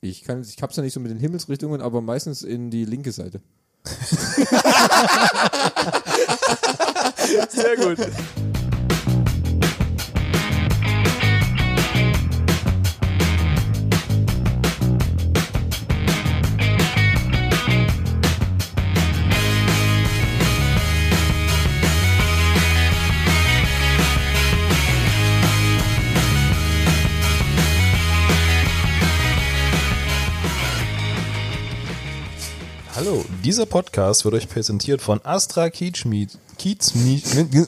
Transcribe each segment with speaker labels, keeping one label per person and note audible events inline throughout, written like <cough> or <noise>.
Speaker 1: Ich, kann, ich hab's ja nicht so mit den Himmelsrichtungen, aber meistens in die linke Seite.
Speaker 2: Sehr gut.
Speaker 3: Hallo, dieser Podcast wird euch präsentiert von Astra Kiezschmied. Kiezmied.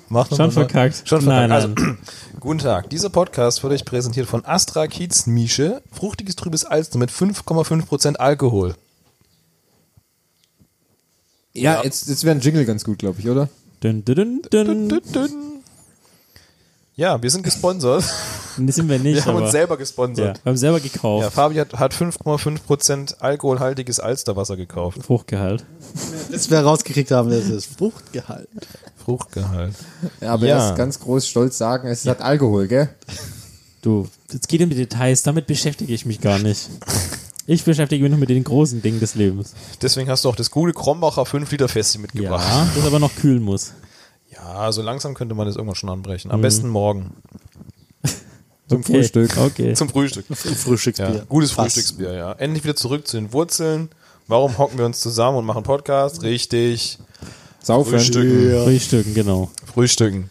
Speaker 3: Mach noch
Speaker 4: Schon
Speaker 3: mal neu.
Speaker 4: verkackt.
Speaker 3: Schon verkackt.
Speaker 4: Nein,
Speaker 3: also,
Speaker 4: nein.
Speaker 3: <clears throat> guten Tag. Dieser Podcast wird euch präsentiert von Astra Kiezmische. Fruchtiges, trübes Alster mit 5,5% Alkohol.
Speaker 1: Ja, Jetzt, jetzt wäre ein Jingle ganz gut, glaube ich, oder?
Speaker 4: Dün, dün, dün, dün.
Speaker 3: Dün, dün. Ja, wir sind
Speaker 4: <laughs>
Speaker 3: gesponsert.
Speaker 4: Nee, sind wir nicht.
Speaker 3: Wir haben
Speaker 4: aber,
Speaker 3: uns selber
Speaker 4: ja,
Speaker 3: gesponsert.
Speaker 4: wir haben selber
Speaker 3: Ja,
Speaker 4: gekauft.
Speaker 3: Fabi hat, hat 5,5% alkoholhaltiges Alsterwasser gekauft.
Speaker 4: Fruchtgehalt.
Speaker 5: Dass wir rausgekriegt haben, das ist Fruchtgehalt.
Speaker 3: Fruchtgehalt.
Speaker 1: Ja, aber
Speaker 3: Ja.
Speaker 1: erst ganz groß stolz sagen, es hat Alkohol, gell?
Speaker 4: Du, jetzt geht um die Details, damit beschäftige ich mich gar nicht. Ich beschäftige mich nur mit den großen Dingen des Lebens.
Speaker 3: Deswegen hast du auch das gute Krombacher 5-Liter-Festi
Speaker 4: Ja,
Speaker 3: mitgebracht.
Speaker 4: das aber noch kühlen muss.
Speaker 3: Ja, Ah, so langsam könnte man das irgendwann schon anbrechen. Am besten morgen.
Speaker 1: Zum
Speaker 4: Okay,
Speaker 1: Frühstück.
Speaker 4: Okay.
Speaker 3: Zum Frühstück.
Speaker 5: Frühstücksbier.
Speaker 3: Ja, gutes
Speaker 5: Fass.
Speaker 3: Frühstücksbier, ja. Endlich wieder zurück zu den Wurzeln. Warum hocken wir uns zusammen und machen Podcast? Richtig.
Speaker 1: Saufen.
Speaker 3: Frühstücken.
Speaker 4: Frühstücken, genau.
Speaker 3: Frühstücken.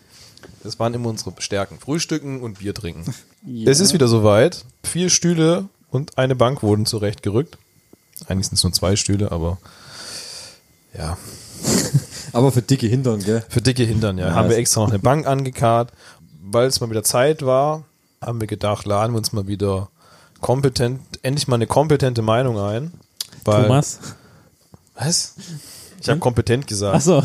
Speaker 3: Das waren immer unsere Stärken. Frühstücken und Bier trinken. Es ist wieder soweit. Vier Stühle und eine Bank wurden zurechtgerückt. Eigentlich sind es nur zwei Stühle, aber ja.
Speaker 1: Aber für dicke Hintern, gell?
Speaker 3: Für dicke Hintern, ja. haben wir extra noch eine Bank angekarrt. Weil es mal wieder Zeit war, haben wir gedacht, laden wir uns mal wieder kompetent, endlich mal eine kompetente Meinung ein. Weil,
Speaker 4: Thomas? Hm?
Speaker 3: Was? Ich habe kompetent gesagt. <laughs>
Speaker 4: Achso.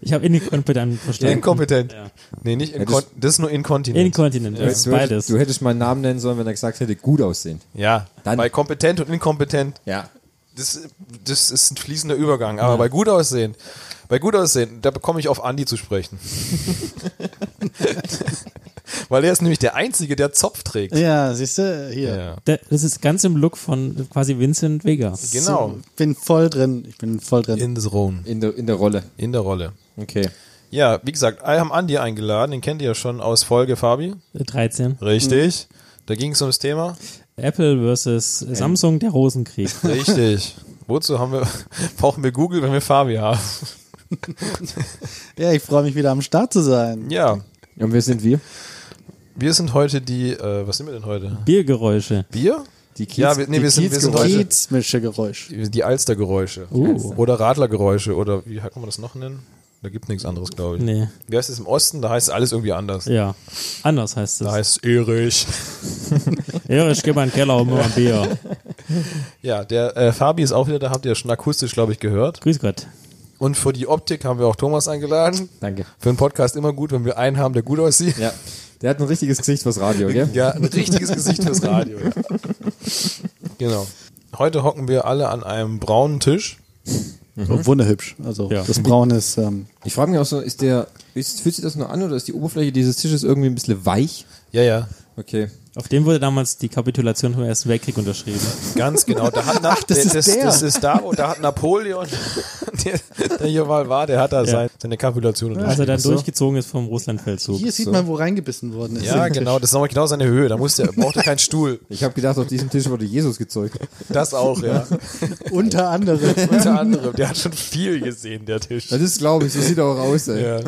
Speaker 4: Ich habe inkompetent
Speaker 3: Ja,
Speaker 4: verstanden.
Speaker 3: inkompetent.
Speaker 4: Ja.
Speaker 3: Nee, nicht
Speaker 1: das-
Speaker 3: inkon das ist nur inkontinent.
Speaker 4: Inkontinent, das ist
Speaker 1: du,
Speaker 4: beides.
Speaker 1: hättest, du hättest meinen Namen nennen sollen, wenn er gesagt hätte, gut aussehen.
Speaker 3: ja,
Speaker 1: Dann-
Speaker 3: bei kompetent und inkompetent.
Speaker 1: Ja.
Speaker 3: Das, das ist ein fließender Übergang. Aber bei gut aussehen, bei gut aussehen, da bekomme ich auf Andi zu
Speaker 4: <laughs>
Speaker 3: sprechen. Weil er ist nämlich der Einzige, der Zopf trägt.
Speaker 5: Ja, siehst du, hier.
Speaker 3: Ja.
Speaker 4: Da- Das ist ganz im Look von quasi Vincent Vega.
Speaker 3: Genau.
Speaker 5: So, bin voll drin. Ich bin voll drin.
Speaker 3: In the Zone.
Speaker 1: In der, in der Rolle.
Speaker 3: In der Rolle.
Speaker 1: Okay.
Speaker 3: Ja, wie gesagt, wir haben Andi eingeladen, den kennt ihr ja schon aus Folge, Fabi.
Speaker 4: 13.
Speaker 3: Richtig. Da ging es ums Thema.
Speaker 4: Apple versus Samsung, der Rosenkrieg.
Speaker 3: Richtig. <laughs> Wozu haben wir, brauchen wir Google, wenn wir Fabi haben?
Speaker 5: ja, ich freue mich wieder am Start zu sein.
Speaker 3: Ja,
Speaker 1: Und wer sind wir?
Speaker 3: wir sind heute die, äh, was sind wir denn heute?
Speaker 4: Biergeräusche.
Speaker 3: Bier?
Speaker 1: Die Kiez-
Speaker 3: ja, wir, nee,
Speaker 1: die
Speaker 3: wir, sind, wir sind heute
Speaker 5: Kiezmische Geräusch.
Speaker 3: die Alstergeräusche.
Speaker 4: Oh.
Speaker 3: Oder Radlergeräusche. Oder wie kann man das noch nennen? Da gibt nichts anderes, glaube ich.
Speaker 4: Nee.
Speaker 3: Wie heißt es im Osten? Da heißt es alles irgendwie anders.
Speaker 4: Ja. Anders heißt es.
Speaker 3: Da heißt es Erich.
Speaker 4: Ja, ich gehe mal in den Keller und hol mal ein Bier.
Speaker 3: Ja, der äh, Fabi ist auch wieder da, habt ihr schon akustisch, glaube ich, gehört.
Speaker 4: Grüß Gott.
Speaker 3: Und für die Optik haben wir auch Thomas eingeladen.
Speaker 1: Danke.
Speaker 3: Für einen Podcast immer gut, wenn wir einen haben, der gut aussieht.
Speaker 1: Ja. Der hat ein richtiges Gesicht fürs Radio, gell?
Speaker 3: Ja, ein richtiges Gesicht fürs Radio. Ja. Genau. Heute hocken wir alle an einem braunen Tisch.
Speaker 5: Wunderhübsch. Also
Speaker 4: Ja.
Speaker 5: das Braune ist ähm,
Speaker 1: Ich frage mich auch so, ist der, ist, fühlt sich das nur an oder ist die Oberfläche dieses Tisches irgendwie ein bisschen weich?
Speaker 3: Ja, ja.
Speaker 1: Okay.
Speaker 4: Auf dem wurde damals die Kapitulation vom Ersten Weltkrieg unterschrieben.
Speaker 3: Ganz genau. Da hat Ach,
Speaker 5: das ist
Speaker 3: das,
Speaker 5: der.
Speaker 3: das ist da, und da hat Napoleon, <laughs> der, der hier mal war, der hat da
Speaker 4: Ja.
Speaker 3: sein, seine Kapitulation
Speaker 4: Als er
Speaker 3: unterschrieben.
Speaker 4: dann durchgezogen ist vom Russlandfeldzug.
Speaker 5: hier sieht man, wo reingebissen worden ist. <laughs>
Speaker 3: Ja, genau. Das ist nochmal genau seine Höhe. Da musste, er- brauchte keinen Stuhl.
Speaker 1: Ich habe gedacht, auf diesem Tisch wurde Jesus gezeugt.
Speaker 3: Das auch, ja.
Speaker 5: Unter anderem.
Speaker 3: Unter anderem. Der hat schon viel gesehen, der Tisch.
Speaker 1: Das ist, glaube ich, so sieht er auch aus, ey.
Speaker 3: Ja. Ja,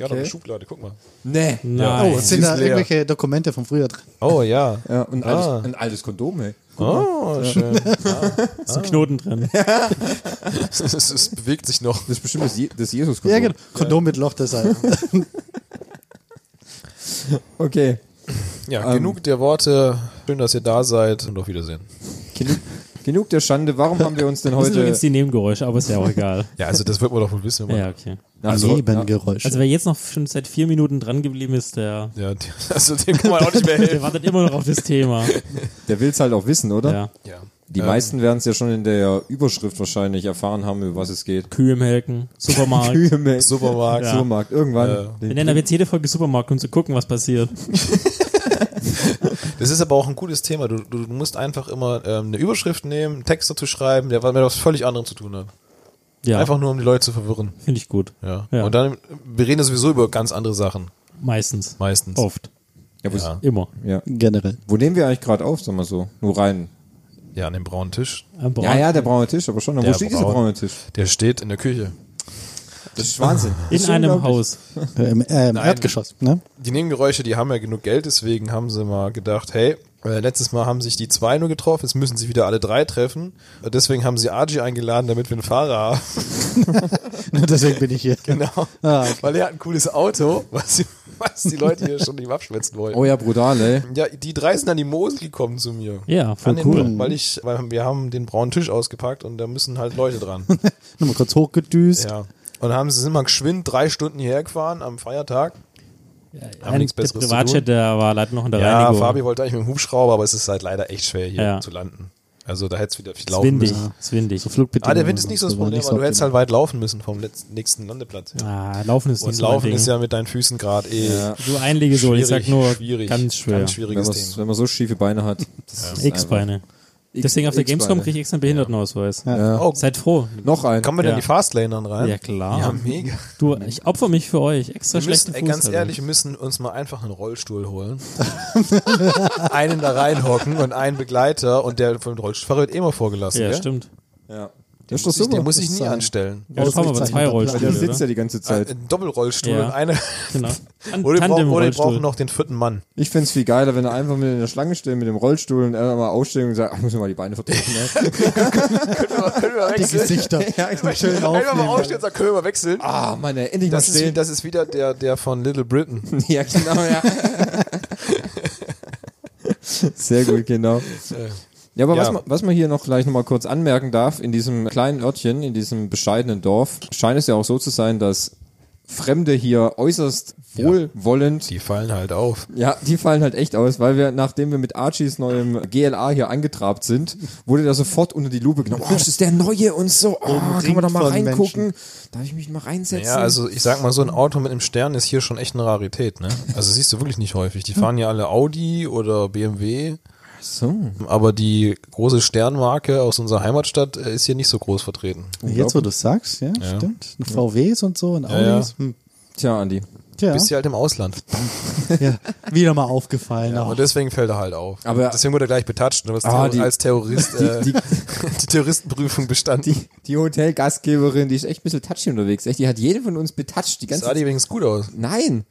Speaker 3: noch eine
Speaker 1: Okay.
Speaker 3: Schublade, guck mal.
Speaker 1: Nee.
Speaker 4: Nein.
Speaker 5: Oh, sind
Speaker 3: ist
Speaker 5: da
Speaker 3: leer.
Speaker 5: irgendwelche Dokumente von früher drin?
Speaker 3: Oh ja.
Speaker 1: Ja, und ein
Speaker 3: Ah.
Speaker 1: altes, ein altes Kondom, ey.
Speaker 3: Oh, schön.
Speaker 4: ist ein Knoten drin.
Speaker 3: <laughs> Es, es, es bewegt sich noch.
Speaker 1: Das ist bestimmt das, Je das Jesus-Kondom.
Speaker 5: Ja, genau. Kondom mit Loch deshalb.
Speaker 1: Okay.
Speaker 3: Ja, genug der Worte. Schön, dass ihr da seid und auf Wiedersehen.
Speaker 1: Genug, genug der Schande. Warum haben wir uns denn
Speaker 4: Das sind übrigens
Speaker 1: heute...
Speaker 4: die Nebengeräusche, aber ist ja auch egal.
Speaker 3: Ja, also das wird man doch wohl wissen, wenn man.
Speaker 4: Ja, okay.
Speaker 1: Also, ja.
Speaker 5: Nebengeräusch.
Speaker 4: Also wer jetzt noch schon seit vier Minuten dran geblieben ist, der,
Speaker 3: <laughs> Ja, die- also dem kann man auch nicht mehr <laughs>
Speaker 4: der
Speaker 3: helfen.
Speaker 4: wartet immer noch auf das Thema.
Speaker 1: Der will's halt auch wissen, oder?
Speaker 4: Ja.
Speaker 3: Ja.
Speaker 1: Die meisten werden es ja schon in der Überschrift wahrscheinlich erfahren haben, über was es geht.
Speaker 4: Kühe im Helken,
Speaker 1: <laughs>
Speaker 4: Supermarkt.
Speaker 1: Kühe, Milch,
Speaker 3: Supermarkt.
Speaker 4: Ja.
Speaker 1: Supermarkt. Irgendwann.
Speaker 4: Wir nennen aber jetzt jede Folge Supermarkt, um zu gucken, was passiert.
Speaker 3: Das ist aber auch ein gutes Thema. Du, du, du musst einfach immer ähm, eine Überschrift nehmen, einen Text dazu schreiben, der was- mit was völlig anderem zu tun hat.
Speaker 4: Ja,
Speaker 3: Einfach nur, um die Leute zu verwirren.
Speaker 4: finde ich gut.
Speaker 3: Ja. Und dann, wir reden ja sowieso über ganz andere Sachen.
Speaker 4: meistens.
Speaker 3: Meistens.
Speaker 4: Oft.
Speaker 1: Ja, wo,
Speaker 3: Ja.
Speaker 4: Immer.
Speaker 1: ja.
Speaker 5: Generell.
Speaker 1: wo nehmen wir eigentlich gerade auf, sagen wir so? Nur rein.
Speaker 3: Ja, an dem braunen Tisch.
Speaker 4: Am Braun.
Speaker 1: Ja, ja, der braune Tisch, aber schon. Wo
Speaker 3: Der
Speaker 1: steht dieser
Speaker 3: braune-
Speaker 1: braune Tisch?
Speaker 3: Der steht in der Küche.
Speaker 1: Das ist Wahnsinn. Das
Speaker 4: In
Speaker 1: ist
Speaker 4: einem
Speaker 1: unglaublich.
Speaker 4: Haus.
Speaker 5: Äh, Im äh, im Erdgeschoss, ne?
Speaker 3: Die Nebengeräusche, die haben ja genug Geld, deswegen haben sie mal gedacht, hey, äh, letztes Mal haben sich die zwei nur getroffen, jetzt müssen sie wieder alle drei treffen. Äh, Deswegen haben sie Archie eingeladen, damit wir einen Fahrer haben.
Speaker 5: <laughs> Deswegen bin ich hier.
Speaker 3: Genau.
Speaker 5: Ah, okay.
Speaker 3: <laughs> Weil er hat ein cooles Auto, <laughs> was, was die Leute hier schon nicht abschwätzen wollten.
Speaker 1: Oh ja, brutal, ey.
Speaker 3: Ja, die drei sind an die Mosel gekommen zu mir.
Speaker 4: Ja, voll
Speaker 3: an den,
Speaker 4: cool.
Speaker 3: Weil ich, weil wir haben den braunen Tisch ausgepackt und da müssen halt Leute
Speaker 4: <laughs>
Speaker 3: dran.
Speaker 5: <laughs> Nochmal kurz hochgedüst.
Speaker 3: ja. Und haben sie sind mal geschwind drei Stunden hierher gefahren am Feiertag.
Speaker 4: Ein
Speaker 3: nichts
Speaker 4: der
Speaker 3: Besseres zu tun.
Speaker 4: Privatjet, der war leider noch in der
Speaker 3: Ja,
Speaker 4: Reinigung.
Speaker 3: Fabi wollte eigentlich mit dem Hubschrauber, aber es ist halt leider echt schwer hier
Speaker 4: Ja.
Speaker 3: zu landen. Also da hätte es wieder viel
Speaker 4: ist
Speaker 3: laufen
Speaker 4: windig.
Speaker 3: müssen.
Speaker 4: Ist windig.
Speaker 5: Flugbedingungen
Speaker 3: Ah, der Wind ist nicht so das
Speaker 5: waren
Speaker 3: Problem,
Speaker 5: nicht
Speaker 3: aber du hättest
Speaker 5: optimal.
Speaker 3: halt weit laufen müssen vom letzten, nächsten Landeplatz.
Speaker 4: Ah, laufen ist
Speaker 3: Und
Speaker 4: nicht so mein
Speaker 3: Oh, Laufen
Speaker 4: Ding.
Speaker 3: ist ja mit deinen Füßen gerade eh
Speaker 1: Ja.
Speaker 4: Du Einlegesohle, ich sag nur
Speaker 3: schwierig,
Speaker 4: ganz schwer.
Speaker 3: Ganz
Speaker 1: Wenn,
Speaker 3: schwieriges
Speaker 1: man's-
Speaker 3: Thema.
Speaker 1: wenn man so schiefe Beine hat. das ist
Speaker 4: X-Beine. Deswegen auf der
Speaker 1: X-Beine.
Speaker 4: Gamescom krieg ich extra einen Behindertenausweis.
Speaker 1: Ja.
Speaker 3: Oh,
Speaker 4: Seid froh.
Speaker 1: Noch ein.
Speaker 3: kommen wir denn
Speaker 4: Ja.
Speaker 3: in die Fastlane dann rein?
Speaker 4: Ja, klar.
Speaker 3: Ja,
Speaker 4: <laughs>
Speaker 3: mega.
Speaker 4: Du, ich opfer mich für euch. Extra
Speaker 3: Wir müssen,
Speaker 4: schlechte
Speaker 3: ey,
Speaker 4: Fußball.
Speaker 3: ganz ehrlich, wir müssen uns mal einfach einen Rollstuhl holen. <laughs> einen da reinhocken und einen Begleiter und der vom Rollstuhlfahrer wird eh immer vorgelassen.
Speaker 4: Ja,
Speaker 3: gell?
Speaker 4: stimmt.
Speaker 1: Ja. Das ist doch
Speaker 3: Muss ich,
Speaker 1: super.
Speaker 3: den halt muss ich
Speaker 5: Das
Speaker 3: nie
Speaker 5: sei-
Speaker 3: anstellen.
Speaker 4: Ja, das haben wir aber
Speaker 1: Weil
Speaker 4: zwei
Speaker 5: Ausgezeichneter Plan.
Speaker 4: Rollstühle,
Speaker 1: der sitzt ja
Speaker 4: oder?
Speaker 1: die ganze
Speaker 3: Ein
Speaker 1: Zeit.
Speaker 3: ein Doppelrollstuhl
Speaker 4: Ja.
Speaker 3: und eine. <laughs>
Speaker 4: Genau. Ein
Speaker 3: Oder wir, brauchen, oder wir
Speaker 4: Tandem-Rollstuhl.
Speaker 3: brauchen noch den vierten Mann.
Speaker 1: Ich fänd's viel geiler, wenn er einfach mit in der Schlange steht, mit dem Rollstuhl und er mal ausstehen und sagt, ach, ich muss mir mal die Beine vertreten.
Speaker 3: <laughs>
Speaker 1: Ne?
Speaker 3: Können wir genau.
Speaker 5: Die Gesichter.
Speaker 3: <laughs>
Speaker 5: schön
Speaker 3: Einfach mal
Speaker 5: aufnehmen.
Speaker 3: aufstehen und sagen, können wir wechseln?
Speaker 1: ah, Mann, ey, endlich
Speaker 3: Das
Speaker 1: mal
Speaker 3: ist, wie-
Speaker 1: stehen.
Speaker 3: das ist wieder der, der von Little Britain.
Speaker 1: <laughs> ja, genau,
Speaker 3: <laughs>
Speaker 1: ja. Sehr gut, genau. Ja, aber
Speaker 3: Ja.
Speaker 1: Was, man, was man hier noch gleich nochmal kurz anmerken darf, in diesem kleinen Örtchen, in diesem bescheidenen Dorf, scheint es ja auch so zu sein, dass Fremde hier äußerst wohlwollend
Speaker 3: Die fallen halt auf.
Speaker 1: Ja, die fallen halt echt aus, weil wir, nachdem wir mit Archies neuem GLA hier angetrabt sind, wurde der sofort unter die Lupe genommen. Oh, das ist der neue und so. Oh, kann man da mal
Speaker 5: von
Speaker 1: reingucken? Darf ich mich mal reinsetzen?
Speaker 3: Ja, also ich sag mal so, ein Auto mit einem Stern ist hier schon echt eine Rarität, ne? Also siehst du wirklich nicht häufig. Die fahren ja alle Audi oder BMW.
Speaker 1: so.
Speaker 3: Aber die große Sternmarke aus unserer Heimatstadt äh, ist hier nicht so groß vertreten.
Speaker 5: Jetzt, wo du es sagst, ja, stimmt. VWs und so und
Speaker 3: Ja,
Speaker 5: Audis. Hm.
Speaker 1: Tja, Andi.
Speaker 5: Tja,
Speaker 3: Bist hier halt im Ausland.
Speaker 5: <laughs> ja. wieder mal aufgefallen. auch.
Speaker 3: Und deswegen fällt er halt auf.
Speaker 1: Genau. Aber-
Speaker 3: deswegen wurde er gleich betatscht. Du hast
Speaker 1: Ah, die-
Speaker 3: als Terrorist äh,
Speaker 1: die-
Speaker 3: <laughs> die, Terroristenprüfung bestanden.
Speaker 1: Die, die Hotelgastgeberin, die ist echt ein bisschen touchy unterwegs. Echt, die hat jeden von uns betatscht. Die ganze
Speaker 3: sah die übrigens gut aus.
Speaker 1: Nein.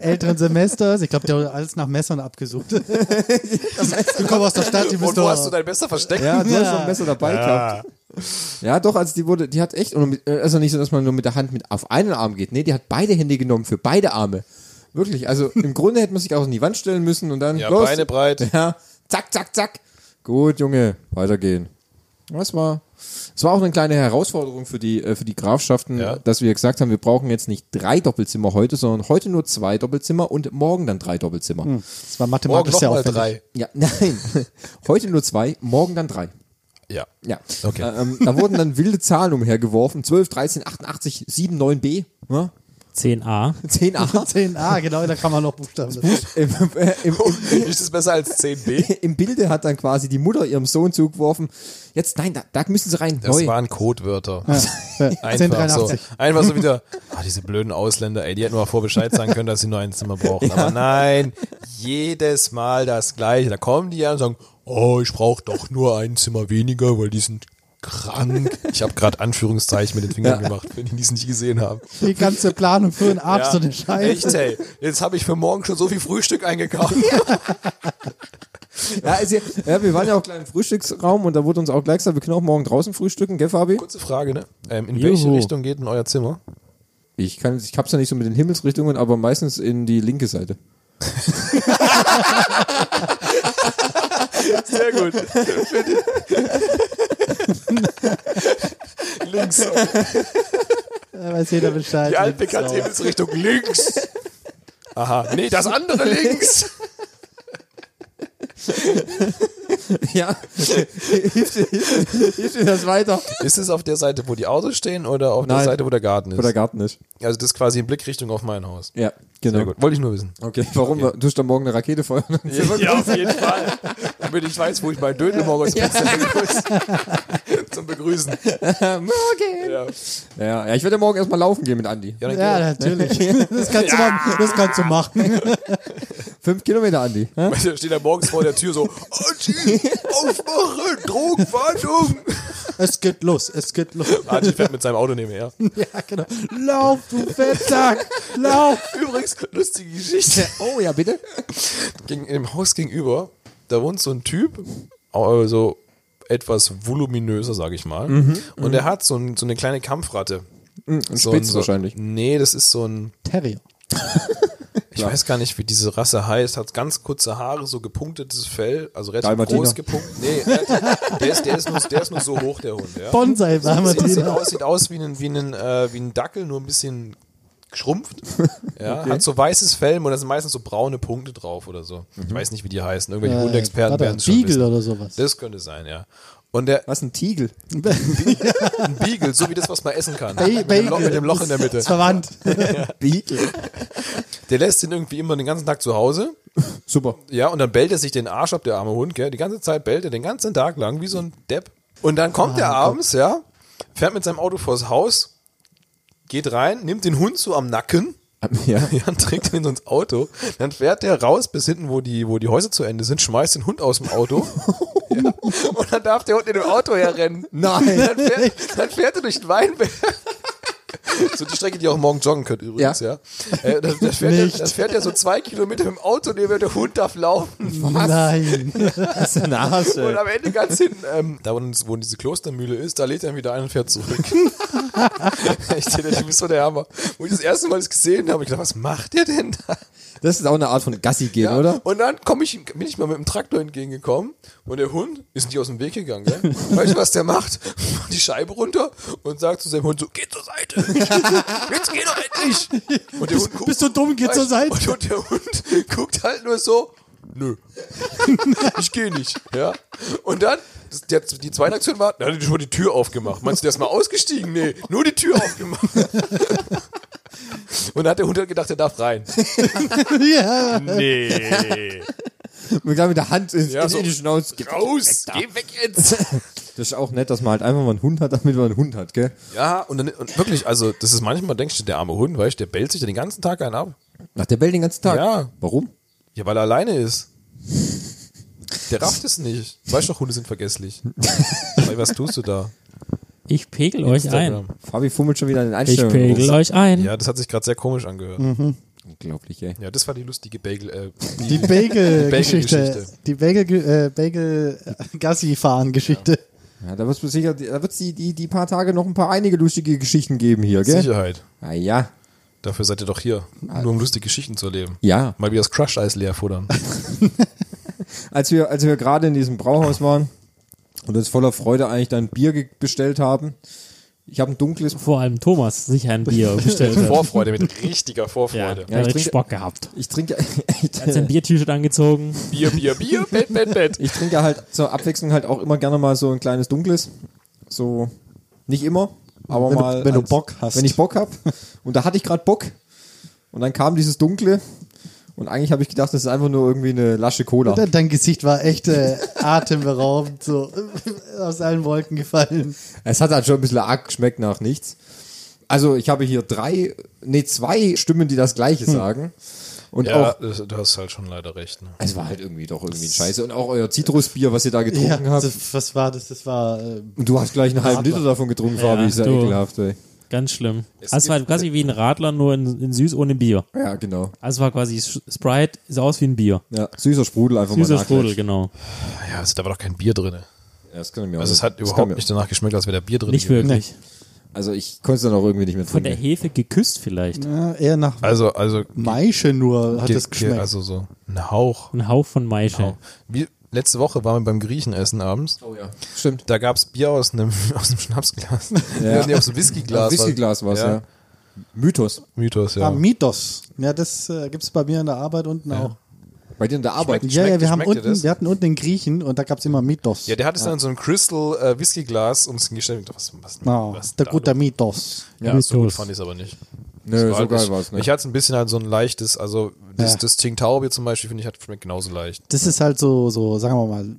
Speaker 5: älteren Semesters. Ich glaube, der wurde alles nach Messern
Speaker 3: <laughs>
Speaker 5: abgesucht. du kommst aus der Stadt, die bist
Speaker 3: Und wo
Speaker 5: doch-
Speaker 3: hast du dein Messer versteckt? <laughs>
Speaker 1: Ja, du hast
Speaker 5: Ja.
Speaker 1: schon besser dabei gehabt. Ja, doch, also die wurde, die hat echt, und mit- äh, also nicht so, dass man nur mit der Hand mit auf einen Arm geht, nee, die hat beide Hände genommen für beide Arme. Wirklich, also im Grunde hätte man sich auch in die Wand stellen müssen und dann
Speaker 3: Ja,
Speaker 1: los.
Speaker 3: Beine breit.
Speaker 1: <laughs> Ja, zack, zack, zack. Gut, Junge, weitergehen. Das war, das war auch eine kleine Herausforderung für die, äh, für die Grafschaften,
Speaker 3: Ja.
Speaker 1: dass wir gesagt haben, wir brauchen jetzt nicht drei Doppelzimmer heute, sondern heute nur zwei Doppelzimmer und morgen dann drei Doppelzimmer.
Speaker 5: Das war
Speaker 3: Morgen
Speaker 5: mathematisch sehr
Speaker 3: nochmal drei.
Speaker 5: aufwendig.
Speaker 1: Ja, <laughs> nein, heute nur zwei, morgen dann drei.
Speaker 3: Ja.
Speaker 1: Ja.
Speaker 3: Okay.
Speaker 1: Äh, Ähm, da wurden dann wilde Zahlen umhergeworfen. 12, 13, 88, 7, 9b, ne?
Speaker 4: 10a.
Speaker 3: <laughs>
Speaker 1: 10a.
Speaker 5: 10a, genau, da kann man noch Buchstaben. dazu.
Speaker 1: Im, äh, im, im,
Speaker 3: Ist es besser als 10b?
Speaker 1: Im Bilde hat dann quasi die Mutter ihrem Sohn zugeworfen. Jetzt, nein, da, da müssen sie rein.
Speaker 3: Das
Speaker 1: Neu.
Speaker 3: waren Codewörter.
Speaker 5: Ja,
Speaker 3: Einfach so,
Speaker 5: 1083.
Speaker 3: einfach so
Speaker 5: <laughs>
Speaker 3: wieder, ah, diese blöden Ausländer, ey, die hätten mal vor Bescheid sagen können, dass sie nur ein Zimmer brauchen. Aber nein, jedes Mal das Gleiche. Da kommen die ja und sagen, oh, ich brauche doch nur ein Zimmer weniger, weil die sind krank. Ich habe gerade Anführungszeichen mit den Fingern gemacht, wenn die es nicht gesehen haben.
Speaker 5: Die ganze Planung für einen Arzt und den Scheiß.
Speaker 3: Echt, ey, jetzt habe ich für morgen schon so viel Frühstück
Speaker 5: <laughs>
Speaker 3: eingekauft.
Speaker 1: Ja, also, ja, wir waren ja auch gleich im Frühstücksraum und da wurde uns auch gleich gesagt, wir können auch morgen draußen frühstücken, gell, Fabi?
Speaker 3: Kurze Frage, ne? Ähm, in
Speaker 4: Juhu.
Speaker 3: welche Richtung geht denn euer Zimmer?
Speaker 1: Ich kann, ich hab's ja nicht so mit den Himmelsrichtungen, aber meistens in die linke Seite.
Speaker 3: <laughs> Sehr gut. <laughs> Links.
Speaker 5: Da weiß jeder Bescheid.
Speaker 3: Die altbekannte Himmelsrichtung links. Aha, nee, das andere links.
Speaker 1: Ja. hilft, dir- hilft, dir- hilft dir das weiter?
Speaker 3: Ist es auf der Seite, wo die Autos stehen oder auf
Speaker 1: Nein.
Speaker 3: der Seite, wo der Garten ist?
Speaker 1: Oder Garten ist.
Speaker 3: also das ist quasi in Blickrichtung auf mein Haus.
Speaker 1: Ja. Genau.
Speaker 3: Sehr gut. Wollte ich nur wissen.
Speaker 1: Okay, warum? Okay. Du da morgen eine Rakete feuern?
Speaker 3: Ja, auf jeden Fall. Damit ich weiß, wo ich bei Dödel morgens <laughs> ja. zum Begrüßen.
Speaker 1: <laughs> morgen!
Speaker 3: Ja.
Speaker 1: Ja, ja, ich werde morgen erstmal laufen gehen mit Andi.
Speaker 3: Ja, dann <laughs>
Speaker 5: Ja, natürlich. Das kannst, Du machen. das kannst du machen.
Speaker 1: Fünf Kilometer, Andi. Hä?
Speaker 3: geht- steht er morgens vor der Tür so, Archie, aufmachen, Drogenfahndung.
Speaker 5: Es geht los, es geht los.
Speaker 3: Archie fährt mit seinem Auto nebenher.
Speaker 5: Ja, genau. Lauf, du Fettsack! Lauf!
Speaker 3: Übrigens, lustige Geschichte.
Speaker 1: Oh ja, bitte.
Speaker 3: Gegen, Im Haus gegenüber, da wohnt so ein Typ, also etwas voluminöser, sage ich mal.
Speaker 1: Mhm,
Speaker 3: Und er hat so, ein, so eine kleine Kampfratte.
Speaker 1: Und
Speaker 3: So ein-
Speaker 1: Mhm, Spitz
Speaker 3: so,
Speaker 1: wahrscheinlich.
Speaker 3: Nee, das ist so ein,
Speaker 5: Terrier.
Speaker 3: ich weiß gar nicht, wie diese Rasse heißt, hat ganz kurze Haare, so gepunktetes Fell, also relativ
Speaker 1: Dalmatiner.
Speaker 3: groß gepunkt. Nee, der, der, ist, der, ist nur, der ist nur so hoch, der Hund. Ja.
Speaker 5: Bonsai war
Speaker 3: sieht, sieht,
Speaker 5: Martina.
Speaker 3: aus, sieht aus wie ein, wie, ein, äh, wie ein Dackel, nur ein bisschen
Speaker 5: <laughs>
Speaker 3: geschrumpft. Ja, Hat so weißes Fell und da sind meistens so braune Punkte drauf oder so.
Speaker 5: Mhm.
Speaker 3: Ich weiß nicht, wie die heißen. Irgendwelche Hundeexperten werden es schon
Speaker 5: Beagle
Speaker 3: wissen.
Speaker 5: oder sowas.
Speaker 3: Das könnte sein, ja. Und der
Speaker 1: Was, ein Tiegel?
Speaker 3: ein Beagle, so wie das, was man essen kann.
Speaker 5: Ba-
Speaker 3: mit, dem Loch,
Speaker 5: Bagel.
Speaker 3: mit dem Loch in der Mitte.
Speaker 5: Ist verwandt.
Speaker 1: Beagle.
Speaker 3: Der lässt ihn irgendwie immer den ganzen Tag zu Hause.
Speaker 1: Super.
Speaker 3: Ja, und dann bellt er sich den Arsch ab, der arme Hund, gell? Die ganze Zeit bellt er den ganzen Tag lang wie so ein Depp. Und dann kommt
Speaker 5: Ah,
Speaker 3: er abends, ja, fährt mit seinem Auto vors Haus, geht rein, nimmt den Hund so am Nacken.
Speaker 1: Ja.
Speaker 3: Ja, und trägt ihn ins Auto. Dann fährt der raus bis hinten, wo die, wo die Häuser zu Ende sind, schmeißt den Hund aus dem Auto. ja. Und dann darf der Hund in dem Auto herrennen.
Speaker 1: Nein.
Speaker 3: Dann fährt, dann fährt er durch den Weinberg. So die Strecke, die ihr auch morgen joggen könnt übrigens, ja.
Speaker 1: Ja.
Speaker 3: Äh, dann, dann, fährt er,
Speaker 5: Nicht.
Speaker 3: dann fährt er so zwei Kilometer im Auto, neben der Hund darf laufen.
Speaker 5: Nein.
Speaker 1: Das ist ein Arsch,
Speaker 3: Und
Speaker 1: ey.
Speaker 3: am Ende ganz hinten, ähm, da wo, wo diese Klostermühle ist, da lädt er ihn wieder ein und fährt zurück. ich dachte, du bist so der Hammer. Wo ich das erste Mal das gesehen habe, ich dachte, was macht ihr denn da?
Speaker 1: Das ist auch eine Art von Gassi gehen,
Speaker 3: Ja, <laughs>
Speaker 1: oder?
Speaker 3: Und dann komm ich, bin ich mal mit dem Traktor entgegengekommen und der Hund ist nicht aus dem Weg gegangen. Gell?
Speaker 5: <laughs>
Speaker 3: Weißt du, was der macht? Macht Die Scheibe runter und sagt zu seinem Hund so, geh zur Seite. Jetzt geh doch endlich. Und der Hund guckt,
Speaker 5: bist du dumm, geh
Speaker 3: weißt
Speaker 5: zur
Speaker 3: du,
Speaker 5: Seite.
Speaker 3: Und, und der Hund guckt halt nur so, nö.
Speaker 5: <laughs>
Speaker 3: ich geh nicht. Ja? Und dann, das, der, die zweite Aktion war, dann hat er schon die Tür aufgemacht. Meinst du, der ist mal ausgestiegen? Nee, nur die Tür aufgemacht.
Speaker 5: <laughs>
Speaker 3: Und dann hat der Hund halt gedacht, er darf rein.
Speaker 5: Ja.
Speaker 3: Nee.
Speaker 1: Mit mit der Hand in,
Speaker 3: Ja,
Speaker 1: in,
Speaker 3: so.
Speaker 1: in die Schnauze. Geh
Speaker 3: Raus!
Speaker 1: weg da.
Speaker 3: Geh weg jetzt!
Speaker 1: Das ist auch nett, dass man halt einfach mal einen Hund hat, damit man einen Hund hat, gell?
Speaker 3: <laughs> Ja, und, dann, und wirklich, also, das ist manchmal, denkst du, der arme Hund, weißt du, der bellt sich ja den ganzen Tag einen ab.
Speaker 1: Nach der bellt den ganzen Tag.
Speaker 3: Ja.
Speaker 1: Warum?
Speaker 3: Ja, weil er alleine ist. Der rafft es nicht. Weißt doch, Hunde sind vergesslich. Weil was tust du da?
Speaker 4: Ich pegel euch ein.
Speaker 3: Instagram.
Speaker 1: Fabi fummelt schon wieder in den
Speaker 4: Ich
Speaker 1: Einstellungen.
Speaker 4: pegel
Speaker 1: rum.
Speaker 4: euch ein.
Speaker 3: Ja, das hat sich gerade sehr komissch angehört.
Speaker 1: Unglaublich, ey.
Speaker 3: Ja, das war die lustige Bagel. Äh,
Speaker 5: Die Bagel-Geschichte.
Speaker 3: Bagel-Geschichte.
Speaker 5: Die äh, Bagel-Gassi-Fahren-Geschichte.
Speaker 1: Ja, da wird es sicher, da wird's die, die, die paar Tage noch ein paar einige lustige Geschichten geben hier, gell?
Speaker 3: Sicherheit.
Speaker 1: Ah, ja.
Speaker 3: Dafür seid ihr doch hier. Nur um lustige Geschichten zu erleben.
Speaker 1: Ja.
Speaker 3: Mal wieder das Crush-Eis leer futtern.
Speaker 1: Als wir, als wir gerade in diesem Brauhaus waren und uns voller Freude eigentlich dann Bier ge- bestellt haben, ich habe ein dunkles.
Speaker 4: Vor allem Thomas sich
Speaker 3: <laughs>
Speaker 4: ein Bier bestellt hat.
Speaker 3: Vorfreude, mit richtiger
Speaker 4: Ja,
Speaker 3: Vorfreude.
Speaker 4: der
Speaker 1: ich
Speaker 4: hat
Speaker 1: trinke-
Speaker 4: Spock gehabt.
Speaker 1: Ich trinke, <laughs>
Speaker 4: Hat sein Bier-T-Shirt angezogen.
Speaker 3: Bier, Bier, Bier, Bett, Bett, Bett.
Speaker 1: ich trinke halt zur Abwechslung halt auch immer gerne mal so ein kleines dunkles. So, nicht immer, aber
Speaker 5: Wenn du-
Speaker 1: mal.
Speaker 5: wenn du Bock hast.
Speaker 1: Wenn ich Bock hab. Und da hatte ich gerade Bock. Und dann kam dieses dunkle. Und eigentlich habe ich gedacht, das ist einfach nur irgendwie eine Lasche Cola.
Speaker 5: De- Dein Gesicht war echt äh, atemberaubend, so äh, aus allen Wolken gefallen.
Speaker 1: Es hat halt schon ein bisschen arg geschmeckt nach nichts. Also ich habe hier drei, nee, zwei Stimmen, die das Gleiche
Speaker 5: Hm.
Speaker 1: sagen. Und
Speaker 3: Ja,
Speaker 1: auch,
Speaker 3: das- du hast halt schon leider recht. Ne?
Speaker 1: es war halt irgendwie doch irgendwie ein Scheiße. Und auch euer Zitrusbier, was ihr da getrunken
Speaker 5: Ja,
Speaker 1: habt.
Speaker 5: das, was war das? Das war. Äh,
Speaker 1: Und du hast gleich einen halben
Speaker 5: Radler.
Speaker 1: Liter davon getrunken, Fabi. Ist ja
Speaker 4: du.
Speaker 1: ekelhaft, ey.
Speaker 4: Ganz schlimm. Also Es war quasi wie ein Radler, nur in, in süß ohne Bier.
Speaker 1: Ja, genau.
Speaker 4: Also war quasi Sch- Sprite, sah aus wie ein Bier.
Speaker 1: Ja, süßer Sprudel einfach
Speaker 4: Süßer
Speaker 1: mal
Speaker 4: Sprudel, genau.
Speaker 3: Ja, also, da war doch kein Bier drin.
Speaker 1: Ja, das kann ich mir auch
Speaker 3: Also, es hat
Speaker 1: das kann
Speaker 3: überhaupt
Speaker 1: mir-
Speaker 3: nicht danach geschmeckt, als wäre da Bier drin.
Speaker 4: Nicht
Speaker 3: gewesen.
Speaker 4: wirklich.
Speaker 1: Also ich konnte es dann auch irgendwie nicht mehr
Speaker 4: Von der
Speaker 1: trinken.
Speaker 4: Hefe geküsst vielleicht.
Speaker 5: ja, eher nach
Speaker 3: Also, also,
Speaker 5: Maische nur hat
Speaker 3: Ge-
Speaker 5: das
Speaker 3: ge-
Speaker 5: geschmeckt.
Speaker 3: Also so ein Hauch.
Speaker 4: Ein Hauch von Maische.
Speaker 3: Hauch. Wie, letzte Woche waren wir beim Griechenessen abends.
Speaker 1: Oh ja, stimmt.
Speaker 3: Da gab es Bier aus einem, <laughs> aus einem Schnapsglas. Ja. <laughs> Nee, aus einem Whiskyglas.
Speaker 1: Whiskyglas war es, ja.
Speaker 3: Ja.
Speaker 1: Mythos.
Speaker 3: Mythos, ja.
Speaker 5: ah, Mitos. Ja, das äh, gibt's bei mir in der Arbeit unten auch.
Speaker 1: Bei dir in der Arbeit.
Speaker 3: Schmeckt-
Speaker 5: Ja, ja, wir, haben
Speaker 3: schmeckt dir
Speaker 5: unten,
Speaker 3: das?
Speaker 5: wir hatten unten den Griechen und da gab's immer Mitos.
Speaker 3: ja, der hat es dann in so einem Crystal äh, Whiskyglas uns hingestellt. Ich dachte, Was, was,
Speaker 5: Ah,
Speaker 3: was
Speaker 5: der
Speaker 3: da
Speaker 5: gute
Speaker 3: los?
Speaker 5: Mitos.
Speaker 3: Ja, so gut fand ich es aber nicht.
Speaker 1: Nö, so geil
Speaker 3: ich,
Speaker 1: war es
Speaker 3: Ich
Speaker 1: nicht.
Speaker 3: hatte es ein bisschen halt so ein leichtes, also das,
Speaker 5: Ja.
Speaker 3: das Tsingtao-Bier zum Beispiel, finde ich, hat schmeckt genauso leicht.
Speaker 5: Das ist halt so, so, sagen wir mal,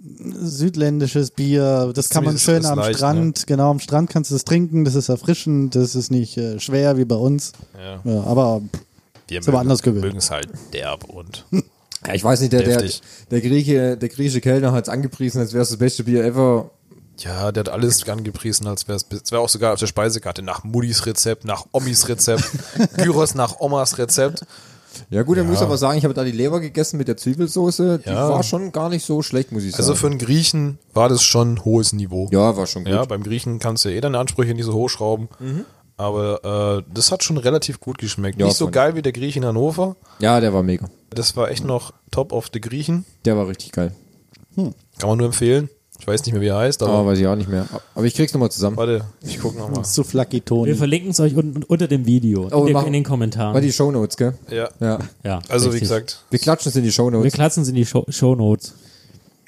Speaker 5: südländisches Bier. Das kann man
Speaker 3: Zumindest
Speaker 5: schön
Speaker 3: ist
Speaker 5: am
Speaker 3: leicht, ne?
Speaker 5: Strand, genau, am Strand kannst du es trinken. Das ist erfrischend, das ist nicht äh, schwer wie bei uns.
Speaker 3: Ja.
Speaker 5: Ja, aber
Speaker 3: Die
Speaker 5: Ist aber anders gewöhnt.
Speaker 3: mögen es halt derb und <laughs>
Speaker 1: Ja, ich weiß nicht, der, der,
Speaker 3: Heftig.
Speaker 1: der, Grieche, der griechische Kellner hat es angepriesen, als wäre es das beste Bier ever.
Speaker 3: ja, der hat alles angepriesen, als wäre es wär auch sogar auf der Speisekarte nach Mudis Rezept, nach Omis Rezept, Gyros nach Omas Rezept.
Speaker 1: Ja gut, dann muss ich aber sagen, ich habe da die Leber gegessen mit der Zwiebelsauce. Die
Speaker 3: Ja.
Speaker 1: war schon gar nicht so schlecht, muss ich sagen.
Speaker 3: Also für einen Griechen war das schon ein hohes Niveau.
Speaker 1: ja, war schon gut.
Speaker 3: Ja, beim Griechen kannst du ja eh deine Ansprüche nicht so hochschrauben. Aber äh, das hat schon relativ gut geschmeckt.
Speaker 1: Ja,
Speaker 3: nicht so
Speaker 1: fand
Speaker 3: geil wie der Griech in Hannover.
Speaker 1: ja, der war mega.
Speaker 3: Das war echt noch top of the Griechen.
Speaker 1: Der war richtig geil.
Speaker 3: Kann man nur empfehlen. Ich weiß nicht mehr, wie er heißt, aber
Speaker 1: Aber weiß ich auch nicht mehr. Aber ich krieg's nochmal zusammen.
Speaker 3: warte, ich gucke nochmal.
Speaker 5: so flacky
Speaker 4: Wir
Speaker 5: Toni.
Speaker 4: verlinken es euch unten unter dem Video,
Speaker 1: wir
Speaker 3: Oh,
Speaker 4: in, den-
Speaker 1: machen-
Speaker 4: in den Kommentaren.
Speaker 1: Mal die Shownotes, gell?
Speaker 3: Ja.
Speaker 1: Ja.
Speaker 4: ja,
Speaker 3: Also wie
Speaker 4: richtig.
Speaker 3: gesagt,
Speaker 1: Wir klatschen es in die
Speaker 4: Wir
Speaker 1: Shownotes.
Speaker 4: klatschen es in die Show Shownotes.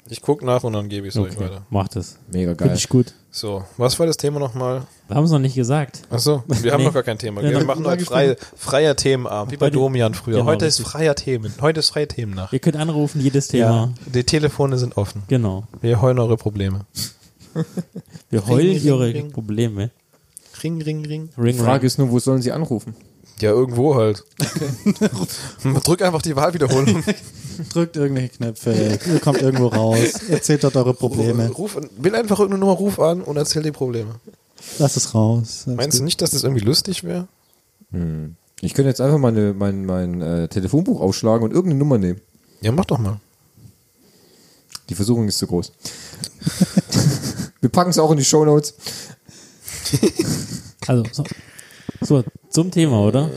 Speaker 3: ich gucke nach und dann gebe ich es euch
Speaker 4: Okay,
Speaker 3: weiter.
Speaker 4: macht es.
Speaker 1: Mega geil.
Speaker 4: Finde ich gut.
Speaker 3: So, was war das Thema nochmal?
Speaker 4: Wir haben es noch nicht gesagt.
Speaker 3: Achso, wir haben
Speaker 4: Nee.
Speaker 3: noch gar kein Thema.
Speaker 4: Wir
Speaker 3: gell?
Speaker 4: haben
Speaker 3: Wir machen
Speaker 4: drüber
Speaker 3: heute frei, freier Themenabend, wie bei
Speaker 4: Heute-
Speaker 3: Domian früher.
Speaker 4: Genau,
Speaker 3: heute ist
Speaker 4: richtig.
Speaker 3: freier Themen. Heute ist freie Themennacht.
Speaker 4: Ihr könnt anrufen, jedes Thema.
Speaker 3: Die Telefone sind offen.
Speaker 4: Genau.
Speaker 3: Wir heulen eure Probleme.
Speaker 4: Wir heulen
Speaker 3: ring,
Speaker 4: ihre
Speaker 3: ring.
Speaker 4: Probleme.
Speaker 3: Ring, ring, ring.
Speaker 4: Ring,
Speaker 1: Die Frage
Speaker 4: ring.
Speaker 1: ist nur, wo sollen sie anrufen?
Speaker 3: Ja, irgendwo halt. <laughs> Drück einfach die Wahlwiederholung.
Speaker 5: Drückt irgendwelche Knöpfe, <laughs> ihr kommt irgendwo raus, erzählt dort eure Probleme,
Speaker 3: Ruf, will einfach irgendeine Nummer, ruf an und erzähl die Probleme.
Speaker 5: lasst es raus.
Speaker 3: Meinst du nicht, dass das irgendwie lustig wäre?
Speaker 1: Ich könnte jetzt einfach meine, mein, mein äh, Telefonbuch aufschlagen und irgendeine Nummer nehmen.
Speaker 3: Ja, mach doch mal.
Speaker 1: Die Versuchung ist zu groß. Wir packen es auch in die Shownotes.
Speaker 4: Also, so. so, zum Thema, oder?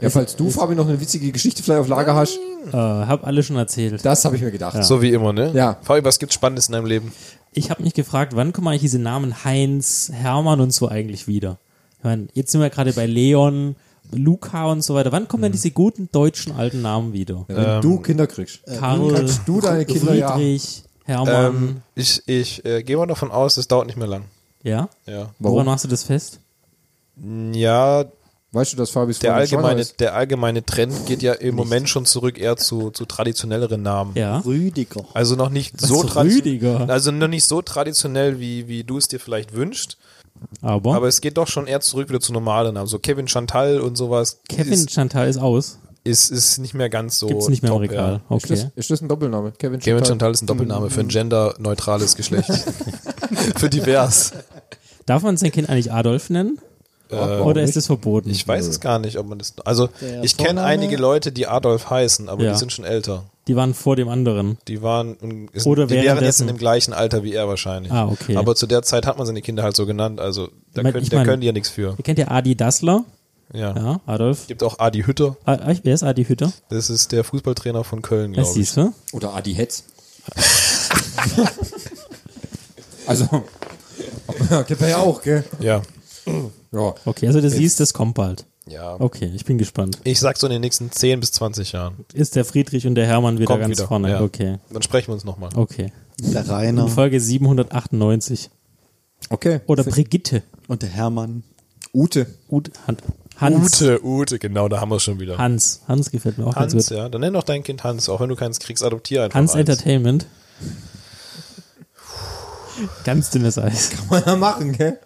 Speaker 1: Ja, falls du, Fabi, noch eine witzige Geschichte vielleicht auf Lager hast,
Speaker 4: Äh, hab alle schon erzählt.
Speaker 1: das habe ich mir gedacht.
Speaker 3: So wie immer, ne?
Speaker 1: Ja.
Speaker 3: Fabi, was gibt's Spannendes in deinem Leben?
Speaker 4: Ich habe mich gefragt, wann kommen eigentlich diese Namen Heinz, Hermann und so eigentlich wieder? Ich meine, jetzt sind wir gerade bei Leon, Luca und so weiter. Wann kommen denn
Speaker 3: Mhm.
Speaker 4: diese guten deutschen alten Namen wieder?
Speaker 1: Wenn du Kinder kriegst.
Speaker 4: Karl,
Speaker 1: kannst du deine Kinder, ja.
Speaker 4: äh, Friedrich, Hermann.
Speaker 3: Ähm, ich ich äh, gehe mal davon aus, das dauert nicht mehr lang.
Speaker 4: ja?
Speaker 3: Ja.
Speaker 4: Woran
Speaker 1: Warum?
Speaker 4: machst du das fest?
Speaker 3: Ja,
Speaker 1: Weißt du, dass Fabis
Speaker 3: der
Speaker 1: Freundin schwanger
Speaker 3: allgemeine,
Speaker 1: ist?
Speaker 3: der allgemeine Trend geht ja im Moment schon zurück eher zu, zu traditionelleren Namen.
Speaker 4: Ja.
Speaker 5: Rüdiger.
Speaker 3: Also noch nicht so
Speaker 4: ist
Speaker 3: tradi-
Speaker 4: Rüdiger?
Speaker 3: Also noch nicht so traditionell, wie, wie du es dir vielleicht wünschst.
Speaker 4: Aber,
Speaker 3: Aber es geht doch schon eher zurück wieder zu normalen Namen. So Kevin Chantal und sowas
Speaker 4: Kevin
Speaker 3: ist,
Speaker 4: Chantal ist aus.
Speaker 3: ist, ist nicht mehr ganz so.
Speaker 4: Gibt's nicht mehr im
Speaker 3: top,
Speaker 4: Regal. Mhm.
Speaker 3: Ja.
Speaker 1: Ist das,
Speaker 4: Okay.
Speaker 1: ist das ein Doppelname? Kevin Chantal.
Speaker 3: Kevin Chantal ist ein Doppelname für ein genderneutrales
Speaker 4: <laughs>
Speaker 3: Geschlecht. <laughs> für divers.
Speaker 4: Darf man sein Kind eigentlich Adolf nennen? Oder ist das verboten?
Speaker 3: Äh, Ich weiß es gar nicht, ob man das. Also,
Speaker 5: Der
Speaker 3: ich kenne
Speaker 5: Vorname?
Speaker 3: einige Leute, die Adolf heißen, aber
Speaker 4: Ja.
Speaker 3: die sind schon älter.
Speaker 4: Die waren vor dem anderen.
Speaker 3: Die waren in- ist-
Speaker 4: Oder
Speaker 3: die wären jetzt
Speaker 4: währenddessen.
Speaker 3: in dem gleichen Alter wie er wahrscheinlich.
Speaker 4: Ah, okay.
Speaker 3: Aber zu der Zeit hat man seine Kinder halt so genannt, also da,
Speaker 4: Ich mein-
Speaker 3: können,
Speaker 4: ich
Speaker 3: da
Speaker 4: mein-
Speaker 3: können die ja nichts für.
Speaker 4: Ihr kennt ja Adi Dassler.
Speaker 3: Ja.
Speaker 4: Ja, Adolf.
Speaker 3: Gibt auch Adi Hütter,
Speaker 4: Ah, ich- Wer ist Adi Hütter?
Speaker 3: das ist der Fußballtrainer von Köln,
Speaker 4: Das
Speaker 3: glaube ich.
Speaker 4: siehst du.
Speaker 1: Oder Adi Hetz. also, gibt er ja auch, gell?
Speaker 3: Ja.
Speaker 1: Ja.
Speaker 4: Okay, also das siehst, das kommt bald.
Speaker 3: Ja.
Speaker 4: Okay, ich bin gespannt.
Speaker 3: Ich sag so in den nächsten 10 bis 20 Jahren.
Speaker 4: Ist der Friedrich und der Hermann wieder
Speaker 3: Kommt
Speaker 4: ganz
Speaker 3: wieder.
Speaker 4: vorne?
Speaker 3: Ja.
Speaker 4: Okay,
Speaker 3: Dann sprechen wir uns nochmal.
Speaker 4: okay.
Speaker 5: Der Rainer
Speaker 4: Folge 798.
Speaker 1: Okay.
Speaker 4: Oder Brigitte.
Speaker 5: und der Hermann. <laughs>
Speaker 1: Ute.
Speaker 4: Ut, Han, Hans.
Speaker 3: Ute, Ute, genau, da haben wir schon wieder.
Speaker 4: Hans. Hans gefällt mir auch
Speaker 3: Hans,
Speaker 4: ganz gut.
Speaker 3: ja. Dann nenn doch dein Kind Hans, auch wenn du keins kriegst, adoptier einfach
Speaker 4: Hans
Speaker 3: eins.
Speaker 4: Entertainment. ganz dünnes Eis.
Speaker 1: Kann man ja machen, gell?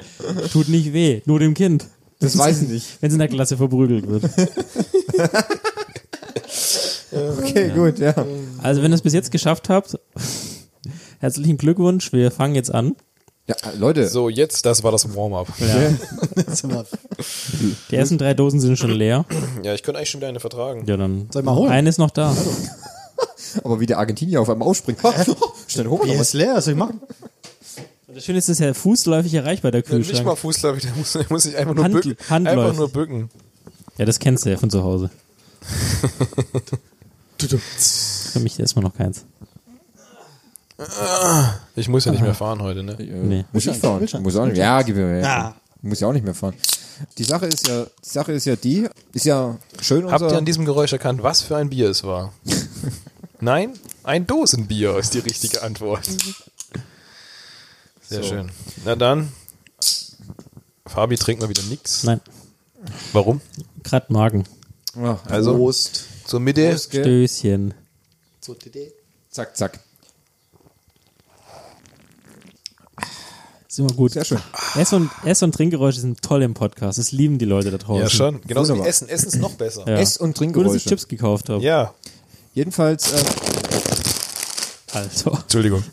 Speaker 4: Tut nicht weh, nur dem Kind.
Speaker 1: Das weiß ich nicht.
Speaker 4: Wenn es in der Klasse verprügelt wird.
Speaker 1: Okay, gut, ja.
Speaker 4: Also, wenn ihr es bis jetzt geschafft habt, <laughs> herzlichen Glückwunsch. Wir fangen jetzt an.
Speaker 1: Ja, Leute.
Speaker 3: So, jetzt, das war das Warm-up.
Speaker 1: Ja.
Speaker 5: Jetzt sind wir-
Speaker 4: Die ersten drei Dosen sind schon leer.
Speaker 3: <laughs> Ja, ich könnte eigentlich schon wieder eine vertragen.
Speaker 4: Ja, dann.
Speaker 5: Soll ich mal holen?
Speaker 4: Eine ist noch da.
Speaker 1: Aber wie der Argentinier auf einmal aufspringt. Schnell hoch
Speaker 5: Bier
Speaker 1: noch was.
Speaker 5: ist leer, was soll ich machen?
Speaker 4: Das Schöne ist, es ist ja fußläufig erreichbar, der
Speaker 3: Dann Äh, nicht
Speaker 4: Kühlschrank.
Speaker 3: mal Fußläufig, der <laughs> muss, der muss sich einfach nur
Speaker 4: Hand-
Speaker 3: bücken.
Speaker 4: handläufig.
Speaker 3: Einfach nur bücken.
Speaker 4: Ja, das kennst du ja von zu Hause. Für mich erstmal noch keins.
Speaker 3: Ich muss ja nicht mehr fahren heute, ne?
Speaker 4: Nee.
Speaker 1: Muss ich fahren? Muss auch nicht. Ja, gib mir mehr.
Speaker 5: Ah.
Speaker 1: Muss ja auch nicht mehr fahren. Die Sache ist ja, die Sache ist ja die, ist ja schön
Speaker 3: Habt ihr
Speaker 1: unser-
Speaker 3: an diesem Geräusch erkannt, was für ein Bier es war? Nein? Ein Dosenbier ist die richtige Antwort. Sehr schön. Na dann. Fabi trinkt mal wieder nix.
Speaker 4: Nein,
Speaker 3: Warum?
Speaker 4: gerade Magen.
Speaker 1: Ja,
Speaker 3: Also
Speaker 5: Prost.
Speaker 3: zur Mitte.
Speaker 1: Ja.
Speaker 4: Stößchen.
Speaker 5: So, Dede.
Speaker 1: zack, zack.
Speaker 4: Ist immer gut.
Speaker 1: Sehr schön.
Speaker 4: Ess- und, Ess und Trinkgeräusche sind toll im Podcast. Das lieben die Leute da draußen.
Speaker 3: Ja, schon. Genauso
Speaker 1: Wunderbar.
Speaker 3: wie Essen. Essen ist noch besser.
Speaker 4: Ja.
Speaker 1: Ess- und
Speaker 4: Gut, dass
Speaker 1: Trinkgeräusche.
Speaker 4: ich Chips gekauft habe.
Speaker 3: ja.
Speaker 1: Jedenfalls, äh,
Speaker 4: Also.
Speaker 3: Entschuldigung.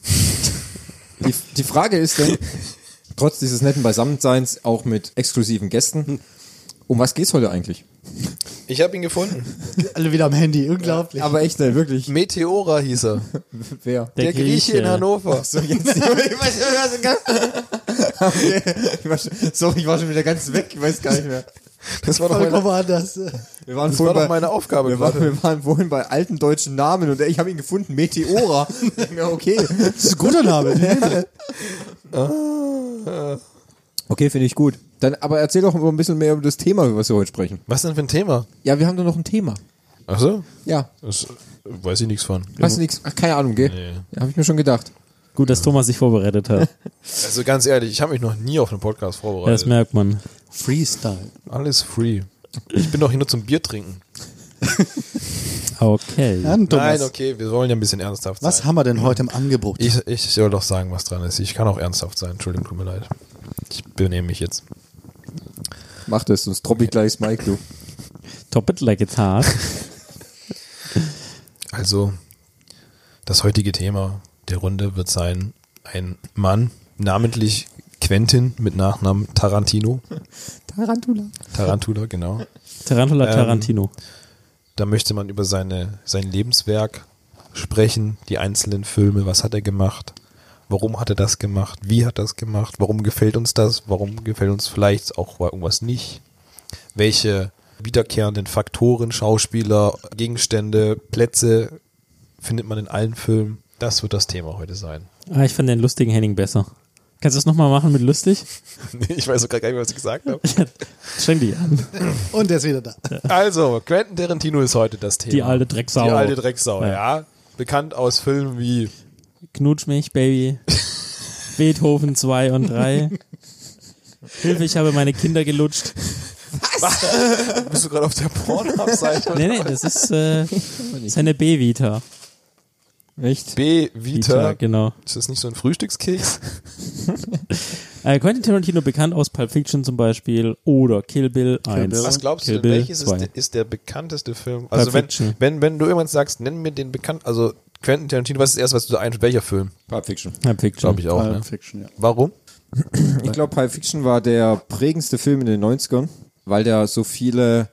Speaker 1: die, die Frage ist <laughs> denn, trotz dieses netten Beisammenseins, auch mit exklusiven Gästen, um was geht's heute eigentlich?
Speaker 3: Ich habe ihn gefunden.
Speaker 5: Alle wieder am Handy, unglaublich.
Speaker 1: Aber echt, ne, wirklich.
Speaker 3: Meteora hieß er.
Speaker 1: Wer?
Speaker 3: Der, Grieche, in Hannover.
Speaker 1: So, jetzt. ich weiß nicht, was ich- Okay. <laughs> Ich war schon- Sorry, ich war schon wieder ganz weg, ich weiß gar nicht mehr.
Speaker 3: Das war doch meine,
Speaker 5: Vollkommen anders.
Speaker 1: Wir waren
Speaker 3: das war
Speaker 1: vorhin
Speaker 3: doch
Speaker 1: bei-
Speaker 3: meine Aufgabe
Speaker 1: wir waren,
Speaker 3: gerade.
Speaker 1: wir waren vorhin bei alten deutschen Namen und ich habe ihn gefunden, <laughs> Meteora. ja, okay.
Speaker 5: Das ist ein guter Name.
Speaker 1: Okay, finde ich gut. Dann, aber erzähl doch ein bisschen mehr über das Thema, über was wir heute sprechen.
Speaker 3: Was denn für ein Thema?
Speaker 1: Ja, wir haben doch noch ein Thema.
Speaker 3: Achso,
Speaker 1: Ja,
Speaker 3: das weiß ich nichts von.
Speaker 1: hast du nichts? Ach, keine Ahnung, gell?
Speaker 3: Nee.
Speaker 1: Ja, habe ich mir schon gedacht.
Speaker 4: Gut, dass Thomas sich vorbereitet hat.
Speaker 3: Also ganz ehrlich, ich habe mich noch nie auf einen Podcast
Speaker 4: Ja, das
Speaker 3: vorbereitet.
Speaker 4: merkt man.
Speaker 5: Freestyle.
Speaker 3: Alles free. Ich bin doch hier nur zum Bier trinken.
Speaker 4: Okay.
Speaker 5: Dann, Thomas,
Speaker 3: Nein, okay, wir wollen ja ein bisschen ernsthaft
Speaker 5: was
Speaker 3: sein.
Speaker 5: haben wir denn heute im Angebot?
Speaker 3: Ich, ich soll doch sagen, was dran ist. Ich kann auch ernsthaft sein. Entschuldigung, tut mir leid. Ich benehme mich jetzt.
Speaker 1: Mach das, sonst droppe ich gleich das Mike, du.
Speaker 4: Top it like it's hard.
Speaker 3: Also, das heutige Thema der Runde wird sein, ein Mann, namentlich Quentin mit Nachnamen Tarantino.
Speaker 1: Tarantula.
Speaker 3: Tarantula, genau.
Speaker 4: Tarantula
Speaker 3: Ähm,
Speaker 4: Tarantino.
Speaker 3: Da möchte man über seine, sein Lebenswerk sprechen, die einzelnen Filme, was hat er gemacht, warum hat er das gemacht, wie hat er das gemacht, warum gefällt uns das, warum gefällt uns vielleicht auch irgendwas nicht, welche wiederkehrenden Faktoren, Schauspieler, Gegenstände, Plätze findet man in allen Filmen. Das wird das Thema heute sein. <laughs>
Speaker 4: Ah, ich fand den lustigen Henning besser. Kannst du das nochmal machen mit lustig?
Speaker 3: Ich weiß auch gar nicht, was ich gesagt habe.
Speaker 4: Schenk die an.
Speaker 5: Und der ist wieder da.
Speaker 3: Also, Quentin Tarantino ist heute das Thema.
Speaker 4: Die alte Drecksau.
Speaker 3: Die alte Drecksau,
Speaker 4: Ja.
Speaker 3: ja. Bekannt aus Filmen wie
Speaker 4: Knutsch mich, Baby. Beethoven 2 und 3. Hilfe, ich habe meine Kinder gelutscht.
Speaker 3: Bist du gerade auf der Pornhub-Seite?
Speaker 4: Nee, nee, das ist äh, seine B-Vita.
Speaker 1: Echt?
Speaker 3: B.
Speaker 4: Vita,
Speaker 3: Vita.
Speaker 4: genau.
Speaker 3: Ist das nicht so ein Frühstückskeks?
Speaker 4: Äh, Quentin Tarantino bekannt aus Pulp Fiction zum Beispiel oder Kill Bill 1.
Speaker 3: Was glaubst
Speaker 4: Kill
Speaker 3: du, denn,
Speaker 4: Bill
Speaker 3: welches
Speaker 4: 2.
Speaker 3: ist, der- ist der bekannteste Film? Also wenn,
Speaker 4: Fiction.
Speaker 3: wenn, wenn du irgendwann sagst, nenn mir den bekannt, also Quentin Tarantino, was ist das erste, was du da einst? Welcher Film?
Speaker 1: Pulp Fiction.
Speaker 4: Pulp Fiction.
Speaker 3: Glaube ich auch, ne?
Speaker 5: Fiction, ja.
Speaker 3: Warum?
Speaker 1: Ich glaube, Pulp Fiction war der prägendste Film in den 90ern, weil der so viele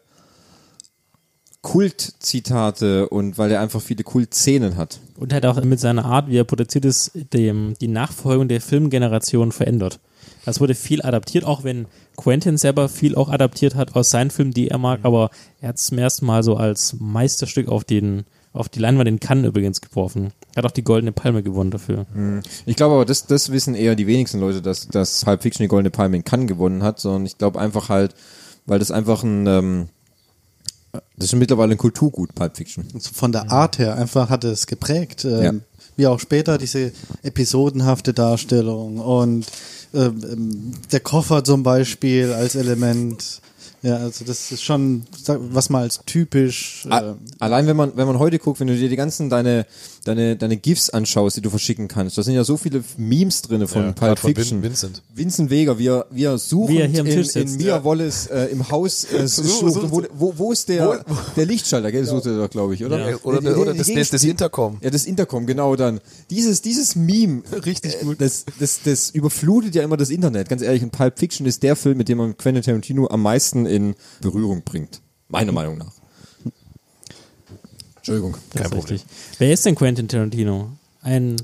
Speaker 1: Kultzitate und weil der einfach viele Kultszenen hat.
Speaker 4: Und hat auch mit seiner Art, wie er produziert ist, dem, die Nachfolgung der Filmgeneration verändert. Das wurde viel adaptiert, auch wenn Quentin selber viel auch adaptiert hat aus seinen Filmen, die er mag,
Speaker 3: Mhm.
Speaker 4: aber er hat es zum ersten Mal so als Meisterstück auf, den, auf die Leinwand in Cannes übrigens geworfen. Er hat auch die Goldene Palme gewonnen dafür.
Speaker 3: Mhm.
Speaker 1: Ich glaube aber, das, das wissen eher die wenigsten Leute, dass, dass Pulp Fiction die Goldene Palme in Cannes gewonnen hat, sondern ich glaube einfach halt, weil das einfach ein, ähm, das ist mittlerweile ein Kulturgut, Pulp Fiction.
Speaker 5: So Von der Art her einfach hat es geprägt. Ähm,
Speaker 1: Ja.
Speaker 5: Wie auch später diese episodenhafte Darstellung und ähm, ähm, der Koffer zum Beispiel als Element. Ja, also das ist schon, sag- was mal als typisch.
Speaker 1: A-
Speaker 5: ähm,
Speaker 1: Allein wenn man, wenn man heute guckt, wenn du dir die ganzen deine, deine, deine GIFs anschaust, die du verschicken kannst, da sind ja so viele Memes drinne von
Speaker 3: Ja,
Speaker 1: Pulp
Speaker 3: gerade von Vin-
Speaker 1: Fiction.
Speaker 3: Vincent.
Speaker 1: Vincent Vega, wir, wir suchen
Speaker 4: Wie er hier am
Speaker 1: in,
Speaker 4: Tisch
Speaker 1: in
Speaker 4: sitzt,
Speaker 1: Mia
Speaker 3: ja.
Speaker 1: Wallace äh, im Haus,
Speaker 3: <laughs>
Speaker 1: äh, sucht,
Speaker 3: sucht-
Speaker 1: wo, wo, wo ist der,
Speaker 3: Wo-
Speaker 1: der Lichtschalter, gell, sucht er doch, glaube ich, oder?
Speaker 3: Ja, oder
Speaker 1: Nee, nee,
Speaker 3: der- oder
Speaker 1: nee,
Speaker 3: das-
Speaker 1: die
Speaker 3: das- das
Speaker 1: Gegen-
Speaker 3: Intercom.
Speaker 1: Ja, das Intercom, genau dann. Dieses, dieses Meme,
Speaker 3: <laughs> Richtig
Speaker 1: äh,
Speaker 3: gut.
Speaker 1: Das, das, das überflutet ja immer das Internet, ganz ehrlich. Und Pulp Fiction ist der Film, mit dem man Quentin Tarantino am meisten in Berührung bringt. Meiner Meinung nach. Entschuldigung.
Speaker 4: Das
Speaker 3: Kein
Speaker 4: ist
Speaker 3: Problem.
Speaker 4: richtig. Wer ist denn Quentin Tarantino? Ein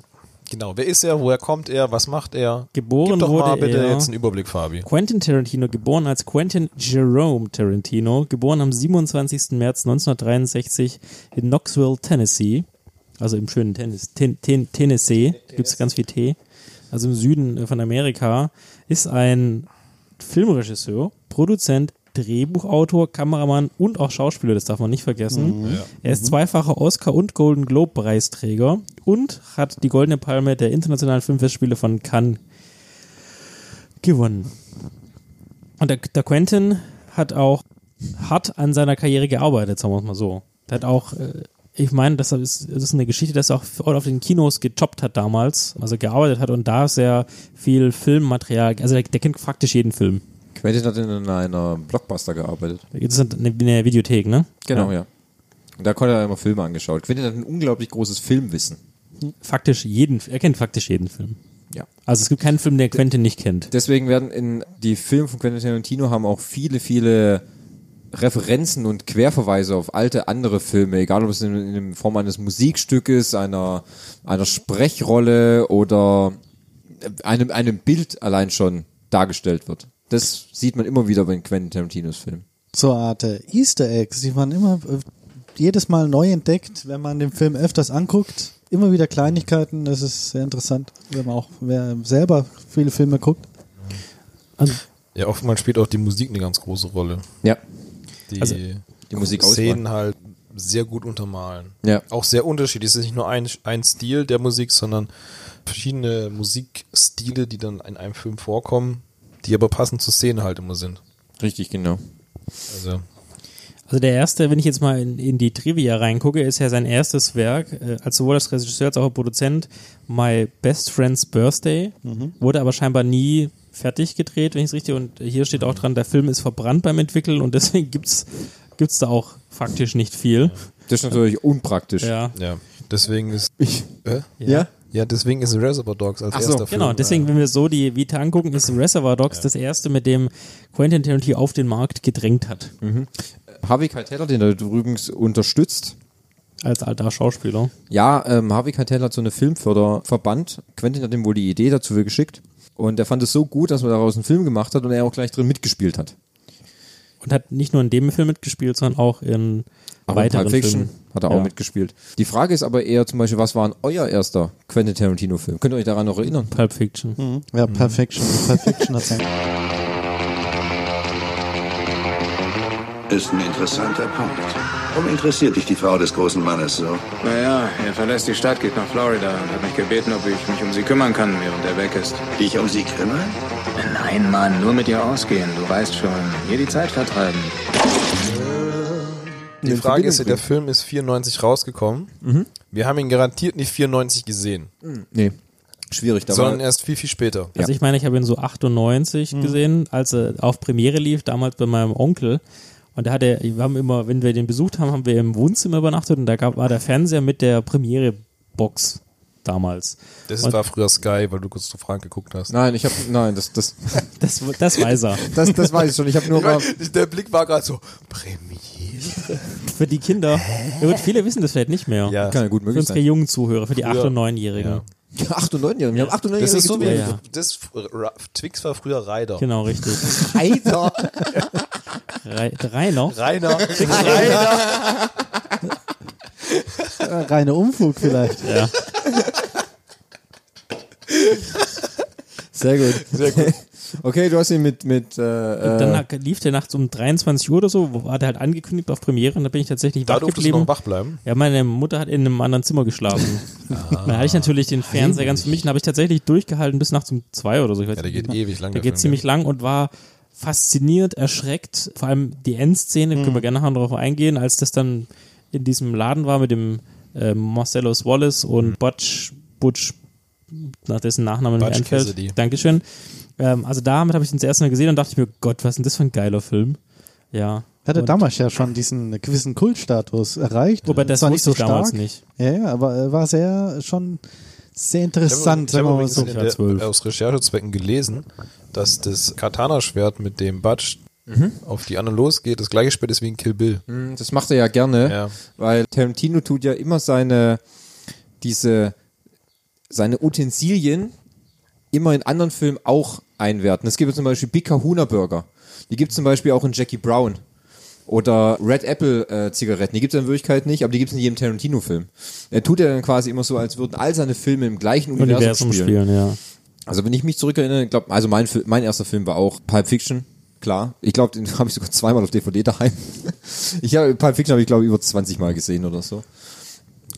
Speaker 3: Genau, wer ist er, woher kommt er, was macht er?
Speaker 4: Geboren
Speaker 3: Gib doch mal
Speaker 4: wurde
Speaker 3: bitte
Speaker 4: er-
Speaker 3: jetzt einen Überblick, Fabi.
Speaker 4: Quentin Tarantino, geboren als Quentin Jerome Tarantino, geboren am 27. März 1963 in Knoxville, Tennessee. Also im schönen Tennis, ten, ten, Tennessee, gibt es ganz viel Tee. Also im Süden äh, von Amerika. Ist ein Filmregisseur, Produzent, Drehbuchautor, Kameramann und auch Schauspieler, das darf man nicht vergessen. Er ist zweifacher Oscar- und Golden Globe-Preisträger und hat die Goldene Palme der Internationalen Filmfestspiele von Cannes gewonnen. Und der, der Quentin hat auch hat an seiner Karriere gearbeitet, sagen wir es mal so. Der hat auch, äh, ich meine, das ist, das ist eine Geschichte, dass er auch viel auf den Kinos gejobbt hat damals, also gearbeitet hat und da sehr viel Filmmaterial, also der, der kennt praktisch jeden Film.
Speaker 1: Quentin hat in einer Blockbuster gearbeitet.
Speaker 4: Das ist eine, eine Videothek, ne?
Speaker 1: Genau, ja. Und da konnte er immer Filme angeschaut. Quentin hat ein unglaublich großes Filmwissen.
Speaker 4: Faktisch jeden, er kennt faktisch jeden Film.
Speaker 1: Ja.
Speaker 4: Also es gibt keinen Film, der Quentin nicht kennt.
Speaker 1: Deswegen werden in die Filme von Quentin Tarantino haben auch viele, viele Referenzen und Querverweise auf alte andere Filme, egal ob es in, in Form eines Musikstückes, einer, einer Sprechrolle oder einem, einem Bild allein schon dargestellt wird. Das sieht man immer wieder bei den Quentin Tarantinos Filmen.
Speaker 5: So eine Art äh, Easter Eggs, die man immer äh, jedes Mal neu entdeckt, wenn man den Film öfters anguckt. Immer wieder Kleinigkeiten, das ist sehr interessant, wenn man auch wer selber viele Filme guckt.
Speaker 4: Also,
Speaker 3: Ja, oftmals spielt auch die Musik eine ganz große Rolle.
Speaker 1: Ja.
Speaker 3: Die,
Speaker 4: Also,
Speaker 1: die Musikauswahl.
Speaker 3: Szenen halt sehr gut untermalen.
Speaker 1: Ja.
Speaker 3: Auch sehr unterschiedlich. Es ist nicht nur ein, ein Stil der Musik, sondern verschiedene Musikstile, die dann in einem Film vorkommen, die aber passend zur Szene halt immer sind.
Speaker 1: Richtig, genau.
Speaker 3: Also
Speaker 4: also der erste, wenn ich jetzt mal in, in die Trivia reingucke, ist ja sein erstes Werk, äh, als sowohl als Regisseur als auch als Produzent, My Best Friend's Birthday,
Speaker 1: Mhm.
Speaker 4: wurde aber scheinbar nie fertig gedreht, wenn ich es richtig, und hier steht
Speaker 1: Mhm.
Speaker 4: auch dran, der Film ist verbrannt beim Entwickeln und <laughs> deswegen gibt's, gibt's da auch faktisch nicht viel.
Speaker 1: Das ist natürlich unpraktisch.
Speaker 4: Ja.
Speaker 3: Ja, deswegen ist. Äh?
Speaker 1: Ja? ja?
Speaker 3: Ja, deswegen ist Reservoir Dogs als
Speaker 1: Ach so,
Speaker 3: erster Film.
Speaker 4: Genau, deswegen,
Speaker 1: äh,
Speaker 4: wenn wir so die Vita angucken, ist Reservoir Dogs das erste, mit dem Quentin Tarantino auf den Markt gedrängt hat.
Speaker 1: Mhm. Harvey Keitel hat den da übrigens unterstützt.
Speaker 4: Als alter Schauspieler.
Speaker 1: Ja, ähm, Harvey Keitel hat so eine Filmförderverband. Quentin hat ihm wohl die Idee dazu geschickt. Und er fand es so gut, dass man daraus einen Film gemacht hat und er auch gleich drin mitgespielt hat.
Speaker 4: Und hat nicht nur in dem Film mitgespielt, sondern auch in
Speaker 1: Aber in
Speaker 4: weiteren
Speaker 1: Pulp Fiction
Speaker 4: Filmen.
Speaker 1: hat er auch
Speaker 4: Ja.
Speaker 1: mitgespielt. Die Frage ist aber eher zum Beispiel, was war denn euer erster Quentin Tarantino-Film? Könnt ihr euch daran noch erinnern?
Speaker 4: Pulp Fiction.
Speaker 3: Mhm.
Speaker 5: Ja, Perfection. <laughs> Perfection hat sein.
Speaker 2: Ist ein interessanter Punkt. Warum interessiert dich die Frau des großen Mannes so?
Speaker 6: Naja, er verlässt die Stadt, geht nach Florida und hat mich gebeten, ob ich mich um sie kümmern kann, während er weg ist.
Speaker 2: Dich um sie kümmern?
Speaker 6: Nein, Mann, nur mit ihr ausgehen, du weißt schon. Ihr die Zeit vertreiben.
Speaker 3: Die
Speaker 1: in
Speaker 3: Frage
Speaker 1: Verbindung Mhm.
Speaker 3: ist ja, der Film ist 94 rausgekommen. Wir haben ihn garantiert nicht 94 gesehen,
Speaker 1: Nee. Schwierig, da
Speaker 3: sondern
Speaker 1: war,
Speaker 3: erst viel, viel später.
Speaker 4: Also ich meine, ich habe ihn so 98
Speaker 3: Mhm.
Speaker 4: gesehen, als er auf Premiere lief, damals bei meinem Onkel. Und da hat er, wir haben immer, wenn wir den besucht haben, haben wir im Wohnzimmer übernachtet und da gab, war der Fernseher mit der Premiere-Box damals.
Speaker 3: Das
Speaker 4: Und-
Speaker 3: war früher Sky, weil du kurz zu Frank geguckt hast.
Speaker 1: Nein, ich habe nein, das
Speaker 3: <laughs>
Speaker 1: das
Speaker 4: Das, das weiß er.
Speaker 1: das, das weiß ich schon. Ich habe nur mal,
Speaker 3: der Blick war gerade so, Premiere.
Speaker 4: Für die Kinder. Ja, gut, viele wissen das vielleicht nicht mehr.
Speaker 3: Ja,
Speaker 1: kann ja gut
Speaker 4: Für
Speaker 1: möglich
Speaker 4: unsere
Speaker 1: sein.
Speaker 4: jungen Zuhörer, für die 8- und
Speaker 3: Ja.
Speaker 4: 9-Jährigen.
Speaker 3: Ja.
Speaker 1: 8 und 9 Jahre. Wir haben 8 und 9
Speaker 3: das
Speaker 1: Jahre
Speaker 3: ist so wie,
Speaker 1: gezogen.
Speaker 4: ja.
Speaker 3: das, Ra- Twix war früher Ryder.
Speaker 4: Genau, richtig. <laughs>
Speaker 1: Alter.
Speaker 4: Drei, drei noch. <laughs>
Speaker 3: Rainer.
Speaker 5: Reiner Umflug Äh, vielleicht.
Speaker 4: Ja.
Speaker 1: Sehr gut. Sehr gut. <laughs> Okay, du hast ihn mit mit äh,
Speaker 4: Dann
Speaker 1: äh,
Speaker 4: hat- lief der nachts um 23 Uhr oder so, wo war der halt angekündigt auf Premiere und da bin ich tatsächlich
Speaker 3: Da
Speaker 4: wach
Speaker 3: durftest du noch
Speaker 4: geblieben.
Speaker 3: wach bleiben.
Speaker 4: Ja, meine Mutter hat in einem anderen Zimmer geschlafen.
Speaker 3: Ah.
Speaker 4: <laughs> Dann hatte ich natürlich den Fernseher ganz für mich und habe ich tatsächlich durchgehalten bis nachts um zwei oder so. Ich weiß
Speaker 3: Ja, der
Speaker 4: nicht.
Speaker 3: geht ewig lang.
Speaker 4: Der geht ziemlich lang und war fasziniert, erschreckt. Vor allem die Endszene, können wir gerne nachher darauf eingehen, als das dann in diesem Laden war mit dem äh, Marcellus Wallace
Speaker 3: Mhm.
Speaker 4: und Butch, Butch, nach dessen Nachnamen mir
Speaker 3: Butch
Speaker 4: einfällt.
Speaker 3: Cassidy.
Speaker 4: Dankeschön. Ähm, also damit habe ich ihn das erste Mal gesehen und dachte ich mir, Gott, was ist denn das für ein geiler Film? Ja.
Speaker 5: Hatte
Speaker 4: Und-
Speaker 5: damals ja schon diesen gewissen Kultstatus erreicht.
Speaker 4: Wobei, das
Speaker 5: Zwar
Speaker 4: wusste ich damals nicht.
Speaker 5: Ja, ja, aber äh, war sehr schon sehr interessant,
Speaker 3: Ich habe
Speaker 5: sagen wir mal
Speaker 3: übrigens
Speaker 5: so.
Speaker 3: in
Speaker 4: Ja, zwölf.
Speaker 3: der, aus Recherchezwecken gelesen, dass das Katana-Schwert, mit dem Batsch auf die anderen losgeht, das gleiche Schwert ist wie in Kill Bill.
Speaker 1: Das macht er ja gerne,
Speaker 3: Ja.
Speaker 1: weil Tarantino tut ja immer seine diese seine Utensilien immer in anderen Filmen auch einwerten. Es gibt ja zum Beispiel Big Kahuna Burger. Die gibt es zum Beispiel auch in Jackie Brown. Oder Red Apple äh, Zigaretten. Die gibt es in Wirklichkeit nicht, aber die gibt es in jedem Tarantino-Film. Er tut ja dann quasi immer so, als würden all seine Filme im gleichen Universum,
Speaker 4: Universum
Speaker 1: spielen.
Speaker 4: spielen, ja.
Speaker 1: Also wenn ich mich zurückerinnere, ich glaub, also mein, Fil- mein erster Film war auch Pulp Fiction, klar. Ich glaube, den <laughs> habe ich sogar zweimal auf DVD daheim. <laughs> Ich habe Pulp Fiction habe ich glaube über 20 Mal gesehen oder so.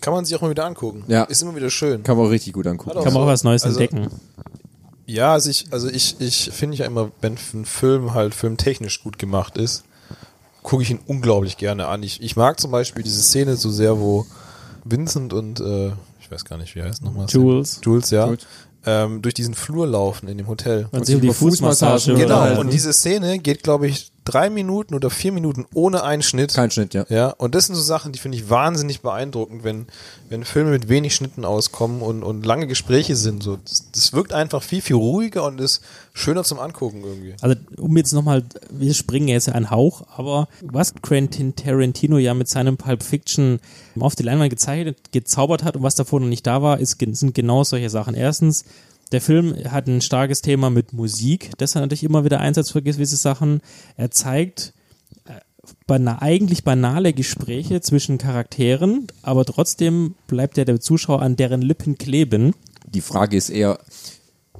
Speaker 3: Kann man sich auch mal wieder angucken.
Speaker 1: Ja.
Speaker 3: Ist immer wieder schön.
Speaker 1: Kann man auch richtig gut angucken.
Speaker 3: Hat
Speaker 4: Kann man auch
Speaker 3: Also,
Speaker 4: was Neues
Speaker 3: also-
Speaker 4: entdecken.
Speaker 3: Ja, also ich, also ich, ich finde ja immer, wenn ein Film halt filmtechnisch gut gemacht ist, gucke ich ihn unglaublich gerne an. Ich, ich mag zum Beispiel diese Szene so sehr, wo Vincent und äh, ich weiß gar nicht, wie heißt nochmal
Speaker 4: Jules.
Speaker 3: Jules, ja.
Speaker 1: Jules.
Speaker 3: Ähm, durch diesen Flur laufen in dem Hotel.
Speaker 4: Man sieht Also die
Speaker 1: über
Speaker 4: Fußmassage.
Speaker 1: Fußmassagen,
Speaker 3: Genau,
Speaker 1: Oder halt,
Speaker 4: Mhm.
Speaker 3: und diese Szene geht, glaube ich, drei Minuten oder vier Minuten ohne einen Schnitt.
Speaker 1: Kein Schnitt, ja.
Speaker 3: Ja, und das sind so Sachen, die finde ich wahnsinnig beeindruckend, wenn, wenn Filme mit wenig Schnitten auskommen und, und lange Gespräche sind. So, das, das wirkt einfach viel, viel ruhiger und ist schöner zum Angucken irgendwie.
Speaker 4: Also, um jetzt nochmal, wir springen jetzt einen Hauch, aber was Quentin Tarantino ja mit seinem Pulp Fiction auf die Leinwand gezeichnet, gezaubert hat und was davor noch nicht da war, ist, gen- sind genau solche Sachen. Erstens, der Film hat ein starkes Thema mit Musik, das hat natürlich immer wieder Einsatz für gewisse Sachen. Er zeigt äh, bana eigentlich banale Gespräche zwischen Charakteren, aber trotzdem bleibt ja der Zuschauer an deren Lippen kleben.
Speaker 1: Die Frage ist eher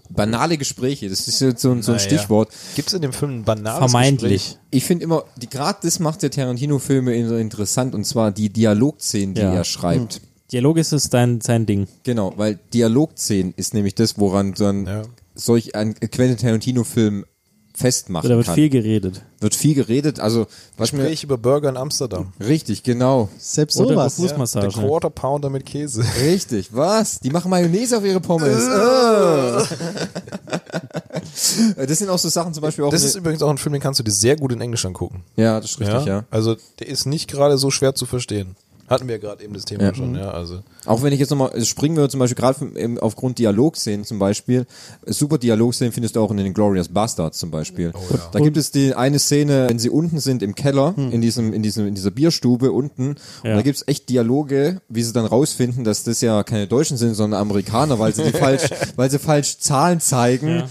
Speaker 1: banale Gespräche. Das ist jetzt so, ein- so ein
Speaker 3: Naja.
Speaker 1: Stichwort.
Speaker 3: Gibt es in dem Film ein banales
Speaker 4: Vermeintlich.
Speaker 3: Gespräch?
Speaker 1: Ich finde immer, die- gerade das macht der Tarantino-Filme in- interessant und zwar die Dialogszenen, die
Speaker 4: Ja. Hm.
Speaker 1: er schreibt.
Speaker 4: Dialog ist es dein, sein Ding.
Speaker 1: Genau, weil Dialogszenen ist nämlich das, woran dann
Speaker 3: Ja.
Speaker 1: solch ein Quentin Tarantino-Film festmachen
Speaker 4: Da wird
Speaker 1: kann.
Speaker 4: viel geredet.
Speaker 1: wird viel geredet, also was mir
Speaker 3: Gespräch über Burger in Amsterdam.
Speaker 1: richtig, genau,
Speaker 5: Selbst
Speaker 4: Oder
Speaker 5: sowas.
Speaker 4: über Fußmassage.
Speaker 1: ne?
Speaker 3: Der Quarter Pounder mit Käse.
Speaker 1: richtig. Was? Die machen Mayonnaise auf ihre
Speaker 3: <laughs>
Speaker 1: Pommes. Ah. <laughs> das sind auch so Sachen, zum Beispiel auch.
Speaker 3: Das
Speaker 1: eine-
Speaker 3: ist übrigens auch ein Film, den kannst du dir sehr gut in Englisch angucken.
Speaker 1: ja, das ist richtig, ja.
Speaker 3: Also der ist nicht gerade so schwer zu verstehen. Hatten wir gerade eben das Thema
Speaker 1: Mhm.
Speaker 3: schon, ja. Also
Speaker 1: Auch wenn ich jetzt nochmal springen würde, zum Beispiel gerade vom- eben aufgrund Dialogszenen zum Beispiel, super Dialogszenen findest du auch in den Glorious Bastards zum Beispiel. Da gibt es die eine Szene, wenn sie unten sind im Keller, in diesem, in diesem, in dieser Bierstube unten, und da gibt es echt Dialoge, wie sie dann rausfinden, dass das ja keine Deutschen sind, sondern Amerikaner, weil sie die falsch, weil sie falsch Zahlen zeigen.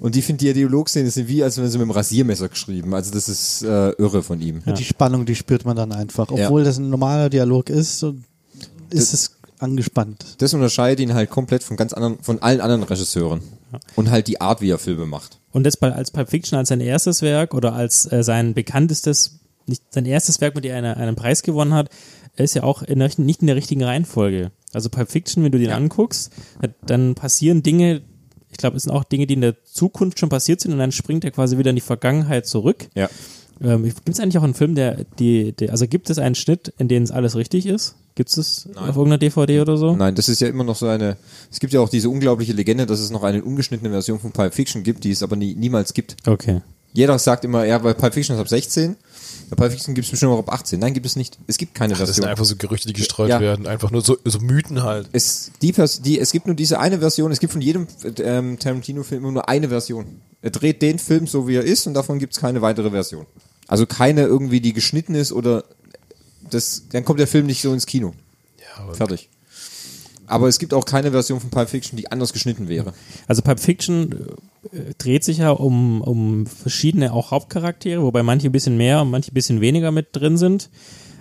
Speaker 1: Und die finden die Dialogszenen sind wie, als wenn sie mit dem Rasiermesser geschrieben. Also das ist äh, irre von ihm.
Speaker 5: Die Spannung, die spürt man dann einfach. Obwohl das ein normaler Dialog ist, so ist es angespannt.
Speaker 1: Das unterscheidet ihn halt komplett von ganz anderen, von allen anderen Regisseuren. Und halt die Art, wie er Filme macht.
Speaker 4: Und das bei- als Pulp Fiction als sein erstes Werk oder als äh, sein bekanntestes, nicht sein erstes Werk, mit dem er eine, einen Preis gewonnen hat, ist ja auch in der, richten- nicht in der richtigen Reihenfolge. Also Pulp Fiction, wenn du den anguckst, hat- dann passieren Dinge, ich glaube, es sind auch Dinge, die in der Zukunft schon passiert sind und dann springt er quasi wieder in die Vergangenheit zurück.
Speaker 1: Ja.
Speaker 4: Ähm, gibt es eigentlich auch einen Film, der, die, die, also gibt es einen Schnitt, in dem es alles richtig ist? Gibt es das auf irgendeiner DVD oder so?
Speaker 1: Nein, das ist ja immer noch so eine. Es gibt ja auch diese unglaubliche Legende, dass es noch eine ungeschnittene Version von Pulp Fiction gibt, die es aber nie, niemals gibt.
Speaker 4: Okay.
Speaker 1: Jeder sagt immer, ja, bei Pulp Fiction ist ab 16, bei Pulp Fiction gibt es bestimmt auch ab 18. Nein, gibt es nicht. Es gibt keine
Speaker 3: das sind
Speaker 1: Version.
Speaker 3: einfach so Gerüchte, die gestreut
Speaker 1: Ja.
Speaker 3: werden. Einfach nur so, so Mythen halt.
Speaker 1: Es, die, Vers- die, es gibt nur diese eine Version, es gibt von jedem äh, ähm, Tarantino-Film immer nur eine Version. Er dreht den Film so, wie er ist und davon gibt es keine weitere Version. Also keine irgendwie, die geschnitten ist oder das, dann kommt der Film nicht so ins Kino.
Speaker 3: Ja, aber
Speaker 1: Fertig. Aber es gibt auch keine Version von Pulp Fiction, die anders geschnitten wäre.
Speaker 4: Also Pulp Fiction äh, dreht sich ja um, um verschiedene auch Hauptcharaktere, wobei manche ein bisschen mehr und manche ein bisschen weniger mit drin sind.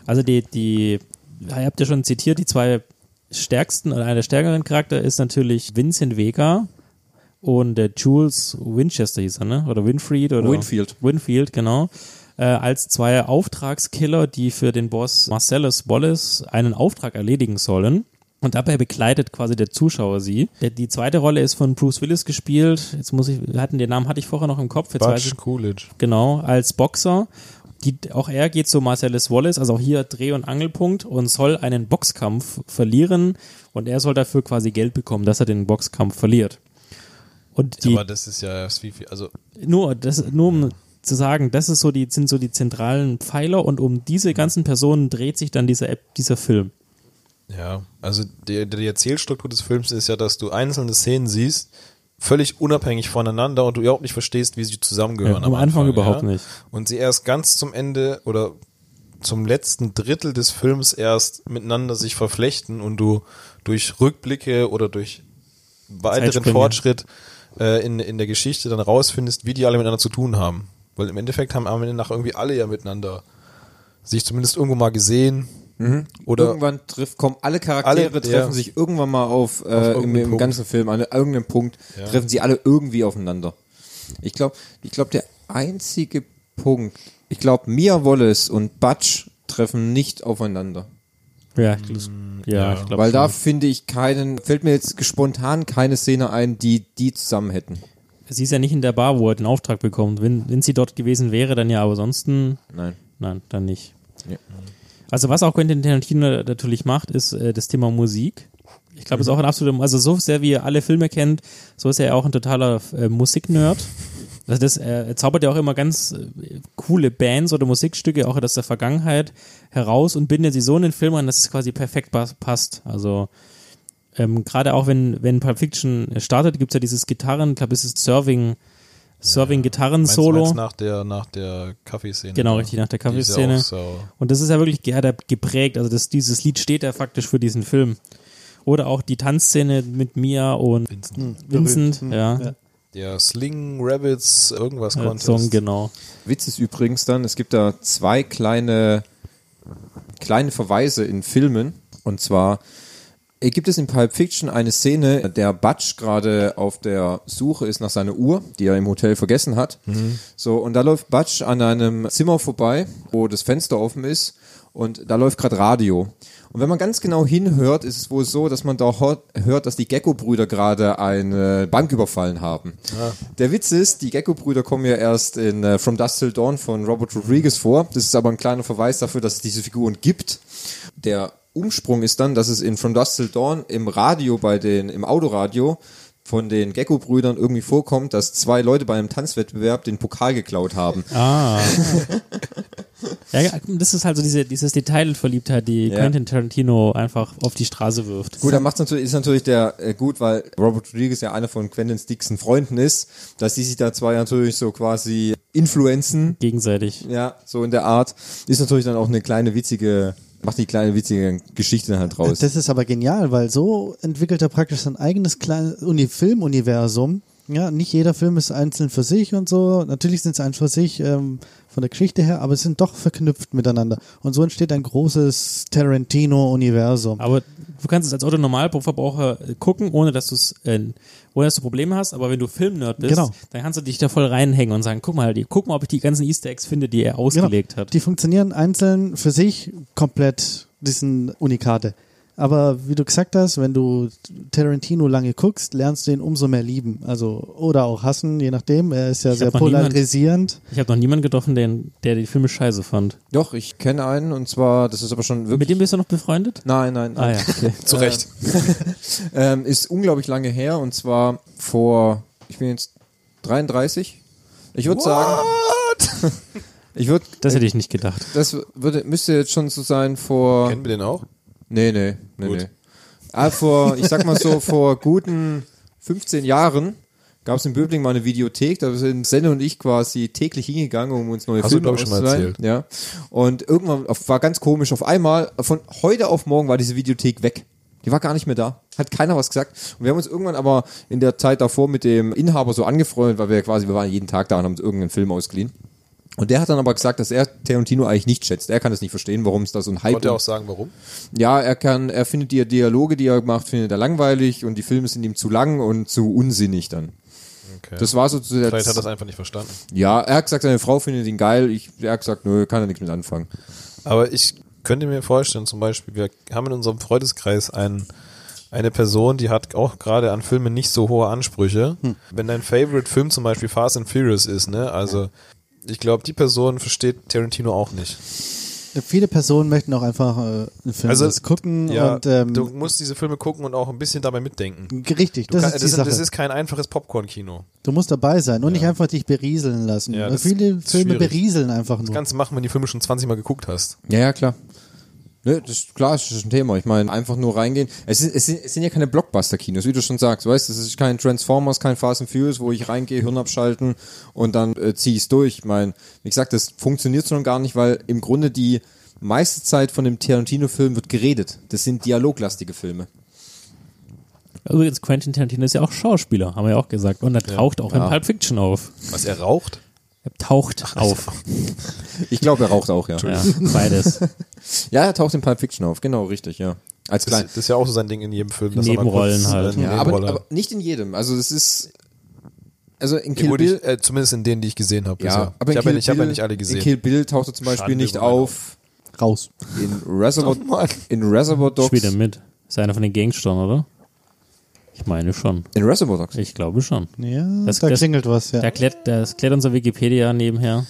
Speaker 4: Also die, die, ja, ihr habt ja schon zitiert, die zwei stärksten oder einer der stärkeren Charakter ist natürlich Vincent Vega und der Jules Winchester hieß er, ne? Oder Winfried oder
Speaker 1: Winfield.
Speaker 4: Winfield, genau. Äh, als zwei Auftragskiller, die für den Boss Marcellus Wallace einen Auftrag erledigen sollen. Und dabei begleitet quasi der Zuschauer sie. Der, die zweite Rolle ist von Bruce Willis gespielt. Jetzt muss ich, wir hatten den Namen hatte ich vorher noch im Kopf. Jetzt weiß ich,
Speaker 3: Butch Coolidge.
Speaker 4: genau, als Boxer. Die, auch er geht zu Marcellus Wallace, also auch hier Dreh- und Angelpunkt und soll einen Boxkampf verlieren und er soll dafür quasi Geld bekommen, dass er den Boxkampf verliert. Und die,
Speaker 3: Aber das ist ja erst viel, viel. Also
Speaker 4: nur, das, nur um zu sagen, das ist so die, sind so die zentralen Pfeiler und um diese ganzen Personen dreht sich dann dieser, App- dieser Film.
Speaker 3: Ja, also die, die Erzählstruktur des Films ist ja, dass du einzelne Szenen siehst, völlig unabhängig voneinander und du überhaupt nicht verstehst, wie sie zusammengehören.
Speaker 4: Ja, am Anfang überhaupt
Speaker 3: ja?
Speaker 4: nicht.
Speaker 3: Und sie erst ganz zum Ende oder zum letzten Drittel des Films erst miteinander sich verflechten und du durch Rückblicke oder durch weiteren
Speaker 4: Zeitsprünge.
Speaker 3: Fortschritt äh, in, in der Geschichte dann rausfindest, wie die alle miteinander zu tun haben. Weil im Endeffekt haben am Ende nach irgendwie alle ja miteinander sich zumindest irgendwo mal gesehen. Oder
Speaker 1: irgendwann trifft, kommen alle Charaktere,
Speaker 3: Alle,
Speaker 1: treffen
Speaker 3: ja.
Speaker 1: sich irgendwann mal auf, äh, im,
Speaker 3: irgendeinen
Speaker 1: im
Speaker 3: Punkt.
Speaker 1: ganzen Film, an irgendeinem Punkt treffen sie alle irgendwie aufeinander. Ich glaube, ich glaube, der einzige Punkt, ich glaube, Mia Wallace und Butch treffen nicht aufeinander.
Speaker 4: Ja, ich, ja, ich glaube.
Speaker 1: Weil da finde ich keinen, fällt mir jetzt spontan keine Szene ein, die die zusammen hätten.
Speaker 4: Sie ist ja nicht in der Bar, wo er den Auftrag bekommt. Wenn, wenn sie dort gewesen wäre, dann ja, aber ansonsten
Speaker 1: Nein.
Speaker 4: Nein, dann nicht.
Speaker 1: Ja.
Speaker 4: Also was auch Quentin Tarantino natürlich macht, ist äh, das Thema Musik. Ich
Speaker 3: Mhm.
Speaker 4: glaube, ist auch ein absoluter, also so sehr wie ihr alle Filme kennt, so ist er auch ein totaler äh, Musiknerd. Also das, äh, er zaubert ja auch immer ganz äh, coole Bands oder Musikstücke auch aus der Vergangenheit heraus und bindet sie so in den Film an, dass es quasi perfekt pas- passt. Also ähm, gerade auch wenn, wenn Pulp Fiction startet, gibt es ja dieses Gitarren, ich glaube, es ist Serving, Serving
Speaker 3: Meinst,
Speaker 4: Gitarren-Solo.
Speaker 3: meinst nach der, nach der Kaffeeszene.
Speaker 4: Genau,
Speaker 3: oder?
Speaker 4: richtig, nach der
Speaker 3: Mhm. Die ist ja
Speaker 4: Kaffeeszene.
Speaker 3: auch So,
Speaker 4: Und das ist ja wirklich ja, da geprägt. Also das, dieses Lied steht ja faktisch für diesen Film. Oder auch die Tanzszene mit Mia und
Speaker 3: Vincent.
Speaker 5: Mhm.
Speaker 4: Vincent, ja.
Speaker 5: Ja.
Speaker 3: Der Sling Rabbits irgendwas
Speaker 4: Äh,
Speaker 3: Contest.
Speaker 4: Song, genau.
Speaker 1: Witz ist übrigens dann, es gibt da zwei kleine, kleine Verweise in Filmen. Und zwar äh, gibt es in Pulp Fiction eine Szene, der Butch gerade auf der Suche ist nach seiner Uhr, die er im Hotel vergessen hat. So, und da läuft Butch an einem Zimmer vorbei, wo das Fenster offen ist. Und da läuft gerade Radio. Und wenn man ganz genau hinhört, ist es wohl so, dass man da hor- hört, dass die Gecko-Brüder gerade eine Bank überfallen haben. Der Witz ist, die Gecko-Brüder kommen ja erst in äh, From Dust Till Dawn von Robert Rodriguez vor. Das ist aber ein kleiner Verweis dafür, dass es diese Figuren gibt. Der Umsprung ist dann, dass es in From Dust Till Dawn im Radio bei den, im Autoradio von den Gecko-Brüdern irgendwie vorkommt, dass zwei Leute bei einem Tanzwettbewerb den Pokal geklaut haben.
Speaker 4: Ja, ja, das ist halt so diese, dieses Detailverliebtheit, die
Speaker 1: Ja.
Speaker 4: Quentin Tarantino einfach auf die Straße wirft.
Speaker 1: Gut, dann macht's natürlich, ist natürlich der äh, gut, weil Robert Rodriguez ja einer von Quentin Dixon Freunden ist, dass die sich da zwei natürlich so quasi influenzen,
Speaker 4: Gegenseitig.
Speaker 1: ja, so in der Art, ist natürlich dann auch eine kleine witzige, macht die kleine witzige Geschichte dann halt raus.
Speaker 5: Das ist aber genial, weil so entwickelt er praktisch sein eigenes kleines Uni Filmuniversum. Ja, nicht jeder Film ist einzeln für sich und so. Natürlich sind sie einzeln für sich ähm, von der Geschichte her, aber es sind doch verknüpft miteinander. Und so entsteht ein großes Tarantino-Universum.
Speaker 4: Aber du kannst es als Otto Normalverbraucher äh, gucken, ohne dass du äh, ohne dass du Probleme hast, aber wenn du Filmnerd bist,
Speaker 5: Genau.
Speaker 4: dann kannst du dich da voll reinhängen und sagen, guck mal, die, guck mal, ob ich die ganzen Easter Eggs finde, die er ausgelegt hat.
Speaker 5: Genau. Die funktionieren einzeln für sich komplett, diesen Unikate. Aber wie du gesagt hast, wenn du Tarantino lange guckst, lernst du ihn umso mehr lieben. Also, oder auch hassen, je nachdem. Er ist ja
Speaker 4: Ich
Speaker 5: sehr
Speaker 4: hab noch niemand-
Speaker 5: polarisierend.
Speaker 4: Ich habe noch niemanden getroffen, der, der die Filme scheiße fand.
Speaker 1: Doch, ich kenne einen und zwar, das ist aber schon
Speaker 4: Mit
Speaker 1: wirklich.
Speaker 4: dem bist du noch befreundet?
Speaker 1: Nein, nein,
Speaker 4: Ah
Speaker 1: nein.
Speaker 4: ja, okay.
Speaker 3: Zu Recht.
Speaker 1: <laughs> Ähm, ist unglaublich lange her und zwar vor, ich bin jetzt 33. Ich würde sagen. <laughs> Ich würde,
Speaker 4: Das hätte ich nicht gedacht.
Speaker 1: das würde, müsste jetzt schon so sein vor.
Speaker 3: Kennen wir den auch?
Speaker 1: Nee, nee, nee,
Speaker 3: Gut.
Speaker 1: nee. Ah, vor, ich sag mal
Speaker 3: <laughs>
Speaker 1: so, vor guten 15 Jahren gab es in Böbling mal eine Videothek, da sind Senne und ich quasi täglich hingegangen, um uns neue
Speaker 3: Hast du,
Speaker 1: Filme
Speaker 3: glaub ich, schon mal
Speaker 1: auszuleihen. Ja. Und irgendwann auf, war ganz komisch, auf einmal, von heute auf morgen war diese Videothek weg. Die war gar nicht mehr da. Hat keiner was gesagt. Und wir haben uns irgendwann aber in der Zeit davor mit dem Inhaber so angefreundet, weil wir quasi, wir waren jeden Tag da und haben uns irgendeinen Film ausgeliehen. Und der hat dann aber gesagt, dass er Tarantino eigentlich nicht schätzt. Er kann es nicht verstehen, warum es da so ein Hype
Speaker 3: Konnte er
Speaker 1: um-
Speaker 3: auch sagen, warum?
Speaker 1: ja, er kann, er findet die Dialoge, die er macht, findet er langweilig und die Filme sind ihm zu lang und zu unsinnig dann.
Speaker 3: Okay.
Speaker 1: Das war so zu der
Speaker 3: Vielleicht hat er das einfach nicht verstanden.
Speaker 1: Ja, er hat gesagt, seine Frau findet ihn geil. Ich, er hat gesagt, nö, kann er nichts mit anfangen.
Speaker 3: Aber ich könnte mir vorstellen, zum Beispiel, wir haben in unserem Freundeskreis einen, eine Person, die hat auch gerade an Filme nicht so hohe Ansprüche.
Speaker 5: Hm.
Speaker 3: Wenn dein Favorite-Film zum Beispiel Fast and Furious ist, ne? Also, ich glaube, die Person versteht Tarantino auch nicht.
Speaker 5: Viele Personen möchten auch einfach äh, einen Film
Speaker 3: Also,
Speaker 5: das gucken
Speaker 3: Ja,
Speaker 5: und ähm,
Speaker 3: du musst diese Filme gucken und auch ein bisschen dabei mitdenken.
Speaker 5: richtig, das
Speaker 3: Kann-
Speaker 5: ist die
Speaker 3: das,
Speaker 5: Sache.
Speaker 3: das ist kein einfaches Popcorn-Kino.
Speaker 5: du musst dabei sein und nicht einfach dich berieseln lassen.
Speaker 3: Ja,
Speaker 5: Weil
Speaker 3: das
Speaker 5: viele
Speaker 3: ist
Speaker 5: Filme
Speaker 3: schwierig.
Speaker 5: berieseln einfach
Speaker 3: Das
Speaker 5: nur.
Speaker 3: Ganze machen, wenn du die Filme schon 20 Mal geguckt hast.
Speaker 1: Ja, ja, klar. Nö, das ist klar, das ist ein Thema. Ich meine, einfach nur reingehen. Es, ist, es, sind, es sind ja keine Blockbuster-Kinos, wie du schon sagst. Weißt, es ist kein Transformers, kein Fast and Furious, wo ich reingehe, Hirn abschalten und dann äh, ziehe ich es durch. Ich meine, wie gesagt, das funktioniert schon gar nicht, weil im Grunde die meiste Zeit von dem Tarantino-Film wird geredet. Das sind dialoglastige Filme.
Speaker 4: Übrigens, Quentin Tarantino ist ja auch Schauspieler, haben wir ja auch gesagt. Und er taucht auch in Pulp Fiction auf.
Speaker 3: Was er raucht?
Speaker 4: Er taucht auf.
Speaker 1: Ich glaube, er raucht auch, ja.
Speaker 4: Ja, beides.
Speaker 1: Ja, er taucht in Pulp Fiction auf, genau, richtig, ja. Als
Speaker 3: Das,
Speaker 1: klein.
Speaker 3: das ist ja auch so sein Ding in jedem Film. dass er mal
Speaker 4: Nebenrollen
Speaker 3: kurz,
Speaker 4: halt.
Speaker 3: äh,
Speaker 1: Ja, aber,
Speaker 3: Nebenrolle-
Speaker 1: aber nicht in jedem. Also es ist. Also in
Speaker 3: Ja,
Speaker 1: Kill
Speaker 3: gut,
Speaker 1: Bill.
Speaker 3: ich, äh, zumindest in denen, die ich gesehen habe.
Speaker 1: Ja,
Speaker 3: aber Also, ich
Speaker 1: in
Speaker 3: habe
Speaker 1: Kill
Speaker 3: ja, nicht- ich hab ja
Speaker 1: Bill-
Speaker 3: nicht alle
Speaker 1: In
Speaker 3: gesehen.
Speaker 1: Kill Bill taucht er zum Beispiel
Speaker 3: Schande
Speaker 1: nicht
Speaker 3: über meine
Speaker 1: auf.
Speaker 5: Raus.
Speaker 1: In
Speaker 3: <laughs>
Speaker 1: Reservoir, in Reservoir Dogs.
Speaker 4: Spielt er mit. Ist einer von den Gangstern, oder? Ich meine schon.
Speaker 1: In Reservoir Dogs.
Speaker 4: Ich glaube schon.
Speaker 5: Ja,
Speaker 4: Das-
Speaker 5: da
Speaker 4: das-
Speaker 5: klingelt was, ja.
Speaker 4: Da klärt, das klärt unser Wikipedia nebenher.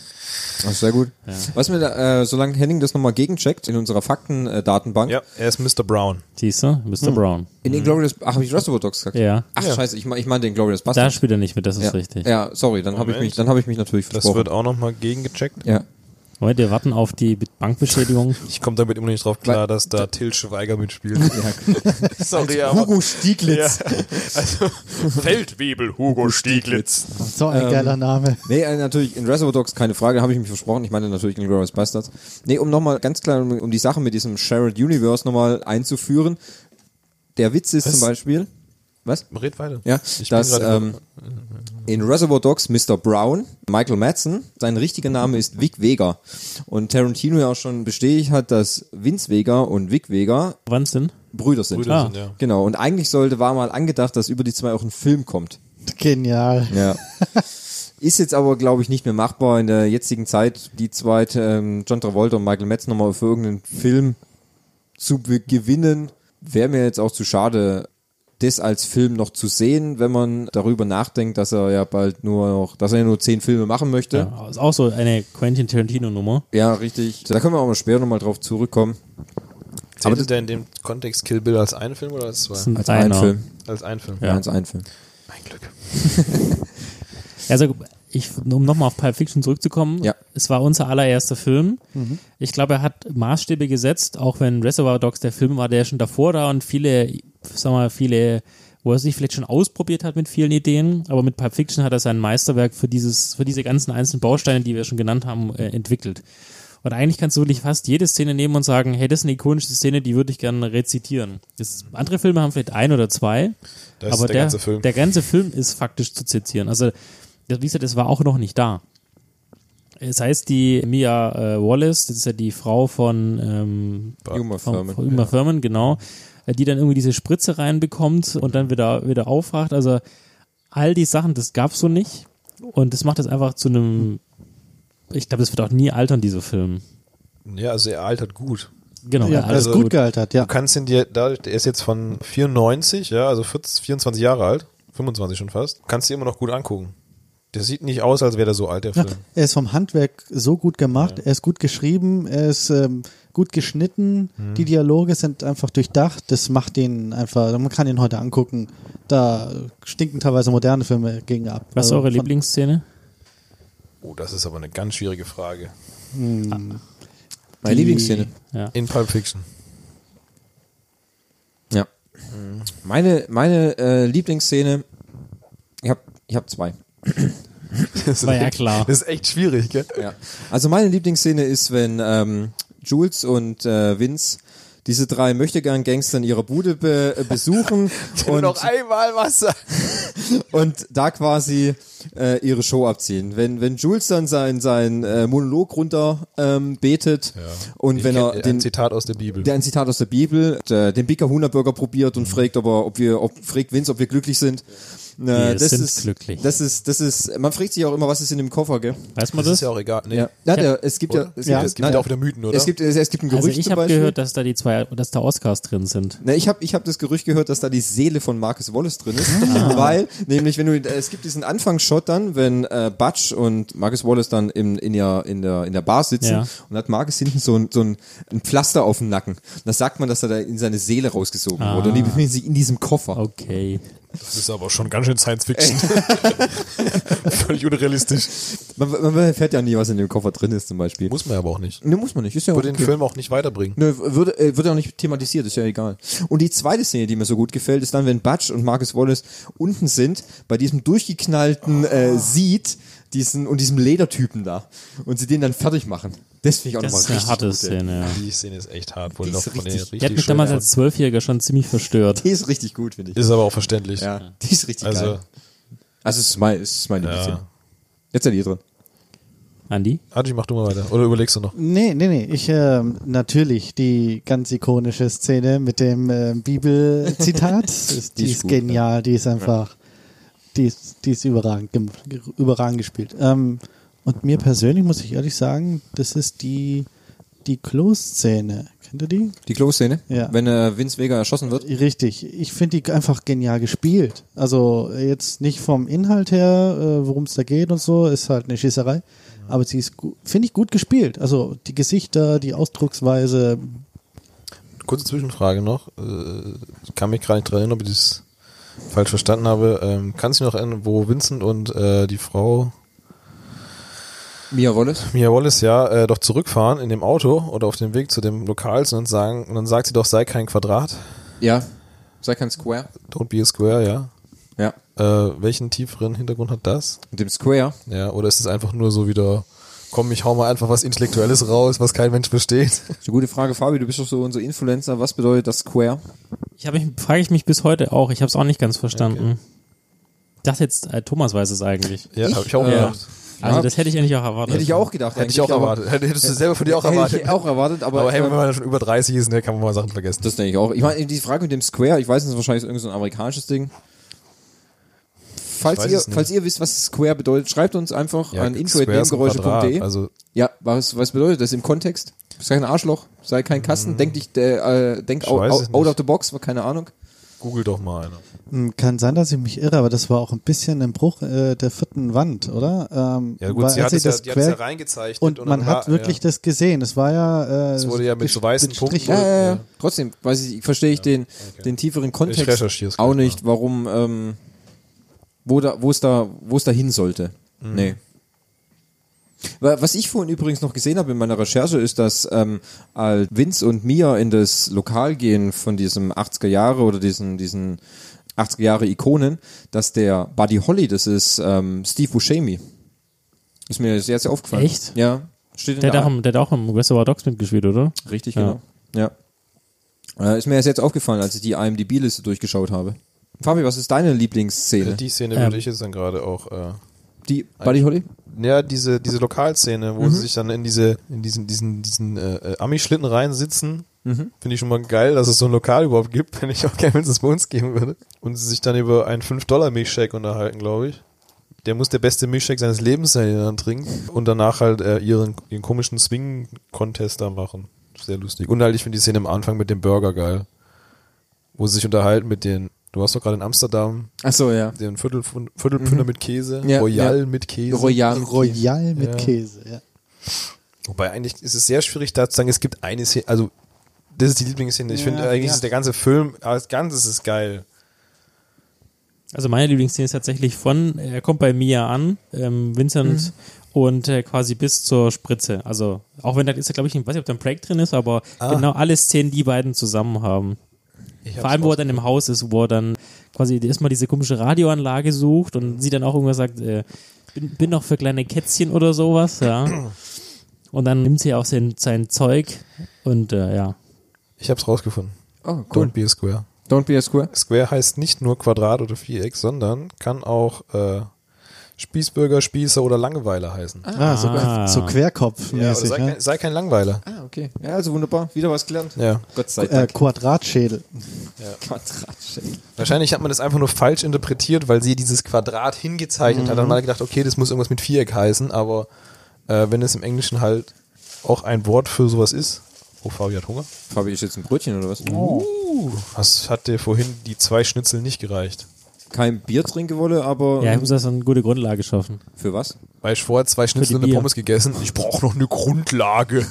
Speaker 1: Ach, sehr gut. Was mir, da, äh, solange Henning das nochmal gegencheckt in unserer äh, Fakten-Datenbank,
Speaker 3: Ja, er ist Mr. Brown.
Speaker 4: Siehst du? Mr. Brown.
Speaker 1: in
Speaker 3: Mhm.
Speaker 1: den Glorious, ach, habe ich Reservoir Dogs gesagt?
Speaker 4: Ja.
Speaker 1: Ach, scheiße, ich meine ich mein den Glorious
Speaker 4: Da
Speaker 1: Bastard.
Speaker 4: spielt er nicht mit, das ist
Speaker 1: ja.
Speaker 4: richtig.
Speaker 1: Ja, sorry, dann habe ich mich, dann habe ich mich natürlich
Speaker 3: Das
Speaker 1: versprochen.
Speaker 3: wird auch nochmal gegengecheckt.
Speaker 1: ja.
Speaker 4: Moment, wir warten auf die Bankbeschädigung.
Speaker 3: Ich komme damit immer nicht drauf klar, dass da Till Schweiger
Speaker 1: <laughs>
Speaker 3: mitspielt. <laughs> Sorry,
Speaker 1: Hugo Stieglitz.
Speaker 3: Also, Feldwebel Hugo Stieglitz.
Speaker 5: So
Speaker 3: Ähm,
Speaker 5: ein geiler Name. <laughs>
Speaker 1: Nee, äh, natürlich, in Reservoir Dogs keine Frage, da habe ich mich versprochen. Ich meine natürlich in Glorious Bastards. Nee, um nochmal ganz klar, um, um die Sache mit diesem Shared Universe nochmal einzuführen. Der Witz ist zum Beispiel, was?
Speaker 3: Red weiter.
Speaker 1: Ja,
Speaker 3: ich bin
Speaker 1: dass
Speaker 3: gerade
Speaker 1: ähm, in Reservoir Dogs Mr. Brown, Michael Madsen, sein richtiger Name ist Vic Vega. Und Tarantino ja auch schon bestätigt hat, dass Vince Vega und Vic Vega
Speaker 4: Wann denn?
Speaker 1: Brüder sind.
Speaker 3: Brüder sind, ja.
Speaker 1: Genau, und eigentlich sollte, war mal angedacht, dass über die zwei auch ein Film kommt.
Speaker 5: Genial.
Speaker 1: Ja. <laughs> Ist jetzt aber, glaube ich, nicht mehr machbar in der jetzigen Zeit, die zwei, ähm, John Travolta und Michael Metz nochmal für irgendeinen Film zu be- gewinnen. Wäre mir jetzt auch zu schade, das als Film noch zu sehen, wenn man darüber nachdenkt, dass er ja bald nur noch, dass er ja nur zehn Filme machen möchte. Ja,
Speaker 4: Ja, ist auch so eine Quentin Tarantino-Nummer.
Speaker 1: richtig. Da können wir auch mal später nochmal drauf zurückkommen.
Speaker 3: Aber der in dem Kontext Kill Bill als einen Film oder als
Speaker 4: Das
Speaker 3: zwei?
Speaker 4: ist
Speaker 1: Als ein Film.
Speaker 3: Als einen Film.
Speaker 1: Ja, als ein Film.
Speaker 3: Mein Glück.
Speaker 4: Also, ich, um nochmal auf Pulp Fiction zurückzukommen,
Speaker 1: Ja. Mhm.
Speaker 4: es war unser allererster Film. Ich glaube, er hat Maßstäbe gesetzt, auch wenn Reservoir Dogs der Film war, der schon davor da und viele, sag mal, viele, wo er sich vielleicht schon ausprobiert hat mit vielen Ideen, aber mit Pulp Fiction hat er sein Meisterwerk für dieses, für diese ganzen einzelnen Bausteine, die wir schon genannt haben, äh, entwickelt. Und eigentlich kannst du wirklich fast jede Szene nehmen und sagen, hey, das ist eine ikonische Szene, die würde ich gerne rezitieren. Das, andere Filme haben vielleicht ein oder zwei,
Speaker 3: Das
Speaker 4: aber
Speaker 3: ist der ganze Film.
Speaker 4: der ganze Film ist faktisch zu zitieren. Also, das, wie gesagt, das war auch noch nicht da. Es heißt, die Mia äh, Wallace, das ist ja die Frau von, ähm,
Speaker 1: Humor
Speaker 4: von,
Speaker 1: Thurman.
Speaker 4: von Uma Thurman, genau, äh, die dann irgendwie diese Spritze reinbekommt und dann wieder, wieder aufwacht. Also all die Sachen, das gab's so nicht. Und das macht das einfach zu einem, ich glaube, das wird auch nie altern, dieser Film.
Speaker 3: Ja, also er altert gut.
Speaker 4: Genau,
Speaker 5: Ja,
Speaker 4: alles
Speaker 5: alles
Speaker 3: also-
Speaker 5: gut gealtert, ja.
Speaker 3: Du kannst ihn dir, dadurch, der ist jetzt von 94, ja, also 40, 24 Jahre alt, 25 schon fast, kannst du dir immer noch gut angucken. Der sieht nicht aus, als wäre der so alt, der Film.
Speaker 5: <laughs> Er ist vom Handwerk so gut gemacht, er ist gut geschrieben, er ist ähm, gut geschnitten, die Dialoge sind einfach durchdacht, das macht den einfach, man kann ihn heute angucken, da stinken teilweise moderne Filme gegen ab.
Speaker 4: Was ist
Speaker 5: Also
Speaker 4: eure
Speaker 5: von-
Speaker 4: Lieblingsszene?
Speaker 3: Oh, das ist aber eine ganz schwierige Frage.
Speaker 1: Meine Lieblingsszene.
Speaker 4: Ja.
Speaker 3: In Pulp Fiction.
Speaker 1: Ja. Meine, meine äh, Lieblingsszene, ich habe ich hab zwei.
Speaker 3: Das
Speaker 4: War
Speaker 3: ist
Speaker 4: ja
Speaker 3: echt-
Speaker 4: klar.
Speaker 3: Das ist echt schwierig, gell?
Speaker 1: Ja. Also meine Lieblingsszene ist, wenn ähm, Jules und äh, Vince diese drei möchtegern Gangster in ihrer Bude be äh, besuchen und,
Speaker 3: noch einmal Wasser.
Speaker 1: und da quasi äh, ihre Show abziehen. Wenn wenn Jules dann sein sein äh, Monolog runter ähm, betet und wenn er
Speaker 3: ein
Speaker 1: den
Speaker 3: Zitat aus der Bibel.
Speaker 1: der ein Zitat aus der Bibel, der, den Bicker Huner Burger probiert
Speaker 4: Mhm.
Speaker 1: und fragt, ob er, ob wir, ob, fragt Vince, ob wir glücklich sind. Na,
Speaker 4: Wir
Speaker 1: das
Speaker 4: sind
Speaker 1: ist,
Speaker 4: glücklich.
Speaker 1: Das ist, das ist, man fragt sich auch immer, was ist in dem Koffer, gell?
Speaker 4: Weiß man
Speaker 3: das ist
Speaker 4: das?
Speaker 3: ja auch egal. Nee.
Speaker 1: Ja. Na, der, es gibt ja,
Speaker 3: Oder?
Speaker 1: es
Speaker 5: Ja,
Speaker 1: gibt,
Speaker 5: es
Speaker 3: gibt
Speaker 1: nein,
Speaker 3: ja auch wieder Mythen, oder?
Speaker 1: Es gibt, es, es gibt ein
Speaker 4: Also
Speaker 1: Gerücht
Speaker 4: ich
Speaker 1: zum
Speaker 4: habe
Speaker 1: Beispiel.
Speaker 4: gehört, dass da die zwei, dass da Oscars drin sind.
Speaker 1: Ne, ich habe ich hab das Gerücht gehört, dass da die Seele von Marcus Wallace drin ist, <laughs>
Speaker 4: Ah.
Speaker 1: weil nämlich wenn du es gibt diesen Anfangsshot dann, wenn äh, Butch und Marcus Wallace dann im, in der in der in der Bar sitzen
Speaker 4: Ja.
Speaker 1: und hat Marcus hinten so ein so ein, ein Pflaster auf dem Nacken. Und das sagt man, dass er da in seine Seele rausgesogen wurde und die befinden sich in diesem Koffer.
Speaker 4: Ah. Okay.
Speaker 3: Das ist aber schon ganz schön Science Fiction. <laughs> Völlig unrealistisch.
Speaker 1: Man, man erfährt ja nie, was in dem Koffer drin ist zum Beispiel.
Speaker 3: Muss man ja aber auch nicht.
Speaker 1: ne, muss man nicht. Ist ja
Speaker 3: Würde
Speaker 1: okay.
Speaker 3: den Film auch nicht weiterbringen.
Speaker 1: Nö, würde, äh, wird auch nicht thematisiert, ist ja egal. Und die zweite Szene, die mir so gut gefällt, ist dann, wenn Butch und Marcus Wallace unten sind, bei diesem durchgeknallten äh, Seed diesen, und diesem Ledertypen da. Und sie den dann fertig machen. Das finde ich auch
Speaker 4: Das
Speaker 1: nochmal
Speaker 4: ist
Speaker 1: richtig.
Speaker 4: eine harte
Speaker 1: gut, ey.
Speaker 4: Szene. Ja.
Speaker 3: Die Szene ist echt hart. Wurde
Speaker 1: Die
Speaker 3: noch
Speaker 1: ist
Speaker 3: von den
Speaker 1: richtig-
Speaker 3: richtig
Speaker 4: Die hat mich
Speaker 3: schön
Speaker 4: damals als Zwölfjähriger schon ziemlich verstört.
Speaker 1: Die ist richtig gut, finde ich.
Speaker 3: Ist aber auch verständlich.
Speaker 1: ja, die ist richtig
Speaker 3: Also-
Speaker 1: geil. Also, es ist mein, es ist meine Lieblingsszene.
Speaker 3: Ja.
Speaker 1: Jetzt seid ihr dran.
Speaker 4: Andi?
Speaker 3: Adi, mach du mal weiter. Oder überlegst du noch?
Speaker 5: Nee, nee, nee. Ich ähm, natürlich die ganz ikonische Szene mit dem ähm, Bibelzitat. <laughs> die ist, die
Speaker 1: ist
Speaker 5: ist
Speaker 1: gut,
Speaker 5: genial, die ist einfach, die ist, die ist überragend, gem- ge- überragend gespielt. Ähm, und mir persönlich muss ich ehrlich sagen, das ist die, die Klo-Szene. Kennt ihr die?
Speaker 1: Die Klo-Szene,
Speaker 5: Ja.
Speaker 1: wenn äh, Vince Vega erschossen wird.
Speaker 5: Richtig. Ich finde die einfach genial gespielt. Also jetzt nicht vom Inhalt her, äh, worum es da geht und so, ist halt eine Schießerei. Aber sie ist, gu- finde ich, gut gespielt. Also die Gesichter, die Ausdrucksweise.
Speaker 3: Kurze Zwischenfrage noch. Äh, Ich kann mich gerade nicht dran erinnern, ob ich das falsch verstanden habe. Ähm, Kannst du dich noch erinnern, wo Vincent und äh, die Frau
Speaker 1: Mia Wallace?
Speaker 3: Mia Wallace ja äh, doch zurückfahren in dem Auto oder auf dem Weg zu dem Lokal und sagen, und dann sagt sie doch, sei kein Quadrat,
Speaker 1: Ja. Sei kein Square?
Speaker 3: don't be a square, ja.
Speaker 1: Ja.
Speaker 3: Äh, welchen tieferen Hintergrund hat das?
Speaker 1: Mit dem Square?
Speaker 3: Ja, oder ist es einfach nur so wieder, komm, ich hau mal einfach was Intellektuelles raus, was kein Mensch versteht?
Speaker 1: Ist eine gute Frage, Fabi. Du bist doch so unser Influencer. Was bedeutet das Square?
Speaker 4: Ich habe mich, frage ich mich bis heute auch. Ich habe es auch nicht ganz verstanden. Ich dachte jetzt, äh, Thomas weiß es eigentlich.
Speaker 3: Ja, <laughs> habe ich auch
Speaker 1: äh,
Speaker 3: gedacht.
Speaker 4: Also
Speaker 1: Ja.
Speaker 4: das hätte ich eigentlich auch erwartet.
Speaker 1: Hätte ich auch gedacht.
Speaker 3: Hätte ich auch erwartet. <laughs> Hätte- Hättest du selber von dir auch
Speaker 1: Hätte
Speaker 3: erwartet.
Speaker 1: ich auch erwartet, aber,
Speaker 3: Aber hey, wenn
Speaker 1: ähm,
Speaker 3: man schon über 30 ist, ne, kann man mal Sachen vergessen.
Speaker 1: das denke ich auch. Ich meine, die Frage mit dem Square, ich weiß nicht, das ist wahrscheinlich irgendein so ein amerikanisches Ding. Falls
Speaker 3: weiß
Speaker 1: ihr,
Speaker 3: es nicht.
Speaker 1: falls ihr wisst, was Square bedeutet, schreibt uns einfach an
Speaker 3: Square ist ein
Speaker 1: info.nebengeräusche.de.
Speaker 3: Quadrat, Also
Speaker 1: ja, was, was bedeutet das im Kontext? Sei kein Arschloch, sei kein Kasten, denk dich, äh, äh, denk out,
Speaker 3: Mhm. weiß es
Speaker 1: out,
Speaker 3: nicht.
Speaker 1: of the box, keine Ahnung.
Speaker 3: google doch mal einer.
Speaker 5: Hm, Kann sein, dass ich mich irre, aber das war auch ein bisschen ein Bruch äh, der vierten Wand, oder? Ähm,
Speaker 3: Ja gut,
Speaker 5: weil
Speaker 3: sie
Speaker 5: als
Speaker 3: hat
Speaker 5: sie
Speaker 3: es ja,
Speaker 5: das
Speaker 3: die hat es ja
Speaker 5: quer-
Speaker 3: reingezeichnet.
Speaker 5: Und, man
Speaker 3: dann war-
Speaker 5: hat wirklich das gesehen. Es war ja. Äh,
Speaker 3: Es wurde ja mit so weißen
Speaker 5: Strichen.
Speaker 1: Ja,
Speaker 3: Punkten- äh,
Speaker 1: ja, ja. Trotzdem, weiß ich, verstehe ich den, den tieferen
Speaker 3: Ich recherchiere
Speaker 1: Kontext
Speaker 3: es
Speaker 1: auch
Speaker 3: gleich
Speaker 1: nicht, warum, ähm, wo da, wo es da, wo es da hin sollte.
Speaker 3: Mhm.
Speaker 1: Nee. Wa- Was ich vorhin übrigens noch gesehen habe in meiner Recherche ist, dass ähm, als Vince und Mia in das Lokal gehen von diesem 80er Jahre oder diesen, diesen 80er Jahre Ikonen, dass der Buddy Holly, das ist ähm, Steve Buscemi. Ist mir sehr, sehr aufgefallen.
Speaker 4: Echt?
Speaker 1: Ja. Steht in
Speaker 4: Der,
Speaker 1: der,
Speaker 4: hat auch im- der hat auch im Reservoir Dogs mitgespielt, oder?
Speaker 1: Richtig,
Speaker 4: Ja.
Speaker 1: genau. Ja. Äh, ist mir erst jetzt aufgefallen, als ich die IMDb-Liste durchgeschaut habe. Fabi, was ist deine Lieblingsszene?
Speaker 3: Äh, Die
Speaker 5: Ähm.
Speaker 3: Szene würde ich jetzt dann gerade auch. Äh,
Speaker 1: Die Buddy Holly?
Speaker 3: ja, diese, diese Lokalszene, wo
Speaker 1: Mhm.
Speaker 3: sie sich dann in diese, in diesen, diesen, diesen äh, äh, Ami-Schlitten reinsitzen.
Speaker 1: Mhm.
Speaker 3: Finde ich schon mal geil, dass es so ein Lokal überhaupt gibt, <laughs> wenn ich auch gerne, wenn es bei uns geben würde. Und sie sich dann über einen 5-Dollar-Milchshake unterhalten, glaube ich. Der muss der beste Milchshake seines Lebens sein, den er dann trinkt. Und danach halt äh, ihren, ihren komischen Swing-Contest da machen. Sehr lustig. Und halt, ich finde die Szene am Anfang mit dem Burger geil. Wo sie sich unterhalten mit den, du warst doch gerade in Amsterdam,
Speaker 1: Achso, ja.
Speaker 3: den Viertel, Viertelpfünder mit Käse,
Speaker 1: Mhm. Ja,
Speaker 3: Royal
Speaker 1: ja.
Speaker 3: mit Käse.
Speaker 1: Royal.
Speaker 5: Royal mit Käse. Ja.
Speaker 3: Wobei eigentlich ist es sehr schwierig, da zu sagen, es gibt eine Szene, also das ist die Lieblingsszene. Ich finde
Speaker 5: Ja,
Speaker 3: eigentlich
Speaker 5: ja.
Speaker 3: ist der ganze Film als Ganzes ist geil.
Speaker 4: Also meine Lieblingsszene ist tatsächlich von, er kommt bei Mia an, ähm, Vincent und äh, quasi bis zur Spritze. Also auch wenn da ist, glaube ich, ich weiß nicht, ob da ein Break drin ist, aber genau alle Szenen, die beiden zusammen haben. Vor allem, wo er dann im Haus ist, wo er dann quasi erstmal diese komische Radioanlage sucht und sie dann auch irgendwas sagt, äh, bin, bin noch für kleine Kätzchen oder sowas, ja. Und dann nimmt sie auch sein, sein Zeug und äh, ja.
Speaker 3: Ich hab's rausgefunden.
Speaker 1: Oh, cool.
Speaker 3: Don't be a square.
Speaker 1: Don't be a square.
Speaker 3: Square heißt nicht nur Quadrat oder Viereck, sondern kann auch äh, Spießbürger, Spießer oder Langeweiler heißen.
Speaker 5: Ah, so,
Speaker 4: Ah.
Speaker 5: so
Speaker 3: ja, oder
Speaker 5: Querkopf-mäßig.
Speaker 3: sei,
Speaker 5: Ja,
Speaker 3: kein, sei kein Langweiler.
Speaker 1: Ah, okay. Ja, also wunderbar. Wieder was gelernt.
Speaker 3: Ja.
Speaker 1: Gott sei
Speaker 5: äh,
Speaker 1: Dank.
Speaker 5: Quadratschädel.
Speaker 1: Quadratschädel.
Speaker 3: Wahrscheinlich hat man das einfach nur falsch interpretiert, weil sie dieses Quadrat hingezeichnet
Speaker 4: Mhm.
Speaker 3: hat. Dann mal gedacht, okay, das muss irgendwas mit Viereck heißen, aber äh, wenn es im Englischen halt auch ein Wort für sowas ist. Oh, Fabi hat Hunger.
Speaker 1: Fabi, ist jetzt ein Brötchen oder was?
Speaker 3: Was hat dir vorhin die zwei Schnitzel nicht gereicht?
Speaker 1: Kein Bier trinken wolle, aber
Speaker 4: Ja, ich muss das eine gute Grundlage schaffen.
Speaker 1: für was?
Speaker 3: Weil ich vorher zwei Schnitzel und eine
Speaker 4: Bier.
Speaker 3: Pommes gegessen. Ich brauche noch eine <laughs> Grundlage.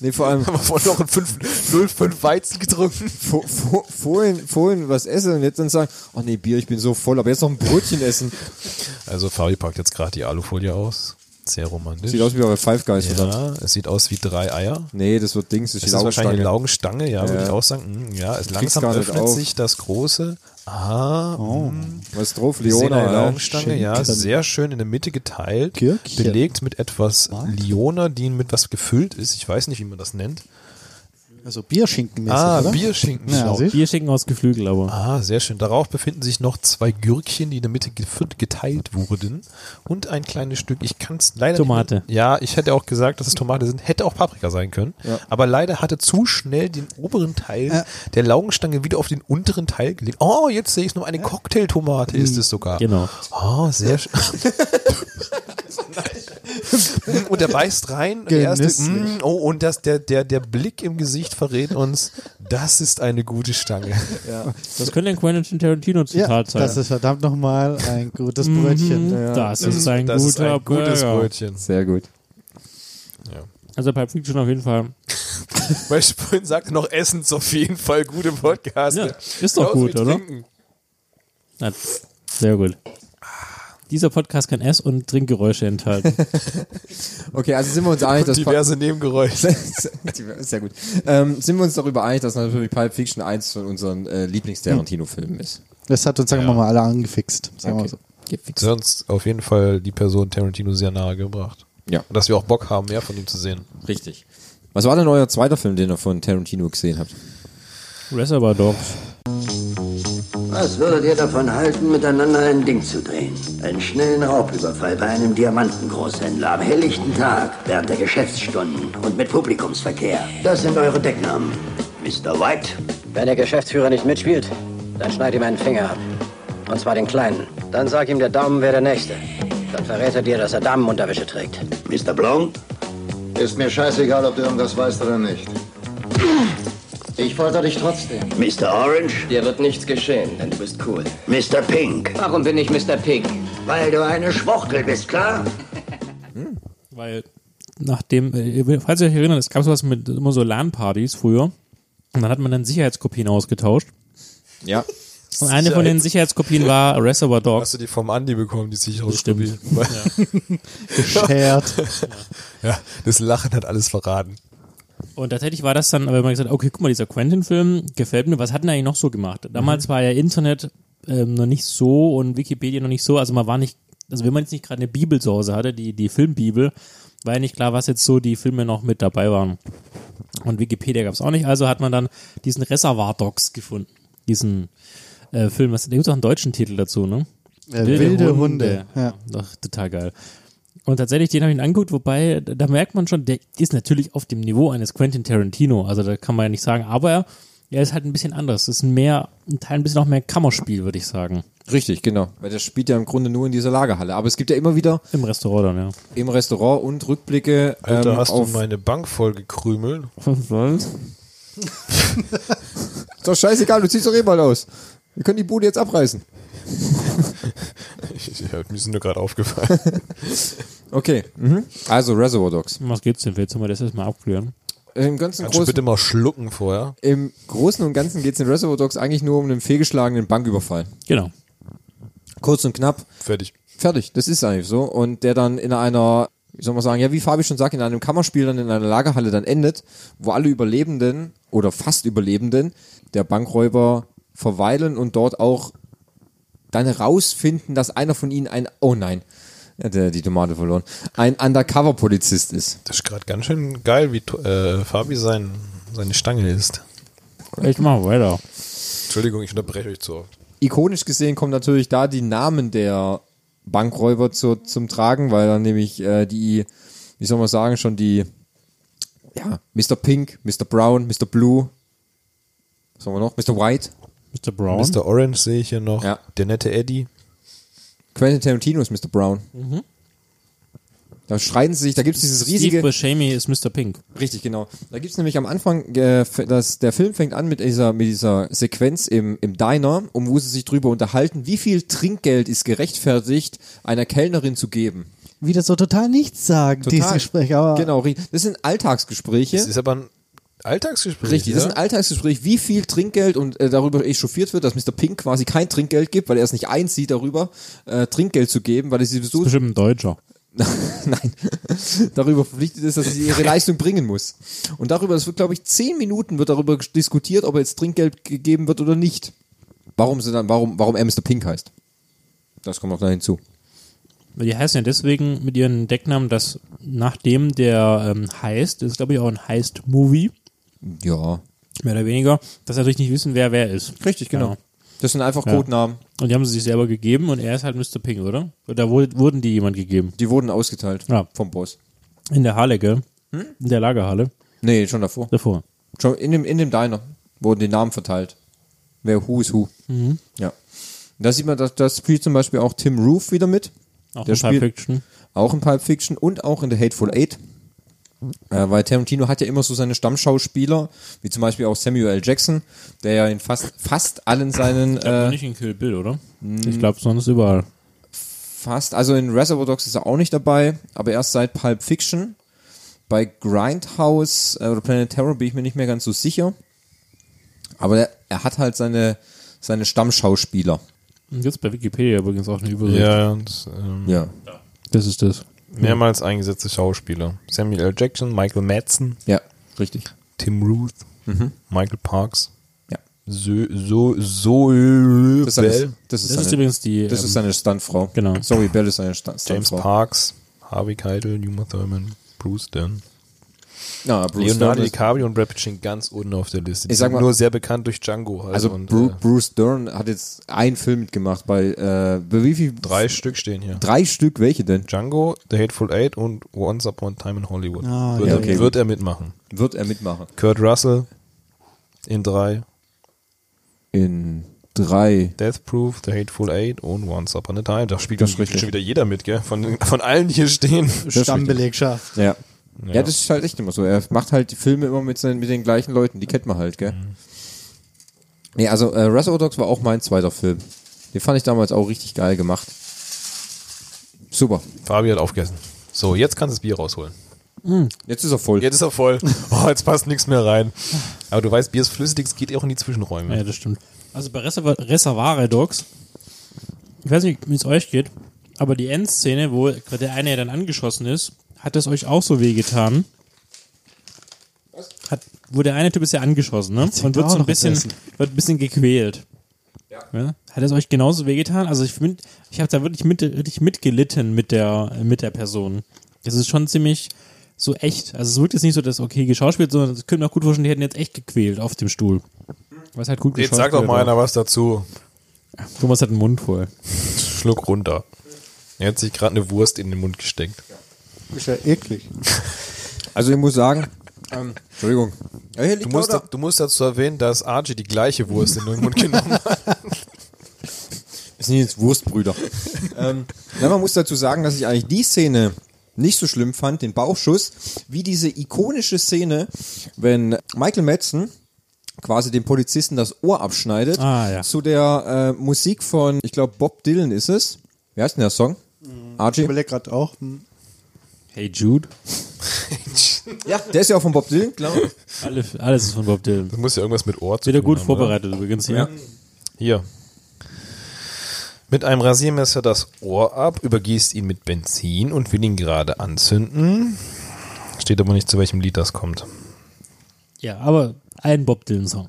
Speaker 1: Nee, vor
Speaker 3: <laughs>
Speaker 1: allem
Speaker 3: Ich habe vorhin noch ein 5 0,5 Weizen getrunken.
Speaker 1: vor, vor, vorhin, vorhin was essen und jetzt dann sagen, oh nee, Bier, ich bin so voll, aber jetzt noch ein Brötchen essen.
Speaker 3: Also Fabi packt jetzt gerade die Alufolie aus. Sehr romantisch.
Speaker 1: Sieht aus wie bei Five Guys, verdammt.
Speaker 3: ja, es sieht aus wie drei Eier.
Speaker 1: Nee, das wird Dings, das
Speaker 3: Es
Speaker 1: ist
Speaker 3: ist wahrscheinlich eine
Speaker 1: Laugenstange.
Speaker 3: Laugenstange, ja, würde ich auch sagen. Hm, ja, es langsam
Speaker 1: gar nicht
Speaker 3: öffnet
Speaker 1: auf.
Speaker 3: sich das große. Ah, hm.
Speaker 1: Was ist drauf?
Speaker 3: Wir sehen eine
Speaker 1: Leona, ja.
Speaker 3: Laugenstange, ja, sehr schön in der Mitte geteilt,
Speaker 5: Gürkchen.
Speaker 3: belegt mit etwas Liona, die mit was gefüllt ist. Ich weiß nicht, wie man das nennt.
Speaker 5: Also Bierschinkenmäßig,
Speaker 3: Ah,
Speaker 5: oder?
Speaker 3: Bierschinken.
Speaker 5: Ja,
Speaker 3: genau.
Speaker 5: siehst du?
Speaker 4: Bier schicken aus Geflügel, aber.
Speaker 3: Ah, sehr schön. Darauf befinden sich noch zwei Gürkchen, die in der Mitte gefüllt- geteilt wurden. Und ein kleines Stück, ich kann es leider
Speaker 4: Tomate.
Speaker 3: Nicht, ja, ich hätte auch gesagt, dass es Tomate sind. Hätte auch Paprika sein können. Aber leider hatte zu schnell den oberen Teil der Laugenstange wieder auf den unteren Teil gelegt. Oh, jetzt sehe ich es noch. Eine
Speaker 5: Genau.
Speaker 4: Oh,
Speaker 3: Cocktailtomate ist es sogar.
Speaker 4: Genau.
Speaker 3: Oh, sehr schön. <laughs> Und er beißt rein. und Der erste,
Speaker 5: Genüsslich.
Speaker 3: mm, oh, und das, der, der, der Blick im Gesicht verrät uns, das ist eine gute Stange.
Speaker 4: Das könnte ein Quentin Tarantino-Zitat sein. Mhm.
Speaker 5: das ist verdammt nochmal ein gutes Brötchen. Ja.
Speaker 4: Das
Speaker 3: <laughs>
Speaker 4: ist ein
Speaker 3: das ist
Speaker 4: guter
Speaker 3: ein gutes
Speaker 4: Burger.
Speaker 3: Brötchen.
Speaker 1: Sehr gut.
Speaker 4: Also Pulp Fiction auf jeden Fall.
Speaker 3: Weil ich vorhin sagte noch, Essen ist auf jeden Fall gute Podcast.
Speaker 4: Ja, ist doch gut, oder? Na, sehr gut. Dieser Podcast kann Ess- und
Speaker 3: <laughs>
Speaker 4: Trinkgeräusche enthalten.
Speaker 1: Okay, also sind wir uns einig, dass
Speaker 3: Diverse Nebengeräusche.
Speaker 1: <laughs> sehr gut. Ähm, sind wir uns darüber einig, dass natürlich Pulp Fiction eins von unseren äh, Lieblings-Tarantino-Filmen ist?
Speaker 5: Das hat uns, sagen wir mal, alle angefixt. Sagen wir mal so.
Speaker 1: Gefixt.
Speaker 3: Sonst auf jeden Fall die Person Tarantino sehr nahe gebracht.
Speaker 1: Ja,
Speaker 3: Und dass wir auch Bock haben, mehr von ihm zu sehen.
Speaker 1: richtig. Was war denn euer zweiter Film, den ihr von Tarantino gesehen habt?
Speaker 4: Reservoir Dogs.
Speaker 7: Was würdet ihr davon halten, miteinander ein Ding zu drehen? Einen schnellen Raubüberfall bei einem Diamantengroßhändler am helllichten Tag, während der Geschäftsstunden und mit Publikumsverkehr. Das sind eure Decknamen. Mr. White? Wenn der Geschäftsführer nicht mitspielt, dann schneid ihm einen Finger ab. Und zwar den kleinen. Dann sag ihm der Daumen, wer der Nächste. Dann verrät er dir, dass er Damenunterwäsche trägt.
Speaker 2: Mr. Blom? Ist mir scheißegal, ob du irgendwas weißt oder nicht.
Speaker 7: Ich fordere dich trotzdem.
Speaker 2: Mr. Orange?
Speaker 7: Dir wird nichts geschehen, denn du bist cool.
Speaker 2: Mr. Pink?
Speaker 7: Warum bin ich Mr. Pink?
Speaker 2: Weil du eine Schwuchtel bist, klar?
Speaker 4: Weil nachdem, äh, falls ihr euch erinnert, es gab sowas mit immer so LAN-Partys früher. Und dann hat man dann Sicherheitskopien ausgetauscht.
Speaker 1: Ja.
Speaker 4: Und eine von den Sicherheitskopien war Reservoir Dogs.
Speaker 3: Hast du die vom Andi bekommen, die sichere
Speaker 4: Bestimmt.
Speaker 5: <laughs> Shared.
Speaker 3: <laughs> Ja, das Lachen hat alles verraten.
Speaker 4: Und tatsächlich war das dann, aber man gesagt, okay, guck mal, dieser Quentin-Film gefällt mir. Was hat denn eigentlich noch so gemacht? Damals war ja Internet ähm, noch nicht so und Wikipedia noch nicht so. Also man war nicht, also wenn man jetzt nicht gerade eine Bibel zu Hause hatte, die, die Filmbibel, war ja nicht klar, was jetzt so die Filme noch mit dabei waren. Und Wikipedia gab es auch nicht. Also hat man dann diesen Reservoir Dogs gefunden. Diesen äh, Film, was, da gibt es auch einen deutschen Titel dazu, ne?
Speaker 5: Äh, wilde Hunde. Ja.
Speaker 4: Doch, total geil. Und tatsächlich, den habe ich mir angeguckt, wobei, da da merkt man schon, der ist natürlich auf dem Niveau eines Quentin Tarantino, also da kann man ja nicht sagen, aber er ist halt ein bisschen anders. Das ist ein mehr, ein Teil ein bisschen auch mehr Kammerspiel, würde ich sagen.
Speaker 1: Richtig, genau. Weil der spielt ja im Grunde nur in dieser Lagerhalle. Aber es gibt ja immer wieder
Speaker 4: Im Restaurant dann, ja.
Speaker 1: im Restaurant und Rückblicke
Speaker 3: Alter,
Speaker 1: ähm,
Speaker 3: hast du
Speaker 1: auf...
Speaker 3: meine Bank voll gekrümelt?
Speaker 4: Um
Speaker 1: Ist doch scheißegal, du ziehst doch eh bald aus. Wir können die Bude jetzt abreißen.
Speaker 3: <laughs> Ich, ich, mir ist nur gerade aufgefallen.
Speaker 1: Okay, mhm. also Reservoir Dogs.
Speaker 4: Um Was geht's denn? Willst du mal das erstmal abklären?
Speaker 1: Im ganzen
Speaker 3: Kannst du
Speaker 1: großen,
Speaker 3: Also bitte mal schlucken vorher?
Speaker 1: Im Großen und Ganzen geht es in Reservoir Dogs eigentlich nur um einen fehlgeschlagenen Banküberfall.
Speaker 4: Genau.
Speaker 1: Kurz und knapp,
Speaker 3: Fertig.
Speaker 1: fertig, das ist eigentlich so. Und der dann in einer, wie soll man sagen, ja, wie Fabi schon sagt, in einem Kammerspiel dann in einer Lagerhalle dann endet, wo alle Überlebenden oder fast Überlebenden der Bankräuber verweilen und dort auch dann herausfinden, dass einer von ihnen ein, oh nein, er hat äh, die Tomate verloren, ein Undercover-Polizist ist.
Speaker 3: Das ist gerade ganz schön geil, wie to- äh, Fabi sein, seine Stange ist.
Speaker 4: Ich mach weiter.
Speaker 3: Entschuldigung, ich unterbreche euch zu oft.
Speaker 1: ikonisch gesehen kommen natürlich da die Namen der Bankräuber zu, zum Tragen, weil dann nämlich äh, die, wie soll man sagen, schon die, ja, Mr. Pink, Mr. Brown, Mr. Blue, was haben wir noch? Mr. White,
Speaker 4: Mr. Brown.
Speaker 3: Mr. Orange sehe ich hier noch.
Speaker 1: Ja.
Speaker 3: Der nette Eddie.
Speaker 1: Quentin Tarantino ist Mr. Brown. Da streiten sie sich, da gibt es dieses riesige.
Speaker 4: Mhm. Steve Buscemi ist Mr. Pink.
Speaker 1: Richtig, genau. Da gibt's nämlich am Anfang, äh, f- dass der Film fängt an mit dieser, mit dieser Sequenz im, im Diner, um wo sie sich drüber unterhalten, wie viel Trinkgeld ist gerechtfertigt, einer Kellnerin zu geben.
Speaker 5: Wieder so total nichts sagen, dieses Gespräch. Aber
Speaker 1: genau, ri- das sind Alltagsgespräche.
Speaker 3: Das ist aber ein Alltagsgespräch.
Speaker 1: Richtig, das ist ein Alltagsgespräch, wie viel Trinkgeld und äh, darüber echauffiert wird, dass Mr. Pink quasi kein Trinkgeld gibt, weil er es nicht einsieht, darüber äh, Trinkgeld zu geben, weil er sie so
Speaker 4: Bestimmt ein Deutscher.
Speaker 1: nein, darüber verpflichtet ist, dass
Speaker 5: <laughs>
Speaker 1: sie ihre Leistung bringen muss. Und darüber, das wird, glaube ich, zehn Minuten wird darüber ges- diskutiert, ob jetzt Trinkgeld gegeben wird oder nicht. Warum sie dann, warum, warum er Mr. Pink heißt. Das kommt noch da hinzu.
Speaker 4: Die heißen ja deswegen mit ihren Decknamen, dass nachdem der ähm, heißt, das ist glaube ich auch ein Heist-Movie,
Speaker 1: Ja.
Speaker 4: mehr oder weniger, dass sie natürlich nicht wissen, wer wer ist.
Speaker 1: Richtig, genau.
Speaker 4: Ja.
Speaker 1: Das sind einfach Codenamen.
Speaker 4: Und die haben sie sich selber gegeben und er ist halt Mr. Ping, oder? Oder wurde, wurden die jemand gegeben?
Speaker 1: Die wurden ausgeteilt
Speaker 4: Ja.
Speaker 1: vom Boss.
Speaker 4: In der Halle, gell?
Speaker 1: Hm?
Speaker 4: In der Lagerhalle.
Speaker 1: Nee, schon davor.
Speaker 4: Davor.
Speaker 1: Schon in dem, in dem Diner wurden die Namen verteilt. Wer Who is Who.
Speaker 4: Mhm.
Speaker 1: Ja. Und Da sieht man, dass das spielt zum Beispiel auch Tim Roof wieder mit.
Speaker 4: Auch
Speaker 1: Der
Speaker 4: in Pulp
Speaker 1: spielt-
Speaker 4: Fiction.
Speaker 1: auch in Pulp Fiction und auch in The Hateful Eight. Äh, weil Tarantino hat ja immer so seine Stammschauspieler, wie zum Beispiel auch Samuel L. Jackson, der ja in fast, fast allen seinen,
Speaker 4: Äh,
Speaker 1: äh, Hm.
Speaker 4: nicht in Kill Bill, oder? Ich glaube, sonst überall.
Speaker 1: fast, also in Reservoir Dogs ist er auch nicht dabei, aber erst seit Pulp Fiction. Bei Grindhouse äh, oder Planet Terror bin ich mir nicht mehr ganz so sicher. Aber er, er hat halt seine, seine Stammschauspieler.
Speaker 4: Und jetzt bei Wikipedia übrigens auch eine Übersicht.
Speaker 3: Ja, und, ähm,
Speaker 1: Ja.
Speaker 4: Das ist das.
Speaker 3: mehrmals eingesetzte Schauspieler. Samuel L. Jackson, Michael Madsen,
Speaker 1: Ja, richtig.
Speaker 3: Tim Ruth, Mhm. Michael Parks,
Speaker 1: Ja.
Speaker 3: so, so, so
Speaker 1: Das ist seine,
Speaker 3: Bell,
Speaker 1: das ist
Speaker 4: Das ist
Speaker 1: seine,
Speaker 4: übrigens die. ähm,
Speaker 1: das ist seine Stuntfrau.
Speaker 4: Genau.
Speaker 1: Sorry, Bell ist seine Sta-
Speaker 3: James
Speaker 1: Stuntfrau.
Speaker 3: Parks, Harvey Keitel, Numa Thurman, Bruce Dern.
Speaker 1: Ja, Bruce
Speaker 3: Leonardo
Speaker 1: Dern ist-
Speaker 3: DiCaprio und Brad Pitt stehen ganz unten auf der Liste. Die
Speaker 1: Ich sag
Speaker 3: sind
Speaker 1: mal-
Speaker 3: nur sehr bekannt durch Django. Halt
Speaker 1: Also
Speaker 3: und,
Speaker 1: Bru
Speaker 3: äh,
Speaker 1: Bruce Dern hat jetzt einen Film mitgemacht bei, äh, bei wie viel?
Speaker 3: drei Stück stehen hier.
Speaker 1: Drei Stück, welche denn?
Speaker 3: Django, The Hateful Eight und Once Upon a Time in Hollywood.
Speaker 5: Ah,
Speaker 3: wird,
Speaker 1: ja,
Speaker 3: er,
Speaker 1: okay.
Speaker 3: wird er mitmachen.
Speaker 1: Wird er mitmachen?
Speaker 3: Kurt Russell in drei.
Speaker 1: In drei.
Speaker 3: Death Proof, The Hateful Eight und Once Upon a Time. Da spielt dann
Speaker 1: ist richtig.
Speaker 3: schon wieder jeder mit, gell? Von, von allen, die
Speaker 1: <laughs>
Speaker 3: hier stehen.
Speaker 5: Stammbelegschaft.
Speaker 1: Ja. ja. das ist halt echt immer so. Er macht halt die Filme immer mit, seinen, mit den gleichen Leuten, die kennt man halt, gell?
Speaker 3: Mhm.
Speaker 1: Nee, also äh, Reservoir Dogs war auch mein zweiter Film. Den fand ich damals auch richtig geil gemacht. Super.
Speaker 3: Fabi hat aufgegessen. So, jetzt kannst du das Bier rausholen.
Speaker 1: Jetzt ist er voll.
Speaker 3: Jetzt ist er voll. <laughs> Oh, jetzt passt nichts mehr rein. Aber du weißt, Bier ist flüssig, es geht auch in die Zwischenräume.
Speaker 4: Ja, das stimmt. Also bei Reserva Reservare Dogs, ich weiß nicht, wie es euch geht, aber die Endszene, wo der eine ja dann angeschossen ist, hat das euch auch so wehgetan? Hat, wo der eine Typ ist ja angeschossen, ne? Und
Speaker 5: da
Speaker 4: wird so
Speaker 5: auch
Speaker 4: ein
Speaker 5: noch
Speaker 4: bisschen,
Speaker 5: was essen.
Speaker 4: wird ein bisschen gequält. Ja. Hat es euch genauso wehgetan? Also ich finde, ich habe da wirklich, mit, wirklich mitgelitten mit der, mit der Person. Das ist schon ziemlich so echt. Also es wirkt jetzt nicht so, dass okay geschauspielt, sondern es könnte mir auch gut vorstellen, die hätten jetzt echt gequält auf dem Stuhl. Was halt gut
Speaker 3: Jetzt sag doch mal
Speaker 4: geschauspielt war.
Speaker 3: einer was dazu.
Speaker 4: Thomas hat einen Mund voll.
Speaker 3: Schluck runter. Er hat sich gerade eine Wurst in den Mund gesteckt.
Speaker 5: Ist ja eklig.
Speaker 1: Also ich muss sagen, ähm, Entschuldigung. Ja, hier liegt
Speaker 3: Du musst,
Speaker 1: Gouda.
Speaker 3: da, du musst dazu erwähnen, dass Archie die gleiche Wurst in den Mund genommen hat.
Speaker 1: Wir sind jetzt
Speaker 4: <laughs>
Speaker 1: Wurstbrüder. ähm, na, man muss dazu sagen, dass ich eigentlich die Szene nicht so schlimm fand, den Bauchschuss, wie diese ikonische Szene, wenn Michael Madsen quasi dem Polizisten das Ohr abschneidet,
Speaker 4: Ah, ja.
Speaker 1: zu der äh, Musik von, ich glaube, Bob Dylan ist es. Wie heißt denn der Song?
Speaker 4: Mhm.
Speaker 5: Ich
Speaker 1: Archie?
Speaker 5: überlege gerade auch. hm.
Speaker 4: Hey Jude.
Speaker 1: Ja, der ist ja auch von Bob Dylan, klar.
Speaker 4: <laughs> Alle, alles ist von Bob Dylan.
Speaker 3: Du musst ja irgendwas mit Ohr zu
Speaker 4: Wieder
Speaker 3: tun
Speaker 4: gut
Speaker 3: haben,
Speaker 4: vorbereitet übrigens. Ja.
Speaker 3: Oder? Hier. Mit einem Rasiermesser das Ohr ab, übergießt ihn mit Benzin und will ihn gerade anzünden. Steht aber nicht, zu welchem Lied das kommt.
Speaker 4: ja, aber ein Bob Dylan-Song.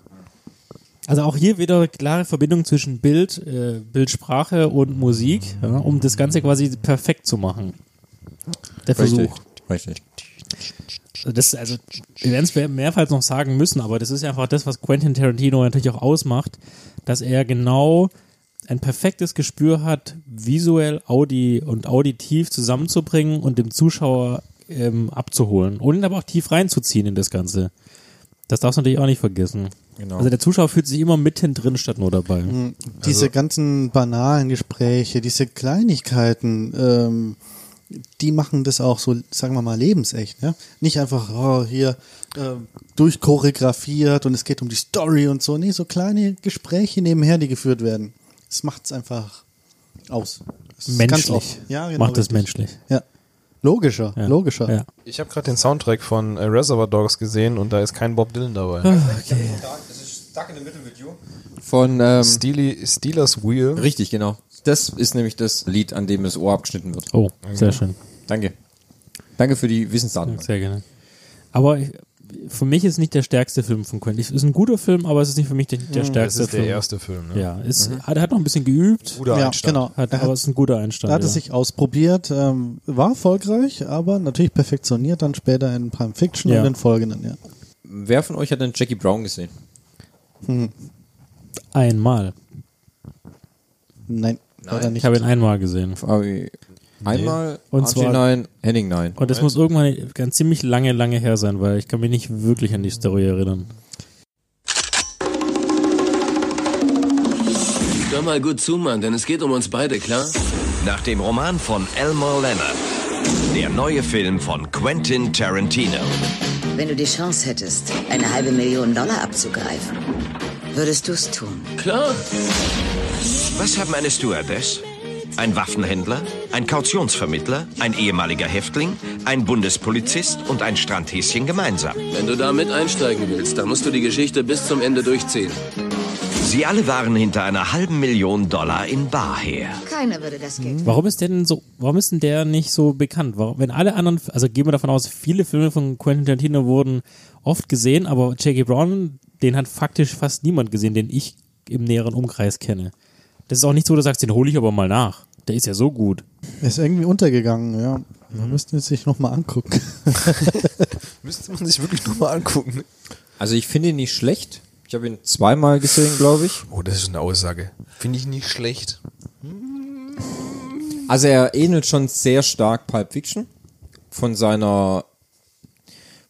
Speaker 4: Also auch hier wieder klare Verbindung zwischen Bild, äh, Bildsprache und Musik, ja, um das Ganze quasi perfekt zu machen. Der Versuch.
Speaker 1: Richtig.
Speaker 4: Also Das, also, wir werden es mehrfach noch sagen müssen, aber das ist ja einfach das, was Quentin Tarantino natürlich auch ausmacht, dass er genau ein perfektes Gespür hat, visuell, audi und auditiv zusammenzubringen und dem Zuschauer ähm, abzuholen und aber auch tief reinzuziehen in das Ganze. Das darfst du natürlich auch nicht vergessen.
Speaker 1: Genau.
Speaker 4: Also der Zuschauer fühlt sich immer mittendrin statt nur dabei.
Speaker 5: Diese
Speaker 4: Also-
Speaker 5: ganzen banalen Gespräche, diese Kleinigkeiten, ähm, die machen das auch so, sagen wir mal, lebensecht. Ne? Nicht einfach oh, hier ähm, durchchoreografiert und es geht um die Story und so. Nee, so kleine Gespräche nebenher, die geführt werden. Das macht es einfach aus. Das ist ganz
Speaker 4: Menschlich.
Speaker 5: oft. Ja, genau.
Speaker 4: Macht es
Speaker 5: richtig.
Speaker 4: menschlich.
Speaker 5: Ja. Logischer,
Speaker 4: Ja.
Speaker 5: logischer.
Speaker 4: Ja.
Speaker 3: Ich habe gerade den Soundtrack von äh, Reservoir Dogs gesehen und da ist kein Bob Dylan dabei.
Speaker 1: Von, ähm,
Speaker 3: Steely, Steelers Wheel.
Speaker 1: richtig, genau. Das ist nämlich das Lied, an dem das Ohr abgeschnitten wird.
Speaker 4: Oh,
Speaker 5: genau.
Speaker 4: sehr schön.
Speaker 1: Danke. Danke für die Wissensdaten.
Speaker 4: Sehr gerne. Aber ich, für mich ist nicht der stärkste Film von Quentin. Es ist ein guter Film, aber es ist nicht für mich der, der
Speaker 5: Hm,
Speaker 3: Das
Speaker 4: stärkste
Speaker 3: ist der
Speaker 4: Film.
Speaker 3: erste Film. Ne?
Speaker 4: Ja, ist, hat, hat noch ein bisschen geübt,
Speaker 3: Guter
Speaker 5: Ja,
Speaker 3: Einstand.
Speaker 5: genau.
Speaker 4: hat,
Speaker 5: Mhm. Er
Speaker 4: aber
Speaker 5: hat-
Speaker 4: es ist ein guter Einstand.
Speaker 5: Da hat
Speaker 4: ja.
Speaker 5: es sich ausprobiert, ähm, war erfolgreich, aber natürlich perfektioniert dann später in Prime Fiction
Speaker 4: Ja.
Speaker 5: und den folgenden, ja.
Speaker 1: Wer von euch hat denn Jackie Brown gesehen?
Speaker 4: einmal.
Speaker 5: Nein, leider nicht.
Speaker 4: Ich habe ihn einmal gesehen.
Speaker 1: Fabi. Einmal
Speaker 4: Und
Speaker 1: Archie
Speaker 4: zwar-
Speaker 1: nein, Henning nein.
Speaker 4: Und das muss irgendwann ganz ziemlich lange, lange her sein, weil ich kann mich nicht wirklich an die Story erinnern.
Speaker 8: Hör mal gut zu, Mann, denn es geht um uns beide, klar?
Speaker 9: Nach dem Roman von Elmore Leonard.
Speaker 8: Der neue Film von Quentin Tarantino.
Speaker 9: Wenn du die Chance hättest, eine halbe Million Dollar abzugreifen, würdest du es tun.
Speaker 8: Klar. Was haben eine Stewardess? Ein Waffenhändler, ein Kautionsvermittler, ein ehemaliger Häftling, ein Bundespolizist und ein Strandhäschen gemeinsam.
Speaker 10: Wenn du da mit einsteigen willst, dann musst du die Geschichte bis zum Ende durchziehen.
Speaker 8: Sie alle waren hinter einer halben Million Dollar in Bar her.
Speaker 9: Keiner würde das Geld.
Speaker 4: Warum ist der denn so, warum ist denn der nicht so bekannt? Warum, wenn alle anderen, also gehen wir davon aus, viele Filme von Quentin Tarantino wurden oft gesehen, aber Jackie Brown, den hat faktisch fast niemand gesehen, den ich im näheren Umkreis kenne. Das ist auch nicht so, dass du sagst, den hole ich aber mal nach. Der ist ja so gut.
Speaker 5: Er ist irgendwie untergegangen, ja. Wir müssten es sich nochmal angucken. <laughs>
Speaker 3: Müsste man sich wirklich nochmal angucken.
Speaker 1: Also ich finde ihn nicht schlecht. Ich habe ihn zweimal gesehen, glaube ich.
Speaker 3: Oh, das ist eine Aussage. Finde ich nicht schlecht.
Speaker 1: Also er ähnelt schon sehr stark Pulp Fiction von seiner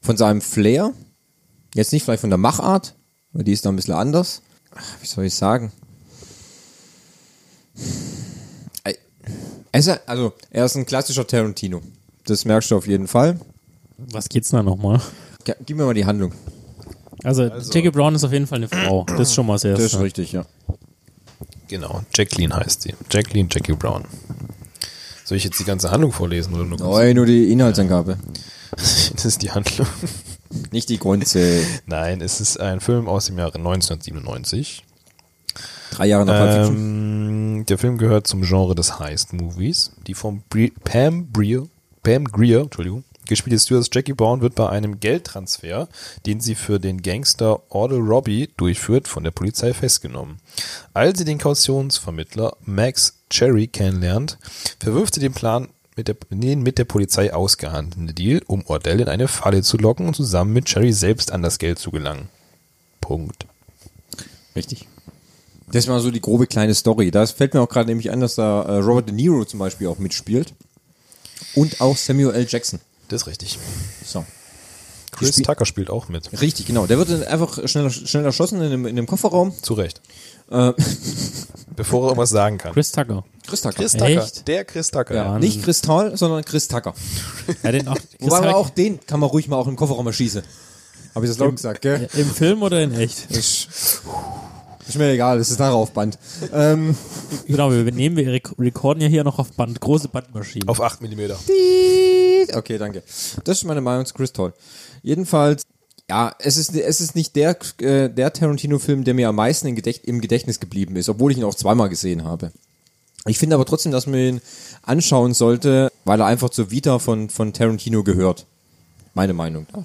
Speaker 1: von seinem Flair. Jetzt nicht vielleicht von der Machart, weil die ist da ein bisschen anders. Ach, Wie soll ich sagen? Er ist ja- Also, er ist ein klassischer Tarantino. Das merkst du auf jeden Fall.
Speaker 4: Was geht's denn da nochmal?
Speaker 1: Ge- Gib mir mal die Handlung.
Speaker 4: Also, Jackie Brown ist auf jeden Fall eine Frau. Das ist schon mal das Erste.
Speaker 1: richtig, ja.
Speaker 3: Genau, Jacqueline heißt sie. Jacqueline Jackie Brown. Soll ich jetzt die ganze Handlung vorlesen oder nur?
Speaker 1: Oh, ey, nur die Inhaltsangabe.
Speaker 3: <laughs> Das ist die Handlung.
Speaker 1: Nicht die äh, Grunde.
Speaker 3: Nein, es ist ein Film aus dem Jahre 1997.
Speaker 1: Drei Jahre nach Pulp Fiction.
Speaker 3: Ähm, der Film gehört zum Genre des Heist-Movies. Die von Bre Pam Breer, Pam Greer, Entschuldigung, gespielte Stewardess Jackie Brown wird bei einem Geldtransfer, den sie für den Gangster Ordo Robbie durchführt, von der Polizei festgenommen. Als sie den Kautionsvermittler Max Cherry kennenlernt, verwirft sie den Plan, mit der, den mit der Polizei ausgehandelten Deal, um Ordell in eine Falle zu locken und zusammen mit Cherry selbst an das Geld zu gelangen. Punkt.
Speaker 1: Richtig. Das war so die grobe kleine Story. Da fällt mir auch gerade nämlich ein, dass da äh, Robert De Niro zum Beispiel auch mitspielt. Und auch Samuel L. Jackson.
Speaker 3: Das ist richtig.
Speaker 1: So.
Speaker 3: Chris
Speaker 1: Spiel-
Speaker 3: Tucker spielt auch mit.
Speaker 1: Richtig, genau. Der wird dann einfach schnell, schnell erschossen in dem, in dem Kofferraum.
Speaker 3: Zu Recht.
Speaker 1: Äh,
Speaker 3: Bevor er irgendwas sagen kann.
Speaker 4: Chris Tucker.
Speaker 1: Chris Tucker.
Speaker 3: Chris Tucker.
Speaker 4: Echt?
Speaker 3: Der Chris Tucker.
Speaker 1: ja. Nicht Chris Tall, sondern Chris Tucker.
Speaker 4: Ja, den auch, Chris
Speaker 1: Wobei man
Speaker 4: Tucker-
Speaker 1: auch den kann man ruhig mal auch im Kofferraum erschießen. Habe ich das laut gesagt, gell?
Speaker 4: Ja, Im Film oder in echt?
Speaker 1: Ist, ist mir egal, es ist nachher auf Band. Ähm,
Speaker 4: Genau, wir nehmen, wir rek- recorden ja hier noch auf Band, große Bandmaschinen.
Speaker 3: Auf 8 mm.
Speaker 1: Piep. Okay, danke. Das ist meine Meinung zu Chris Toll. Jedenfalls, ja, es ist, es ist nicht der, äh, der Tarantino-Film, der mir am meisten im, Gedächt im Gedächtnis geblieben ist, obwohl ich ihn auch zweimal gesehen habe. Ich finde aber trotzdem, dass man ihn anschauen sollte, weil er einfach zur Vita von, von Tarantino gehört. Meine Meinung nach.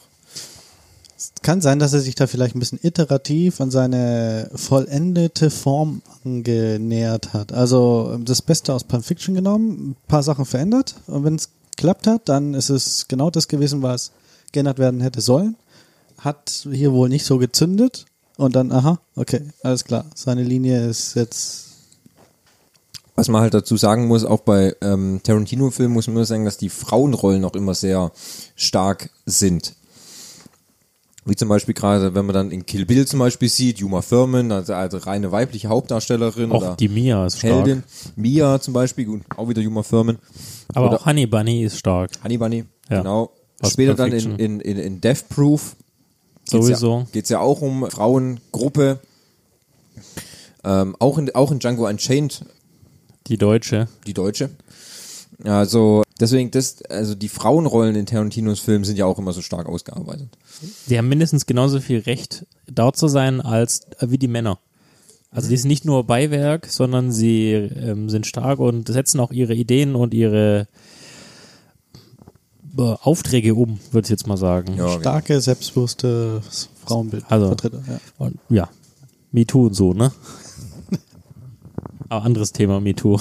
Speaker 5: Kann sein, dass er sich da vielleicht ein bisschen iterativ an seine vollendete Form angenähert hat. Also ähm, das Beste aus Pulp Fiction genommen, ein paar Sachen verändert und wenn es geklappt hat, dann ist es genau das gewesen, was geändert werden hätte sollen. Hat hier wohl nicht so gezündet und dann, aha, okay, alles klar. Seine Linie ist jetzt
Speaker 1: Was man halt dazu sagen muss, auch bei ähm, Tarantino-Filmen muss man immer sagen, dass die Frauenrollen auch immer sehr stark sind. Wie zum Beispiel gerade, wenn man dann in Kill Bill zum Beispiel sieht, Juma Thurman, also, also reine weibliche Hauptdarstellerin
Speaker 4: Auch
Speaker 1: oder
Speaker 4: die Mia ist stark.
Speaker 1: Heldin. Mia zum Beispiel, gut, auch wieder Juma Thurman.
Speaker 4: Aber
Speaker 1: Oder-
Speaker 4: auch Honey Bunny ist stark.
Speaker 1: Honey Bunny,
Speaker 4: Ja.
Speaker 1: genau.
Speaker 4: Aus
Speaker 1: Später dann in,
Speaker 4: Perfection.
Speaker 1: in, in, in Death Proof. Geht's
Speaker 4: Sowieso.
Speaker 1: Ja, geht's ja auch um Frauengruppe. Ähm, auch, in, auch in Django Unchained
Speaker 4: Die Deutsche.
Speaker 1: die Deutsche. Also deswegen, das, also die Frauenrollen in Tarantinos Filmen sind ja auch immer so stark ausgearbeitet.
Speaker 4: Die haben mindestens genauso viel Recht, dort zu sein, als äh, wie die Männer. Also die sind nicht nur Beiwerk, sondern sie ähm, sind stark und setzen auch ihre Ideen und ihre äh, Aufträge um, würde ich jetzt mal sagen.
Speaker 1: Ja, genau.
Speaker 5: starke, selbstbewusste Frauenbild.
Speaker 4: Also-
Speaker 5: Vertreter, ja.
Speaker 4: Und, ja. MeToo und so, ne? Aber anderes Thema, MeToo.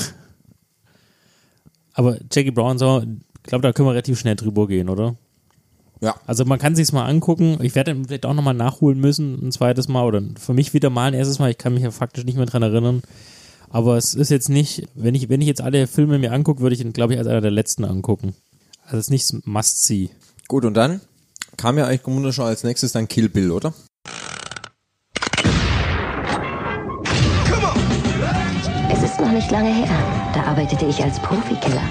Speaker 4: Aber Jackie Brown, so, ich glaube, da können wir relativ schnell drüber gehen, oder?
Speaker 1: ja.
Speaker 4: Also man kann sich's mal angucken. Ich werde ihn vielleicht auch nochmal nachholen müssen, ein zweites Mal oder für mich wieder mal ein erstes Mal. Ich kann mich ja faktisch nicht mehr dran erinnern. Aber es ist jetzt nicht, wenn ich, wenn ich jetzt alle Filme mir angucke, würde ich ihn, glaube ich, als einer der letzten angucken. Also es ist nicht Must-See.
Speaker 1: Gut, und dann kam ja eigentlich wunderschön schon als nächstes dann Kill Bill, oder?
Speaker 9: Es ist noch nicht lange her. Da arbeitete ich als Profikiller.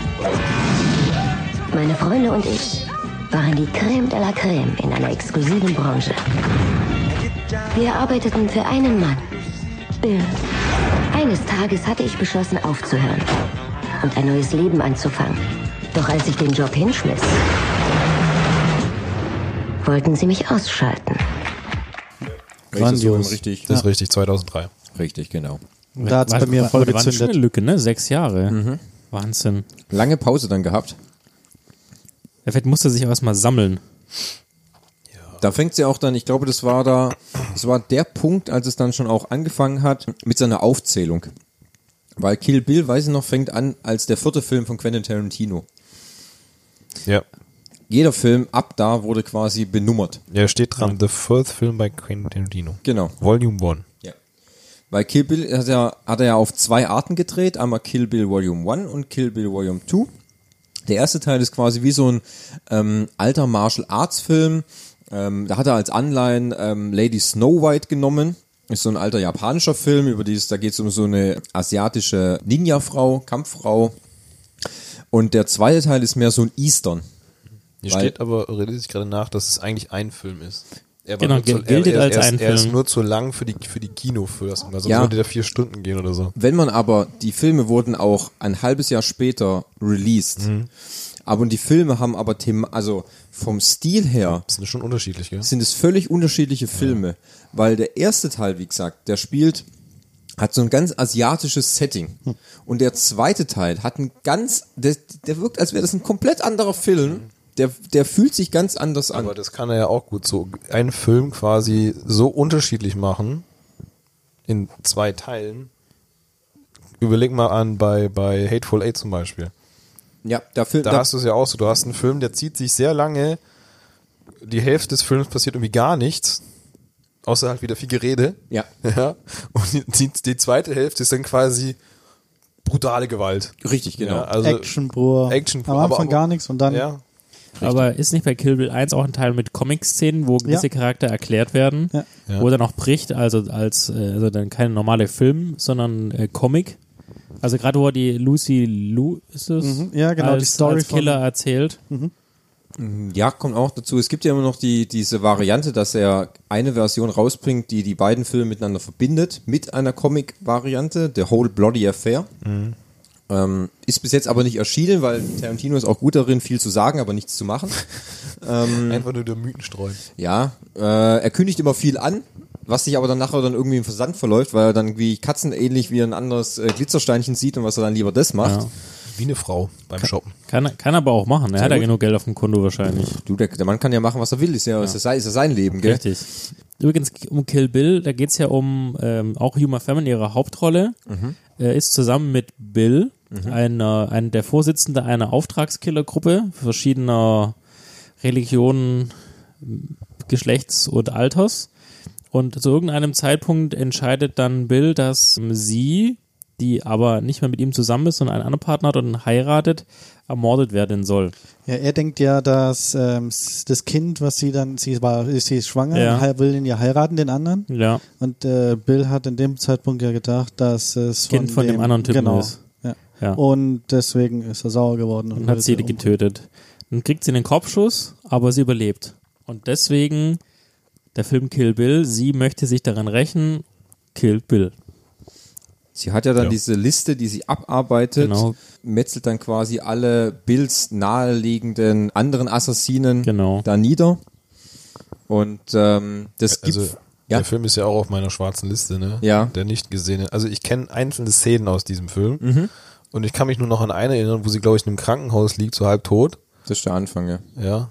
Speaker 11: Meine Freunde und ich waren die Creme de la Creme in einer exklusiven Branche. Wir arbeiteten für einen Mann, Bill. Eines Tages hatte ich beschlossen aufzuhören und ein neues Leben anzufangen. Doch als ich den Job hinschmiss, wollten sie mich ausschalten.
Speaker 1: Grandios. Richtig.
Speaker 3: Das ist richtig, 2003.
Speaker 1: Richtig, genau.
Speaker 5: Da hat's bei mir voll
Speaker 4: War schon
Speaker 5: gezündet. Mhm.
Speaker 4: eine Lücke, ne? Sechs Jahre. Wahnsinn.
Speaker 1: Lange Pause dann gehabt.
Speaker 4: Ja, Vielleicht musste sich auch erstmal sammeln.
Speaker 1: Da fängt sie auch dann, ich glaube, das war da, das war der Punkt, als es dann schon auch angefangen hat mit seiner Aufzählung. Weil Kill Bill, weiß ich noch, fängt an als der vierte Film von Quentin Tarantino.
Speaker 3: Ja.
Speaker 1: Jeder Film ab da wurde quasi benummert.
Speaker 3: Ja, steht dran, The Fourth Film by Quentin Tarantino.
Speaker 1: Genau.
Speaker 3: Volume 1.
Speaker 1: Ja. Weil Kill Bill hat er, hat er ja auf zwei Arten gedreht. Einmal Kill Bill Volume 1 und Kill Bill Volume 2. Der erste Teil ist quasi wie so ein ähm, alter Martial Arts Film. Ähm, da hat er als Anleihen ähm, Lady Snow White genommen. Ist so ein alter japanischer Film, über dieses, da geht es um so eine asiatische Ninja-Frau, Kampffrau. Und der zweite Teil ist mehr so ein Eastern.
Speaker 3: Hier
Speaker 1: Weil-
Speaker 3: steht aber, redet sich gerade nach, dass es eigentlich ein Film ist. Er war
Speaker 4: Genau,
Speaker 3: nur zu-
Speaker 4: gel- gilt
Speaker 3: er, er,
Speaker 4: als
Speaker 3: er, ist-
Speaker 4: ein
Speaker 3: er ist
Speaker 4: Film.
Speaker 3: nur zu lang für die, für die Kinofürsten, weil sonst
Speaker 1: Ja.
Speaker 3: würde der vier Stunden gehen oder so.
Speaker 1: Wenn man aber, die Filme wurden auch ein halbes Jahr später released.
Speaker 3: Mhm.
Speaker 1: Aber die Filme haben aber Thema, also vom Stil her
Speaker 3: Das sind schon unterschiedlich, gell?
Speaker 1: sind es völlig unterschiedliche Filme, weil der erste Teil, wie gesagt, der spielt, hat so ein ganz asiatisches Setting.
Speaker 3: Hm.
Speaker 1: Und der zweite Teil hat ein ganz, der, der wirkt, als wäre das ein komplett anderer Film. Der, der fühlt sich ganz anders an.
Speaker 3: Mhm. Aber das kann er ja auch gut so. Einen Film quasi so unterschiedlich machen, in zwei Teilen. Überleg mal an bei, bei Hateful Eight zum Beispiel.
Speaker 1: Ja, der Film,
Speaker 3: Da
Speaker 1: der-
Speaker 3: hast du es ja auch so. Du hast einen Film, der zieht sich sehr lange. Die Hälfte des Films passiert irgendwie gar nichts. Außer halt wieder viel Gerede.
Speaker 1: Ja.
Speaker 3: <laughs> ja. Und die- die, die zweite Hälfte ist dann quasi brutale Gewalt.
Speaker 1: richtig, genau.
Speaker 3: Ja, also
Speaker 5: Action pur.
Speaker 3: Action
Speaker 5: Am Anfang gar nichts und dann
Speaker 3: Ja.
Speaker 4: Aber ist nicht bei Kill Bill 1 auch ein Teil mit Comic-Szenen, wo gewisse
Speaker 5: Ja.
Speaker 4: Charakter erklärt werden,
Speaker 5: Ja.
Speaker 3: Ja.
Speaker 4: wo dann auch bricht, also als äh, also dann kein normaler Film, sondern äh, Comic. Also gerade wo er die Lucy Lou ist es,
Speaker 5: Mhm, ja, genau, die
Speaker 4: als,
Speaker 5: Story Hm.
Speaker 4: als Killer erzählt.
Speaker 1: Ja, kommt auch dazu. Es gibt ja immer noch die, diese Variante, dass er eine Version rausbringt, die die beiden Filme miteinander verbindet, mit einer Comic-Variante, The Whole Bloody Affair. Ähm, ist bis jetzt aber nicht erschienen, weil Tarantino ist auch gut darin, viel zu sagen, aber nichts zu machen. Mhm.
Speaker 3: Einfach nur der Mythen streuen.
Speaker 1: Ja, äh, er kündigt immer viel an, was sich aber dann nachher dann irgendwie im Versand verläuft, weil er dann wie katzenähnlich wie ein anderes äh, Glitzersteinchen sieht und was er dann lieber das macht.
Speaker 3: Wie eine Frau beim Shoppen.
Speaker 4: Kann, kann aber auch machen, er hat ja genug Geld auf dem Konto wahrscheinlich.
Speaker 1: Du, der, der Mann kann ja machen, was er will, ist ja, Ist ja, sein- ist ja sein Leben, gell?
Speaker 4: Richtig. Übrigens um Kill Bill, da geht's ja um ähm, auch Huma Thurman, ihre Hauptrolle, äh, ist zusammen mit Bill, einer, ein, der Vorsitzende einer Auftragskillergruppe verschiedener Religionen, Geschlechts und Alters. Und zu irgendeinem Zeitpunkt entscheidet dann Bill, dass ähm, sie, die aber nicht mehr mit ihm zusammen ist, sondern einen anderen Partner hat und heiratet, ermordet werden soll.
Speaker 5: Ja, er denkt ja, dass ähm, s- das Kind, was sie dann, sie war, sie ist schwanger,
Speaker 4: Ja.
Speaker 5: hei- will ihn ja heiraten, den anderen.
Speaker 4: Ja.
Speaker 5: Und äh, Bill hat in dem Zeitpunkt ja gedacht, dass es
Speaker 4: Kind von dem anderen Typen
Speaker 5: genau,
Speaker 4: ist.
Speaker 5: Ja.
Speaker 4: Ja.
Speaker 5: Und deswegen ist er sauer geworden
Speaker 4: und hat
Speaker 5: will
Speaker 4: sie
Speaker 5: um-
Speaker 4: getötet. Dann kriegt sie einen Kopfschuss, aber sie überlebt. Und deswegen der Film Kill Bill, sie möchte sich daran rächen, Kill Bill.
Speaker 1: Sie hat ja dann
Speaker 3: Ja.
Speaker 1: diese Liste, die sie abarbeitet,
Speaker 4: Genau.
Speaker 1: metzelt dann quasi alle Bills naheliegenden anderen Assassinen
Speaker 4: Genau.
Speaker 1: da nieder. Und ähm, das
Speaker 3: Also
Speaker 1: gibt. Ja,
Speaker 3: der Film ist ja auch auf meiner schwarzen Liste, ne?
Speaker 1: Ja.
Speaker 3: Der nicht gesehene. Also ich kenne einzelne Szenen aus diesem Film.
Speaker 4: Mhm.
Speaker 3: Und ich kann mich nur noch an eine erinnern, wo sie, glaube ich, in einem Krankenhaus liegt, so halb tot.
Speaker 1: das ist der Anfang, ja.
Speaker 3: Ja.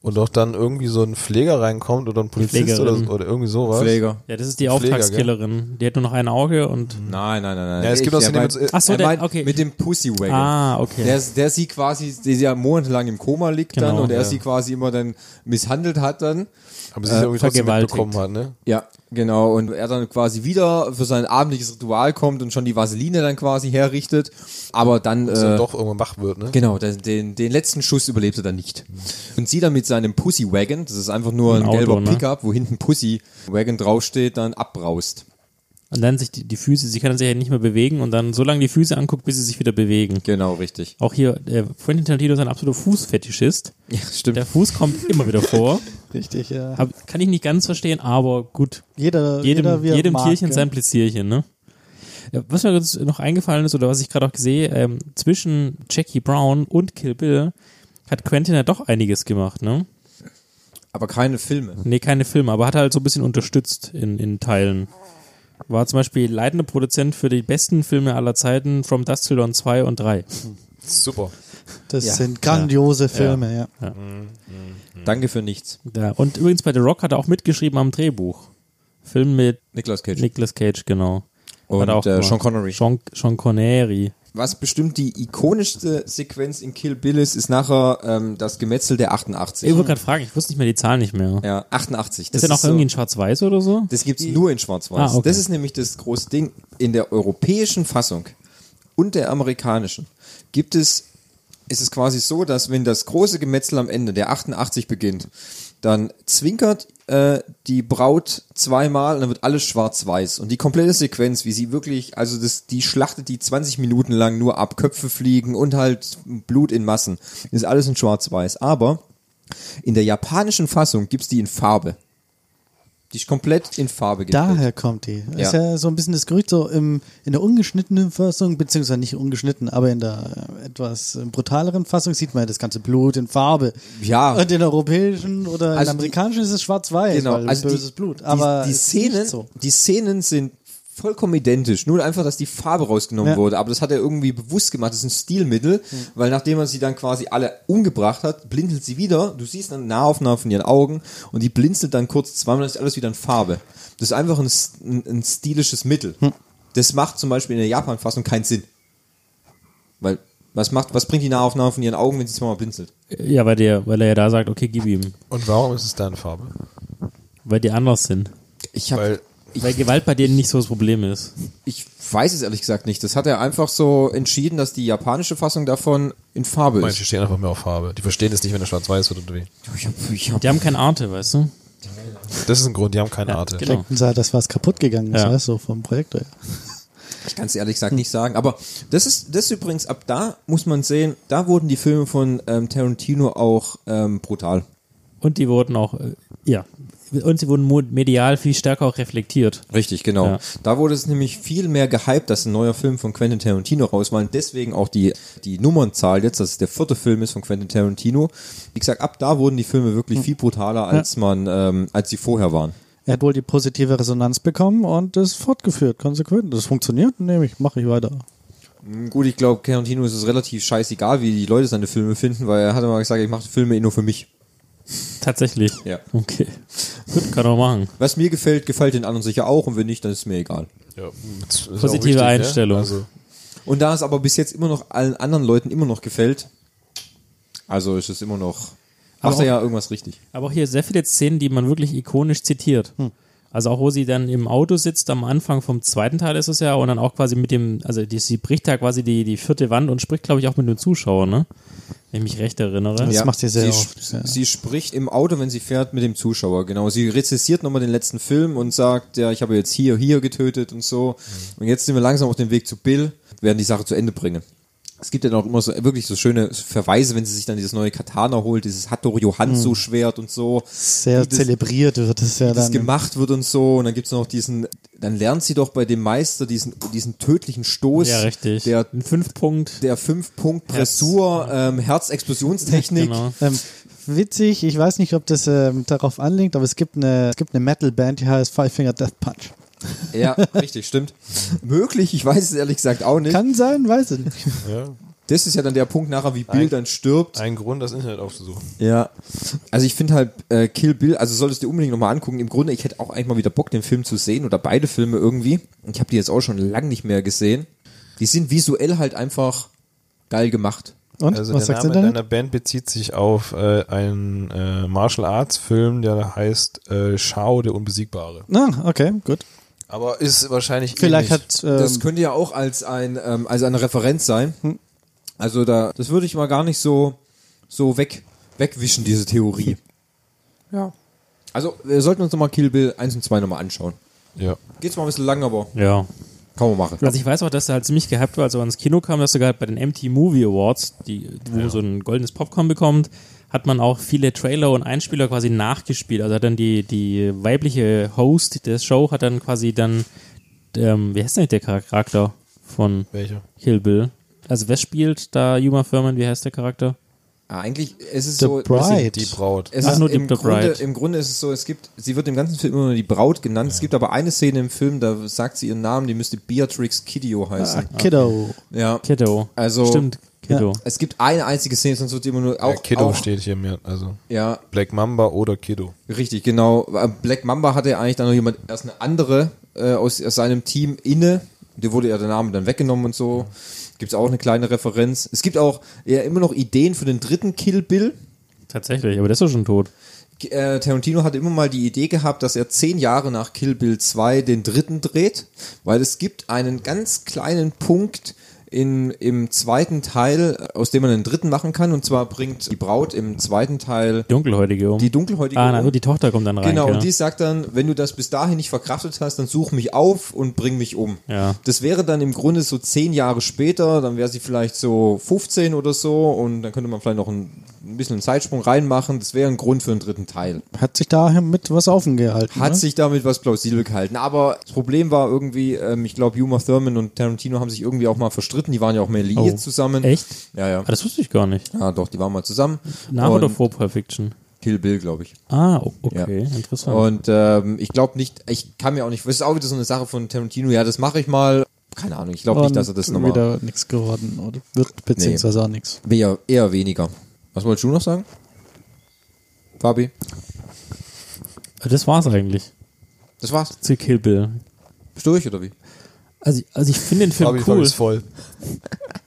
Speaker 3: Und auch dann irgendwie so ein Pfleger reinkommt oder ein Polizist oder,
Speaker 4: Pflegerin.
Speaker 3: oder irgendwie sosowas.
Speaker 1: Pfleger.
Speaker 4: Ja, das ist die
Speaker 3: Pfleger, gell? Mhm.
Speaker 4: Auftragskillerin. Die hat nur noch ein Auge und.
Speaker 1: Nein, nein, nein, nein.
Speaker 3: Ja, es gibt
Speaker 1: Ich-
Speaker 3: auch so äh,
Speaker 1: er
Speaker 3: den
Speaker 1: meint-
Speaker 3: mit-
Speaker 4: Ach so,
Speaker 1: er
Speaker 4: der-
Speaker 1: meint
Speaker 4: okay.
Speaker 1: Mit dem Pussy-Wagon.
Speaker 4: Ah, okay.
Speaker 1: Der, der sie quasi, der sie ja monatelang im Koma liegt dann
Speaker 4: Genau,
Speaker 1: und er
Speaker 4: ja.
Speaker 1: sie quasi immer dann misshandelt hat dann.
Speaker 3: Aber sie ist ja irgendwie trotzdem
Speaker 4: Äh, vergewaltigt.
Speaker 3: mitbekommen hat, ne?
Speaker 1: Ja, genau. Und er dann quasi wieder für sein abendliches Ritual kommt und schon die Vaseline dann quasi herrichtet. Aber dann.
Speaker 3: Dass
Speaker 1: äh,
Speaker 3: er doch irgendwann wach wird, ne?
Speaker 1: Genau, den, den, den letzten Schuss überlebte dann nicht. Und sie dann mit seinem Pussy-Wagon, das ist einfach nur ein,
Speaker 4: Ein Auto,
Speaker 1: gelber
Speaker 4: ne?
Speaker 1: Pickup, wo hinten Pussy-Wagon draufsteht, dann abbraust.
Speaker 4: Und dann sich die, die Füße, sie kann sich ja nicht mehr bewegen und dann so lange die Füße anguckt, bis sie sich wieder bewegen.
Speaker 1: Genau, richtig.
Speaker 4: Auch hier, äh, Quentin Tarantino ist ein absoluter Fußfetischist.
Speaker 1: Ja, stimmt.
Speaker 3: <laughs>
Speaker 4: Der Fuß kommt immer wieder vor.
Speaker 5: Richtig, ja.
Speaker 4: Hab, kann ich nicht ganz verstehen, aber gut.
Speaker 5: Jeder-
Speaker 4: jedem,
Speaker 5: jeder, wie er
Speaker 4: jedem
Speaker 5: mag,
Speaker 4: Tierchen
Speaker 5: ja.
Speaker 4: sein Pläsierchen, ne? Ja, was mir jetzt noch eingefallen ist oder was ich gerade auch sehe, ähm, zwischen Jackie Brown und Kill Bill hat Quentin ja doch einiges gemacht, ne?
Speaker 1: Aber keine Filme.
Speaker 4: <laughs> Nee, keine Filme, aber hat halt so ein bisschen unterstützt in, in Teilen. War zum Beispiel leitender Produzent für die besten Filme aller Zeiten, From Dust Till Dawn 2 und 3.
Speaker 3: Super.
Speaker 5: Das sind grandiose Filme, ja.
Speaker 4: Ja. Mhm.
Speaker 1: Danke für nichts.
Speaker 4: Ja, und übrigens bei The Rock hat er auch mitgeschrieben am Drehbuch. Film mit
Speaker 1: Nicolas Cage.
Speaker 4: Nicolas Cage, genau.
Speaker 1: Und,
Speaker 4: Hat er auch
Speaker 1: äh,
Speaker 4: gemacht.
Speaker 1: Sean Connery.
Speaker 4: Sean, Sean Connery.
Speaker 1: Was bestimmt die ikonischste Sequenz in Kill Bill ist, ist nachher ähm, das Gemetzel der 88.
Speaker 4: Ich wollte gerade fragen, ich wusste nicht mehr die Zahl nicht mehr.
Speaker 1: Hm. Ja, 88.
Speaker 4: ist der noch
Speaker 1: so-
Speaker 4: irgendwie in Schwarz-Weiß oder so?
Speaker 1: Das gibt's nur in Schwarz-Weiß.
Speaker 4: Ah, okay.
Speaker 1: Das ist nämlich das große Ding. In der europäischen Fassung und der amerikanischen gibt es, ist es quasi so, dass wenn das große Gemetzel am Ende der 88 beginnt, dann zwinkert äh, die Braut zweimal und dann wird alles schwarz-weiß. Und die komplette Sequenz, wie sie wirklich, also das, die schlachtet die 20 Minuten lang nur ab, Köpfe fliegen und halt Blut in Massen, ist alles in schwarz-weiß. Aber in der japanischen Fassung gibt's die in Farbe. Die ist komplett in Farbe gedreht.
Speaker 5: Daher kommt die. Ist ja so ein bisschen das Gerücht, so im, in der ungeschnittenen Fassung, beziehungsweise nicht ungeschnitten, aber in der äh, etwas äh, brutaleren Fassung sieht man ja das ganze Blut in Farbe.
Speaker 1: Ja.
Speaker 5: Und in der europäischen oder in
Speaker 1: Also
Speaker 5: der
Speaker 1: die-
Speaker 5: amerikanischen ist es schwarz-weiß,
Speaker 1: Genau,
Speaker 5: weil
Speaker 1: also
Speaker 5: böses
Speaker 1: die,
Speaker 5: Blut.
Speaker 1: die-
Speaker 5: Aber
Speaker 1: die, Genau.
Speaker 5: es ist
Speaker 1: Szenen,
Speaker 5: nicht so.
Speaker 1: die Szenen sind vollkommen identisch, nur einfach, dass die Farbe rausgenommen
Speaker 5: Ja. Hm.
Speaker 1: wurde. Aber das hat er irgendwie bewusst gemacht. Das ist ein Stilmittel, weil nachdem er sie dann quasi alle umgebracht hat, blinzelt sie wieder. Du siehst eine Nahaufnahme von ihren Augen und die blinzelt dann kurz zweimal, dann ist alles wieder in Farbe. Das ist einfach ein, S- ein, ein stilisches Mittel.
Speaker 5: Hm.
Speaker 1: Das macht zum Beispiel in der Japan-Fassung keinen Sinn. Weil, was macht, was bringt die Nahaufnahme von ihren Augen, wenn sie zweimal blinzelt?
Speaker 4: Ja, weil, der, weil er ja da sagt, okay, gib ihm.
Speaker 3: Und warum ist es da in Farbe?
Speaker 4: Weil die anders sind.
Speaker 1: Ich hab,
Speaker 3: Weil
Speaker 4: Weil Gewalt bei denen nicht so das Problem ist.
Speaker 1: Ich weiß es ehrlich gesagt nicht. Das hat er einfach so entschieden, dass die japanische Fassung davon in Farbe
Speaker 3: manche
Speaker 1: ist.
Speaker 3: stehen einfach mehr auf Farbe. Die verstehen es nicht, wenn er schwarz-weiß wird oder wie.
Speaker 1: Ich hab, ich hab,
Speaker 4: Die haben keine Arte, weißt du?
Speaker 3: Das ist ein Grund, die haben keine Arte.
Speaker 4: Genau.
Speaker 5: Und sah, halt das war es kaputt gegangen, ist,
Speaker 4: Ja.
Speaker 5: weißt du, vom Projektor.
Speaker 1: ich kann es ehrlich gesagt nicht sagen. Aber das ist das ist übrigens, ab da muss man sehen, da wurden die Filme von ähm, Tarantino auch ähm, brutal.
Speaker 4: Und die wurden auch, äh, ja. Und sie wurden mo- medial viel stärker auch reflektiert.
Speaker 1: Richtig, genau.
Speaker 4: Ja.
Speaker 1: Da wurde es nämlich viel mehr gehypt, dass ein neuer Film von Quentin Tarantino raus war. Und deswegen auch die, die Nummernzahl jetzt, dass es der vierte Film ist von Quentin Tarantino. Wie gesagt, ab da wurden die Filme wirklich viel brutaler, als man, ähm, als sie vorher waren.
Speaker 5: Er hat wohl die positive Resonanz bekommen und das fortgeführt, konsequent. Das funktioniert, nehme ich, mache ich weiter.
Speaker 1: Gut, ich glaube, Tarantino ist es relativ scheißegal, wie die Leute seine Filme finden, weil er hat immer gesagt, ich mache Filme eh nur für mich.
Speaker 4: Tatsächlich.
Speaker 1: Ja.
Speaker 4: Okay. <laughs> Gut, kann man machen.
Speaker 1: Was mir gefällt, gefällt den anderen sicher auch und wenn nicht, dann ist es mir egal.
Speaker 3: Ja, das ist auch
Speaker 4: Positive
Speaker 3: wichtig, ne?
Speaker 4: Einstellung.
Speaker 3: Also,
Speaker 1: Und da es aber bis jetzt immer noch allen anderen Leuten immer noch gefällt, also ist es immer noch,
Speaker 4: Aber
Speaker 1: macht er
Speaker 4: auch-
Speaker 1: ja irgendwas richtig.
Speaker 4: Aber auch hier sehr viele Szenen, die man wirklich ikonisch zitiert. Also auch wo sie dann im Auto sitzt, am Anfang vom zweiten Teil ist es ja, und dann auch quasi mit dem, also die, sie bricht da quasi die, die vierte Wand und spricht, glaube ich, auch mit dem Zuschauer, ne? Wenn ich mich recht erinnere.
Speaker 5: Das
Speaker 1: Ja,
Speaker 5: macht sie sehr
Speaker 1: sie,
Speaker 5: oft. Ja.
Speaker 1: sie spricht im Auto, wenn sie fährt, mit dem Zuschauer, genau. Sie rezessiert nochmal den letzten Film und sagt, ja, ich habe jetzt hier, hier getötet und so.
Speaker 5: Mhm.
Speaker 1: Und jetzt sind wir langsam auf dem Weg zu Bill, werden die Sache zu Ende bringen. Es gibt ja auch immer so, äh, wirklich so schöne Verweise, wenn sie sich dann dieses neue Katana holt, dieses Hattori Johanso-Schwert und so.
Speaker 5: Mhm. Sehr
Speaker 1: Wie das-
Speaker 5: zelebriert wird es ja
Speaker 1: wie das
Speaker 5: dann.
Speaker 1: gemacht wird und so. Und dann gibt's noch diesen, dann lernt sie doch bei dem Meister diesen, diesen tödlichen Stoß.
Speaker 4: Ja, richtig.
Speaker 1: Der,
Speaker 4: Ein Fünf-Punkt.
Speaker 1: der Fünf-Punkt-Pressur, ähm,
Speaker 5: <laughs>
Speaker 1: Herzexplosionstechnik.
Speaker 4: Genau.
Speaker 5: Ähm, witzig, ich weiß nicht, ob das ähm, darauf anliegt, aber es gibt eine, es gibt eine Metal-Band, die heißt Five Finger Death Punch.
Speaker 1: Ja, <laughs> richtig, stimmt. Möglich, ich weiß es ehrlich gesagt auch nicht.
Speaker 5: Kann sein, weiß ich nicht.
Speaker 3: ja,
Speaker 1: Das ist ja dann der Punkt nachher, wie Bill dann stirbt.
Speaker 3: ein Grund, das Internet aufzusuchen.
Speaker 1: Ja. Also ich finde halt äh, Kill Bill, also solltest du unbedingt nochmal angucken. Im Grunde, ich hätte auch eigentlich mal wieder Bock, den Film zu sehen oder beide Filme irgendwie. Ich habe die jetzt auch schon lang nicht mehr gesehen. Die sind visuell halt einfach geil gemacht.
Speaker 5: Und,
Speaker 3: Also
Speaker 5: was
Speaker 3: der
Speaker 5: sagst du
Speaker 3: Name
Speaker 5: denn?
Speaker 3: deiner Band bezieht sich auf äh, einen äh, Martial Arts Film, der da heißt äh, Shao der Unbesiegbare.
Speaker 5: Na, Ah, okay, gut.
Speaker 3: Aber ist wahrscheinlich eh
Speaker 5: Vielleicht
Speaker 3: ähnlich.
Speaker 5: hat, ähm,
Speaker 1: Das könnte ja auch als ein ähm, als eine Referenz sein.
Speaker 4: Hm.
Speaker 1: Also da das würde ich mal gar nicht so so weg wegwischen diese Theorie. ja. Also wir sollten uns nochmal Kill Bill 1 und 2 nochmal anschauen.
Speaker 3: Ja.
Speaker 1: Geht's mal ein bisschen lang, aber
Speaker 4: Ja.
Speaker 1: kann man machen.
Speaker 4: Also ich weiß auch, dass er halt ziemlich gehypt war, als er ins Kino kam, dass sogar bei den MT Movie Awards, die, wo so ein goldenes Popcorn bekommt, hat man auch viele Trailer und Einspieler quasi nachgespielt. Also hat dann die, die weibliche Host der Show hat dann quasi dann, ähm, wie heißt denn der Charakter von
Speaker 3: Welcher?
Speaker 4: Kill Bill? Also wer spielt da Juma Thurman, wie heißt der Charakter?
Speaker 1: Ah, eigentlich ist es
Speaker 4: The
Speaker 1: so.
Speaker 4: Bride.
Speaker 3: Die Braut.
Speaker 1: Es
Speaker 4: Ach,
Speaker 1: ist
Speaker 4: nur
Speaker 1: im,
Speaker 4: The
Speaker 1: Grunde,
Speaker 4: Bride.
Speaker 1: Im Grunde ist es so, es gibt, sie wird im ganzen Film immer nur die Braut genannt. Es gibt aber eine Szene im Film, da sagt sie ihren Namen, die müsste Beatrix
Speaker 4: Ah,
Speaker 1: Kiddio heißen.
Speaker 5: ah, Kiddo.
Speaker 1: Ja.
Speaker 4: Kiddo.
Speaker 1: Also-
Speaker 4: Stimmt, Kiddo.
Speaker 1: Es gibt eine einzige Szene, sonst wird sie immer nur auch.
Speaker 3: Auch, Kiddo
Speaker 1: auch,
Speaker 3: steht hier mehr. Also
Speaker 1: Ja,
Speaker 3: Black Mamba oder Kiddo.
Speaker 1: Richtig, genau. Black Mamba hatte eigentlich dann noch jemand, erst eine andere äh, aus, aus seinem Team inne. Dir wurde ja der Name dann weggenommen und so. Gibt es auch eine kleine Referenz. Es gibt auch ja, immer noch Ideen für den dritten Kill Bill.
Speaker 4: Tatsächlich, aber der ist doch schon tot.
Speaker 1: Äh, Tarantino hatte immer mal die Idee gehabt, dass er zehn Jahre nach Kill Bill 2 den dritten dreht, weil es gibt einen ganz kleinen Punkt in, im zweiten Teil, äh, aus dem man den dritten machen kann. Und zwar bringt die Braut im zweiten Teil
Speaker 4: Die Dunkelhäutige um.
Speaker 1: die dunkelhäutige
Speaker 4: ah, na,
Speaker 1: um.
Speaker 4: gut, die Tochter kommt dann rein.
Speaker 1: Genau, und die sagt dann, wenn du das bis dahin nicht verkraftet hast, dann such mich auf und bring mich um.
Speaker 4: Ja.
Speaker 1: Das wäre dann im Grunde so zehn Jahre später, dann wäre sie vielleicht so 15 oder so und dann könnte man vielleicht noch ein, ein bisschen einen Zeitsprung reinmachen. Das wäre ein Grund für einen dritten Teil.
Speaker 4: Mhm.
Speaker 5: Hat sich daher mit was offen gehalten.
Speaker 1: Hat
Speaker 5: ne?
Speaker 1: sich damit was plausibel gehalten. Aber das Problem war irgendwie, ähm, ich glaube, Uma Thurman und Tarantino haben sich irgendwie auch mal verstritten. Die waren ja auch mehr liiert
Speaker 4: Oh.
Speaker 1: zusammen.
Speaker 4: Echt?
Speaker 1: Ja, ja.
Speaker 4: Ah, das wusste ich gar nicht.
Speaker 1: Ja, doch, die waren mal zusammen.
Speaker 4: Nach
Speaker 1: Und
Speaker 4: oder vor Pulp Fiction?
Speaker 1: Kill Bill, glaube ich.
Speaker 4: Ah, o- okay,
Speaker 1: Ja.
Speaker 4: interessant.
Speaker 1: Und ähm, ich glaube nicht, ich kann mir auch nicht, das ist auch wieder so eine Sache von Tarantino, ja, das mache ich mal. Keine Ahnung, ich glaube nicht, dass er das
Speaker 5: Und
Speaker 1: nochmal.
Speaker 5: wieder nichts geworden oder wird beziehungsweise auch nichts.
Speaker 1: Eher, eher weniger. Was wolltest du noch sagen? Fabi?
Speaker 4: Ah, das war's eigentlich.
Speaker 1: Das war's.
Speaker 4: Zu Kill Bill.
Speaker 1: Bist du durch oder wie?
Speaker 4: Also, also ich finde den Film
Speaker 3: Fabi, Fabi
Speaker 4: cool.
Speaker 3: ist voll.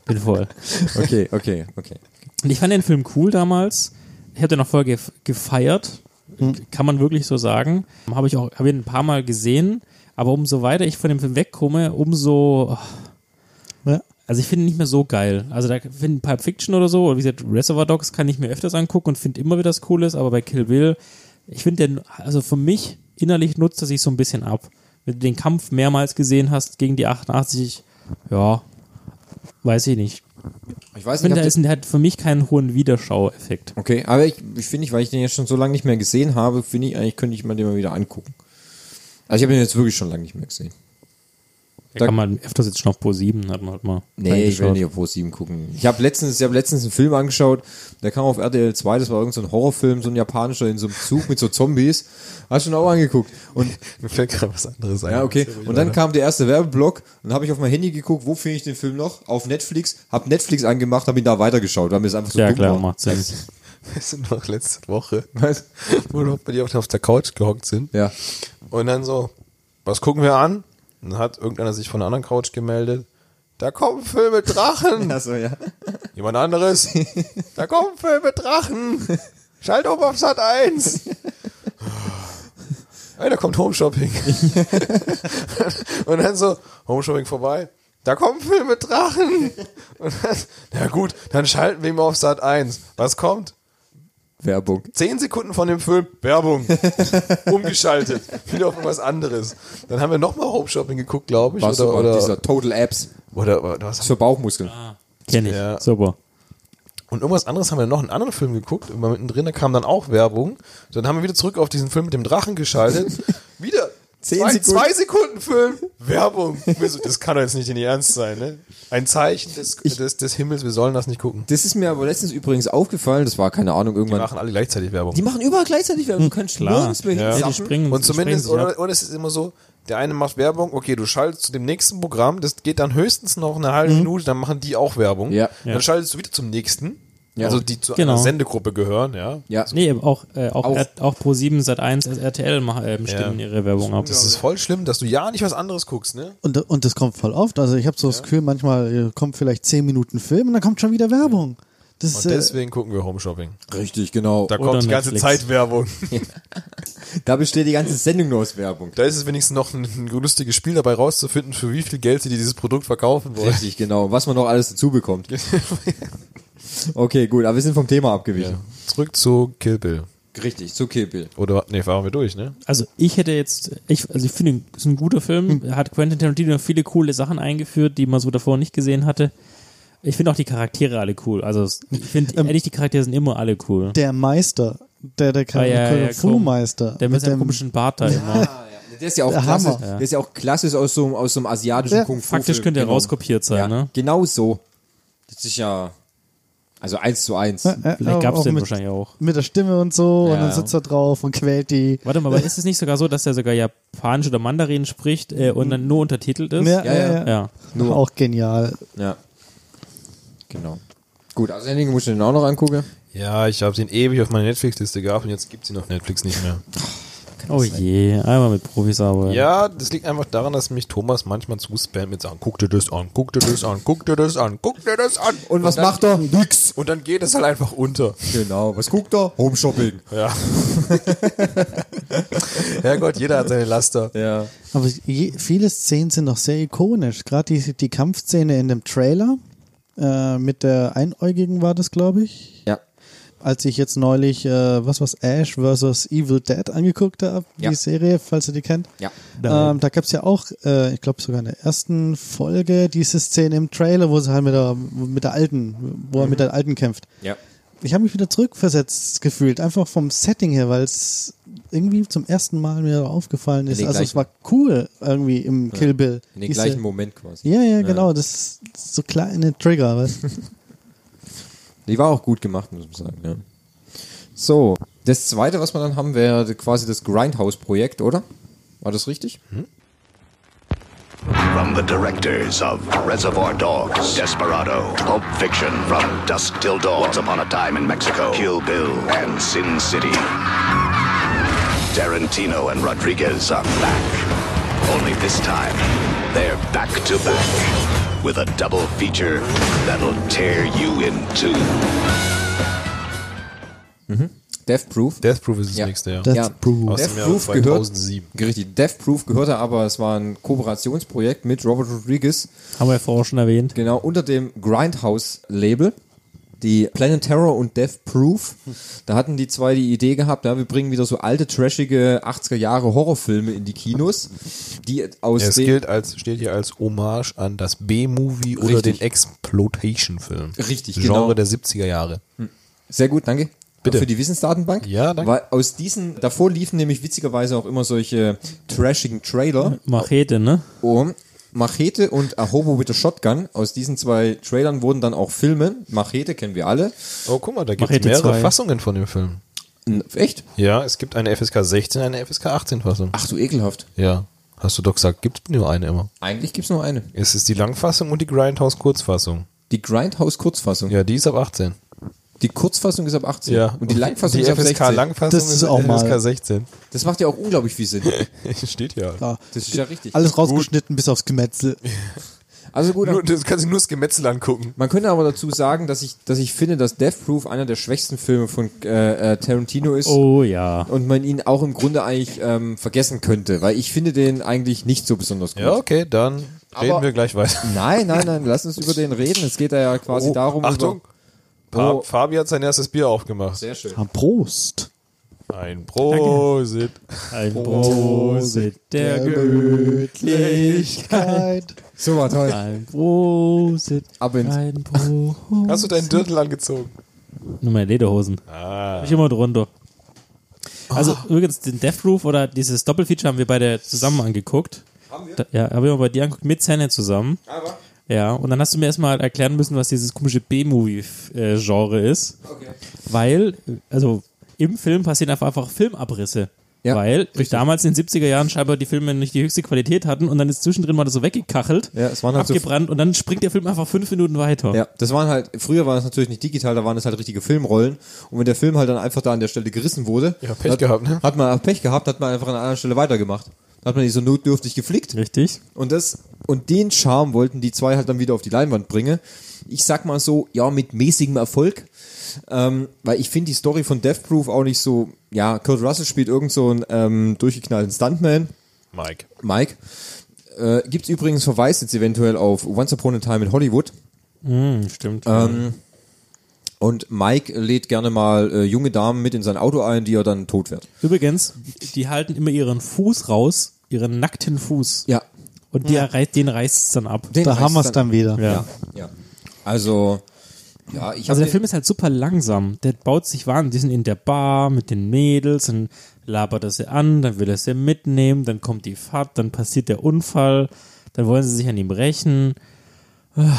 Speaker 4: Bin voll.
Speaker 1: <laughs> Okay, okay, okay.
Speaker 4: Und ich fand den Film cool damals. Ich habe den auch voll gef- gefeiert.
Speaker 1: Hm.
Speaker 4: Kann man wirklich so sagen. Habe ich auch, habe ihn ein paar Mal gesehen. Aber umso weiter ich von dem Film wegkomme, umso
Speaker 5: Ja.
Speaker 4: Also ich finde ihn nicht mehr so geil. Also da finde ich Pulp Fiction oder so, oder wie gesagt, Reservoir Dogs kann ich mir öfters angucken und finde immer wieder das Cooles, aber bei Kill Bill, ich finde den, also für mich innerlich nutzt er sich so ein bisschen ab. Wenn du den Kampf mehrmals gesehen hast gegen die 88, ja, weiß ich nicht.
Speaker 1: Ich weiß
Speaker 4: Ich finde,
Speaker 1: nicht,
Speaker 4: der,
Speaker 1: ob
Speaker 4: ist,
Speaker 1: das,
Speaker 4: der hat für mich keinen hohen Wiederschaueffekt.
Speaker 1: okay, aber ich, ich finde, ich, weil ich den jetzt schon so lange nicht mehr gesehen habe, finde ich eigentlich, könnte ich mir den mal wieder angucken. Also ich habe ihn jetzt wirklich schon lange nicht mehr gesehen. Da-
Speaker 4: Da kann man öfters jetzt schon auf Pro 7, hat man halt mal.
Speaker 1: Nee, ich will
Speaker 4: reingeschaut.
Speaker 1: nicht auf Pro7 gucken. Ich habe letztens, ich hab letztens einen Film angeschaut, der kam auf RTL 2, das war irgendein so ein Horrorfilm, so ein japanischer in so einem Zug mit so Zombies. Hast du ihn auch angeguckt. Und
Speaker 3: Mir fällt gerade was anderes ein.
Speaker 1: ja, okay.
Speaker 3: Sorry,
Speaker 1: Und dann
Speaker 3: Leute.
Speaker 1: kam der erste Werbeblock und dann habe ich auf mein Handy geguckt, wo finde ich den Film noch? Auf Netflix, habe Netflix angemacht, habe ihn da weitergeschaut, weil mir es einfach so
Speaker 4: Ja,
Speaker 1: dumm
Speaker 4: klar,
Speaker 1: war.
Speaker 4: macht Sinn.
Speaker 3: Wir sind noch letzte <laughs> Woche,
Speaker 1: Was?
Speaker 3: wo wir bei dir auf- auf der Couch gehockt sind.
Speaker 1: Ja.
Speaker 3: Und dann so, was gucken wir an? Und dann hat irgendeiner sich von der anderen Couch gemeldet. Da kommen Filme mit Drachen.
Speaker 1: Achso, ja.
Speaker 3: Jemand anderes. <laughs> Da kommen Filme mit Drachen. Schalt um auf Sat 1. Einer kommt Home Shopping. <laughs> Und dann so, Home Shopping vorbei. Da kommen Filme mit Drachen. Und dann, na gut, dann schalten wir ihm auf Sat 1. Was kommt?
Speaker 1: Werbung.
Speaker 3: Zehn Sekunden von dem Film, <laughs> Werbung. Umgeschaltet. Wieder auf was anderes. Dann haben wir nochmal Home Shopping geguckt, glaube ich.
Speaker 1: War
Speaker 3: Oder,
Speaker 1: super,
Speaker 3: oder,
Speaker 1: dieser Total Apps
Speaker 3: oder, oder was
Speaker 1: für Bauchmuskeln.
Speaker 4: Ah. Kenn ich.
Speaker 3: Ja.
Speaker 4: Super.
Speaker 3: Und irgendwas anderes haben wir noch einen anderen Film geguckt. Irgendwann mittendrin, da kam dann auch Werbung. Dann haben wir wieder zurück auf diesen Film mit dem Drachen geschaltet. <laughs> wieder.
Speaker 1: Zehn
Speaker 3: zwei,
Speaker 1: Sekunden.
Speaker 3: zwei Sekunden Film, Werbung. Wir so, Das kann doch jetzt nicht in Ihr Ernst sein, ne? Ein Zeichen des, des, des Himmels, wir sollen das nicht gucken.
Speaker 1: Das ist mir aber letztens übrigens aufgefallen, das war keine Ahnung,
Speaker 3: Die
Speaker 1: irgendwann.
Speaker 3: machen alle gleichzeitig Werbung.
Speaker 1: Die machen überall gleichzeitig Werbung, du kannst
Speaker 4: Klar.
Speaker 1: nirgends mehr
Speaker 4: Ja, die
Speaker 1: hinzappen.
Speaker 4: springen,
Speaker 3: Und
Speaker 4: die
Speaker 3: zumindest,
Speaker 4: springen sich ab.
Speaker 3: oder, oder es ist immer so, der eine macht Werbung, okay, du schaltest zu dem nächsten Programm, das geht dann höchstens noch eine halbe Minute, dann machen die auch Werbung.
Speaker 1: Ja.
Speaker 3: Dann
Speaker 4: Ja.
Speaker 3: schaltest du wieder zum nächsten,
Speaker 1: Ja.
Speaker 3: also die zu
Speaker 4: Genau.
Speaker 3: einer Sendegruppe gehören, ja.
Speaker 1: Ja.
Speaker 4: Nee, eben auch, äh, auch,
Speaker 1: Auch-
Speaker 4: auch, auch Pro7 Sat1 als RTL machen, äh, stimmen ihre Werbung ab.
Speaker 3: Das ist voll schlimm, dass du ja nicht was anderes guckst, ne?
Speaker 5: Und, und das kommt voll oft. Also ich habe so das Gefühl, manchmal äh, kommt vielleicht 10 Minuten Film und dann kommt schon wieder Werbung. Das ist, äh,
Speaker 3: Und deswegen gucken wir Home Shopping.
Speaker 1: Richtig, genau.
Speaker 3: Da
Speaker 1: Da,
Speaker 3: kommt die ganze
Speaker 4: Netflix.
Speaker 3: Zeit Werbung.
Speaker 1: besteht die ganze Sendung nur aus Werbung.
Speaker 3: Da ist es wenigstens noch ein, ein lustiges Spiel dabei rauszufinden, für wie viel Geld sie dir dieses Produkt verkaufen wollen.
Speaker 1: Richtig, genau. Was man noch alles dazu <laughs> bekommt. Okay, gut, aber wir sind vom Thema abgewichen.
Speaker 3: Zurück zu Kill Bill.
Speaker 1: Richtig, zu Kill Bill.
Speaker 3: Oder, nee, waren wir durch, ne?
Speaker 4: Also ich hätte jetzt, ich, also ich finde, es ist ein guter Film. Hat Quentin Tarantino viele coole Sachen eingeführt, die man so davor nicht gesehen hatte. Ich finde auch die Charaktere alle cool. Also es- ich finde ehrlich, die Charaktere sind immer alle cool.
Speaker 5: Der Meister, der, der
Speaker 4: Ah, ja, ja,
Speaker 5: Kung-Fu-Meister.
Speaker 4: Der mit seinem komischen Bart da immer.
Speaker 1: Der ist ja auch
Speaker 5: Der
Speaker 1: klassisch,
Speaker 5: Hammer.
Speaker 1: der ist ja auch klassisch aus so, einem- aus so einem asiatischen
Speaker 5: Ja.
Speaker 1: Kung Fu.
Speaker 4: Faktisch könnte er rauskopiert sein, ne?
Speaker 1: Genau so. Das ist ja also eins zu eins.
Speaker 4: Vielleicht gab's
Speaker 5: auch
Speaker 4: den
Speaker 5: mit-
Speaker 4: wahrscheinlich auch.
Speaker 5: Mit der Stimme und so,
Speaker 1: Ja,
Speaker 5: und dann
Speaker 1: ja.
Speaker 5: sitzt er drauf und quält die.
Speaker 4: Warte mal, aber ist es nicht sogar so, dass er sogar Japanisch oder Mandarin spricht äh, und dann nur untertitelt ist?
Speaker 5: Ja, ja, Ne? ja.
Speaker 4: ja.
Speaker 1: Nur.
Speaker 5: Auch genial.
Speaker 1: Ja. Genau. Gut, also Henning muss ich den auch noch angucken.
Speaker 3: Ja, ich habe den ewig auf meiner Netflix-Liste gehabt und jetzt gibt's ihn auf Netflix nicht mehr.
Speaker 4: Oh je, einmal mit Profis arbeiten.
Speaker 3: Ja, das liegt einfach daran, dass mich Thomas manchmal zuspammt mit Sachen, guck dir das an, guck dir das an, guck dir das an, guck dir das an.
Speaker 1: Und was
Speaker 3: dann-
Speaker 1: macht er?
Speaker 3: Nix. Und dann geht es halt einfach unter.
Speaker 1: Genau, was guckt er? Home Shopping.
Speaker 3: Ja. <laughs> Herrgott, jeder hat seine Laster.
Speaker 1: Ja.
Speaker 5: Aber je, viele Szenen sind noch sehr ikonisch. Gerade die, die Kampfszene in dem Trailer äh, mit der Einäugigen war das, glaube ich.
Speaker 1: Ja.
Speaker 5: Als ich jetzt neulich, äh, was was Ash vs. Evil Dead angeguckt habe,
Speaker 1: Ja.
Speaker 5: die Serie, falls ihr die kennt.
Speaker 1: Ja.
Speaker 5: Ähm, da gab es ja auch, äh, ich glaube sogar in der ersten Folge, diese Szene im Trailer, wo sie halt mit der, mit der Alten, wo er mit der Alten kämpft.
Speaker 1: Ja.
Speaker 5: Ich habe mich wieder zurückversetzt gefühlt, einfach vom Setting her, weil es irgendwie zum ersten Mal mir aufgefallen ist.
Speaker 1: den
Speaker 5: Also es
Speaker 1: gleichen-
Speaker 5: war cool irgendwie im Kill Bill.
Speaker 1: In den
Speaker 5: Diese-
Speaker 1: gleichen Moment quasi.
Speaker 5: Ja, ja, genau. Das ist so kleine
Speaker 1: <laughs>
Speaker 5: Trigger. weißt du.
Speaker 1: Die war auch gut gemacht, muss man sagen, ja. So, das zweite, was wir dann haben, wäre quasi das Grindhouse-Projekt, oder? War das richtig?
Speaker 12: From the directors of Reservoir Dogs, Desperado, Pulp Fiction, From Dusk Till Dawn, Once Upon a Time in Mexico, Kill Bill, and Sin City. Tarantino and Rodriguez are back. Only this time, they're back to back with a double feature that'll tear you in two.
Speaker 1: Death Proof.
Speaker 3: Death Proof ist das nächste, ja.
Speaker 5: Death
Speaker 1: ja.
Speaker 5: Proof.
Speaker 3: Aus dem
Speaker 1: Death
Speaker 3: Jahr
Speaker 1: Proof gehört.
Speaker 3: 2007.
Speaker 1: Richtig, Death Proof gehörte aber, es war ein Kooperationsprojekt mit Robert Rodriguez,
Speaker 4: Haben wir ja vorher schon erwähnt.
Speaker 1: genau unter dem Grindhouse-Label. Die Planet Terror und Death Proof, da hatten die zwei die Idee gehabt, ja, wir bringen wieder so alte, trashige 80er Jahre Horrorfilme in die Kinos, die aus
Speaker 3: Es
Speaker 1: dem-
Speaker 3: gilt als, steht hier als Hommage an das B-Movie oder
Speaker 1: Richtig.
Speaker 3: den Exploitation-Film.
Speaker 1: Richtig,
Speaker 3: Genre
Speaker 1: genau.
Speaker 3: der 70er Jahre.
Speaker 1: Sehr gut, danke.
Speaker 3: Bitte.
Speaker 1: Für die Wissensdatenbank.
Speaker 3: Ja, danke.
Speaker 1: Weil aus diesen, davor liefen nämlich witzigerweise auch immer solche trashigen Trailer.
Speaker 4: Machete, ne?
Speaker 1: Um Machete und A Hobo with a Shotgun. Aus diesen zwei Trailern wurden dann auch Filme. Machete kennen wir alle.
Speaker 3: Oh, guck mal, da gibt es
Speaker 4: Machete
Speaker 3: mehrere
Speaker 4: zwei.
Speaker 3: Fassungen von dem Film.
Speaker 1: N- Echt?
Speaker 3: Ja, es gibt eine FSK 16, eine FSK 18 Fassung.
Speaker 1: Ach du ekelhaft.
Speaker 3: Ja. Hast du doch gesagt, gibt nur eine immer.
Speaker 1: Eigentlich gibt's nur eine.
Speaker 3: Es ist die Langfassung und die Grindhouse-Kurzfassung.
Speaker 1: Die Grindhouse-Kurzfassung.
Speaker 3: Ja, die ist ab 18.
Speaker 1: Die Kurzfassung ist ab 18. Und die Langfassung
Speaker 3: die
Speaker 1: ist ab
Speaker 3: FSK
Speaker 1: 16.
Speaker 3: Langfassung
Speaker 5: Das ist
Speaker 3: ist
Speaker 5: auch
Speaker 3: FSK
Speaker 5: mal-
Speaker 3: 16.
Speaker 1: Das macht ja auch unglaublich viel Sinn.
Speaker 3: <laughs> Steht ja.
Speaker 5: Ja.
Speaker 1: Das
Speaker 3: <laughs>
Speaker 1: ist ja richtig.
Speaker 5: Alles rausgeschnitten bis aufs Gemetzel.
Speaker 1: Also <laughs> gut,
Speaker 3: Nur, das kannst du nur das Gemetzel angucken.
Speaker 1: Man könnte aber dazu sagen, dass ich, dass ich finde, dass Death Proof einer der schwächsten Filme von äh, äh, Tarantino ist
Speaker 4: Oh ja.
Speaker 1: und man ihn auch im Grunde eigentlich ähm, vergessen könnte, weil ich finde den eigentlich nicht so besonders gut.
Speaker 3: Ja, okay, dann reden
Speaker 1: Aber-
Speaker 3: wir gleich weiter.
Speaker 1: Nein, nein, nein, lass uns über den reden. Es geht da ja quasi <laughs>
Speaker 3: Oh,
Speaker 1: darum.
Speaker 3: Achtung!
Speaker 1: Über,
Speaker 3: Fa-
Speaker 1: Oh.
Speaker 3: Fabi hat sein erstes Bier aufgemacht.
Speaker 1: sehr schön.
Speaker 5: Ah, Prost.
Speaker 3: Ein Prosit.
Speaker 4: Ein Prosit der Göttlichkeit.
Speaker 1: So war toll.
Speaker 4: Ein Prosit.
Speaker 1: Ab ins-
Speaker 4: Ein Prosit.
Speaker 3: Hast du deinen Dirndl angezogen?
Speaker 4: Nur meine Lederhosen. Hab ich immer drunter. Also
Speaker 1: Oh.
Speaker 4: übrigens, den Death Roof oder dieses Doppelfeature haben wir beide zusammen angeguckt. Haben wir? Da, ja, haben wir bei dir angeguckt, mit Senne zusammen.
Speaker 1: Ah,
Speaker 4: Aber? Ja, und dann hast du mir erstmal erklären müssen, was dieses komische B-Movie-Genre ist. Okay. Weil, also im Film passieren einfach, einfach Filmabrisse.
Speaker 1: Ja,
Speaker 4: weil damals in den 70er Jahren scheinbar die Filme nicht die höchste Qualität hatten und dann ist zwischendrin mal das so weggekachelt,
Speaker 1: Ja, es waren halt so-
Speaker 4: abgebrannt und dann springt der Film einfach fünf Minuten weiter.
Speaker 1: Ja, das waren halt, früher war das natürlich nicht digital, da waren es halt richtige Filmrollen. Und wenn der Film halt dann einfach da an der Stelle gerissen wurde,
Speaker 3: Ja, Pech
Speaker 1: hat,
Speaker 3: gehabt, ne?
Speaker 1: hat man Pech gehabt, hat man einfach an einer anderen Stelle weitergemacht. Da hat man nicht so notdürftig geflickt.
Speaker 4: Richtig?
Speaker 1: Und das und den Charme wollten die zwei halt dann wieder auf die Leinwand bringen. Ich sag mal so, ja, mit mäßigem Erfolg, ähm, weil ich finde die Story von Death Proof auch nicht so, ja, Kurt Russell spielt irgend so einen ähm, durchgeknallten Stuntman,
Speaker 3: Mike.
Speaker 1: Mike. Äh, gibt's übrigens Verweis jetzt eventuell auf Once Upon a Time in Hollywood.
Speaker 4: Hm, stimmt.
Speaker 1: Ähm, Und Mike lädt gerne mal äh, junge Damen mit in sein Auto ein, die er dann tot wird.
Speaker 4: Übrigens, die halten immer ihren Fuß raus, ihren nackten Fuß.
Speaker 1: Ja.
Speaker 4: Und die reißt, den reißt es dann ab.
Speaker 1: Den
Speaker 5: <laughs> Da
Speaker 1: reißt
Speaker 5: haben wir's dann wieder.
Speaker 4: Ja.
Speaker 1: Ja. ja. Also, ja, ich hab
Speaker 4: also der
Speaker 1: den-
Speaker 4: Film ist halt super langsam. Der baut sich wahnsinnig. Die sind in der Bar mit den Mädels und labert er sie an, dann will er sie mitnehmen, dann kommt die Fahrt, dann passiert der Unfall, dann wollen sie sich an ihm rächen. Ah,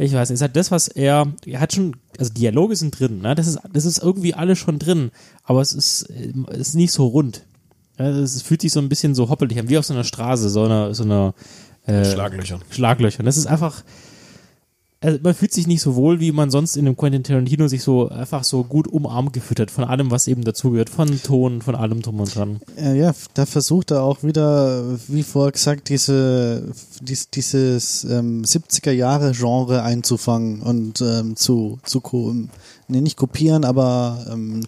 Speaker 4: Ich weiß nicht, es hat das, was er, er hat schon, also Dialoge sind drin, ne? das, ist, das ist irgendwie alles schon drin, aber es ist, äh, ist nicht so rund. Ja, Es fühlt sich so ein bisschen so hoppelig an, wie auf so einer Straße, so einer, so einer äh,
Speaker 3: Schlaglöchern.
Speaker 4: Schlaglöchern. Das ist einfach, also man fühlt sich nicht so wohl, wie man sonst in einem Quentin Tarantino sich so einfach so gut umarmt gefüttert von allem, was eben dazugehört, von Ton, von allem drum und dran.
Speaker 5: Ja, Äh, ja, da versucht er auch wieder, wie vorher gesagt, diese, dies, dieses ähm, 70er-Jahre-Genre einzufangen und ähm, zu, zu ko nee, nicht kopieren, aber ähm,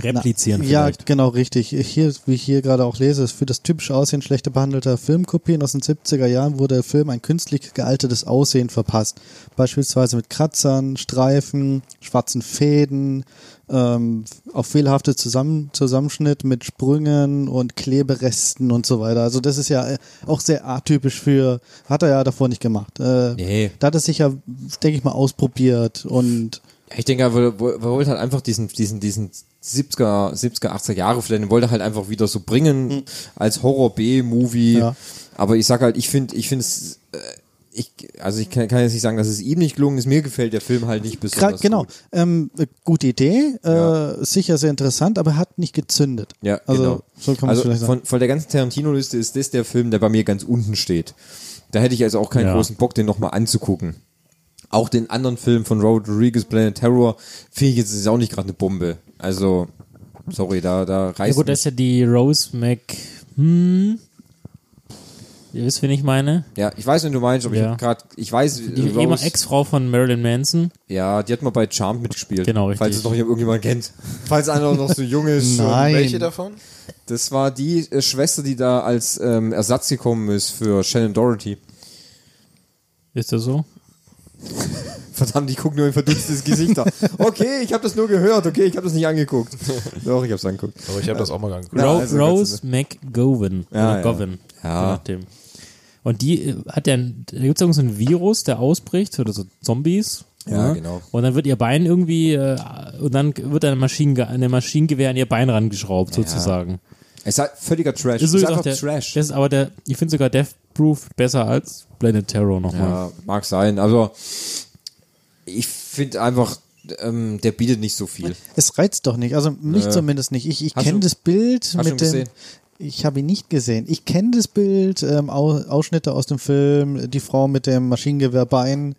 Speaker 4: Replizieren
Speaker 5: na, ja,
Speaker 4: vielleicht.
Speaker 5: genau, richtig. Hier, wie ich hier gerade auch lese, für das typische Aussehen schlechter behandelter Filmkopien aus den 70er Jahren wurde der Film ein künstlich gealtertes Aussehen verpasst. Beispielsweise mit Kratzern, Streifen, schwarzen Fäden, ähm, auf fehlerhafte Zusammen Zusammenschnitt mit Sprüngen und Kleberesten und so weiter. Also das ist ja äh, auch sehr atypisch für, hat er ja davor nicht gemacht. Äh,
Speaker 1: Nee.
Speaker 5: Da hat er sich ja, denke ich mal, ausprobiert und
Speaker 1: Ja, Ich denke, er woll- woll- er wollte halt einfach diesen, diesen, diesen 70er, 70er, 80er Jahre Flair, den wollte er halt einfach wieder so bringen als Horror-B-Movie.
Speaker 5: Ja.
Speaker 1: Aber ich sag halt, ich finde, ich finde es, äh, ich, also ich kann, kann jetzt nicht sagen, dass es ihm nicht gelungen ist. Mir gefällt der Film halt nicht
Speaker 5: Gra
Speaker 1: besonders.
Speaker 5: genau.
Speaker 1: Gut.
Speaker 5: Ähm, äh, gute Idee, äh, sicher sehr interessant, aber hat nicht gezündet.
Speaker 1: Ja,
Speaker 5: also,
Speaker 1: genau.
Speaker 5: So kann man es
Speaker 1: also
Speaker 5: vielleicht sagen.
Speaker 1: von, von der ganzen Tarantino-Liste ist das der Film, der bei mir ganz unten steht. Da hätte ich also auch keinen
Speaker 4: Ja.
Speaker 1: großen Bock, den nochmal anzugucken. Auch den anderen Film von Rodriguez, Planet Terror, finde ich jetzt ist auch nicht gerade eine Bombe. Also, sorry, da, da
Speaker 4: Ja
Speaker 1: reißt
Speaker 4: gut, das ist ja die Rose Mac. Hm. Ihr wisst, wen ich meine.
Speaker 1: Ja, ich weiß, wen du meinst, aber ich
Speaker 4: Ja.
Speaker 1: hab grad, ich weiß, äh,
Speaker 4: Die
Speaker 1: Rose-
Speaker 4: ehemalige Ex-Frau von Marilyn Manson.
Speaker 1: ja, die hat mal bei Charmed mitgespielt.
Speaker 4: Genau, richtig.
Speaker 1: Falls es noch irgendjemand kennt. Falls einer noch so jung ist.
Speaker 5: Nein.
Speaker 3: Welche davon?
Speaker 1: Das war die äh, Schwester, die da als ähm, Ersatz gekommen ist für Shannon Doherty.
Speaker 4: Ist das so?
Speaker 1: Verdammt, ich gucke nur in verdutztes Gesicht da. Okay, ich habe das nur gehört. Okay, ich habe das nicht <laughs> angeguckt. Doch, ich habe es angeguckt.
Speaker 3: Aber ich habe das auch mal angeguckt.
Speaker 1: Ja,
Speaker 4: Ro
Speaker 1: also
Speaker 4: Rose McGowan.
Speaker 1: Ja,
Speaker 4: oder
Speaker 1: ja.
Speaker 4: Govan.
Speaker 1: Ja.
Speaker 4: je Nachdem. Und die äh, hat ja, ein- da gibt es irgend so ein Virus, der ausbricht, oder so Zombies.
Speaker 1: Ja,
Speaker 4: ne?
Speaker 1: genau.
Speaker 4: Und dann wird ihr Bein irgendwie, äh, und dann wird ein Maschinenge eine Maschinengewehr an ihr Bein rangeschraubt, sozusagen.
Speaker 1: Es ist halt völliger Trash. Es
Speaker 4: Das ist,
Speaker 1: ist
Speaker 4: übrigens
Speaker 1: einfach
Speaker 4: auch der,
Speaker 1: Trash.
Speaker 4: Das ist aber der, ich finde sogar Death Proof besser als Planet Terror nochmal.
Speaker 1: Ja, mag sein. Also, ich finde einfach, ähm, der bietet nicht so viel.
Speaker 5: es reizt doch nicht, also mich
Speaker 1: Nö.
Speaker 5: zumindest nicht. Ich, ich
Speaker 1: Hast
Speaker 5: kenne
Speaker 1: du-
Speaker 5: das Bild
Speaker 1: du ihn
Speaker 5: mit dem.
Speaker 1: gesehen?
Speaker 5: Ich habe ihn nicht gesehen. Ich kenne das Bild, ähm, Au- Ausschnitte aus dem Film, die Frau mit dem Maschinengewehrbein.
Speaker 1: Mhm.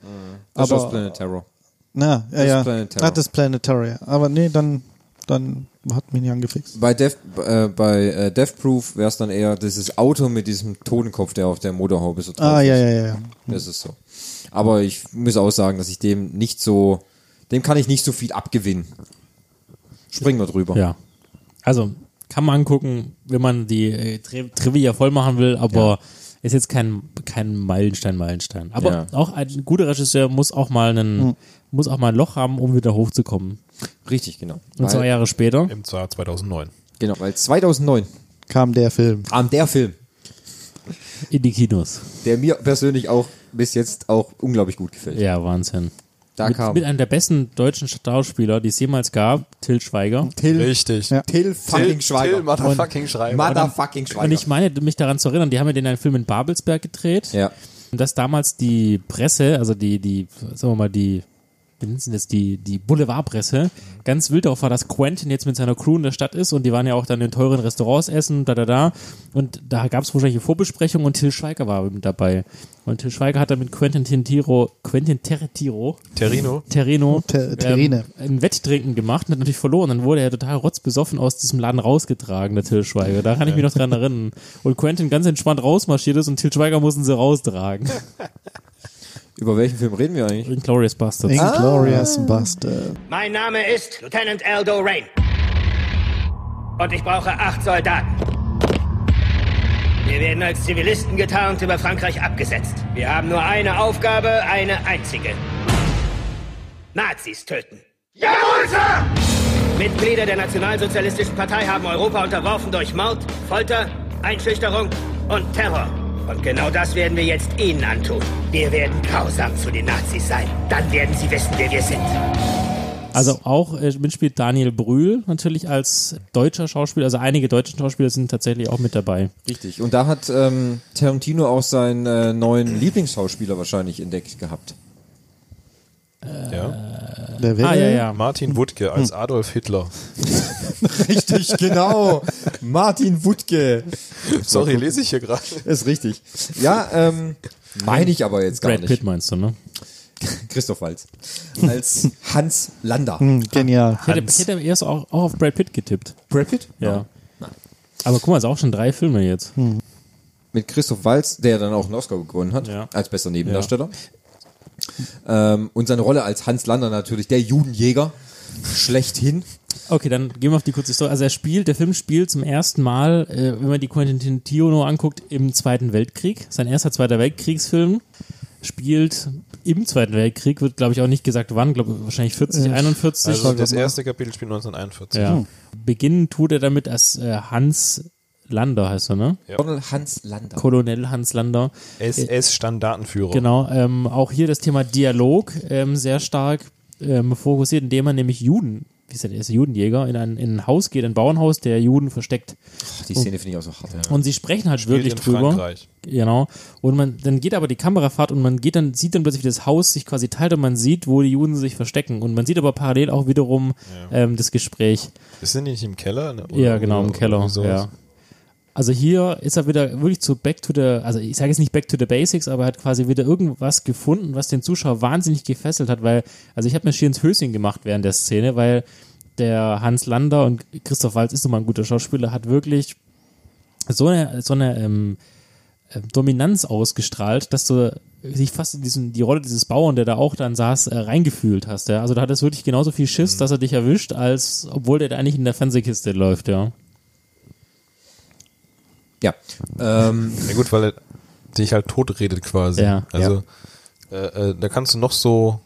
Speaker 1: Das ist
Speaker 5: Aber-
Speaker 1: aus Planet Terror.
Speaker 5: Na, ja,
Speaker 1: Das
Speaker 5: ja.
Speaker 1: Planet Terror.
Speaker 5: Ah, das Planet Terror. ja. Aber nee, dann, dann hat mich nicht angefixt.
Speaker 1: Bei Death, äh, bei äh, Death Proof wäre es dann eher dieses Auto mit diesem Totenkopf, der auf der Motorhaube so drauf
Speaker 5: Ah,
Speaker 1: ist.
Speaker 5: ja, ja, ja, ja.
Speaker 1: Das ist so. Aber ich muss auch sagen, dass ich dem nicht so, dem kann ich nicht so viel abgewinnen. Springen wir drüber.
Speaker 4: Ja. Also, kann man angucken, wenn man die äh, Tri Trivia voll machen will, aber ist jetzt kein, kein Meilenstein, Meilenstein. Aber
Speaker 1: Ja. Hm.
Speaker 4: auch ein guter Regisseur muss auch mal einen, muss auch mal ein Loch haben, um wieder hochzukommen.
Speaker 1: Richtig, genau.
Speaker 4: Und zwei
Speaker 1: Weil,
Speaker 4: Jahre später.
Speaker 3: Im Jahr 2009.
Speaker 1: genau, weil 2009
Speaker 5: Kam der Film.
Speaker 1: kam der Film,
Speaker 4: In die Kinos.
Speaker 1: der mir persönlich auch bis jetzt auch unglaublich gut gefällt.
Speaker 4: Ja, Wahnsinn.
Speaker 1: Da
Speaker 4: mit,
Speaker 1: kam
Speaker 4: mit einem der besten deutschen Schauspieler, die es jemals gab, Till Schweiger.
Speaker 1: Till,
Speaker 3: Richtig.
Speaker 5: Ja.
Speaker 1: Till fucking Schweiger.
Speaker 3: Till motherfucking Schreiber.
Speaker 1: Motherfucking Schweiger.
Speaker 4: Und ich meine, mich daran zu erinnern, die haben ja den einen Film in Babelsberg gedreht.
Speaker 1: ja.
Speaker 4: Und dass damals die Presse, also die, die, sagen wir mal, die, wie nennt sie das, die, die Boulevardpresse, ganz wild darauf war, dass Quentin jetzt mit seiner Crew in der Stadt ist und die waren ja auch dann in teuren Restaurants essen, da, da, da. Und da gab es wahrscheinlich eine Vorbesprechung und Till Schweiger war mit dabei. Und Till Schweiger hat dann mit Quentin Tintiro, Quentin Terretiro,
Speaker 3: Terrino.
Speaker 4: Terreno, ähm,
Speaker 5: Ter- Terrine.
Speaker 4: ein Wetttrinken gemacht und hat natürlich verloren. Dann wurde er total rotzbesoffen aus diesem Laden rausgetragen, der Till Schweiger. Da kann ich mich noch dran erinnern. Und Quentin ganz entspannt rausmarschiert ist und Till Schweiger mussten sie raustragen.
Speaker 1: Über welchen Film reden wir eigentlich?
Speaker 4: Inglourious Bastards.
Speaker 5: Inglorious Bastard.
Speaker 13: Mein Name ist Lieutenant Aldo Rain. Und ich brauche acht Soldaten. Wir werden als Zivilisten getarnt über Frankreich abgesetzt. Wir haben nur eine Aufgabe, eine einzige. Nazis töten. Jawohl, Sir! Mitglieder der Nationalsozialistischen Partei haben Europa unterworfen durch Mord, Folter, Einschüchterung und Terror. Und genau das werden wir jetzt Ihnen antun. Wir werden grausam zu den Nazis sein. Dann werden Sie wissen, wer wir sind.
Speaker 4: Also auch äh, mitspielt Daniel Brühl natürlich als deutscher Schauspieler. Also einige deutsche Schauspieler sind tatsächlich auch mit dabei.
Speaker 1: Richtig. Und da hat ähm, Tarantino auch seinen äh, neuen Lieblingsschauspieler wahrscheinlich entdeckt gehabt.
Speaker 3: Ja.
Speaker 1: Wer wäre
Speaker 4: Ah, ja, ja.
Speaker 3: Martin Wuttke als Adolf Hitler.
Speaker 1: <laughs> Richtig, genau. Martin Wuttke.
Speaker 3: Sorry, lese ich hier gerade.
Speaker 1: Ist richtig. Ja, ähm, meine ich aber jetzt gar
Speaker 4: Brad
Speaker 1: nicht.
Speaker 4: Pitt meinst du, ne?
Speaker 1: Christoph Walz. Als Hans Lander.
Speaker 5: Hm, genial.
Speaker 4: Ich hätte, ich hätte erst auch, auch auf Brad Pitt getippt.
Speaker 1: Brad Pitt?
Speaker 4: Ja.
Speaker 1: Nein.
Speaker 4: Aber guck mal, es sind auch schon drei Filme jetzt.
Speaker 1: Mit Christoph Walz, der dann auch einen Oscar gewonnen hat,
Speaker 4: Ja.
Speaker 1: als bester Nebendarsteller. Ähm, und seine Rolle als Hans Lander natürlich, der Judenjäger. Schlechthin.
Speaker 4: Okay, dann gehen wir auf die kurze Story. Also er spielt, der Film spielt zum ersten Mal, äh, wenn man die Quentin Tarantino anguckt, im Zweiten Weltkrieg. Sein erster Zweiter Weltkriegsfilm spielt im Zweiten Weltkrieg, wird glaube ich auch nicht gesagt wann, glaube wahrscheinlich 40,
Speaker 5: Äh,
Speaker 4: 41.
Speaker 3: Also das erste Kapitel spielt 1941.
Speaker 4: Ja. Beginnen tut er damit als äh, Hans Lander heißt er, ne?
Speaker 1: Colonel Hans Lander.
Speaker 4: Kolonel Hans Lander.
Speaker 3: SS-Standartenführer.
Speaker 4: Genau, ähm, auch hier das Thema Dialog ähm, sehr stark ähm, fokussiert, indem man nämlich Juden, wie ist der, der ist Judenjäger, in ein, in ein Haus geht, ein Bauernhaus, der Juden versteckt.
Speaker 1: Die Szene finde ich auch so hart. Ja.
Speaker 4: Und sie sprechen halt
Speaker 3: Spielt
Speaker 4: wirklich
Speaker 3: in
Speaker 4: drüber.
Speaker 3: Frankreich.
Speaker 4: Genau. Und man, dann geht aber die Kamerafahrt und man geht dann, sieht dann plötzlich, wie das Haus sich quasi teilt und man sieht, wo die Juden sich verstecken. Und man sieht aber parallel auch wiederum ähm, das Gespräch.
Speaker 3: Sind die nicht im Keller? ne?
Speaker 4: ja, genau, im
Speaker 3: oder
Speaker 4: Keller.
Speaker 3: irgendwie sowas?
Speaker 4: Ja. Also hier ist er wieder wirklich zu back to the, also ich sage jetzt nicht back to the basics, aber er hat quasi wieder irgendwas gefunden, was den Zuschauer wahnsinnig gefesselt hat, weil, also ich habe mir schier ins Höschen gemacht während der Szene, weil der Hans Lander und Christoph Walz ist nun mal ein guter Schauspieler, hat wirklich so eine, so eine ähm, äh, Dominanz ausgestrahlt, dass du dich fast in diesen, die Rolle dieses Bauern, der da auch dann saß, äh, reingefühlt hast. Ja? Also da hattest du wirklich genauso viel
Speaker 3: Mhm.
Speaker 4: Schiss, dass er dich erwischt, als obwohl der da eigentlich in der Fernsehkiste läuft, ja.
Speaker 1: Ja.
Speaker 4: <laughs>
Speaker 1: Ähm,
Speaker 3: Ja gut, weil er dich halt tot redet quasi.
Speaker 4: Ja.
Speaker 3: Also Äh, äh, da kannst du noch so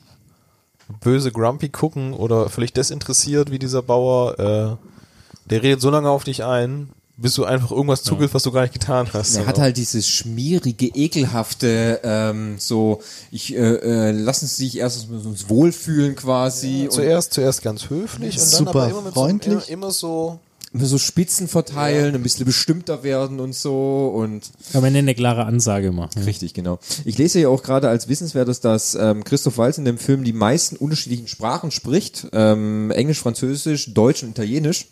Speaker 3: böse Grumpy gucken oder völlig desinteressiert wie dieser Bauer. Äh, der redet so lange auf dich ein, bis du einfach irgendwas zugibst, was du gar nicht getan hast.
Speaker 1: Er hat
Speaker 3: Oder?
Speaker 1: halt dieses schmierige, ekelhafte, ähm, so, ich, äh, äh, lassen Sie sich erst uns wohlfühlen quasi. und
Speaker 3: zuerst, zuerst ganz höflich und
Speaker 5: Super
Speaker 3: dann aber immer mit So,
Speaker 5: freundlich.
Speaker 3: immer, immer so
Speaker 1: immer so Spitzen verteilen, ein bisschen bestimmter werden und so und
Speaker 4: Kann man eine klare Ansage machen.
Speaker 1: richtig, genau. Ich lese ja auch gerade als Wissenswertes, dass ähm, Christoph Walz in dem Film die meisten unterschiedlichen Sprachen spricht. Ähm, Englisch, Französisch, Deutsch und Italienisch.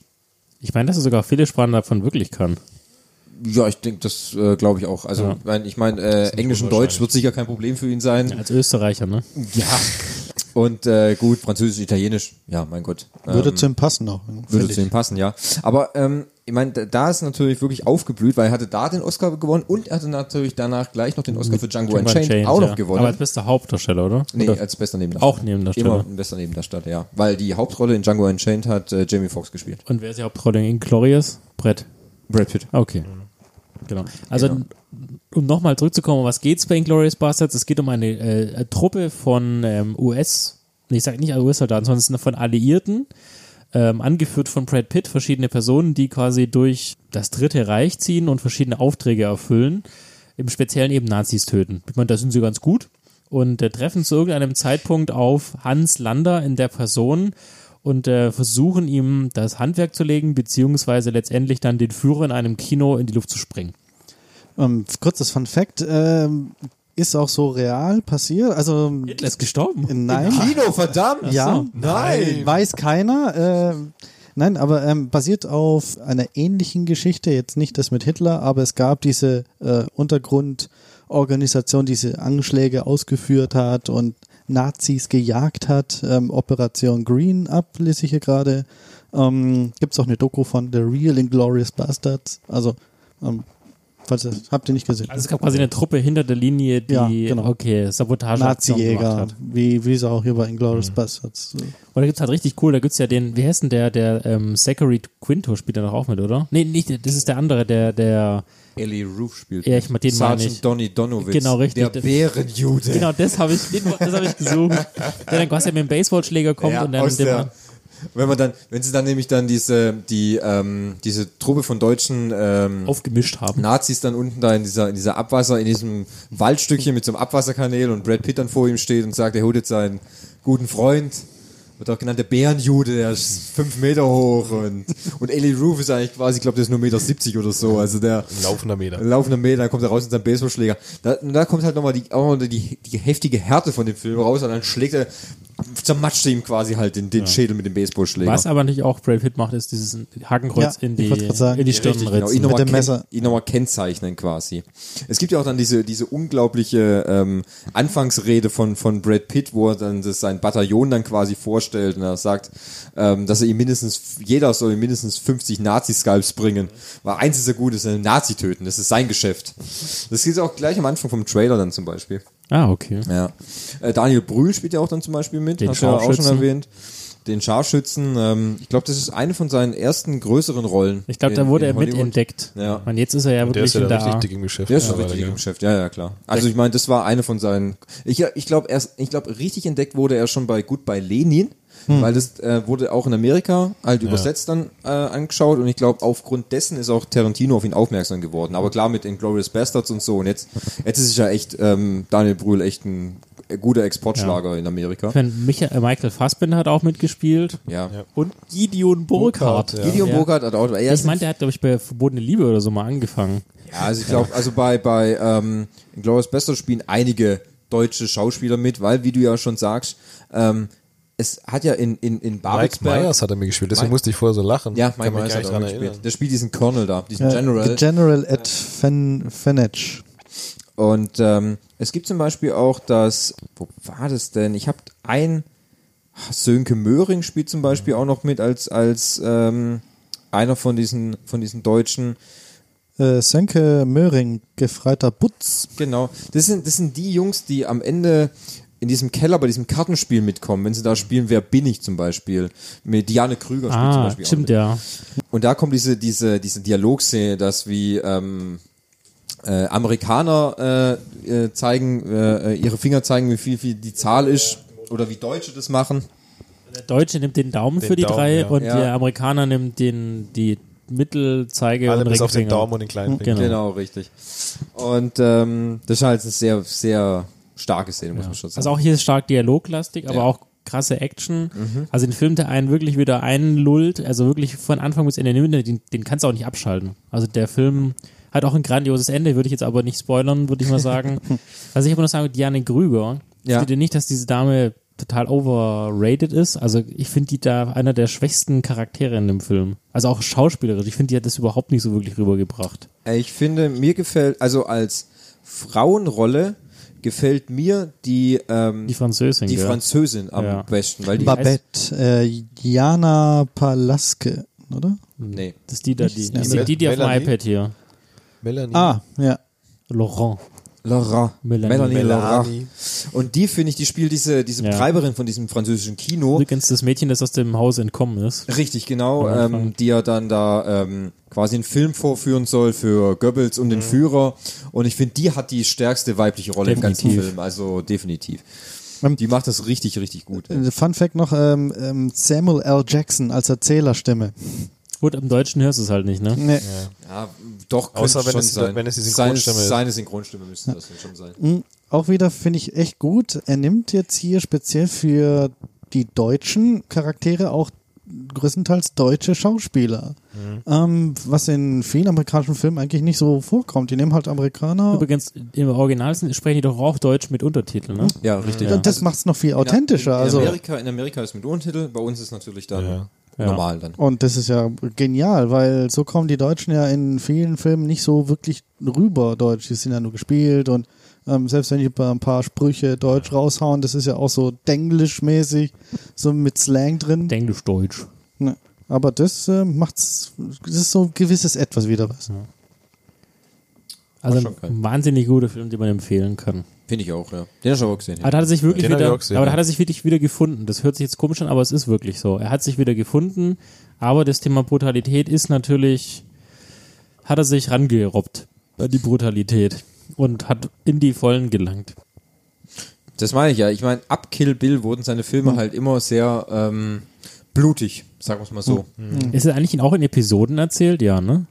Speaker 4: Ich meine, dass er sogar viele Sprachen davon wirklich kann.
Speaker 1: Ja, ich denke, das äh, glaube ich auch. Also
Speaker 4: Ja.
Speaker 1: ich mein, ich meine, äh, Englisch und Deutsch wird sicher kein Problem für ihn sein.
Speaker 4: Als Österreicher, ne?
Speaker 1: <laughs> Ja. Und äh, gut, Französisch, Italienisch, ja, mein Gott.
Speaker 5: Würde
Speaker 1: ähm,
Speaker 5: zu ihm passen auch.
Speaker 1: würde zu ihm passen, ja. Aber ähm, ich meine, da- da ist natürlich wirklich aufgeblüht, weil er hatte da den Oscar gewonnen und er hatte natürlich danach gleich noch den Oscar für Django
Speaker 4: Irgendwann
Speaker 1: Unchained
Speaker 4: Change,
Speaker 1: auch noch
Speaker 4: ja.
Speaker 1: gewonnen.
Speaker 4: Aber als bester Hauptdarsteller, oder?
Speaker 1: nee, äh
Speaker 4: oder?
Speaker 1: als bester Nebendarsteller.
Speaker 4: Auch Nebendarsteller.
Speaker 1: Immer ein bester Nebendarsteller, ja. Weil die Hauptrolle in Django Unchained hat äh, Jamie Foxx gespielt.
Speaker 4: Und wer ist die Hauptrolle in Glorious? Brett. Ah,
Speaker 1: Brad Pitt.
Speaker 4: Okay. Genau. Also, um nochmal zurückzukommen, um was geht's bei Inglourious Bastards? Es geht um eine äh, Truppe von ähm, US, nee, ich sag nicht US-Soldaten, sondern von Alliierten, ähm, angeführt von Brad Pitt, verschiedene Personen, die quasi durch das Dritte Reich ziehen und verschiedene Aufträge erfüllen, im Speziellen eben Nazis töten. Ich meine, da sind sie ganz gut und äh, treffen zu irgendeinem Zeitpunkt auf Hans Lander in der Person und äh, versuchen ihm das Handwerk zu legen, beziehungsweise letztendlich dann den Führer in einem Kino in die Luft zu sprengen.
Speaker 5: Ähm, kurzes Fun Fact, ähm, ist auch so real passiert. Also
Speaker 4: Hitler ist gestorben.
Speaker 5: nein.
Speaker 4: Ah.
Speaker 1: Kino, verdammt!
Speaker 5: Ja,
Speaker 1: Nein!
Speaker 5: weiß keiner. ähm, nein, aber ähm, basiert auf einer ähnlichen Geschichte, jetzt nicht das mit Hitler, aber es gab diese äh, Untergrundorganisation, die diese Anschläge ausgeführt hat und Nazis gejagt hat. Ähm, Operation Green Up lese ich hier gerade. Ähm, Gibt es auch eine Doku von The Real Inglorious Bastards. Also ähm, Falls ihr, habt ihr nicht gesehen.
Speaker 4: Also es gab quasi eine Truppe hinter der Linie, die
Speaker 5: Ja, genau.
Speaker 4: okay, Sabotage gemacht
Speaker 5: Nazi-Jäger,
Speaker 4: hat. Mhm.
Speaker 5: wie, wie es auch hier bei Inglourious Bastards.
Speaker 4: Und da gibt's halt richtig cool, da gibt's ja den, wie heißt denn der, der ähm, Zachary Quinto spielt da noch auch mit, oder? Nee, nicht, das ist der andere, der, der
Speaker 1: Ellie Roof spielt.
Speaker 4: Ja, ich mag den meine
Speaker 1: Sergeant
Speaker 4: ich.
Speaker 1: Donny Donowitz.
Speaker 4: Genau, richtig.
Speaker 1: Der Bärenjude.
Speaker 4: Genau, das habe ich, den- das habe ich gesucht. Der dann quasi mit dem Baseballschläger kommt
Speaker 1: Ja,
Speaker 4: und dann
Speaker 1: aus
Speaker 4: mit dem
Speaker 1: der, wenn man dann, wenn sie dann nämlich dann diese, die, ähm, diese Truppe von deutschen ähm,
Speaker 4: aufgemischt haben.
Speaker 1: Nazis dann unten da in dieser, in dieser Abwasser, in diesem Waldstückchen mit so einem Abwasserkanal und Brad Pitt dann vor ihm steht und sagt, er holt jetzt seinen guten Freund. Wird auch genannt der Bärenjude, der ist fünf Meter hoch und, und Ellie Roof ist eigentlich quasi, ich glaube, der ist nur 1,70 Meter 70 oder so. Also der
Speaker 3: Ein laufender Meter.
Speaker 1: ein laufender Meter, dann kommt er raus mit seinem Baseballschläger. Da, und da kommt halt nochmal die, auch noch die, die heftige Härte von dem Film raus und dann schlägt er, zermatscht er ihm quasi halt den, den Schädel mit dem Baseballschläger.
Speaker 4: Was aber natürlich auch Brad Pitt macht, ist dieses Hakenkreuz
Speaker 1: genau. Ja, ich
Speaker 4: in die,
Speaker 1: wollte gerade sagen.
Speaker 4: in die Stirn
Speaker 1: Richtig, genau.
Speaker 4: ritzen.
Speaker 1: Ihn nochmal ken ihn noch mal kennzeichnen quasi. Es gibt ja auch dann diese, diese unglaubliche ähm, Anfangsrede von, von Brad Pitt, wo er dann das, sein Bataillon dann quasi vorstellt und er sagt, ähm, dass er ihm mindestens, jeder soll ihm mindestens 50 Nazi-Scalps bringen. Weil eins ist ja gut, ist ein Nazi töten. Das ist sein Geschäft. Das geht auch gleich am Anfang vom Trailer dann zum Beispiel.
Speaker 4: Ah, okay.
Speaker 1: Ja. Äh, Daniel Brühl spielt ja auch dann zum Beispiel mit,
Speaker 4: Den
Speaker 1: hast du ja auch schon
Speaker 4: Scharfschützen.
Speaker 1: erwähnt. Den Scharfschützen, ähm, ich glaube, das ist eine von seinen ersten größeren Rollen.
Speaker 4: Ich glaube, da
Speaker 1: in-
Speaker 4: wurde
Speaker 1: in
Speaker 4: er
Speaker 1: Hollywood.
Speaker 4: mitentdeckt.
Speaker 1: Ja.
Speaker 4: Und jetzt ist er ja
Speaker 3: Und der
Speaker 4: wirklich
Speaker 3: ist ja
Speaker 4: in
Speaker 3: da
Speaker 4: der
Speaker 3: richtig
Speaker 4: A.
Speaker 3: dick im Geschäft.
Speaker 1: Der ist schon
Speaker 3: Ja,
Speaker 1: richtig
Speaker 3: ja.
Speaker 1: im Geschäft, ja, ja, klar. Also ich meine, das war eine von seinen. Ich, ich glaube, erst, ich glaube, richtig entdeckt wurde er schon bei Gut bei Lenin,
Speaker 3: Hm.
Speaker 1: weil das äh, wurde auch in Amerika halt
Speaker 3: Ja.
Speaker 1: übersetzt dann äh, angeschaut und ich glaube, aufgrund dessen ist auch Tarantino auf ihn aufmerksam geworden. Aber klar, mit Inglourious Bastards und so und jetzt, jetzt ist es ja echt ähm, Daniel Brühl echt ein äh, guter Exportschlager in Amerika.
Speaker 4: Ich meine, Michael, äh, Michael Fassbender hat auch mitgespielt.
Speaker 1: Ja.
Speaker 4: Und Gideon
Speaker 1: Burkhardt,
Speaker 4: Burkhardt.
Speaker 1: ja. Gideon Burkhardt hat auch- er
Speaker 4: Ich
Speaker 1: ist-
Speaker 4: meinte, der hat, glaube ich, bei Verbotene Liebe oder so mal angefangen.
Speaker 1: Ja, also ich glaube, also bei, bei ähm, Glorious Bester spielen einige deutsche Schauspieler mit, weil, wie du ja schon sagst, ähm, es hat ja in, in, in
Speaker 3: Mike
Speaker 1: Babelsberg...
Speaker 3: Myers hat er mir gespielt, deswegen
Speaker 1: Mike-
Speaker 3: musste ich vorher so lachen.
Speaker 1: Ja,
Speaker 3: Kann
Speaker 1: Mike
Speaker 3: mich
Speaker 1: Myers
Speaker 3: gar
Speaker 1: hat
Speaker 3: nicht
Speaker 1: auch
Speaker 3: dran
Speaker 1: gespielt.
Speaker 3: erinnern.
Speaker 1: Der spielt diesen Colonel da, diesen General.
Speaker 5: General at Fen Fenech.
Speaker 1: Und ähm, es gibt zum Beispiel auch das... Wo war das denn? Ich habe ein... Sönke Möhring spielt zum Beispiel auch noch mit als, als ähm, einer von diesen, von diesen deutschen...
Speaker 5: Äh, Sönke Möhring, gefreiter Butz.
Speaker 1: Genau. Das sind, das sind die Jungs, die am Ende in diesem Keller bei diesem Kartenspiel mitkommen, wenn sie da spielen, wer bin ich zum Beispiel. Mit Diane Krüger spielt
Speaker 4: Ah,
Speaker 1: zum Beispiel
Speaker 4: stimmt,
Speaker 1: auch mit.
Speaker 4: ja.
Speaker 1: Und da kommt diese, diese, diese Dialogszene, dass wie ähm, äh, Amerikaner äh, äh, zeigen, äh, äh, ihre Finger zeigen, wie viel, viel die Zahl ist oder wie Deutsche das machen.
Speaker 4: Der Deutsche nimmt den Daumen
Speaker 1: Den
Speaker 4: für die
Speaker 1: Daumen,
Speaker 4: drei
Speaker 1: ja.
Speaker 4: und
Speaker 1: Ja.
Speaker 4: der Amerikaner nimmt den, die Mittelzeige
Speaker 3: Alle
Speaker 4: und
Speaker 3: bis auf den
Speaker 4: Ringfinger.
Speaker 3: Daumen und den kleinen Finger.
Speaker 1: Genau, richtig. Und ähm, das ist halt eine sehr, sehr starke Szene, muss man schon sagen.
Speaker 4: Also auch hier ist stark dialoglastig, aber
Speaker 1: Ja.
Speaker 4: auch krasse Action.
Speaker 1: Mhm.
Speaker 4: Also den Film, der einen wirklich wieder einlullt, also wirklich von Anfang bis Ende, den, den kannst du auch nicht abschalten. Also der Film hat auch ein grandioses Ende, würde ich jetzt aber nicht spoilern, würde ich mal
Speaker 1: <laughs>
Speaker 4: sagen. also ich habe nur sagen, Diane Grüger,
Speaker 1: Ja.
Speaker 4: ich finde nicht, dass diese Dame total overrated ist. Also ich finde die da einer der schwächsten Charaktere in dem Film. Also auch schauspielerisch. Ich finde, die hat das überhaupt nicht so wirklich rübergebracht.
Speaker 1: Äh, Ich finde, mir gefällt, also als Frauenrolle gefällt mir die, ähm,
Speaker 4: Die Französin,
Speaker 1: die
Speaker 4: gell?
Speaker 1: Französin am
Speaker 4: Ja.
Speaker 1: besten, weil die
Speaker 5: Babette, äh, Jana Palaske, oder?
Speaker 1: Nee.
Speaker 4: Das ist die da, die,
Speaker 5: Nichts,
Speaker 4: die,
Speaker 5: ne?
Speaker 4: die, die auf dem
Speaker 5: Melanie?
Speaker 4: iPad hier.
Speaker 3: Melanie.
Speaker 5: Ah, ja.
Speaker 4: Laurent.
Speaker 1: Laurent.
Speaker 4: Melanie.
Speaker 1: Melanie, Laurent.
Speaker 4: Melanie.
Speaker 1: Und die finde ich, die spielt diese, diese
Speaker 4: Ja.
Speaker 1: Betreiberin von diesem französischen Kino.
Speaker 4: Übrigens das Mädchen, das aus dem Haus entkommen ist.
Speaker 1: Richtig, genau,
Speaker 4: Am Anfang.
Speaker 1: ähm, die ja dann da ähm, quasi einen Film vorführen soll für Goebbels und den Führer. Und ich finde, die hat die stärkste weibliche Rolle im ganzen
Speaker 5: Definitiv.
Speaker 1: Film, also definitiv.
Speaker 4: Ähm,
Speaker 1: Die macht das richtig, richtig gut.
Speaker 5: Äh, Fun Fact noch, ähm, ähm, Samuel L. Jackson als Erzählerstimme.
Speaker 4: Gut, im Deutschen hörst du es halt nicht, ne?
Speaker 5: Nee.
Speaker 1: Ja, doch, könnte
Speaker 3: Außer wenn
Speaker 1: schon
Speaker 3: es-
Speaker 1: sein.
Speaker 3: wenn es die
Speaker 1: seine,
Speaker 3: Synchronstimme ist.
Speaker 1: Seine Synchronstimme müsste das denn schon sein.
Speaker 5: Mm, Auch wieder finde ich echt gut. Er nimmt jetzt hier speziell für die deutschen Charaktere auch größtenteils deutsche Schauspieler. Ähm, was in vielen amerikanischen Filmen eigentlich nicht so vorkommt. Die nehmen halt Amerikaner.
Speaker 4: Übrigens, im Original sprechen die doch auch Deutsch mit Untertiteln, ne?
Speaker 1: Ja, richtig.
Speaker 5: Und das macht's noch viel
Speaker 1: In- in-
Speaker 5: authentischer,
Speaker 1: Also, In,
Speaker 5: also-
Speaker 1: Amerika, in Amerika ist mit Untertitel, bei uns ist natürlich dann
Speaker 4: Ja.
Speaker 1: normal dann.
Speaker 5: Und das ist ja genial, weil so kommen die Deutschen ja in vielen Filmen nicht so wirklich rüber deutsch. Die sind ja nur gespielt und ähm, selbst wenn die bei ein paar Sprüche deutsch raushauen, das ist ja auch so denglisch-mäßig, so mit Slang drin.
Speaker 4: Denglisch-deutsch.
Speaker 5: Ne. Aber das äh, macht's, das ist so ein gewisses Etwas wieder was.
Speaker 4: Also
Speaker 1: schon
Speaker 4: ein wahnsinnig guter Film, den man empfehlen kann.
Speaker 1: Finde ich auch, ja. Den hast du aber auch gesehen.
Speaker 4: Aber da hat er sich wirklich
Speaker 1: Den hab ich
Speaker 4: wieder,
Speaker 1: auch gesehen,
Speaker 4: aber da
Speaker 1: ja.
Speaker 4: hat er sich wirklich wieder gefunden. Das hört sich jetzt komisch an, aber es ist wirklich so. Er hat sich wieder gefunden, aber das Thema Brutalität ist natürlich, hat er sich rangerobbt an die Brutalität und hat in die Vollen gelangt.
Speaker 1: Das meine ich ja. Ich meine, ab Kill Bill wurden seine Filme halt immer sehr ähm, blutig, sagen wir es mal so.
Speaker 3: Hm.
Speaker 4: Ist es eigentlich auch in Episoden erzählt? Ja, ne?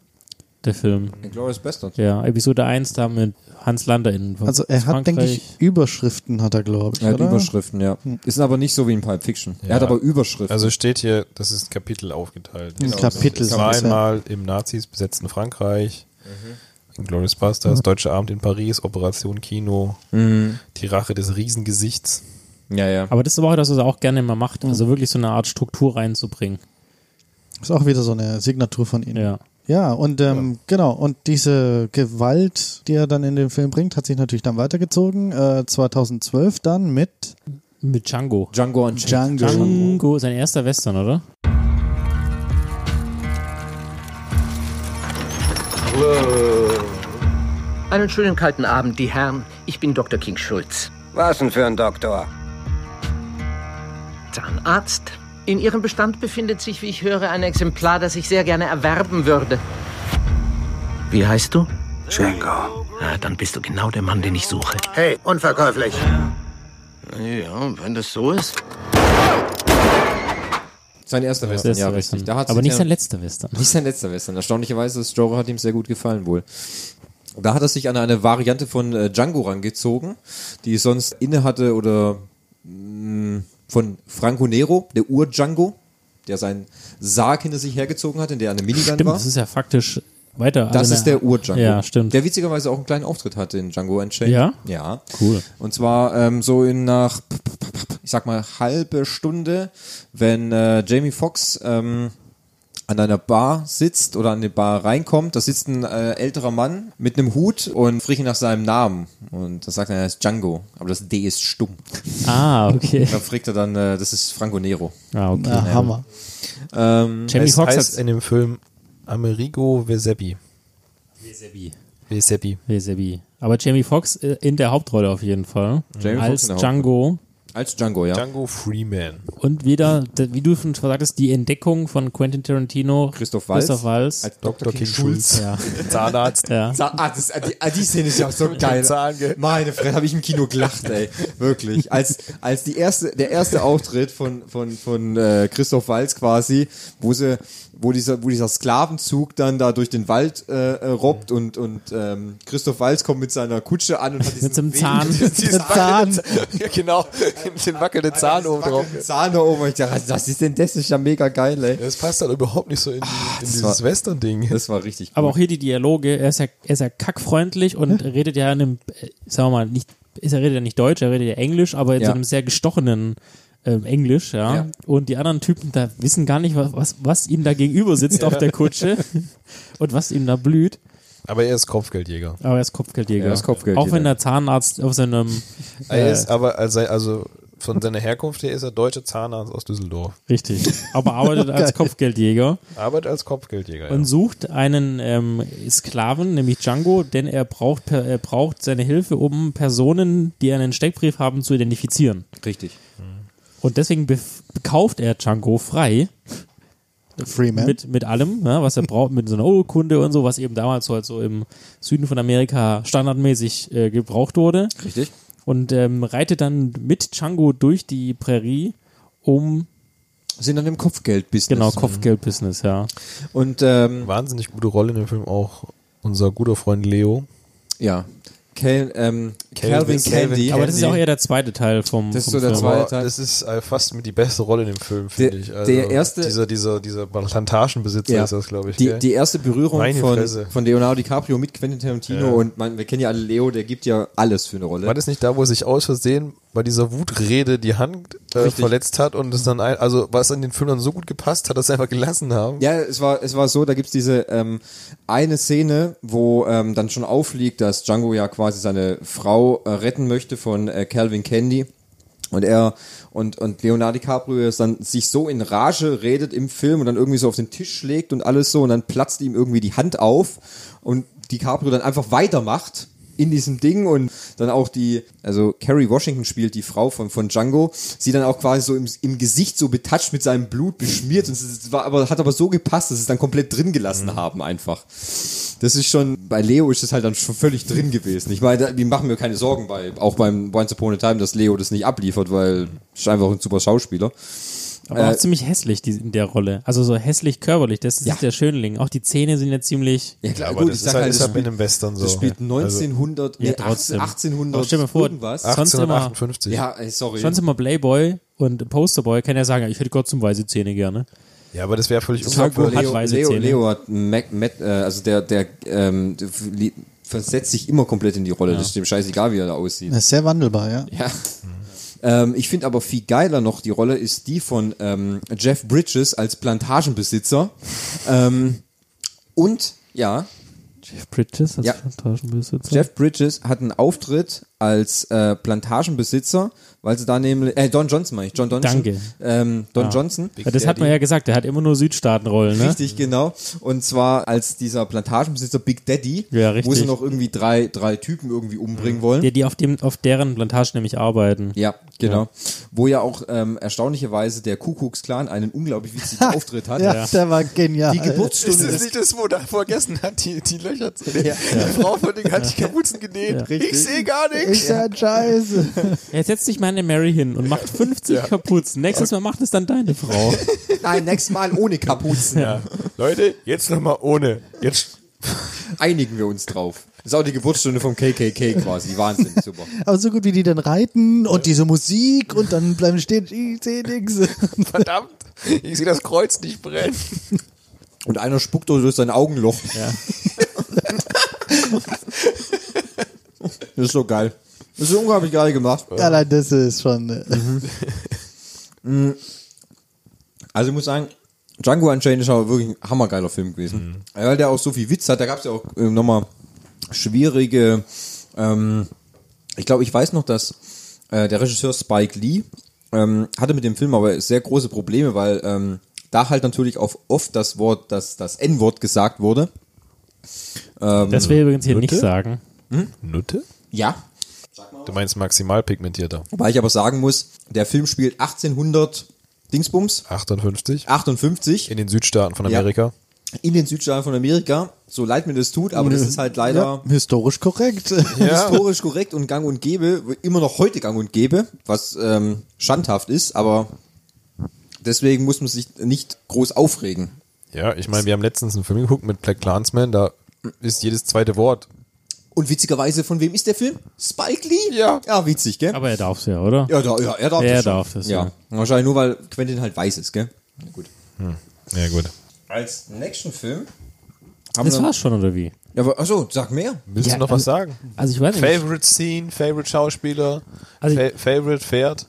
Speaker 4: Der Film.
Speaker 1: Inglourious Basterds.
Speaker 4: Ja, Episode 1 da mit Hans Lander in
Speaker 5: Also er hat, denke ich, Überschriften hat er, glaube ich.
Speaker 1: Er hat
Speaker 5: oder?
Speaker 1: Überschriften, ja.
Speaker 5: Hm.
Speaker 1: Ist aber nicht so wie in Pulp Fiction.
Speaker 3: Ja.
Speaker 1: Er hat aber Überschriften.
Speaker 3: Also steht hier, das ist ein Kapitel aufgeteilt.
Speaker 5: Ein Kapitel,
Speaker 3: Das
Speaker 5: so
Speaker 3: war
Speaker 5: ist er.
Speaker 3: einmal im Nazis besetzten Frankreich, in Glorious Bastards, Deutscher Abend in Paris, Operation Kino,
Speaker 1: Mhm.
Speaker 3: die Rache des Riesengesichts.
Speaker 1: Ja, ja.
Speaker 4: Aber das ist aber auch das, was er auch gerne immer macht. Also wirklich so eine Art Struktur reinzubringen.
Speaker 5: Ist auch wieder so eine Signatur von ihm.
Speaker 4: Ja.
Speaker 5: Ja, und ähm, genau, und diese Gewalt, die er dann in den Film bringt, hat sich natürlich dann weitergezogen. Äh, 2012 dann mit
Speaker 4: Mit Django.
Speaker 1: Django
Speaker 5: Unchained. Django.
Speaker 4: Django, sein erster Western, oder?
Speaker 14: Einen schönen kalten Abend, die Herren. Ich bin Dr. King Schulz.
Speaker 15: Was denn für ein Doktor?
Speaker 14: Zahnarzt. In Ihrem Bestand befindet sich, wie ich höre, ein Exemplar, das ich sehr gerne erwerben würde. Wie heißt du? Django. Na, dann bist du genau der Mann, den ich suche.
Speaker 15: Hey, unverkäuflich.
Speaker 14: Ja, wenn das so ist.
Speaker 1: Sein erster
Speaker 4: Sein
Speaker 1: Western,
Speaker 4: erster
Speaker 1: ja,
Speaker 4: Western.
Speaker 1: richtig. Da hat
Speaker 4: Aber
Speaker 1: sich
Speaker 4: nicht
Speaker 1: ja-
Speaker 4: sein letzter Western.
Speaker 1: <laughs> Nicht sein letzter Western. Erstaunlicherweise, das Genre hat ihm sehr gut gefallen wohl. Da hat er sich an eine Variante von äh, Django rangezogen, die es sonst inne hatte oder mh, von Franco Nero, der Ur-Django, der seinen Sarg hinter sich hergezogen hat, in der eine Minigun
Speaker 4: Stimmt,
Speaker 1: war.
Speaker 4: das ist ja faktisch weiter.
Speaker 1: Das
Speaker 4: also
Speaker 1: ist
Speaker 4: eine-
Speaker 1: der Ur-Django.
Speaker 4: Ja, stimmt.
Speaker 1: Der witzigerweise auch einen kleinen Auftritt hatte in Django Unchained.
Speaker 4: Ja?
Speaker 1: Ja.
Speaker 4: Cool.
Speaker 1: Und zwar ähm, so in nach, ich sag mal, halbe Stunde, wenn äh, Jamie Foxx ähm, an einer Bar sitzt oder an eine Bar reinkommt, da sitzt ein äh, älterer Mann mit einem Hut und fricht ihn nach seinem Namen. Und da sagt er, er ist Django, aber das D ist stumm.
Speaker 4: Ah,
Speaker 1: <laughs>
Speaker 4: okay.
Speaker 1: Da fragt er dann, äh, das ist Franco Nero.
Speaker 4: Ah, okay.
Speaker 5: Na, Hammer.
Speaker 1: Ähm,
Speaker 3: Jamie
Speaker 1: heißt-
Speaker 3: Foxx heißt,
Speaker 1: heißt-
Speaker 3: in dem Film Amerigo Veseppi.
Speaker 4: Veseppi.
Speaker 3: Veseppi.
Speaker 4: Wesebi. Aber Jamie Foxx äh, in der Hauptrolle auf jeden Fall.
Speaker 1: Jamie Foxx
Speaker 4: als
Speaker 1: in der
Speaker 4: Django.
Speaker 1: Als Django, ja.
Speaker 3: Django Freeman.
Speaker 4: Und wieder, d- wie du schon sagtest, die Entdeckung von Quentin Tarantino.
Speaker 1: Christoph Waltz.
Speaker 4: Christoph Waltz.
Speaker 1: Als Dr. King Schulz.
Speaker 4: Ja.
Speaker 3: Zahnarzt.
Speaker 4: Ja.
Speaker 1: Zahn- Ah, das, die, ah, die Szene ist ja auch so geil. Meine Fresse, habe ich im Kino gelacht, ey. Wirklich. Als, als die erste, der erste Auftritt von, von, von äh, Christoph Walz quasi, wo, sie, wo, dieser, wo dieser Sklavenzug dann da durch den Wald äh, äh, robbt und, und ähm, Christoph Walz kommt mit seiner Kutsche an und hat diesen
Speaker 4: Mit seinem
Speaker 1: Weg-
Speaker 4: Zahn.
Speaker 1: <laughs> diesen
Speaker 4: Mit Zahn.
Speaker 3: Ja, genau. Den wackelnden Zahn oben drauf.
Speaker 1: Zahn da oben. Ich dachte, was ist denn das? Das ist ja mega geil, ey.
Speaker 3: Das passt dann überhaupt nicht so in,
Speaker 5: Ah,
Speaker 3: in
Speaker 1: das
Speaker 3: dieses
Speaker 1: war-
Speaker 3: Western-Ding.
Speaker 1: Das war richtig
Speaker 4: Aber auch hier die Dialoge, er ist ja, er ist ja kackfreundlich und redet ja in einem, äh, sagen wir mal, nicht, ist er redet ja nicht Deutsch, er redet ja Englisch, aber in
Speaker 1: Ja.
Speaker 4: so einem sehr gestochenen ähm, Englisch, ja.
Speaker 1: Ja.
Speaker 4: Und die anderen Typen da wissen gar nicht, was, was, was ihnen da gegenüber sitzt
Speaker 3: Ja.
Speaker 4: auf der Kutsche und was ihm da blüht.
Speaker 3: Aber er ist Kopfgeldjäger.
Speaker 4: Aber er ist Kopfgeldjäger.
Speaker 1: Er ist Kopfgeldjäger.
Speaker 4: Auch wenn der Zahnarzt auf seinem
Speaker 3: Er
Speaker 4: äh,
Speaker 3: ist aber, also, also von seiner Herkunft her ist er deutscher Zahnarzt aus Düsseldorf.
Speaker 4: richtig, aber arbeitet
Speaker 3: Geil.
Speaker 4: als Kopfgeldjäger.
Speaker 3: Arbeitet als Kopfgeldjäger.
Speaker 4: und
Speaker 3: ja.
Speaker 4: sucht einen ähm, Sklaven, nämlich Django, denn er braucht, per- er braucht seine Hilfe, um Personen, die einen Steckbrief haben, zu identifizieren.
Speaker 1: Richtig.
Speaker 4: Und deswegen bef- kauft er Django frei
Speaker 5: Freeman.
Speaker 4: mit, mit allem, ja, was er braucht, mit so einer Urkunde und so, was eben damals so, halt so im Süden von Amerika standardmäßig äh, gebraucht wurde.
Speaker 1: Richtig.
Speaker 4: Und ähm, reitet dann mit Django durch die Prärie, um
Speaker 1: Sind an dem Kopfgeldbusiness.
Speaker 4: genau Kopfgeldbusiness, ja.
Speaker 1: Und ähm,
Speaker 3: Wahnsinnig gute Rolle in dem Film auch unser guter Freund Leo.
Speaker 1: ja. Cal, ähm, Calvin,
Speaker 3: Calvin-
Speaker 1: Candy.
Speaker 4: Aber das ist ja auch eher der zweite Teil vom.
Speaker 1: Das ist
Speaker 4: vom
Speaker 1: so der
Speaker 4: Film.
Speaker 1: zweite
Speaker 3: Aber
Speaker 1: Teil.
Speaker 3: das ist äh, fast mit die beste Rolle in dem Film, finde
Speaker 1: Der-
Speaker 3: ich. Also
Speaker 1: der erste-
Speaker 3: Dieser, dieser, dieser Plantagenbesitzer ist das, glaube ich.
Speaker 1: Die,
Speaker 3: gell?
Speaker 1: die erste Berührung
Speaker 3: Meine
Speaker 1: von,
Speaker 3: Fresse.
Speaker 1: von Leonardo DiCaprio mit Quentin Tarantino
Speaker 3: Ja.
Speaker 1: und man, wir kennen ja alle Leo, der gibt ja alles für eine Rolle.
Speaker 3: War das nicht da, wo er sich aus Versehen bei dieser Wutrede die Hand äh,
Speaker 1: Richtig.
Speaker 3: verletzt hat und es dann ein, also was in den Film dann so gut gepasst hat, dass sie einfach gelassen haben?
Speaker 1: Ja, es war, es war so, da gibt's diese ähm, eine Szene, wo ähm, dann schon aufliegt, dass Django ja quasi seine Frau äh, retten möchte von äh, Calvin Candy. Und er und, und Leonardo DiCaprio ist dann sich so in Rage redet im Film und dann irgendwie so auf den Tisch schlägt und alles so und dann platzt ihm irgendwie die Hand auf und DiCaprio dann einfach weitermacht in diesem Ding und dann auch die, also Carrie Washington spielt die Frau von, von Django, sie dann auch quasi so im, im Gesicht so betatscht mit seinem Blut beschmiert und es ist- war aber, hat aber so gepasst, dass sie es dann komplett drin gelassen haben einfach. Das ist schon, bei Leo ist das halt dann schon völlig drin gewesen. Ich meine, da- die machen mir keine Sorgen bei, auch beim Once Upon a Time, dass Leo das nicht abliefert, weil ist einfach ein super Schauspieler.
Speaker 4: Aber auch
Speaker 1: Äh,
Speaker 4: ziemlich hässlich die, in der Rolle. Also so hässlich körperlich, das ist der Schönling. Auch die Zähne sind ja ziemlich.
Speaker 1: Ja, klar, Ja, aber gut, das ich ist sag halt- halt, das ist halt spielt- in einem Western das so. spielt 1900 nee, 1800
Speaker 4: Aber stell dir mal vor,
Speaker 1: irgendwas.
Speaker 4: Sonst immer,
Speaker 1: 1858. Ja, ey, sorry.
Speaker 4: Sonst immer Playboy und Posterboy kann ja sagen, ich hätte Gott zum weiße Zähne gerne.
Speaker 3: Ja, aber das wäre völlig
Speaker 4: unglaublich. Hat
Speaker 1: Leo,
Speaker 4: weiße
Speaker 1: Leo,
Speaker 4: Zähne.
Speaker 1: Leo hat Mac, Matt, äh, also der, der ähm, der li- versetzt sich immer komplett in die Rolle.
Speaker 5: Ja.
Speaker 1: Das ist dem scheißegal, wie er da aussieht.
Speaker 5: Er ist sehr Äh, wandelbar, ja.
Speaker 1: Ja. Ähm, ich finde aber viel geiler noch die Rolle ist die von ähm, Jeff Bridges als Plantagenbesitzer. ähm, und ja,
Speaker 4: Jeff Bridges also als
Speaker 1: Ja.
Speaker 4: Plantagenbesitzer.
Speaker 1: Jeff Bridges hat einen Auftritt als äh, Plantagenbesitzer, weil sie da nämlich, äh, Don Johnson meine ich, John Donson.
Speaker 4: Danke.
Speaker 1: Ähm, Don
Speaker 4: Ja.
Speaker 1: Johnson.
Speaker 4: Ja, das hat man ja gesagt, der hat immer nur Südstaatenrollen, ne?
Speaker 1: Richtig, genau. Und zwar als dieser Plantagenbesitzer Big Daddy,
Speaker 4: Ja,
Speaker 1: wo
Speaker 4: richtig. Mhm.
Speaker 1: sie noch irgendwie drei, drei Typen irgendwie umbringen wollen.
Speaker 4: Die, die auf, dem, auf deren Plantage nämlich arbeiten.
Speaker 1: Ja, genau.
Speaker 4: Ja.
Speaker 1: Wo ja auch ähm, erstaunlicherweise der Kuckucksklan einen unglaublich
Speaker 4: <laughs>
Speaker 1: witzigen Auftritt hat.
Speaker 5: Ja, der war genial.
Speaker 1: Die
Speaker 5: <laughs>
Speaker 1: Geburtsstunde
Speaker 3: Ist das
Speaker 1: des-
Speaker 3: nicht das, wo da vergessen hat, die, die Löcher zu
Speaker 1: Ja.
Speaker 3: Die Frau von Ding hat die Kapuzen genäht. ich sehe gar nichts.
Speaker 5: Scheiße.
Speaker 4: Jetzt setzt sich meine Mary hin
Speaker 1: <laughs>
Speaker 4: und macht 50 Kapuzen. Nächstes Mal macht es dann deine Frau.
Speaker 1: Nein, nächstes Mal ohne Kapuzen.
Speaker 4: Ja.
Speaker 3: Leute, jetzt nochmal ohne. Jetzt. <laughs>
Speaker 1: Einigen wir uns drauf. Das ist auch die Geburtsstunde vom KKK quasi. Wahnsinn, super.
Speaker 5: Aber so gut wie die dann reiten und diese Musik und dann bleiben stehen, ich sehe nix.
Speaker 3: Verdammt, ich sehe das Kreuz nicht brennen.
Speaker 1: Und einer spuckt durch sein Augenloch. <laughs> Das ist so geil. Das ist unglaublich geil gemacht.
Speaker 5: <laughs> Allein das ist schon. äh,
Speaker 1: Mm. Also ich muss sagen, Django Unchained ist aber wirklich ein hammergeiler Film gewesen. Ja, Weil der auch so viel Witz hat, da gab es ja auch äh, nochmal schwierige, ähm, ich glaube, ich weiß noch, dass äh, der Regisseur Spike Lee ähm, hatte mit dem Film aber sehr große Probleme, weil ähm, da halt natürlich auch oft das Wort, das, das N-Wort gesagt wurde. Ähm,
Speaker 4: Das will ich übrigens hier nicht sagen.
Speaker 3: Nutte?
Speaker 1: Ja.
Speaker 3: Du meinst maximal pigmentierter.
Speaker 1: Wobei ich aber sagen muss, der Film spielt 1800 Dingsbums.
Speaker 3: 58.
Speaker 1: 58.
Speaker 3: In den Südstaaten von
Speaker 1: Ja.
Speaker 3: Amerika.
Speaker 1: in den Südstaaten von Amerika. So leid mir das tut, aber das ist halt leider
Speaker 5: Mhm. Ja, historisch korrekt.
Speaker 1: historisch korrekt und gang und gäbe, immer noch heute gang und gäbe, was ähm, schandhaft ist, aber deswegen muss man sich nicht groß aufregen.
Speaker 3: Ja, ich meine, wir haben letztens einen Film geguckt mit Black Clansman, da ist jedes zweite Wort.
Speaker 1: Und witzigerweise, von wem ist der Film? Spike Lee? Ja. Ja, witzig, gell?
Speaker 4: Aber er darf's ja, oder?
Speaker 1: Ja, da, ja er darf
Speaker 4: Er
Speaker 1: das. schon.
Speaker 4: darf das,
Speaker 1: ja.
Speaker 4: ja.
Speaker 1: Wahrscheinlich nur, weil Quentin halt weiß ist, gell? Na gut.
Speaker 3: Ja, gut.
Speaker 1: Als nächsten Film.
Speaker 4: Das war's schon, oder wie?
Speaker 1: Ja, aber, achso, sag mehr.
Speaker 3: Willst
Speaker 4: Ja,
Speaker 3: du noch
Speaker 4: also-
Speaker 3: was sagen?
Speaker 4: also ich weiß nicht.
Speaker 3: ähm, Favorite Scene, Favorite Schauspieler,
Speaker 4: Also
Speaker 3: Fa Favorite Pferd.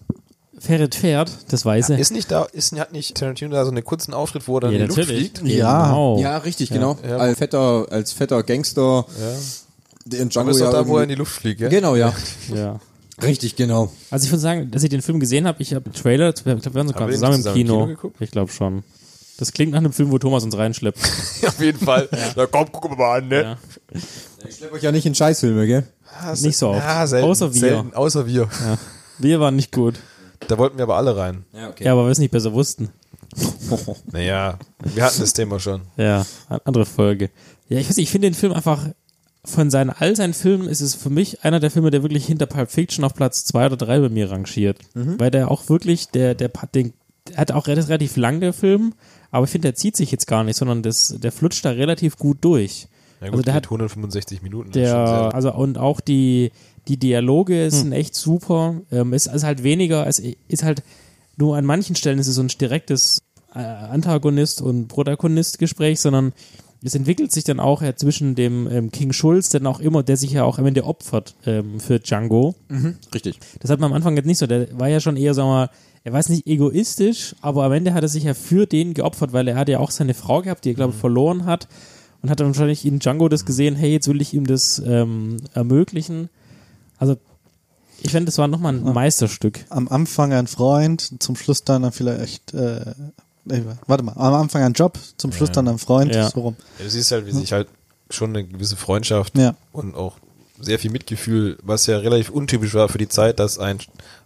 Speaker 4: Ferret fährt, das weiß er.
Speaker 3: Ist nicht da, ist, hat nicht Tarantino da so einen kurzen Auftritt, wo er dann
Speaker 4: Ja,
Speaker 3: in die Luft
Speaker 4: natürlich.
Speaker 3: fliegt?
Speaker 5: Ja.
Speaker 4: Genau.
Speaker 1: Ja, richtig,
Speaker 4: Ja.
Speaker 1: genau.
Speaker 3: Oh. Ja.
Speaker 1: Als, fetter, als fetter Gangster.
Speaker 3: Ja.
Speaker 1: Der in
Speaker 3: Du
Speaker 1: Django
Speaker 3: bist
Speaker 1: ja
Speaker 3: doch da, wo er
Speaker 1: irgendwie-
Speaker 3: in die Luft fliegt, gell?
Speaker 1: Genau, ja.
Speaker 4: Ja.
Speaker 1: <laughs> Richtig, genau.
Speaker 4: Also ich würde sagen, dass ich den Film gesehen habe, ich habe einen Trailer, ich glaube, wir waren sogar
Speaker 3: Haben wir den
Speaker 4: zusammen,
Speaker 3: zusammen
Speaker 4: im
Speaker 3: im
Speaker 4: Kino.
Speaker 3: Kino geguckt?
Speaker 4: ich glaube schon. Das klingt nach einem Film, wo Thomas uns reinschleppt.
Speaker 3: <laughs> Auf jeden Fall. Na komm, guck mal an, ne?
Speaker 4: Ja.
Speaker 1: Ich schlepp euch ja nicht in Scheißfilme, gell?
Speaker 4: nicht so oft.
Speaker 3: Ja, selten,
Speaker 4: Außer wir.
Speaker 3: Selten, außer wir.
Speaker 4: Wir waren nicht gut.
Speaker 3: Da wollten wir aber alle rein.
Speaker 1: Ja, okay.
Speaker 4: Ja, aber wir es nicht besser wussten.
Speaker 3: Naja, wir hatten das Thema schon.
Speaker 4: Ja, eine andere Folge. Ja, ich weiß nicht, ich finde den Film einfach von seinen all seinen Filmen ist es für mich einer der Filme, der wirklich hinter Pulp Fiction auf Platz zwei oder drei bei mir rangiert,
Speaker 3: Mhm.
Speaker 4: weil der auch wirklich der der, Pa- den, der hat auch relativ, relativ lang der Film, aber ich finde der zieht sich jetzt gar nicht, sondern das der flutscht da relativ gut durch.
Speaker 3: Ja
Speaker 4: also
Speaker 3: gut,
Speaker 4: der
Speaker 3: geht
Speaker 4: hat
Speaker 3: 165 Minuten. das ist schon sehr-
Speaker 4: der, also und auch die, die Dialoge sind echt super. Ähm, ist, ist halt weniger, es ist halt nur an manchen Stellen ist es so ein direktes äh, Antagonist- und Protagonist-Gespräch, sondern es entwickelt sich dann auch ja, zwischen dem ähm, King Schulz, dann auch immer, der sich ja auch am Ende opfert ähm, für Django.
Speaker 1: Richtig.
Speaker 4: Das hat man am Anfang jetzt nicht so. Der war ja schon eher, sagen wir mal, er war jetzt nicht egoistisch, aber am Ende hat er sich ja für den geopfert, weil er hat ja auch seine Frau gehabt, die er, glaube
Speaker 3: Mhm.
Speaker 4: ich, verloren hat. Und hat dann wahrscheinlich in Django das gesehen, hey, jetzt will ich ihm das ähm, ermöglichen. Also, ich finde, das war nochmal ein Meisterstück.
Speaker 5: Am Anfang ein Freund, zum Schluss dann dann vielleicht. Äh, nee, warte mal, am Anfang ein Job, zum Schluss dann ein Freund.
Speaker 4: Ja.
Speaker 5: So rum.
Speaker 3: Ja, du siehst halt, wie sich halt schon eine gewisse Freundschaft
Speaker 5: Ja.
Speaker 3: und auch sehr viel Mitgefühl, was ja relativ untypisch war für die Zeit, dass ein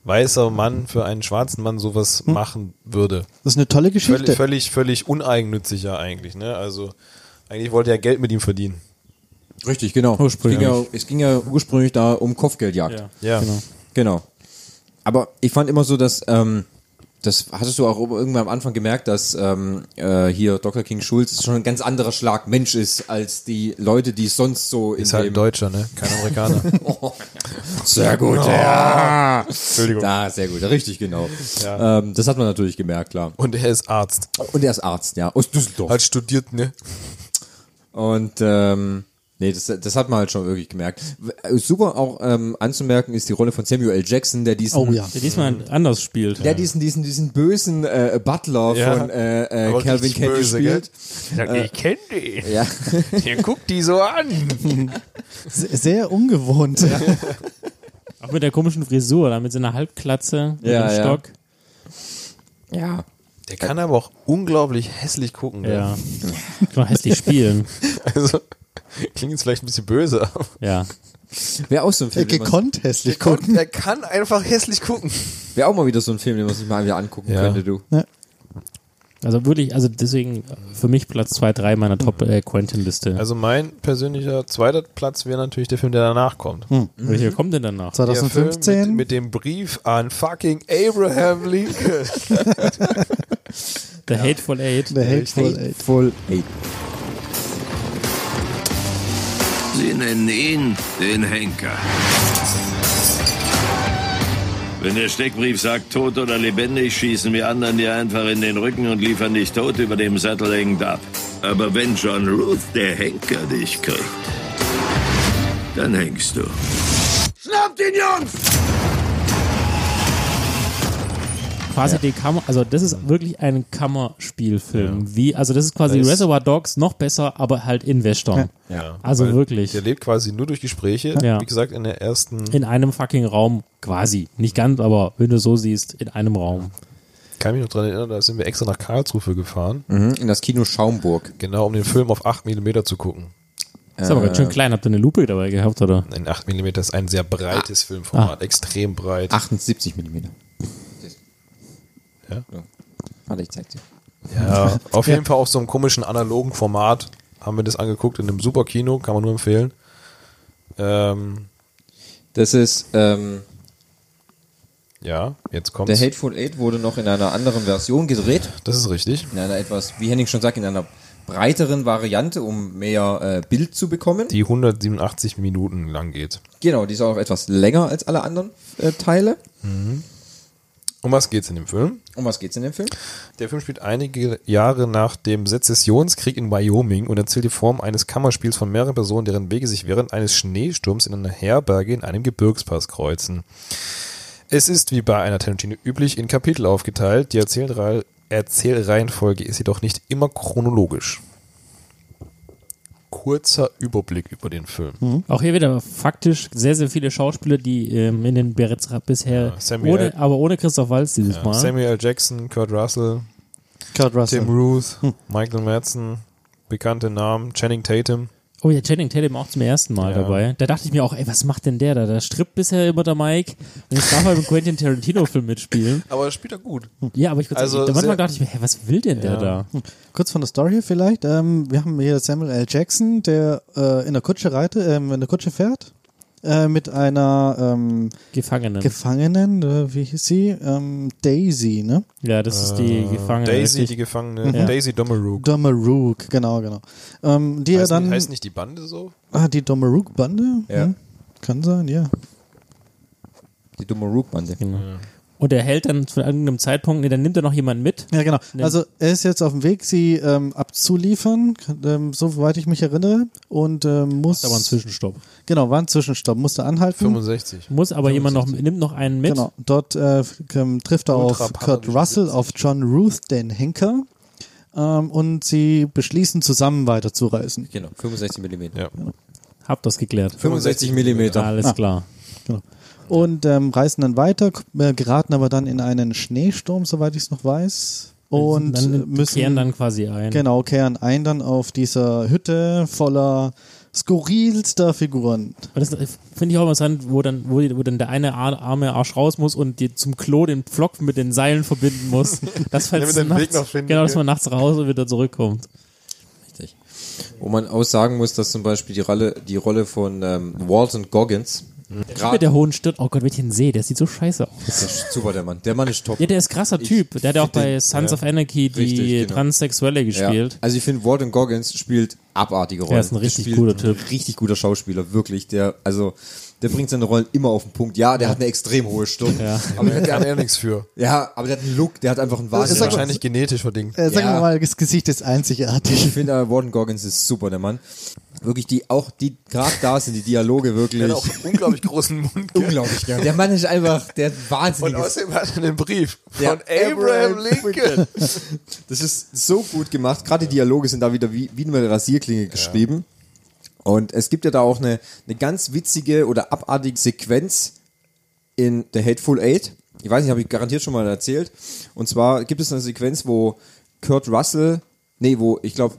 Speaker 3: weißer Mann für einen schwarzen Mann sowas
Speaker 5: Hm.
Speaker 3: machen würde.
Speaker 5: Das ist eine tolle Geschichte.
Speaker 3: Völlig, völlig, völlig uneigennützig ja eigentlich. Ne? Also eigentlich wollte er Geld mit ihm verdienen.
Speaker 1: Richtig, genau.
Speaker 3: Ursprünglich.
Speaker 1: Es ging ja, es ging ja ursprünglich da um Kopfgeldjagd.
Speaker 3: Ja. Ja.
Speaker 1: Genau.
Speaker 3: Genau.
Speaker 1: genau. Aber ich fand immer so, dass, ähm, das hattest du auch irgendwann am Anfang gemerkt, dass ähm, äh, hier Dr. King Schulz schon ein ganz anderer Schlag Mensch ist, als die Leute, die es sonst so in
Speaker 3: Ist halt
Speaker 1: dem
Speaker 3: ein Deutscher, ne? Kein Amerikaner.
Speaker 1: Oh. <laughs> Sehr gut,
Speaker 3: Oh.
Speaker 1: ja.
Speaker 3: Entschuldigung.
Speaker 1: Da, sehr gut, richtig, genau.
Speaker 3: Ja.
Speaker 1: Ähm, das hat man natürlich gemerkt, klar.
Speaker 3: Und er ist Arzt.
Speaker 1: Und er ist Arzt, ja, aus Düsseldorf.
Speaker 4: Halt.
Speaker 3: Hat studiert, ne?
Speaker 1: Und ähm, nee, das, das hat man halt schon wirklich gemerkt. W- Super auch ähm, anzumerken ist die Rolle von Samuel L. Jackson, der
Speaker 3: Oh,
Speaker 1: diesen,
Speaker 4: Der diesmal anders spielt.
Speaker 1: der diesen, diesen, diesen bösen äh, Butler
Speaker 4: Ja.
Speaker 1: von äh, äh,
Speaker 4: Aber
Speaker 1: Calvin
Speaker 4: richtig
Speaker 1: Candy
Speaker 4: böse,
Speaker 1: spielt.
Speaker 4: gell?
Speaker 1: Äh,
Speaker 3: kenne die. <laughs>
Speaker 1: Ja.
Speaker 3: Ihr guckt die so
Speaker 5: <laughs>
Speaker 3: an.
Speaker 5: Sehr, sehr ungewohnt. <laughs>
Speaker 4: Auch mit der komischen Frisur, da mit so einer Halbklatze, mit
Speaker 3: Ja,
Speaker 4: dem
Speaker 3: ja.
Speaker 4: Stock.
Speaker 1: Ja.
Speaker 3: Der kann aber auch unglaublich hässlich gucken. ne?
Speaker 4: Ja. Kann auch hässlich spielen.
Speaker 3: <laughs> Also, klingt jetzt vielleicht ein bisschen böse, aber.
Speaker 4: Ja.
Speaker 1: Wäre auch so ein Film. den man-
Speaker 5: Gekonnt hässlich
Speaker 3: Gekonnt,
Speaker 5: gucken.
Speaker 3: Er kann einfach hässlich gucken.
Speaker 1: Wäre auch mal wieder so ein Film, den man sich mal wieder angucken
Speaker 4: Ja.
Speaker 1: könnte, du.
Speaker 4: Also wirklich, also deswegen für mich Platz 2, 3 meiner Top äh, Quentin-Liste.
Speaker 3: Mhm. Also, mein persönlicher zweiter Platz wäre natürlich der Film, der danach kommt.
Speaker 5: Hm.
Speaker 3: mhm.
Speaker 4: Welcher kommt denn danach?
Speaker 3: Der Film
Speaker 5: 2015?
Speaker 3: Mit, mit dem Brief an fucking Abraham Lincoln.
Speaker 4: The Hateful Eight.
Speaker 5: The Hateful Eight.
Speaker 1: Eight.
Speaker 16: Sie nennen ihn den Henker. Wenn der Steckbrief sagt, tot oder lebendig, schießen wir anderen dir einfach in den Rücken und liefern dich tot über dem Sattel hängend ab. Aber wenn John Ruth, der Henker, dich kriegt, dann hängst du.
Speaker 13: Schnappt ihn, Jungs!
Speaker 4: Quasi die Kammer, also das ist wirklich ein Kammerspielfilm. Wie, also das ist quasi
Speaker 3: Da ist-
Speaker 4: Reservoir Dogs noch besser, aber halt in Western. Also
Speaker 3: Weil
Speaker 4: wirklich.
Speaker 3: Der lebt quasi nur durch Gespräche.
Speaker 4: Ja.
Speaker 3: Wie gesagt, in der ersten.
Speaker 4: In einem fucking Raum, quasi. Nicht ganz, aber wenn du so siehst, in einem Raum.
Speaker 3: kann mich noch dran erinnern, da sind wir extra nach Karlsruhe gefahren.
Speaker 1: Mhm, in das Kino Schaumburg.
Speaker 3: Genau, um den Film auf 8 mm zu gucken.
Speaker 4: Ist aber ganz
Speaker 3: Äh.
Speaker 4: schön klein. Habt ihr eine Lupe dabei gehabt, oder?
Speaker 3: Ein 8 mm ist ein sehr breites Filmformat, extrem breit.
Speaker 1: 78 mm.
Speaker 3: Ja.
Speaker 1: Warte, ich zeig dir.
Speaker 3: Ja, Äh, auf jeden Fall auf so einem komischen analogen Format haben wir das angeguckt in einem super Kino, kann man nur empfehlen. Ähm,
Speaker 1: Das ist, ähm,
Speaker 3: ja, jetzt
Speaker 1: Der
Speaker 3: kommt's.
Speaker 1: Hateful Eight wurde noch in einer anderen Version gedreht.
Speaker 3: Das ist richtig.
Speaker 1: In einer etwas, wie Henning schon sagt, in einer breiteren Variante, um mehr äh, Bild zu bekommen.
Speaker 3: Die 187 Minuten lang geht.
Speaker 1: Genau, die ist auch etwas länger als alle anderen äh, Teile.
Speaker 3: Um was geht's in dem Film?
Speaker 1: Um was geht's in dem Film?
Speaker 3: Der Film spielt einige Jahre nach dem Sezessionskrieg in Wyoming und erzählt die Form eines Kammerspiels von mehreren Personen, deren Wege sich während eines Schneesturms in einer Herberge in einem Gebirgspass kreuzen. Es ist wie bei einer Tarantino üblich in Kapitel aufgeteilt. Die Erzählrei- Erzählreihenfolge ist jedoch nicht immer chronologisch. Kurzer Überblick über den Film.
Speaker 4: Auch hier wieder faktisch sehr, sehr viele Schauspieler, die ähm, in den Berets bisher,
Speaker 3: Samuel-
Speaker 4: ohne, aber ohne Christoph Waltz dieses
Speaker 3: Ja,
Speaker 4: Mal.
Speaker 3: Samuel L. Jackson, Kurt Russell,
Speaker 5: Kurt Russell.
Speaker 3: Tim Ruth, Michael Madsen, bekannte Namen, Channing Tatum.
Speaker 4: Oh ja, Channing Tatum auch zum ersten Mal
Speaker 3: Ja.
Speaker 4: dabei. Da dachte ich mir auch, ey, was macht denn der da? Da strippt bisher immer der Mike und jetzt darf er im Quentin Tarantino-Film mitspielen.
Speaker 3: Aber spielt er gut.
Speaker 4: Ja, aber ich kurz,
Speaker 3: Also
Speaker 4: am Anfang
Speaker 3: sehr-
Speaker 4: dachte ich mir, hä, was will denn der da?
Speaker 5: Hm. Kurz von der Story hier vielleicht. Ähm, wir haben hier Samuel L. Jackson, der äh, in der Kutsche reitet, ähm, in der Kutsche fährt. Äh, mit einer ähm,
Speaker 4: Gefangenen.
Speaker 5: Gefangenen, äh, wie hieß sie? Ähm, Daisy, ne?
Speaker 4: ja, das ist die Gefangene.
Speaker 3: Daisy,
Speaker 4: richtig.
Speaker 3: die Gefangene.
Speaker 5: Ja.
Speaker 3: Daisy Domerook.
Speaker 5: Domerook, genau, genau. Ähm, die
Speaker 3: heißt,
Speaker 5: er dann.
Speaker 3: nicht, heißt nicht die Bande so?
Speaker 5: ah, die Domerook-Bande?
Speaker 3: Ja.
Speaker 5: Hm? Kann sein, ja.
Speaker 1: Die dumme Rook-Bande.
Speaker 4: Genau. Und er hält dann zu irgendeinem Zeitpunkt, nee, dann nimmt er noch jemanden mit.
Speaker 5: Ja, genau.
Speaker 4: Nee.
Speaker 5: Also er ist jetzt auf dem Weg, sie ähm, abzuliefern, ähm, soweit ich mich erinnere. Und ähm, muss.
Speaker 4: aber einen Zwischenstopp.
Speaker 5: Genau, war ein Zwischenstopp, musste anhalten.
Speaker 3: 65.
Speaker 4: Muss aber jemand noch, nimmt noch einen mit.
Speaker 5: Genau, dort äh, ähm, trifft er
Speaker 4: Ultra
Speaker 5: auf
Speaker 4: Papa
Speaker 5: Kurt Russell, auf John Ruth, den Henker. Ähm, und sie beschließen zusammen weiterzureisen.
Speaker 1: Genau, 65 mm.
Speaker 3: Ja.
Speaker 4: Hab das geklärt.
Speaker 1: 65 Millimeter.
Speaker 4: Alles
Speaker 5: Ah.
Speaker 4: klar.
Speaker 5: Genau. Und ähm, reisen dann weiter, k- äh, geraten aber dann in einen Schneesturm, soweit ich es noch weiß.
Speaker 4: Die
Speaker 5: und
Speaker 4: sind Also dann- die
Speaker 5: müssen
Speaker 4: kehren dann quasi ein.
Speaker 5: Genau, kehren ein dann auf dieser Hütte voller skurrilster Figuren.
Speaker 4: Aber das finde ich auch interessant, wo dann, wo, die- wo dann der eine Ar- arme Arsch raus muss und die zum Klo den Pflock mit den Seilen
Speaker 3: <laughs>
Speaker 4: verbinden muss. Das falls
Speaker 3: Damit er den Weg
Speaker 4: nachts,
Speaker 3: noch finden
Speaker 4: genau, dass
Speaker 3: kann.
Speaker 4: man nachts raus und wieder zurückkommt.
Speaker 1: Wo man auch sagen muss, dass zum Beispiel die Rolle, die Rolle von ähm, Walton Goggins
Speaker 4: Typ Mit
Speaker 1: gerade
Speaker 4: der hohen Stirn. Oh Gott, wenn ich den sehe, der sieht so scheiße aus.
Speaker 1: Das ist super, der Mann. Der Mann ist top.
Speaker 4: Ja, der ist krasser Typ. Der hat ja auch
Speaker 1: find
Speaker 4: bei
Speaker 1: den- genau.
Speaker 4: Sons of Anarchy die Transsexuelle gespielt.
Speaker 1: Also ich finde, Walton Goggins spielt abartige Rollen.
Speaker 4: Er ist ein
Speaker 1: Der
Speaker 4: richtig
Speaker 1: spielt
Speaker 4: guter
Speaker 1: ein Richtig guter Schauspieler, wirklich. Der, also, der bringt seine Rollen immer auf den Punkt. Ja, der hat eine extrem hohe Stirn.
Speaker 3: Ja.
Speaker 1: Aber der,
Speaker 3: Kann er nichts für.
Speaker 1: Ja, aber der hat einen Look, der hat einfach einen
Speaker 3: Das ist
Speaker 1: Wahnsinn.
Speaker 3: wahrscheinlich genetisch
Speaker 1: <laughs>
Speaker 3: verdingt.
Speaker 5: Äh, sagen wir mal, das Gesicht ist <laughs> einzigartig.
Speaker 1: Ich finde, äh, Warden Goggins ist super, der Mann. Wirklich, die, auch die, gerade da sind die Dialoge wirklich. <laughs>
Speaker 3: Der hat auch einen unglaublich großen <laughs> Mund.
Speaker 1: Unglaublich, ja. Der Mann ist einfach, der wahnsinnig.
Speaker 3: Und außerdem hat er einen Brief von
Speaker 1: Ja.
Speaker 3: Abraham Lincoln.
Speaker 1: Das ist so gut gemacht. Gerade die Dialoge sind da wieder wie, wie eine Rasierklinge geschrieben. Und es gibt ja da auch eine, eine ganz witzige oder abartige Sequenz in The Hateful Eight. Ich weiß nicht, habe ich garantiert schon mal erzählt. Und zwar gibt es eine Sequenz, wo Kurt Russell, nee, wo ich glaube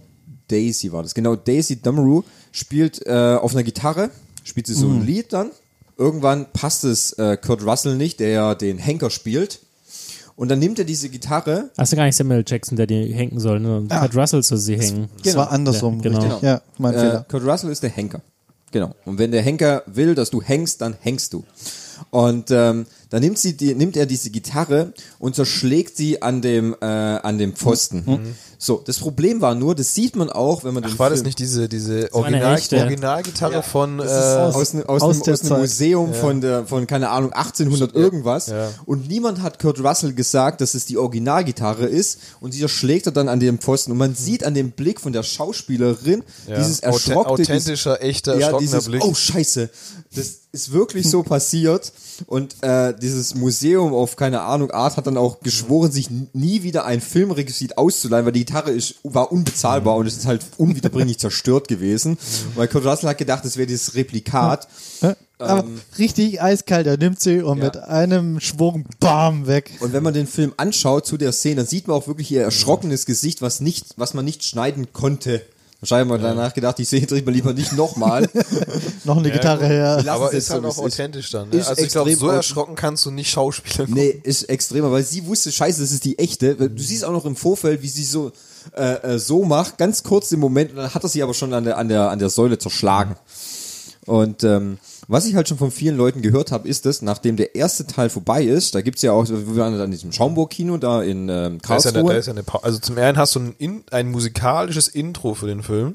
Speaker 1: Daisy war das, genau, Daisy Demerue spielt äh, auf einer Gitarre, spielt sie so ein
Speaker 3: Mhm.
Speaker 1: Lied dann. Irgendwann passt es äh, Kurt Russell nicht, der ja den Henker spielt. Und dann nimmt er diese Gitarre
Speaker 4: Hast du gar nicht Samuel Jackson, der die hängen soll, ne?
Speaker 1: Ah.
Speaker 4: Hat Russell zu sie hängen.
Speaker 1: Genau.
Speaker 4: Ja, genau.
Speaker 1: Richtig. äh, Kurt Russell ist der Henker. Genau. Und wenn der Henker will, dass du hängst, dann hängst du. Und ähm, dann nimmt, sie die, nimmt er diese Gitarre und zerschlägt sie an dem, äh, an dem Pfosten.
Speaker 3: Mhm.
Speaker 1: So, das Problem war nur, das sieht man auch, wenn man den
Speaker 3: Ach, war das
Speaker 1: Film-
Speaker 3: nicht diese, diese
Speaker 1: war eine
Speaker 3: Original,
Speaker 1: echte.
Speaker 3: Originalgitarre von äh,
Speaker 1: Das ist aus, aus, ne- aus, einem, aus einem Museum
Speaker 3: Ja.
Speaker 1: von, der, von, keine Ahnung, 1800 irgendwas. Und niemand hat Kurt Russell gesagt, dass es die Originalgitarre ist. Und sie schlägt er dann an dem Pfosten. Und man sieht an dem Blick von der Schauspielerin
Speaker 3: äh, Ja.
Speaker 1: dieses
Speaker 3: Authent-
Speaker 1: erschrockene...
Speaker 3: authentischer,
Speaker 1: dieses-
Speaker 3: echter,
Speaker 1: ja,
Speaker 3: erschrockener
Speaker 1: dieses,
Speaker 3: Blick.
Speaker 1: Oh, scheiße. Das ist wirklich
Speaker 3: <laughs>
Speaker 1: so passiert. Und äh, dieses Museum auf, keine Ahnung, Art hat dann auch geschworen, sich n- nie wieder ein Filmrequisit auszuleihen, weil die Gitarre ist, war unbezahlbar und es ist halt
Speaker 3: <laughs>
Speaker 1: unwiederbringlich zerstört gewesen. Weil Kurt Russell hat gedacht, es wäre dieses Replikat.
Speaker 5: äh, Aber
Speaker 1: Ähm,
Speaker 5: richtig eiskalt, er nimmt sie und mit einem Schwung, bam, weg.
Speaker 1: Und wenn man den Film anschaut zu der Szene, dann sieht man auch wirklich ihr erschrockenes Gesicht, was, nicht, was man nicht schneiden konnte. Wahrscheinlich haben wir danach gedacht, die Szene dreht man lieber nicht nochmal.
Speaker 3: <laughs>
Speaker 5: Noch eine Gitarre her.
Speaker 3: Aber ist halt auch authentisch dann. Ne?
Speaker 1: Ist
Speaker 3: Also ich glaube,
Speaker 1: extrem
Speaker 3: so
Speaker 1: authentisch.
Speaker 3: erschrocken kannst du nicht Schauspieler gucken.
Speaker 1: Nee, ist extremer, weil sie wusste, scheiße, das ist die echte.
Speaker 3: Mhm.
Speaker 1: Weil Du siehst auch noch im Vorfeld, wie sie so äh, äh, so macht, ganz kurz im Moment, und dann hat er sie aber schon an der, an der, an der Säule zerschlagen. Und ähm, was ich halt schon von vielen Leuten gehört habe, ist das, nachdem der erste Teil vorbei ist, da gibt's ja auch, wir waren dann in diesem Schaumburg-Kino da in ähm,
Speaker 3: Da ist ja
Speaker 1: Karlsruhe.
Speaker 3: eine, da ist ja eine Pa- also zum einen hast du ein, in, ein musikalisches Intro für den Film.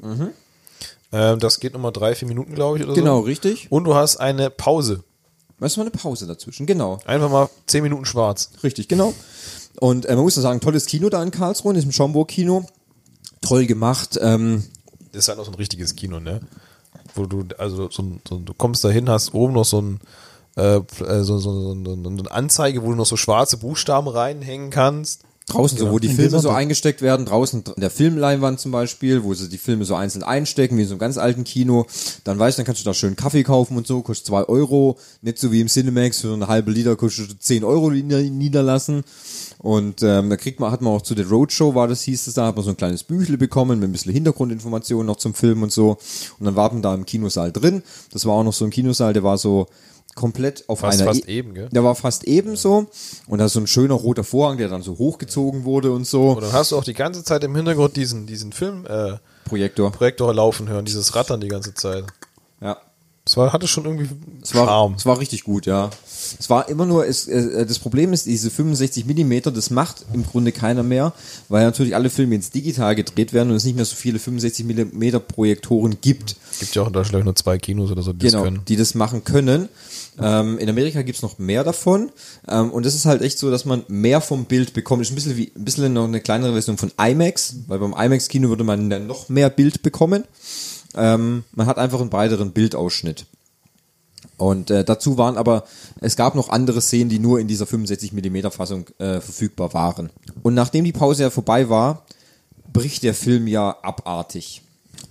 Speaker 3: Ähm, das geht nochmal drei, vier Minuten, glaube ich, oder
Speaker 1: Mhm. Genau,
Speaker 3: so.
Speaker 1: richtig.
Speaker 3: Und du hast eine Pause.
Speaker 1: Was ist mal eine Pause dazwischen? Genau.
Speaker 3: Einfach mal zehn Minuten schwarz.
Speaker 1: Richtig, genau. Und äh, man muss ja sagen, tolles Kino da in Karlsruhe, in diesem Schaumburg-Kino. Toll gemacht. Ähm,
Speaker 3: Das ist halt auch so ein richtiges Kino, ne? Wo du, also so, ein- so, ein- du kommst da hin, hast oben noch so ein äh, so, so, so, so, so eine Anzeige, wo du noch so schwarze Buchstaben reinhängen kannst.
Speaker 1: Draußen, so, wo die
Speaker 3: In
Speaker 1: Filme
Speaker 3: dem
Speaker 1: so
Speaker 3: Moment.
Speaker 1: eingesteckt werden, draußen in der Filmleinwand zum Beispiel, wo sie die Filme so einzeln einstecken, wie in so einem ganz alten Kino. Dann weißt du, dann kannst du da schön Kaffee kaufen und so, kostet 2 Euro. Nicht so wie im Cinemax, für so eine halbe Liter kostet 10 Euro die nieder- niederlassen. Und ähm, da kriegt man, hat man auch zu der Roadshow, war das, hieß es da, hat man so ein kleines Büchle bekommen mit ein bisschen Hintergrundinformationen noch zum Film und so. Und dann war man da im Kinosaal drin. Das war auch noch so ein Kinosaal, der war so komplett auf
Speaker 3: Fast-
Speaker 1: einer E-
Speaker 3: fast eben, gell?
Speaker 1: Der war fast eben so. Und da ist so ein schöner roter Vorhang, der dann so hochgezogen wurde und so.
Speaker 3: Und dann hast du auch die ganze Zeit im Hintergrund diesen, diesen Film äh,
Speaker 1: Projektor.
Speaker 3: Projektor laufen hören, dieses Rattern die ganze Zeit.
Speaker 1: Ja.
Speaker 3: Es war, hatte schon irgendwie
Speaker 1: Es war, es war richtig gut, ja. Es war immer nur, es, äh, das Problem ist, diese 65 Millimeter, das macht im Grunde keiner mehr, weil natürlich alle Filme jetzt digital gedreht werden und es nicht mehr so viele 65 Millimeter Projektoren gibt.
Speaker 3: gibt ja auch in Deutschland nur zwei Kinos oder so, die
Speaker 1: genau,
Speaker 3: das können.
Speaker 1: die das machen können. Ähm, in Amerika gibt's noch mehr davon. Ähm, und das ist halt echt so, dass man mehr vom Bild bekommt. Ist ein bisschen wie ein bisschen noch eine kleinere Version von IMAX, weil beim IMAX-Kino würde man dann noch mehr Bild bekommen. Ähm, man hat einfach einen breiteren Bildausschnitt. Und äh, dazu waren aber, es gab noch andere Szenen, die nur in dieser 65mm Fassung äh, verfügbar waren. Und nachdem die Pause ja vorbei war, bricht der Film ja abartig.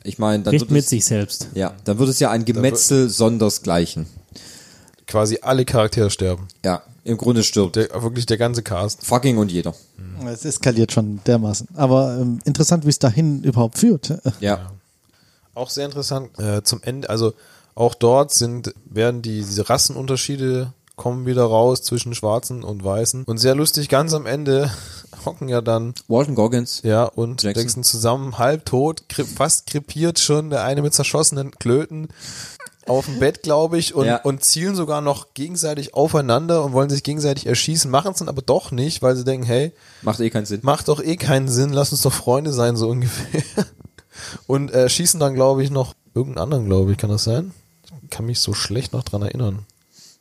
Speaker 1: Ich meine, dann
Speaker 4: Bricht
Speaker 1: wird
Speaker 4: mit
Speaker 1: es,
Speaker 4: sich selbst.
Speaker 1: Ja, dann wird es ja ein Gemetzel sondersgleichen.
Speaker 3: Quasi alle Charaktere sterben.
Speaker 1: Ja, Im Grunde stirbt.
Speaker 3: wirklich der ganze Cast.
Speaker 1: Fucking und jeder.
Speaker 5: Es eskaliert schon dermaßen. Aber ähm, interessant, wie es dahin überhaupt führt.
Speaker 1: Ja.
Speaker 3: Auch sehr interessant äh, zum Ende, also auch dort sind, werden die, diese Rassenunterschiede kommen wieder raus zwischen Schwarzen und Weißen. Und sehr lustig, ganz am Ende <laughs> hocken ja dann
Speaker 1: Walton Goggins
Speaker 3: ja, und Jackson, zusammen, halbtot, kri fast krepiert schon, der eine mit zerschossenen Klöten auf dem Bett, glaube ich, und,
Speaker 1: Ja.
Speaker 3: und zielen sogar noch gegenseitig aufeinander und wollen sich gegenseitig erschießen, machen es dann aber doch nicht, weil sie denken, hey,
Speaker 1: Macht eh keinen Sinn.
Speaker 3: Macht doch eh keinen Sinn, lass uns doch Freunde sein, so <laughs> ungefähr. Und äh, schießen dann, glaube ich, noch irgendeinen anderen, glaube ich, kann das sein? Ich kann mich so schlecht noch dran erinnern.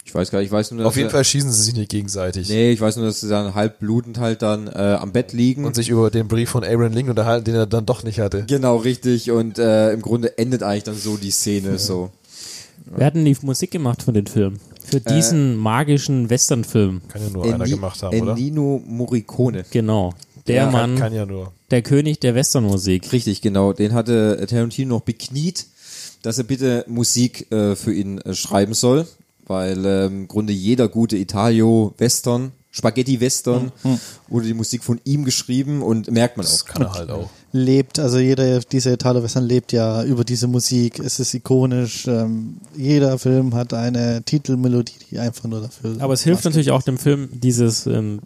Speaker 1: Ich weiß gar nicht, ich weiß nur,
Speaker 3: Auf
Speaker 1: dass
Speaker 3: jeden
Speaker 1: er-
Speaker 3: Fall schießen sie sich nicht gegenseitig.
Speaker 1: Also Nee, ich weiß nur, dass sie dann halb blutend halt dann äh, am Bett liegen.
Speaker 3: Und sich über den Brief von Aaron Lincoln unterhalten, den er dann doch nicht hatte.
Speaker 1: Genau, richtig. Und äh, im Grunde endet eigentlich dann so die Szene.
Speaker 3: <laughs>
Speaker 1: So.
Speaker 4: Wer hat denn die Musik gemacht von den Filmen?
Speaker 1: Äh.
Speaker 4: Für diesen magischen Western-Film.
Speaker 3: Kann ja
Speaker 1: Enni- Ennio Morricone.
Speaker 4: Genau. Der
Speaker 1: Ja, kann-
Speaker 4: Mann.
Speaker 1: kann ja nur.
Speaker 4: Der König der Westernmusik.
Speaker 1: Richtig, genau. Den hatte Tarantino noch bekniet, dass er bitte Musik äh, für ihn äh, schreiben soll, weil äh, im Grunde jeder gute Italio-Western, Spaghetti-Western, wurde die Musik von ihm geschrieben und merkt man auch.
Speaker 3: Hm, kann er halt auch.
Speaker 5: lebt, also jeder dieser Italo-Western lebt ja über diese Musik. Es ist ikonisch. Ähm, jeder Film hat eine Titelmelodie, die einfach nur dafür.
Speaker 4: Aber es hilft natürlich auch dem Film, dieses ähm,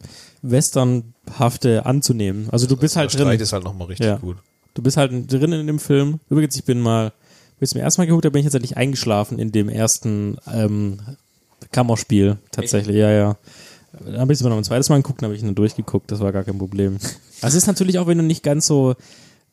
Speaker 4: Westernhafte anzunehmen. Also du bist halt
Speaker 3: der
Speaker 4: drin.
Speaker 3: Streit ist halt noch mal richtig gut.
Speaker 4: Du bist halt drin in dem Film. Übrigens, ich bin mal, wo ich es mir erstmal geguckt habe, bin ich jetzt halt nicht eingeschlafen in dem ersten ähm, Kammerspiel. Tatsächlich, ja, ja. Dann habe ich es mir noch ein zweites Mal geguckt, dann habe ich ihn durchgeguckt, das war gar
Speaker 3: <laughs>
Speaker 4: kein Problem. Also es ist natürlich auch, wenn du nicht ganz so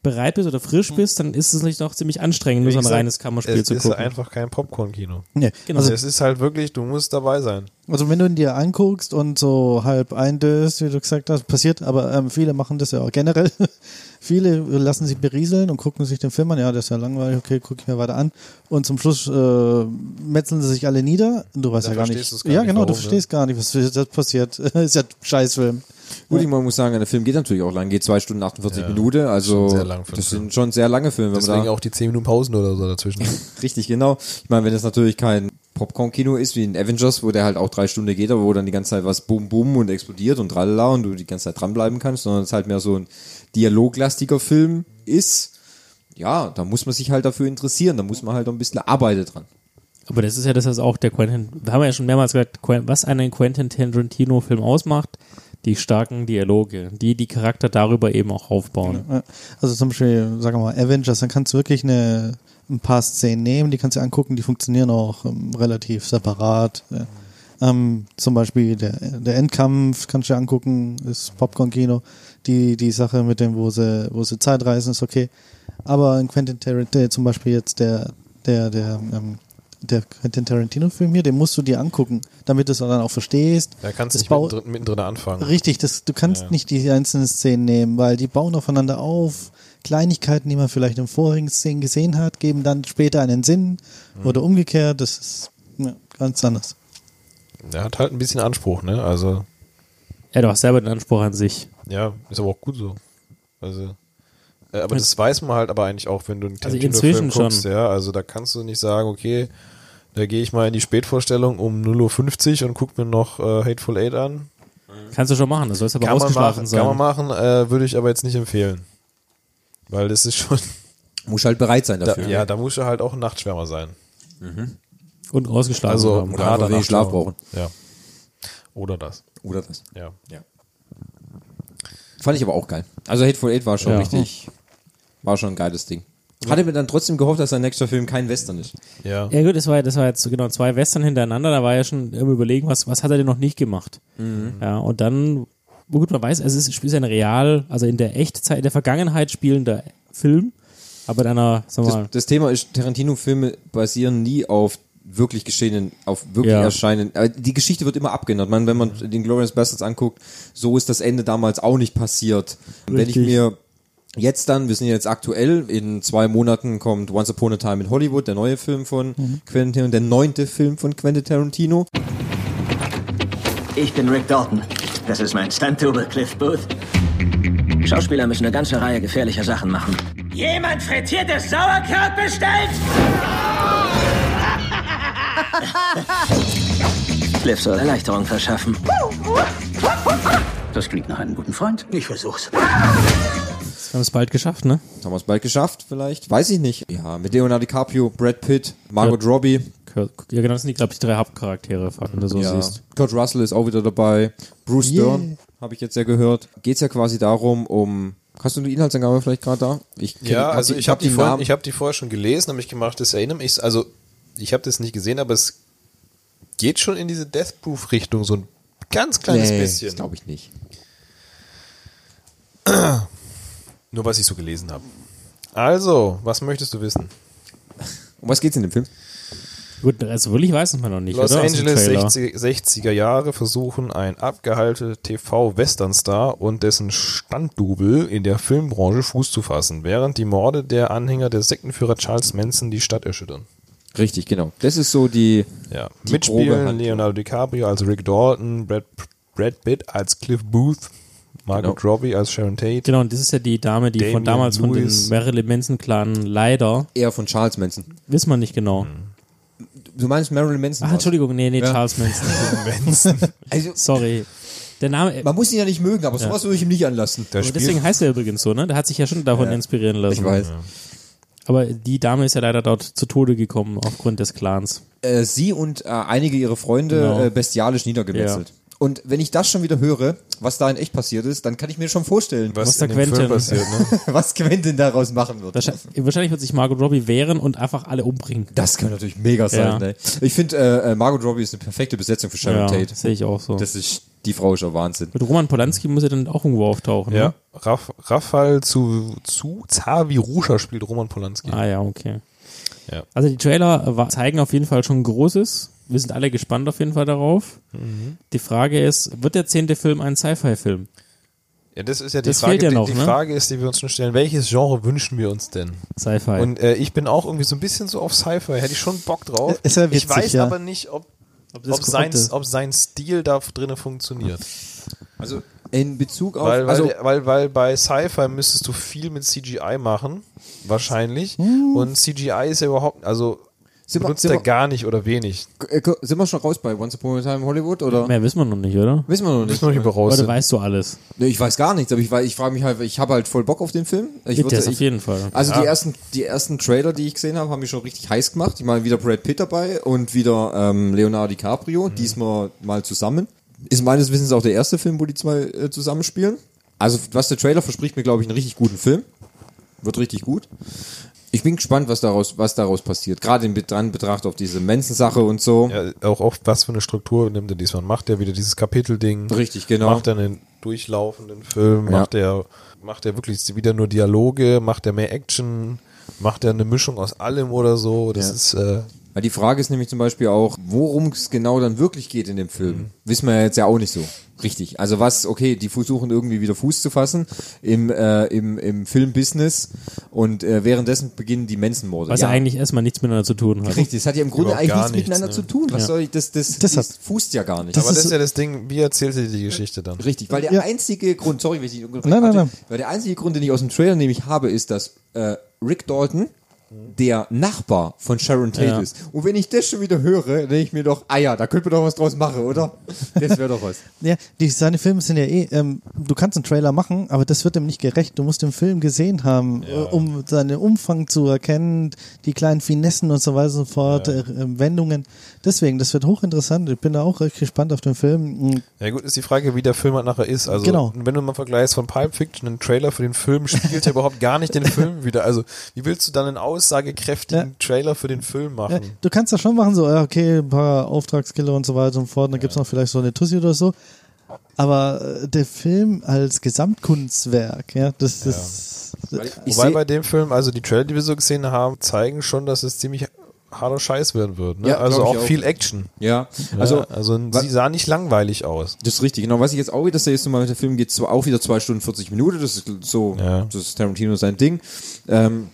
Speaker 4: bereit bist oder frisch bist, dann ist es natürlich auch ziemlich anstrengend, nur so ein
Speaker 3: Hm. Wie gesagt,
Speaker 4: reines Kammerspiel
Speaker 3: es
Speaker 4: zu
Speaker 3: ist
Speaker 4: gucken.
Speaker 3: einfach kein Popcorn-Kino.
Speaker 5: Nee,
Speaker 3: genau.
Speaker 5: Genau.
Speaker 3: Also es ist halt wirklich, du musst dabei sein.
Speaker 5: Also wenn du ihn dir anguckst und so halb eindöst, wie du gesagt hast, passiert, aber ähm, viele machen das ja auch generell. <laughs> viele lassen sich berieseln und gucken sich den Film an, ja, das ist ja langweilig, okay, gucke ich mir weiter an. Und zum Schluss äh, metzeln sie sich alle nieder und du weißt
Speaker 3: Da
Speaker 5: ja gar
Speaker 3: verstehst
Speaker 5: nicht.
Speaker 3: du's gar
Speaker 5: ja,
Speaker 3: nicht,
Speaker 5: genau,
Speaker 3: warum,
Speaker 5: du
Speaker 3: ne?
Speaker 5: verstehst gar nicht, was das passiert. <laughs> ist ja ein Scheißfilm.
Speaker 1: Gut, ich muss sagen, der Film geht natürlich auch lang, geht zwei Stunden 48
Speaker 3: Ja,
Speaker 1: Minuten, also
Speaker 3: schon sehr lang für einen
Speaker 1: das
Speaker 3: Film.
Speaker 1: sind schon sehr lange Filme. wenn man
Speaker 3: Deswegen
Speaker 1: da-
Speaker 3: auch die 10 Minuten Pausen oder so
Speaker 4: <laughs>
Speaker 3: dazwischen.
Speaker 1: Richtig, genau. Ich meine, wenn das natürlich kein Popcorn-Kino ist wie in Avengers, wo der halt auch drei Stunden geht, aber wo dann die ganze Zeit was bum bum und explodiert und tralala und du die ganze Zeit dranbleiben kannst, sondern es halt mehr so ein dialoglastiger Film ist, ja, da muss man sich halt dafür interessieren, da muss man halt auch ein bisschen Arbeit dran.
Speaker 4: Aber das ist ja das, was auch der Quentin, da haben wir ja schon mehrmals gesagt, Quen- was einen Quentin Tarantino-Film ausmacht, die starken Dialoge, die die Charakter darüber eben auch aufbauen.
Speaker 5: Ja, Also zum Beispiel, sagen wir mal, Avengers, dann kannst du wirklich eine, ein paar Szenen nehmen, die kannst du angucken, die funktionieren auch ähm, relativ separat. Ja. Ähm, zum Beispiel der, der Endkampf kannst du angucken, ist Popcorn-Kino. Die, die Sache mit dem, wo sie, wo sie Zeit reisen, ist okay. Aber in Quentin Tarantino, zum Beispiel jetzt der, der, der, ähm, der Quentin Tarantino-Film hier, den musst du dir angucken, damit du es dann auch verstehst.
Speaker 3: Da kannst du
Speaker 5: Das
Speaker 3: nicht
Speaker 5: Bau-
Speaker 3: mittendrin, mittendrin anfangen.
Speaker 5: Richtig, das, du kannst
Speaker 3: Ja.
Speaker 5: nicht die einzelnen Szenen nehmen, weil die bauen aufeinander auf. Kleinigkeiten, die man vielleicht in vorigen Szenen gesehen hat, geben dann später einen Sinn oder umgekehrt. Das ist ja, ganz anders.
Speaker 3: Der hat halt ein bisschen Anspruch, ne? Also,
Speaker 4: Er hat auch selber den Anspruch an sich.
Speaker 3: ja, ist aber auch gut so. Also, äh, aber das weiß man halt aber eigentlich auch, wenn du einen
Speaker 4: Also
Speaker 3: Tarantino-Film
Speaker 4: inzwischen schon.
Speaker 3: guckst, ja. Also, da kannst du nicht sagen, okay, da gehe ich mal in die Spätvorstellung um 0.50 Uhr und guck mir noch äh, Hateful Eight an.
Speaker 4: Kannst du schon machen, das sollst aber
Speaker 3: Kann man
Speaker 4: ausgeschlafen
Speaker 3: machen,
Speaker 4: sein.
Speaker 3: kann man machen äh, würde ich aber jetzt nicht empfehlen. Weil das
Speaker 1: <laughs>
Speaker 3: ist schon.
Speaker 1: Muss halt bereit sein
Speaker 3: Da,
Speaker 1: dafür.
Speaker 3: ja, da musst du halt auch ein Nachtschwärmer sein.
Speaker 4: Und ausgeschlafen
Speaker 3: Also,
Speaker 4: haben.
Speaker 3: ein
Speaker 1: Oder einfach
Speaker 3: harter
Speaker 1: wenig Schlaf
Speaker 3: Nachtschwärmer.
Speaker 1: brauchen.
Speaker 3: Ja. Oder das.
Speaker 1: Oder das.
Speaker 3: Ja. ja.
Speaker 1: Fand ich aber auch geil. Also Hateful Eight war schon
Speaker 4: Ja.
Speaker 3: Hm.
Speaker 1: richtig, war schon ein geiles Ding. Hatte mir dann trotzdem gehofft, dass sein nächster Film kein Western ist.
Speaker 3: Ja.
Speaker 4: Ja gut, das war, das war jetzt so genau zwei Western hintereinander, da war ja schon im Überlegen, was, was hat er denn noch nicht gemacht?
Speaker 3: Mhm.
Speaker 4: Ja, und dann, wo gut man weiß, es ist, ist ein real, also in der Echtzeit, in der Vergangenheit spielender Film, aber in einer, sagen wir mal,
Speaker 1: Das, das Thema ist, Tarantino-Filme basieren nie auf wirklich geschehenen, auf wirklich
Speaker 4: Ja. Mhm.
Speaker 1: erscheinen. Aber Die Geschichte wird immer abgeändert. Man, wenn man den Glorious Bastards anguckt, so ist das Ende damals auch nicht passiert. Wenn ich
Speaker 4: Richtig.
Speaker 1: mir jetzt dann, wir sind jetzt aktuell, in zwei Monaten kommt Once Upon a Time in Hollywood, der neue Film von
Speaker 4: Mhm.
Speaker 1: Quentin Tarantino, der neunte Film von Quentin Tarantino.
Speaker 17: Ich bin Rick Dalton. Das ist mein Stunt-Double Cliff Booth. Schauspieler müssen eine ganze Reihe gefährlicher Sachen machen.
Speaker 13: Jemand frittiertes Sauerkraut bestellt?
Speaker 17: <laughs> Cliff soll Erleichterung verschaffen. Das klingt nach einem guten Freund. Ich versuch's.
Speaker 1: Jetzt haben wir es bald geschafft, ne? Haben wir es bald geschafft, vielleicht? Weiß ich nicht. Ja, mit Leonardo DiCaprio, Brad Pitt, Margot Robbie.
Speaker 4: Kurt, ja, genau, das sind, glaube ich, die drei Hauptcharaktere, wenn du so
Speaker 1: ja.
Speaker 4: siehst.
Speaker 1: Kurt Russell ist auch wieder dabei. Bruce
Speaker 4: Yeah.
Speaker 1: Dern, habe ich jetzt ja gehört. Geht es ja quasi darum, um. Hast du die Inhaltsangabe vielleicht gerade da? Ich kenn-
Speaker 3: Ja,
Speaker 1: hab
Speaker 3: also ich habe die,
Speaker 1: den
Speaker 3: vorhin-
Speaker 1: Namen.
Speaker 3: ich hab die vorher schon gelesen, habe mich gemacht, das erinnere mich. Also ich habe das nicht gesehen, aber es geht schon in diese Death Proof-Richtung so ein ganz kleines
Speaker 1: Nee,
Speaker 3: bisschen.
Speaker 1: Das glaube ich nicht.
Speaker 3: Nur was ich so gelesen habe. Also, was möchtest du wissen?
Speaker 1: Um was geht's in dem Film?
Speaker 4: Gut, also wirklich weiß man noch nicht,
Speaker 3: Los
Speaker 4: oder? Aus dem
Speaker 3: Angeles
Speaker 4: Trailer.
Speaker 3: 60, 60er Jahre versuchen ein abgehaltener TV-Westernstar und dessen Standdubel in der Filmbranche Fuß zu fassen, während die Morde der Anhänger des Sektenführer Charles Manson die Stadt erschüttern.
Speaker 1: Richtig, genau. Das ist so die.
Speaker 3: Ja,
Speaker 1: die grobe
Speaker 3: Mitspielen
Speaker 1: Hand-
Speaker 3: Leonardo DiCaprio als Rick Dalton, Brad, Brad Pitt als Cliff Booth, Margot Robbie als Sharon Tate.
Speaker 4: Genau, und das ist ja die Dame, die
Speaker 3: Damian
Speaker 4: von damals
Speaker 3: Lewis.
Speaker 4: von dem Marilyn Manson-Clan leider.
Speaker 1: Eher von Charles Manson.
Speaker 4: Wissen wir nicht genau.
Speaker 1: Hm. Du meinst Marilyn Manson?
Speaker 4: Ach, Ah, Entschuldigung, nee, nee, Charles Manson.
Speaker 1: <laughs> Also,
Speaker 4: Sorry. Der Name.
Speaker 1: Man muss ihn ja nicht mögen, aber
Speaker 4: Ja.
Speaker 1: sowas würde ich ihm nicht anlassen.
Speaker 4: Aber deswegen heißt er übrigens so, ne? Der hat sich ja schon davon
Speaker 1: Ja.
Speaker 4: inspirieren lassen.
Speaker 1: Ich weiß.
Speaker 4: Aber die Dame ist ja leider dort zu Tode gekommen aufgrund des Clans.
Speaker 1: äh, sie und äh, einige ihrer Freunde
Speaker 4: Genau.
Speaker 1: äh, bestialisch niedergemetzelt.
Speaker 4: Ja.
Speaker 1: Und wenn ich das schon wieder höre, was da in echt passiert ist, dann kann ich mir schon vorstellen,
Speaker 4: Was Was da in dem Quentin- Film passiert,
Speaker 3: ne?
Speaker 1: <laughs> was Quentin daraus machen wird.
Speaker 4: Wahrscheinlich, wahrscheinlich wird sich Margot Robbie wehren und einfach alle umbringen.
Speaker 1: Das kann natürlich mega sein.
Speaker 4: Ja.
Speaker 1: Ne? Ich finde, äh, äh, Margot Robbie ist eine perfekte Besetzung für Sharon
Speaker 4: Ja,
Speaker 1: Tate.
Speaker 4: sehe ich auch so.
Speaker 1: Das ist, die Frau ist ja Wahnsinn.
Speaker 4: Mit Roman Polanski muss er dann auch irgendwo auftauchen.
Speaker 3: Ja,
Speaker 4: Ne?
Speaker 3: Raf, Rafael zu, zu Zavi Ruscha spielt Roman Polanski.
Speaker 4: Ah ja, okay.
Speaker 3: Ja.
Speaker 4: Also die Trailer äh, wa- zeigen auf jeden Fall schon Großes. Wir sind alle gespannt auf jeden Fall darauf.
Speaker 3: Mhm.
Speaker 4: Die Frage ist, wird der zehnte Film ein Sci-Fi-Film?
Speaker 3: Ja, das ist ja die
Speaker 4: Das
Speaker 3: Frage,
Speaker 4: fehlt ja
Speaker 3: die-
Speaker 4: noch,
Speaker 3: die
Speaker 4: ne?
Speaker 3: Frage ist, die wir uns schon stellen. Welches Genre wünschen wir uns denn?
Speaker 4: Sci-Fi.
Speaker 3: Und äh, ich bin auch irgendwie so ein bisschen so auf Sci-Fi. Hätte ich schon Bock drauf.
Speaker 5: Ist ja
Speaker 3: ich
Speaker 5: witzig,
Speaker 3: weiß
Speaker 5: ja.
Speaker 3: aber nicht, ob, ob,
Speaker 5: das
Speaker 3: sein,
Speaker 5: korrekt ist.
Speaker 3: ob sein Stil da drinnen funktioniert.
Speaker 1: Also in Bezug auf...
Speaker 3: Weil, weil,
Speaker 1: also,
Speaker 3: weil, weil bei Sci-Fi müsstest du viel mit CGI machen, wahrscheinlich. Und CGI ist ja überhaupt, also
Speaker 1: Sind wir-
Speaker 3: benutzt
Speaker 1: sind
Speaker 3: er
Speaker 1: wir-
Speaker 3: gar nicht oder wenig.
Speaker 1: äh, sind wir schon raus bei Once Upon a Time in Hollywood? Oder?
Speaker 4: Mehr wissen wir noch nicht, oder?
Speaker 1: Wissen wir noch nicht.
Speaker 3: Wissen wir noch nicht, ob wir raus
Speaker 4: Oder
Speaker 3: sind.
Speaker 4: weißt du alles?
Speaker 1: Nee, ich weiß gar nichts, aber ich, weiß- ich frage mich halt, ich habe halt voll Bock auf den Film. Ich
Speaker 4: Geht
Speaker 1: würde-
Speaker 4: das auf
Speaker 1: ich-
Speaker 4: jeden Fall.
Speaker 1: Also
Speaker 4: Ja.
Speaker 1: die, ersten, die ersten Trailer, die ich gesehen habe, haben mich schon richtig heiß gemacht. Ich meine, wieder Brad Pitt dabei und wieder ähm, Leonardo DiCaprio,
Speaker 4: Mhm.
Speaker 1: diesmal mal zusammen. Ist meines Wissens auch der erste Film, wo die zwei äh, zusammenspielen. Also was der Trailer verspricht mir, glaube ich, einen richtig guten Film. Wird richtig gut. Ich bin gespannt, was daraus, was daraus passiert. Gerade in Bet- an Betracht auf diese Manson-Sache und so.
Speaker 3: Ja, auch, auch was für eine Struktur nimmt er diesmal? Macht er wieder dieses Kapitel-Ding?
Speaker 1: Richtig, genau.
Speaker 3: Macht er einen durchlaufenden Film?
Speaker 1: Ja.
Speaker 3: Macht er macht er wirklich wieder nur Dialoge? Macht er mehr Action? Macht er eine Mischung aus allem oder so? Das
Speaker 1: Ja.
Speaker 3: ist äh,
Speaker 1: Weil die Frage ist nämlich zum Beispiel auch, worum es genau dann wirklich geht in dem Film.
Speaker 4: Mhm.
Speaker 1: Wissen wir ja jetzt ja auch nicht so. Richtig. Also was, okay, die versuchen irgendwie wieder Fuß zu fassen im, äh, im, im Filmbusiness und äh, währenddessen beginnen die Menschenmorde.
Speaker 4: Was ja. eigentlich erstmal nichts miteinander zu tun hat.
Speaker 1: Richtig, das hat ja im Grunde
Speaker 4: Überhaupt
Speaker 1: eigentlich
Speaker 4: gar
Speaker 1: nichts miteinander
Speaker 4: nichts,
Speaker 1: zu
Speaker 4: ne?
Speaker 1: tun. Was
Speaker 4: Ja.
Speaker 1: soll ich, das, das, das
Speaker 4: Deshalb.
Speaker 1: fußt ja gar nicht.
Speaker 3: aber das ist ja das Ding, wie erzählt ihr die Geschichte dann?
Speaker 1: Richtig, weil der einzige Grund, sorry, wenn ich dich unterbreche,
Speaker 5: Nein, nein,
Speaker 1: Patrick,
Speaker 5: nein.
Speaker 1: weil der einzige Grund, den ich aus dem Trailer nämlich habe, ist, dass äh, Rick Dalton der Nachbar von Sharon Tate
Speaker 4: Ja.
Speaker 1: ist. Und wenn ich das schon wieder höre, denke ich mir doch, ah ja, da könnte man doch was draus machen, oder? Das wäre doch was.
Speaker 5: Ja, die, seine Filme sind ja eh, ähm, du kannst einen Trailer machen, aber das wird dem nicht gerecht. Du musst den Film gesehen haben, äh, um seinen Umfang zu erkennen, die kleinen Finessen und so weiter und so fort, äh, ähm, Wendungen. Deswegen, das wird hochinteressant. Ich bin da auch recht gespannt auf den Film. Mm,
Speaker 3: Ja gut, ist die Frage, wie der Film halt nachher ist. Also
Speaker 5: Genau.
Speaker 3: wenn du mal vergleichst von Pulp Fiction, einen Trailer für den Film spielt ja <laughs> überhaupt gar nicht den Film wieder. Also wie willst du dann einen aussagekräftigen Trailer für den Film machen?
Speaker 5: Ja, Äh, du kannst das schon machen, so, ja, okay, ein paar Auftragskiller und so weiter und so fort, dann gibt's noch vielleicht so eine Tussi oder so. Aber äh, der Film als Gesamtkunstwerk, ja, das, das
Speaker 3: Wobei bei dem Film, also die Trailer, die wir so gesehen haben, zeigen schon, dass es ziemlich harter Scheiß werden wird. Ne?
Speaker 1: Ja,
Speaker 3: also
Speaker 1: glaub ich
Speaker 3: auch,
Speaker 1: auch.
Speaker 3: viel Action.
Speaker 1: Ja,
Speaker 3: Ja,
Speaker 1: also-
Speaker 3: also sie sah nicht langweilig aus.
Speaker 1: Das ist richtig, genau. Was ich jetzt auch wieder sehe, ist zum Beispiel, der Film geht zwar auch wieder 2 Stunden 40 Minuten, das ist so, das ist Tarantino sein Ding. Ähm,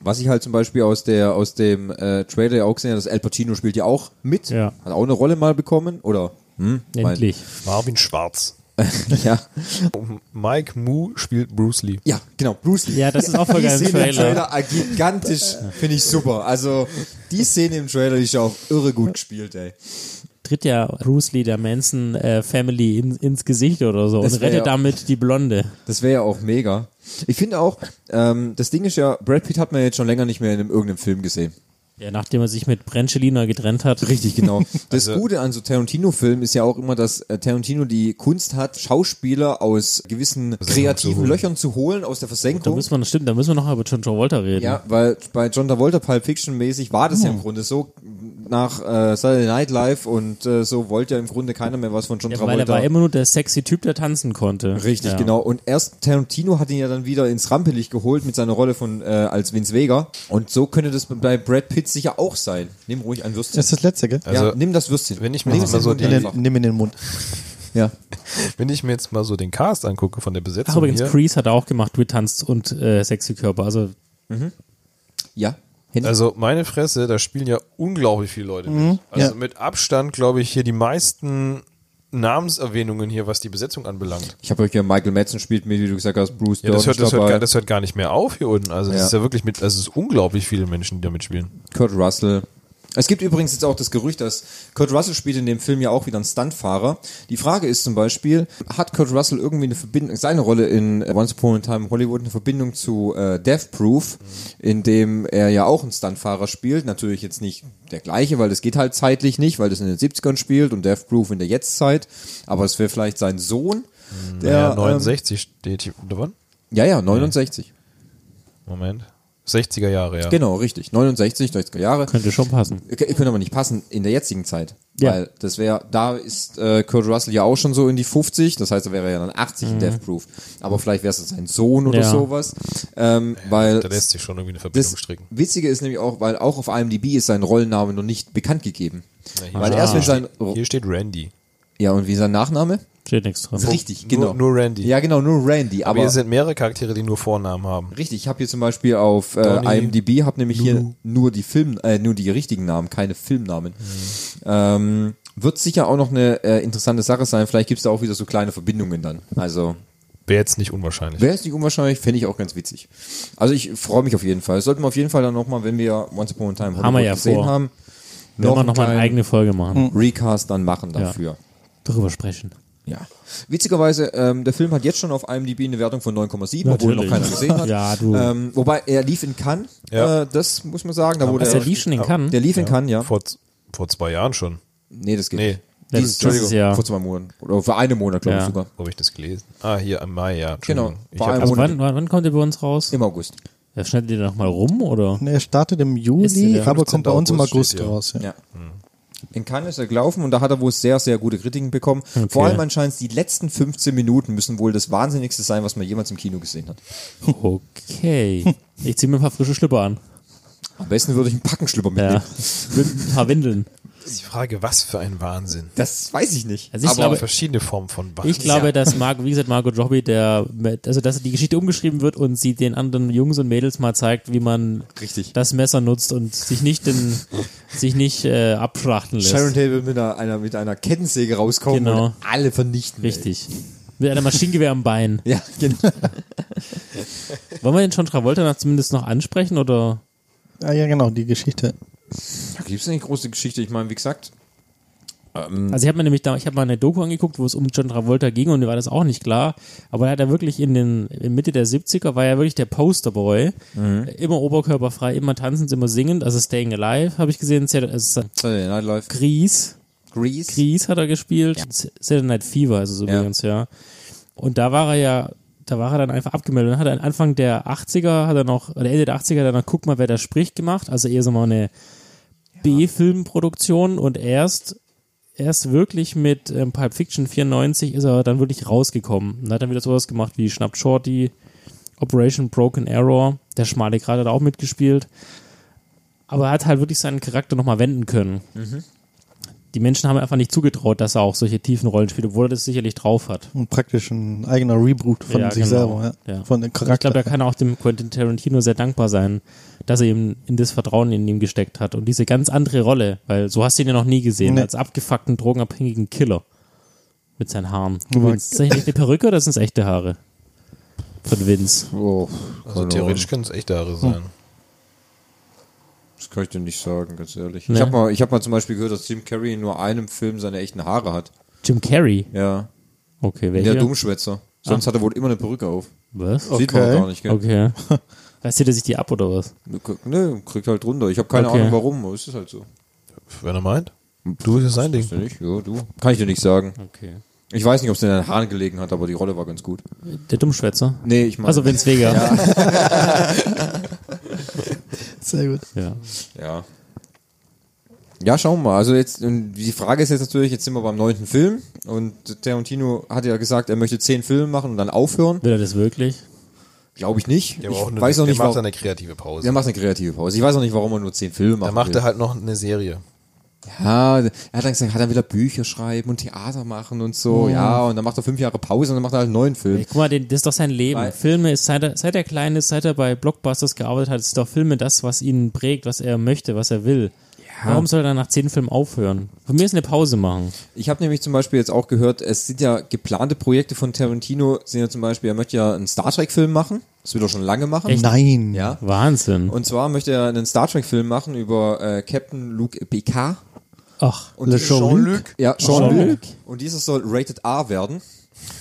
Speaker 1: was ich halt zum Beispiel aus der aus dem äh, Trailer ja auch gesehen habe, das Al Pacino spielt ja auch mit,
Speaker 4: Ja.
Speaker 1: hat auch eine Rolle mal bekommen, oder? Hm, mein-
Speaker 4: Endlich.
Speaker 3: Marvin Schwarz.
Speaker 1: <laughs> ja.
Speaker 3: Mike Mu spielt Bruce Lee.
Speaker 1: Ja, genau, Bruce Lee.
Speaker 4: Ja, das ist auch voll
Speaker 1: Die
Speaker 4: geil im
Speaker 1: Szene im
Speaker 4: Trailer.
Speaker 1: Trailer ah, gigantisch, finde ich super. Also, die Szene im Trailer die ist ja auch irre gut gespielt, ey.
Speaker 4: tritt ja Bruce Lee der Manson äh, Family in, ins Gesicht oder so
Speaker 1: Das
Speaker 4: und
Speaker 1: wär
Speaker 4: rettet
Speaker 1: ja-
Speaker 4: damit die Blonde.
Speaker 1: Das wäre ja auch mega. Ich finde auch, ähm, das Ding ist ja, Brad Pitt hat man jetzt schon länger nicht mehr in einem, irgendeinem Film gesehen.
Speaker 4: Ja, nachdem er sich mit Brangelina getrennt hat.
Speaker 1: Richtig, genau.
Speaker 4: <laughs>
Speaker 1: Das
Speaker 4: Also
Speaker 1: Gute an so Tarantino-Filmen ist ja auch immer, dass äh, Tarantino die Kunst hat, Schauspieler aus gewissen kreativen
Speaker 4: holen.
Speaker 1: Löchern zu holen, aus der
Speaker 4: Da
Speaker 1: Versenkung.
Speaker 4: müssen wir, stimmt, da müssen wir noch über John Travolta reden.
Speaker 1: Ja, weil bei John Travolta Pulp Fiction mäßig war das ja
Speaker 4: Oh.
Speaker 1: im Grunde so. Nach äh, Saturday Night Live und äh, so wollte ja im Grunde keiner mehr was von John
Speaker 4: Ja,
Speaker 1: Travolta.
Speaker 4: weil er war immer nur der sexy Typ, der tanzen konnte.
Speaker 1: Richtig,
Speaker 4: ja.
Speaker 1: genau. Und erst Tarantino hat ihn ja dann wieder ins Rampelicht geholt mit seiner Rolle von äh, als Vince Vega. Und so könnte das bei Brad Pitt sicher auch sein. Nimm ruhig ein Würstchen.
Speaker 5: Das ist das Letzte, gell?
Speaker 1: Also, ja, nimm das Würstchen.
Speaker 3: Wenn ich mir
Speaker 1: Nimm
Speaker 3: jetzt
Speaker 1: es
Speaker 3: mal so
Speaker 1: in den
Speaker 3: die-
Speaker 1: Mund einfach.
Speaker 5: Nimm in den Mund.
Speaker 1: Ja.
Speaker 3: Wenn ich mir jetzt mal so den Cast angucke von der Besetzung
Speaker 4: Ach, übrigens,
Speaker 3: hier.
Speaker 4: Kreese hat er auch gemacht mit Tanz und äh, sexy Körper. Also,
Speaker 1: Ja.
Speaker 3: Also meine Fresse, da spielen ja unglaublich viele Leute mit.
Speaker 4: Mhm,
Speaker 3: Also
Speaker 4: ja.
Speaker 3: mit Abstand, glaube ich, hier die meisten Namenserwähnungen hier, was die Besetzung anbelangt.
Speaker 1: Ich habe euch ja Michael Madsen spielt mit, wie du gesagt hast, Bruce
Speaker 3: Ja, das,
Speaker 1: Dern
Speaker 3: hört,
Speaker 1: ist
Speaker 3: das, hört,
Speaker 1: dabei.
Speaker 3: gar- das hört gar nicht mehr auf hier unten. Also
Speaker 1: Ja.
Speaker 3: das ist ja wirklich mit, also es ist unglaublich viele Menschen, die da mitspielen.
Speaker 1: Kurt Russell. Es gibt übrigens jetzt auch das Gerücht, dass Kurt Russell spielt in dem Film ja auch wieder einen Stuntfahrer. Die Frage ist zum Beispiel, hat Kurt Russell irgendwie eine Verbindung, seine Rolle in äh, Once Upon a Time in Hollywood eine Verbindung zu äh, Death Proof,
Speaker 3: Mhm.
Speaker 1: in dem er ja auch einen Stuntfahrer spielt. Natürlich jetzt nicht der gleiche, weil das geht halt zeitlich nicht, weil das in den 70ern spielt und Death Proof in der Jetztzeit. Aber es wäre vielleicht sein Sohn, der...
Speaker 3: ja,
Speaker 1: ähm,
Speaker 3: 69 steht hier. Oder wann?
Speaker 1: ja, ja, 69.
Speaker 3: Moment. 60er Jahre, ja.
Speaker 1: Genau, richtig. 69, 60er Jahre. Äh,
Speaker 4: Könnte schon passen.
Speaker 1: K- Könnte aber nicht passen in der jetzigen Zeit.
Speaker 4: Ja.
Speaker 1: Weil das wäre, da ist äh, Kurt Russell ja auch schon so in die 50, das heißt, er wäre ja dann 80 in
Speaker 3: Mhm.
Speaker 1: Death Proof. Aber vielleicht wäre es sein Sohn oder
Speaker 3: Ja.
Speaker 1: sowas. Ähm, weil
Speaker 3: da lässt sich schon irgendwie eine Verbindung
Speaker 1: das
Speaker 3: stricken.
Speaker 1: Witzige ist nämlich auch, weil auch auf IMDb ist sein Rollenname noch nicht bekannt gegeben. weil erst wenn sein.
Speaker 3: Ah, hier steht Randy.
Speaker 1: Ja, und wie sein Nachname?
Speaker 4: Steht nichts dran.
Speaker 1: Richtig,
Speaker 3: Nur-
Speaker 1: genau.
Speaker 3: nur Randy.
Speaker 1: Ja, genau, nur Randy.
Speaker 3: Aber,
Speaker 1: Aber,
Speaker 3: hier sind mehrere Charaktere, die nur Vornamen haben.
Speaker 1: Richtig, ich habe hier zum Beispiel auf äh,
Speaker 3: Donny,
Speaker 1: IMDb habe nämlich
Speaker 3: Lulu.
Speaker 1: hier nur die Film, äh, nur die richtigen Namen, keine Filmnamen.
Speaker 4: Mhm.
Speaker 1: Ähm, wird sicher auch noch eine äh, interessante Sache sein. Vielleicht gibt es da auch wieder so kleine Verbindungen dann. Also
Speaker 3: Wäre jetzt nicht unwahrscheinlich.
Speaker 1: wäre es nicht unwahrscheinlich, fände ich auch ganz witzig. Also ich freue mich auf jeden Fall. Das Sollten wir auf jeden Fall dann nochmal, wenn wir Once Upon a Time Hollywood
Speaker 4: Haben wir ja
Speaker 1: gesehen
Speaker 4: vor.
Speaker 1: haben,
Speaker 4: Wenn wir nochmal eine
Speaker 1: kleinen
Speaker 4: eigene Folge machen.
Speaker 1: Recast dann machen
Speaker 4: Ja.
Speaker 1: dafür.
Speaker 4: Darüber sprechen.
Speaker 1: Hm. Ja. Witzigerweise, ähm, der Film hat jetzt schon auf IMDb eine Wertung von 9,7, obwohl noch
Speaker 4: Natürlich.
Speaker 1: keiner gesehen hat.
Speaker 4: Ja, du.
Speaker 1: Ähm, wobei er lief in Cannes,
Speaker 3: Ja.
Speaker 1: äh, das muss man sagen. Da
Speaker 3: Aber
Speaker 1: wurde
Speaker 3: ist
Speaker 1: er,
Speaker 3: der lief schon in Cannes?
Speaker 1: Der lief in
Speaker 3: Ja.
Speaker 1: Cannes, ja.
Speaker 3: Vor, z- vor zwei Jahren schon.
Speaker 1: Nee, das geht
Speaker 3: Nee.
Speaker 1: nicht.
Speaker 3: Das
Speaker 1: Dieses-
Speaker 3: ist- das ist
Speaker 1: Entschuldigung,
Speaker 3: ja-
Speaker 1: Vor zwei Monaten. Oder vor einem Monat, glaube ich
Speaker 3: Ja.
Speaker 1: sogar.
Speaker 3: Wo habe ich das gelesen? Ah, hier im Mai, ja.
Speaker 1: Genau,
Speaker 3: Entschuldigung. Ich
Speaker 1: vor
Speaker 3: hab
Speaker 1: einem
Speaker 3: das-
Speaker 4: Also wann, wann, wann kommt ihr bei uns raus?
Speaker 1: Im August.
Speaker 4: Ja, schneidet ihr da nochmal
Speaker 1: <laughs>
Speaker 4: rum oder?
Speaker 5: Ne, Er startet
Speaker 4: Ist
Speaker 5: im
Speaker 4: in
Speaker 5: Juli,
Speaker 4: der
Speaker 5: aber kommt bei uns im
Speaker 4: 15. August
Speaker 5: August
Speaker 4: steht hier.
Speaker 5: raus. Ja.
Speaker 1: Ja.
Speaker 3: Hm.
Speaker 1: In Cannes ist er gelaufen und da hat er wohl sehr, sehr gute Kritiken bekommen. Vor allem anscheinend die letzten 15 Minuten müssen wohl das Wahnsinnigste sein, was man jemals im Kino gesehen hat.
Speaker 4: Okay. Ich ziehe mir ein paar frische Schlüpper an.
Speaker 1: Am besten würde ich einen Packenschlüpper mitnehmen.
Speaker 4: Ja. Mit ein paar Windeln.
Speaker 3: ist die Frage, was für ein Wahnsinn.
Speaker 1: Das weiß ich nicht.
Speaker 4: Also ich
Speaker 3: Aber
Speaker 4: glaube-
Speaker 3: verschiedene Formen von
Speaker 1: <laughs>
Speaker 3: Wahnsinn.
Speaker 4: Ich glaube, dass Marco, wie gesagt, Marco Jobby, der, mit- also dass die Geschichte umgeschrieben wird und sie den anderen Jungs und Mädels mal zeigt, wie man
Speaker 1: Richtig.
Speaker 4: das Messer nutzt und sich nicht den, sich nicht äh, abschlachten lässt.
Speaker 1: Sharon Tate wird mit einer, einer, mit einer Kettensäge rauskommen
Speaker 4: Genau.
Speaker 1: und alle vernichten. ey.
Speaker 4: Richtig. Mit einem Maschinengewehr am Bein.
Speaker 1: Ja, <laughs> genau.
Speaker 4: Wollen wir den John Travolta noch zumindest noch ansprechen oder?
Speaker 5: Ah, ja, genau, die Geschichte.
Speaker 1: Da gibt es eine große Geschichte. Ich meine, wie gesagt,
Speaker 4: Also ich habe mir nämlich da, ich habe mal eine Doku angeguckt, wo es um John Travolta ging und mir war das auch nicht klar. Aber da hat er wirklich in den in Mitte der 70er war er wirklich der Posterboy. Immer oberkörperfrei, immer tanzend, immer singend. Also Staying Alive habe ich gesehen. Saturday- also
Speaker 1: Saturday Night Live.
Speaker 4: Grease.
Speaker 1: Grease.
Speaker 4: Grease hat er gespielt. Saturday Night Fever also ist es übrigens, ja. Und da war er ja, da war er dann einfach abgemeldet. Dann hat er Anfang der 80er, hat er noch, oder Ende der 80er, dann noch, guck mal, wer da spricht, gemacht. Also eher so mal eine B-Filmproduktion und erst erst wirklich mit ähm, Pulp Fiction 94 ist er dann wirklich rausgekommen und hat dann wieder sowas gemacht wie Schnapp Shorty, Operation Broken Arrow, der schmale Grat hat auch mitgespielt. Aber er hat halt wirklich seinen Charakter nochmal wenden können. Die Menschen haben einfach nicht zugetraut, dass er auch solche tiefen Rollen spielt, obwohl er das sicherlich drauf hat.
Speaker 5: Und praktisch ein eigener Reboot von
Speaker 4: Ja,
Speaker 5: sich
Speaker 4: genau.
Speaker 5: selber. Ja.
Speaker 4: Ja.
Speaker 5: Von dem
Speaker 4: Und Ich
Speaker 5: Charakter.
Speaker 4: glaube, da kann er auch dem Quentin Tarantino sehr dankbar sein, dass er ihm in das Vertrauen in ihm gesteckt hat und diese ganz andere Rolle, weil so hast du ihn ja noch nie gesehen,
Speaker 5: Nee.
Speaker 4: als abgefuckten, drogenabhängigen Killer mit seinen Haaren.
Speaker 5: Aber-
Speaker 4: Übrigens, Ist das eigentlich eine Perücke oder sind es echte Haare? Von Vince.
Speaker 1: Oh,
Speaker 4: Also
Speaker 3: also theoretisch können es echte Haare sein.
Speaker 1: Das kann ich dir nicht sagen, ganz ehrlich.
Speaker 4: Nee.
Speaker 1: Ich habe mal, ich hab mal zum Beispiel gehört, dass Jim Carrey in nur einem Film seine echten Haare hat.
Speaker 4: Jim Carrey?
Speaker 1: Ja.
Speaker 4: Okay,
Speaker 1: Der Oh,
Speaker 4: welcher?
Speaker 1: Dummschwätzer. Sonst
Speaker 4: Ah.
Speaker 1: hat er wohl immer eine Perücke auf.
Speaker 4: Was?
Speaker 1: Sieht man auch gar nicht, gell?
Speaker 4: Okay. Heißt ihr, dass ich die ab oder was?
Speaker 1: Nö, kriegt halt runter. Ich habe keine
Speaker 4: Okay.
Speaker 1: Ahnung warum, aber es ist halt so.
Speaker 3: Wenn er meint. Du bist sein Ding.
Speaker 1: Nicht? Ja, du. Kann ich dir nicht sagen.
Speaker 4: Okay.
Speaker 1: Ich weiß nicht, ob es in den Haaren gelegen hat, aber die Rolle war ganz gut.
Speaker 4: Der Dummschwätzer?
Speaker 1: Nee, ich meine.
Speaker 4: Also Vince Vega.
Speaker 1: Ja.
Speaker 5: Sehr gut.
Speaker 4: Ja.
Speaker 1: Ja. Ja, schauen wir mal. Also jetzt, und die Frage ist jetzt natürlich, jetzt sind wir beim neunten Film und Tarantino hat ja gesagt, er möchte zehn Filme machen und dann aufhören.
Speaker 4: Will er das wirklich?
Speaker 1: Glaube ich nicht.
Speaker 3: Der
Speaker 1: ich
Speaker 3: braucht eine-
Speaker 1: weiß noch
Speaker 3: der
Speaker 1: nicht,
Speaker 3: macht
Speaker 1: warum-
Speaker 3: eine kreative Pause.
Speaker 1: Der macht eine kreative Pause. Ich weiß noch nicht, warum er nur zehn Filme macht.
Speaker 3: Dann macht er halt noch eine Serie.
Speaker 1: Ja, er hat dann gesagt, hat dann wieder Bücher schreiben und Theater machen und so.
Speaker 4: Mhm.
Speaker 1: Ja, und dann macht er fünf Jahre Pause und dann macht er halt einen neuen Film.
Speaker 4: Ey, guck mal, den, das ist doch sein Leben.
Speaker 1: Weil-
Speaker 4: Filme ist, seit er, seit er klein ist, seit er bei Blockbusters gearbeitet hat, ist doch Filme das, was ihn prägt, was er möchte, was er will. Warum soll er dann nach zehn Filmen aufhören? Von mir ist eine Pause machen.
Speaker 1: Ich habe nämlich zum Beispiel jetzt auch gehört, es sind ja geplante Projekte von Tarantino, sind ja zum Beispiel, er möchte ja einen Star Trek-Film machen. Das will er schon lange machen.
Speaker 4: Echt?
Speaker 5: Nein.
Speaker 1: Ja.
Speaker 4: Wahnsinn.
Speaker 1: Und zwar möchte er einen Star Trek-Film machen über äh, Captain Luke Picard.
Speaker 4: Ach,
Speaker 1: Und
Speaker 5: Le
Speaker 1: dieses-
Speaker 5: Jean-Luc?
Speaker 1: Ja,
Speaker 5: Jean-Luc.
Speaker 1: Jean-Luc. Und dieses soll Rated R
Speaker 4: <laughs>
Speaker 1: werden.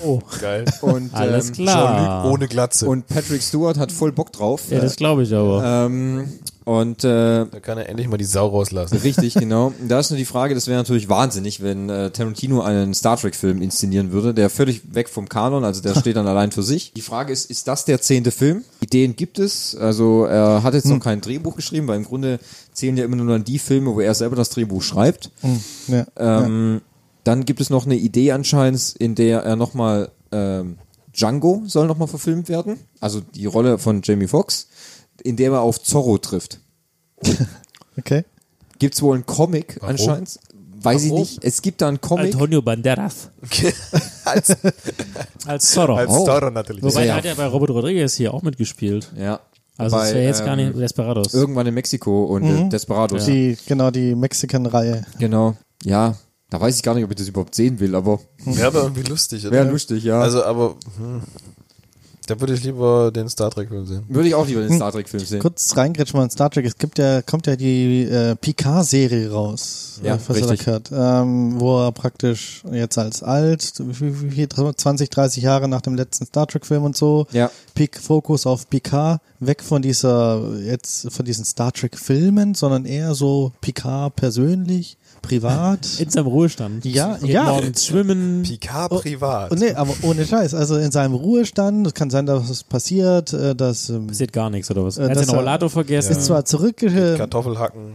Speaker 4: Oh.
Speaker 3: Geil.
Speaker 1: <laughs> Und, ähm,
Speaker 4: Alles klar.
Speaker 3: ähm, Jean-Luc ohne Glatze.
Speaker 1: Und Patrick Stewart hat voll Bock drauf.
Speaker 4: Ja, das glaube ich aber.
Speaker 1: Ähm, und äh,
Speaker 3: Da kann er endlich mal die Sau rauslassen.
Speaker 1: Richtig, genau. Da ist nur die Frage, das wäre natürlich wahnsinnig, wenn äh, Tarantino einen Star Trek-Film inszenieren würde, der völlig weg vom Kanon, also der steht dann allein für sich. Die Frage ist, ist das der zehnte Film? Ideen gibt es, also er hat jetzt noch kein Drehbuch geschrieben, weil im Grunde zählen ja immer nur dann die Filme, wo er selber das Drehbuch schreibt.
Speaker 5: Ja.
Speaker 1: Ähm, Dann gibt es noch eine Idee anscheinend, in der er nochmal ähm, Django soll nochmal verfilmt werden, also die Rolle von Jamie Foxx, in der er auf Zorro trifft.
Speaker 5: Okay.
Speaker 1: Gibt es wohl einen Comic anscheinend? Weiß
Speaker 4: Warum?
Speaker 1: ich nicht. Es gibt da einen Comic.
Speaker 4: Antonio Banderas. als, <laughs> als Zorro.
Speaker 3: Als
Speaker 1: Oh.
Speaker 3: Zorro natürlich.
Speaker 4: Wobei,
Speaker 1: Ja, ja.
Speaker 4: er hat ja bei Robert Rodriguez hier auch mitgespielt.
Speaker 1: Ja.
Speaker 4: Also
Speaker 1: Bei,
Speaker 4: es wäre jetzt gar
Speaker 1: ähm,
Speaker 4: nicht Desperados.
Speaker 1: Irgendwann in Mexiko und
Speaker 5: Mhm.
Speaker 1: äh, Desperados.
Speaker 5: Die, genau, die Mexican-Reihe.
Speaker 1: Genau. Ja. Da weiß ich gar nicht, ob ich das überhaupt sehen will, aber
Speaker 3: Wäre aber irgendwie lustig, oder?
Speaker 1: wäre lustig, ja.
Speaker 3: Also, aber. Hm. Da würde ich lieber den Star Trek-Film sehen.
Speaker 1: Würde ich auch lieber
Speaker 5: Hm.
Speaker 1: den Star Trek-Film sehen.
Speaker 5: Kurz reingrätschen mal in Star Trek. Es gibt ja, kommt ja die äh, Picard-Serie raus,
Speaker 1: Ja,
Speaker 5: äh, was er da
Speaker 1: richtig.
Speaker 5: gehört, ähm, wo er praktisch jetzt als alt, wie- wie- wie- 20, 30 Jahre nach dem letzten Star Trek-Film und so,
Speaker 1: Ja.
Speaker 5: Pick, Fokus auf Picard, weg von dieser, jetzt von diesen Star Trek-Filmen, sondern eher so Picard persönlich, privat.
Speaker 1: <laughs>
Speaker 4: in seinem Ruhestand.
Speaker 5: Ja,
Speaker 4: Geht
Speaker 5: ja.
Speaker 4: Morgens schwimmen.
Speaker 3: Picard privat.
Speaker 5: Und Oh, nee, aber ohne Scheiß. Also in seinem Ruhestand, es kann sein, dass es passiert, äh, dass ähm,
Speaker 4: Passiert gar nichts oder was?
Speaker 5: Äh,
Speaker 4: Er hat
Speaker 5: dass
Speaker 4: seinen
Speaker 5: er-
Speaker 4: Rollator vergessen.
Speaker 5: ist zwar zurück,
Speaker 4: ähm,
Speaker 5: äh,
Speaker 3: Kartoffelhacken.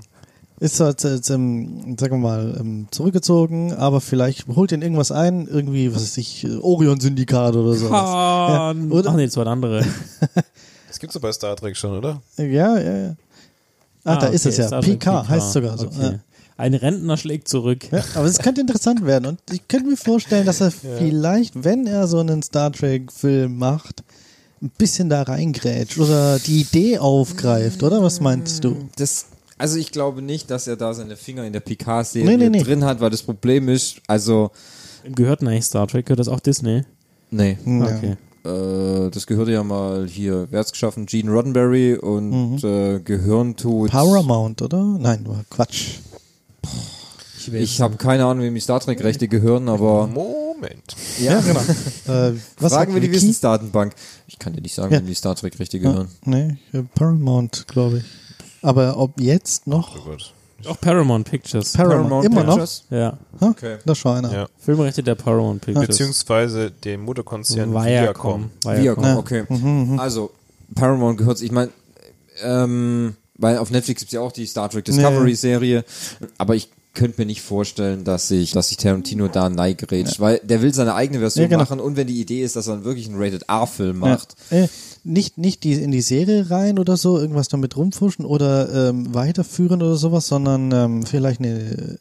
Speaker 5: ist zwar jetzt, jetzt ähm, sagen wir mal, ähm, zurückgezogen, aber vielleicht holt ihn irgendwas ein, irgendwie, was weiß ich, äh, Orion-Syndikat oder so.
Speaker 4: Ah,
Speaker 5: oder?
Speaker 4: Ach nee, das war ein anderer.
Speaker 3: Das gibt's doch bei Star Trek schon, oder?
Speaker 5: Äh, Ja, ja, ja. Ah, da ist es ja. PK heißt sogar so. Ja.
Speaker 4: Ein Rentner schlägt zurück.
Speaker 5: Ja, aber es könnte interessant werden und ich könnte mir vorstellen, dass <laughs> er vielleicht, wenn er so einen Star Trek-Film macht, ein bisschen da reingrätscht oder die Idee aufgreift, oder? Was meinst du?
Speaker 1: das, also ich glaube nicht, dass er da seine Finger in der Picard-Serie
Speaker 5: Nee, nee, nee.
Speaker 1: drin hat, weil das Problem ist, also,
Speaker 4: Gehört denn eigentlich Star Trek? Gehört das auch Disney?
Speaker 1: nee.
Speaker 5: Hm.
Speaker 4: Okay.
Speaker 1: Äh, das gehörte ja mal hier, wer hat's geschaffen? Gene Roddenberry
Speaker 5: Mhm.
Speaker 1: und äh, Gehirntod.
Speaker 5: Paramount, oder? Nein, nur Quatsch.
Speaker 1: Ich habe keine Ahnung, wem die Star Trek-Rechte gehören, aber
Speaker 3: Moment.
Speaker 5: Ja, genau. äh, was
Speaker 1: fragen
Speaker 5: sagt
Speaker 1: wir die
Speaker 5: Wiki?
Speaker 1: Wissensdatenbank. Ich kann dir nicht sagen,
Speaker 5: Ja.
Speaker 1: wem die Star Trek-Rechte
Speaker 5: Ja,
Speaker 1: gehören.
Speaker 5: nee, äh, Paramount, glaube ich. Aber ob jetzt noch?
Speaker 4: Auch Paramount Pictures.
Speaker 5: Paramount, immer
Speaker 4: ja.
Speaker 5: noch?
Speaker 1: Okay.
Speaker 5: Da schau einer.
Speaker 3: Ja.
Speaker 4: Filmrechte der Paramount Pictures.
Speaker 3: Beziehungsweise dem Mutterkonzern
Speaker 4: Viacom.
Speaker 3: Viacom.
Speaker 1: Viacom,
Speaker 5: Ja.
Speaker 1: okay.
Speaker 5: Mhm,
Speaker 1: Also, Paramount gehört, ich meine, ähm, weil auf Netflix gibt's ja auch die Star Trek Discovery-Serie, aber ich könnte mir nicht vorstellen, dass sich dass sich Tarantino da neigerätscht, weil der will seine eigene Version
Speaker 5: Ja, genau.
Speaker 1: machen und wenn die Idee ist, dass er wirklich einen Rated R-Film
Speaker 5: Ja.
Speaker 1: macht,
Speaker 5: Äh, nicht nicht die, in die Serie rein oder so, irgendwas damit rumfuschen oder ähm, weiterführen oder sowas, sondern ähm, vielleicht eine,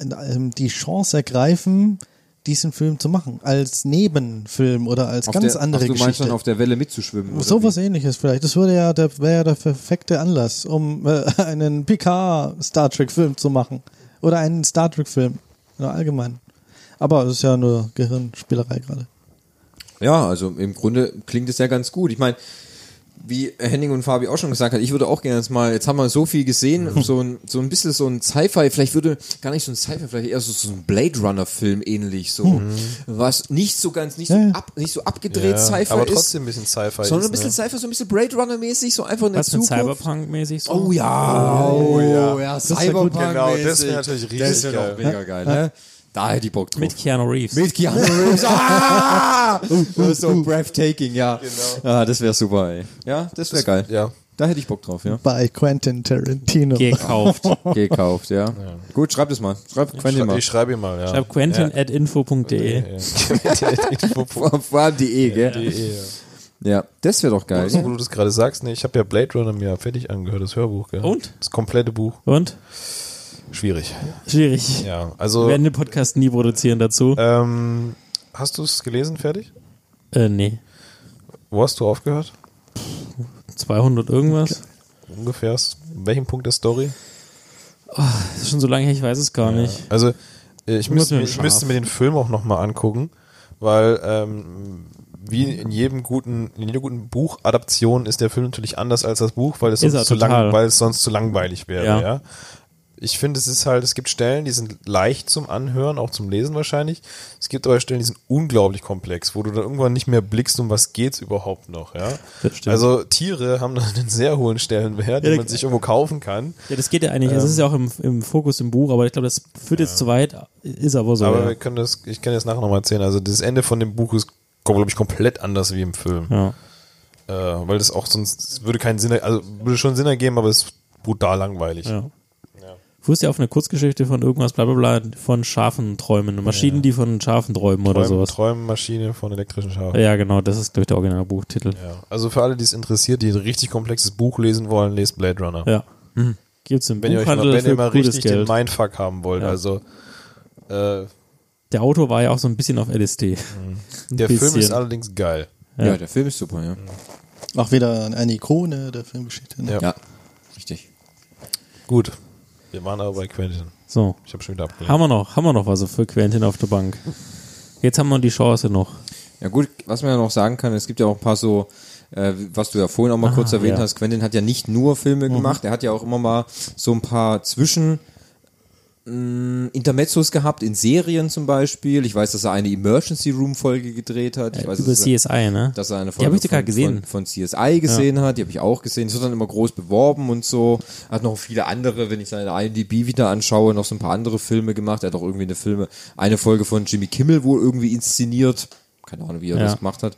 Speaker 5: äh, ähm, die Chance ergreifen, diesen Film zu machen. Als Nebenfilm oder als
Speaker 1: auf
Speaker 5: ganz
Speaker 1: der,
Speaker 5: andere
Speaker 1: ach, du meinst
Speaker 5: Geschichte.
Speaker 1: dann auf der Welle mitzuschwimmen. oder
Speaker 5: Sowas
Speaker 1: wie?
Speaker 5: ähnliches vielleicht. Das würde ja, der wäre ja der perfekte Anlass, um äh, <laughs> einen PK-Star Trek-Film zu machen. Oder einen Star Trek-Film. Ja, allgemein. Aber es ist ja nur Gehirnspielerei gerade.
Speaker 1: Ja, also im Grunde klingt es ja ganz gut. Ich meine, wie Henning und Fabi auch schon gesagt hat, ich würde auch gerne jetzt mal, jetzt haben wir so viel gesehen,
Speaker 4: <laughs>
Speaker 1: so ein, so ein bisschen so ein Sci-Fi, vielleicht würde gar nicht so ein Sci-Fi, vielleicht eher so, so ein Blade Runner-Film ähnlich, so
Speaker 4: Hm.
Speaker 3: Mhm.
Speaker 1: was nicht so ganz, nicht so, ab, nicht so abgedreht
Speaker 3: Ja,
Speaker 1: Sci-Fi
Speaker 3: aber
Speaker 1: ist.
Speaker 3: trotzdem ein bisschen Sci-Fi
Speaker 1: Sondern
Speaker 3: ist,
Speaker 1: ein bisschen
Speaker 3: ne?
Speaker 1: Sci-Fi, so ein bisschen Blade Runner-mäßig, so einfach in der
Speaker 4: Was mit
Speaker 1: Zukunft.
Speaker 4: Cyberpunk-mäßig so?
Speaker 1: Oh ja, oh ja,
Speaker 4: Das wär gut.
Speaker 3: Genau, das wär natürlich
Speaker 1: richtig Das
Speaker 3: richtig
Speaker 1: wäre doch
Speaker 3: geil.
Speaker 1: mega geil, ne? Da hätte ich Bock drauf.
Speaker 4: Mit Keanu Reeves.
Speaker 1: Mit
Speaker 3: <laughs>
Speaker 1: Keanu Reeves. Ah! Das ist so breathtaking, ja. Ah, das wäre super, ey. Ja, das wäre geil.
Speaker 3: Genau. Ja.
Speaker 1: Da hätte ich Bock drauf, ja.
Speaker 5: Bei Quentin Tarantino. <laughs>
Speaker 1: Gekauft, ja. Gut, schreib das mal. Schreib Quentin
Speaker 3: schrei-
Speaker 1: mal.
Speaker 3: ich schreib ihm mal, ja.
Speaker 4: Schreib Quentin at info.de. <laughs>
Speaker 3: <laughs>
Speaker 1: Vor vor allem die E, gell?
Speaker 3: Die E,
Speaker 1: ja. das wäre doch geil.
Speaker 3: Wo du das gerade sagst, ne, ich habe ja Blade Runner mir fertig angehört, das Hörbuch, gell?
Speaker 4: Und?
Speaker 3: Das komplette Buch.
Speaker 4: Und?
Speaker 3: Schwierig.
Speaker 4: Schwierig.
Speaker 3: Ja, also-
Speaker 4: Wir werden den Podcast nie produzieren dazu.
Speaker 3: Ähm, hast du es gelesen fertig?
Speaker 4: Äh, nee.
Speaker 3: Wo hast du aufgehört?
Speaker 4: 200 irgendwas.
Speaker 3: Ungefähr. s- Welchen Punkt der Story?
Speaker 4: Das ist schon so lange her, ich weiß es gar nicht.
Speaker 3: Also äh, ich
Speaker 4: Nur
Speaker 3: müsste,
Speaker 4: mit
Speaker 3: mir-
Speaker 4: dem
Speaker 3: ich
Speaker 4: Schaf.
Speaker 3: müsste mir den Film auch nochmal angucken, weil ähm, wie in jedem guten, in jeder guten Buchadaption ist der Film natürlich anders als das Buch, weil es,
Speaker 4: Ist
Speaker 3: sonst
Speaker 4: er
Speaker 3: zu,
Speaker 4: total.
Speaker 3: lang, weil es sonst zu langweilig wäre.
Speaker 4: Ja.
Speaker 3: Ja. Ich finde, es ist halt, es gibt Stellen, die sind leicht zum Anhören, auch zum Lesen wahrscheinlich. Es gibt aber Stellen, die sind unglaublich komplex, wo du dann irgendwann nicht mehr blickst, um was geht's überhaupt noch. Ja?
Speaker 4: Das stimmt.
Speaker 3: Also Tiere haben <laughs> dann einen sehr hohen Stellenwert,
Speaker 4: Ja,
Speaker 3: den
Speaker 4: da-
Speaker 3: man sich irgendwo kaufen kann.
Speaker 4: Ja, das geht ja eigentlich. Das
Speaker 3: Ähm,
Speaker 4: ist ja auch im, im Fokus im Buch, aber ich glaube, das führt jetzt zu weit. Ist aber so.
Speaker 3: Aber
Speaker 4: ja.
Speaker 3: wir können das, ich kann das nachher nochmal erzählen. Also das Ende von dem Buch ist, glaube ich, komplett anders wie im Film.
Speaker 4: Ja.
Speaker 3: Äh, weil das auch sonst, es würde keinen Sinn, also würde schon Sinn ergeben, aber es ist brutal langweilig.
Speaker 4: Ja. Fußt ja auf eine Kurzgeschichte von irgendwas, bla bla bla, von Schafen träumen. Maschinen, die von Schafen träumen oder
Speaker 3: Träum-
Speaker 4: sowas.
Speaker 3: Träummaschine von elektrischen Schafen.
Speaker 4: Ja, genau, das ist, glaube ich, der Originalbuchtitel.
Speaker 3: Ja. Also für alle, die es interessiert, die ein richtig komplexes Buch lesen wollen, lest Blade Runner.
Speaker 4: Ja. Mhm. Gibt's im
Speaker 3: wenn ihr euch mal,
Speaker 4: Buchhandel
Speaker 3: wenn ihr
Speaker 4: für
Speaker 3: mal
Speaker 4: gutes
Speaker 3: richtig
Speaker 4: Geld.
Speaker 3: den Mindfuck haben wollt.
Speaker 4: Ja.
Speaker 3: Also äh,
Speaker 4: Der Autor war ja auch so ein bisschen auf LSD. Ein
Speaker 3: Mhm. der Film ist
Speaker 4: bisschen.
Speaker 3: allerdings geil.
Speaker 4: Ja.
Speaker 1: Ja, der Film ist super, ja.
Speaker 5: Auch wieder eine Ikone der Filmgeschichte. Ne?
Speaker 3: Ja.
Speaker 1: Richtig.
Speaker 3: Gut. Wir waren aber bei Quentin.
Speaker 4: So.
Speaker 3: Ich habe schon wieder abgelehnt.
Speaker 4: Haben wir noch, haben wir noch was für Quentin auf der Bank. Jetzt haben wir die Chance noch.
Speaker 1: Ja gut, was man ja noch sagen kann, es gibt ja auch ein paar so, äh, was du ja vorhin auch mal
Speaker 4: Ah,
Speaker 1: kurz erwähnt
Speaker 4: ja.
Speaker 1: hast, Quentin hat ja nicht nur Filme
Speaker 4: Mhm.
Speaker 1: gemacht, er hat ja auch immer mal so ein paar Zwischen mh, Intermezzos gehabt, in Serien zum Beispiel. Ich weiß, dass er eine Emergency Room Folge gedreht hat. Ich
Speaker 4: Äh,
Speaker 1: weiß,
Speaker 4: über
Speaker 1: dass er-
Speaker 4: CSI, ne?
Speaker 1: Dass er eine
Speaker 4: Die
Speaker 1: Folge
Speaker 4: hab ich sogar
Speaker 1: von,
Speaker 4: gesehen.
Speaker 1: Von, von CSI gesehen hat, die habe ich auch gesehen. Das wird dann immer groß beworben und so. Hat noch viele andere, wenn ich seine IMDb wieder anschaue, noch so ein paar andere Filme gemacht. Er hat auch irgendwie eine Filme, eine Folge von Jimmy Kimmel wohl irgendwie inszeniert. Keine Ahnung, wie er
Speaker 4: Ja.
Speaker 1: das gemacht hat.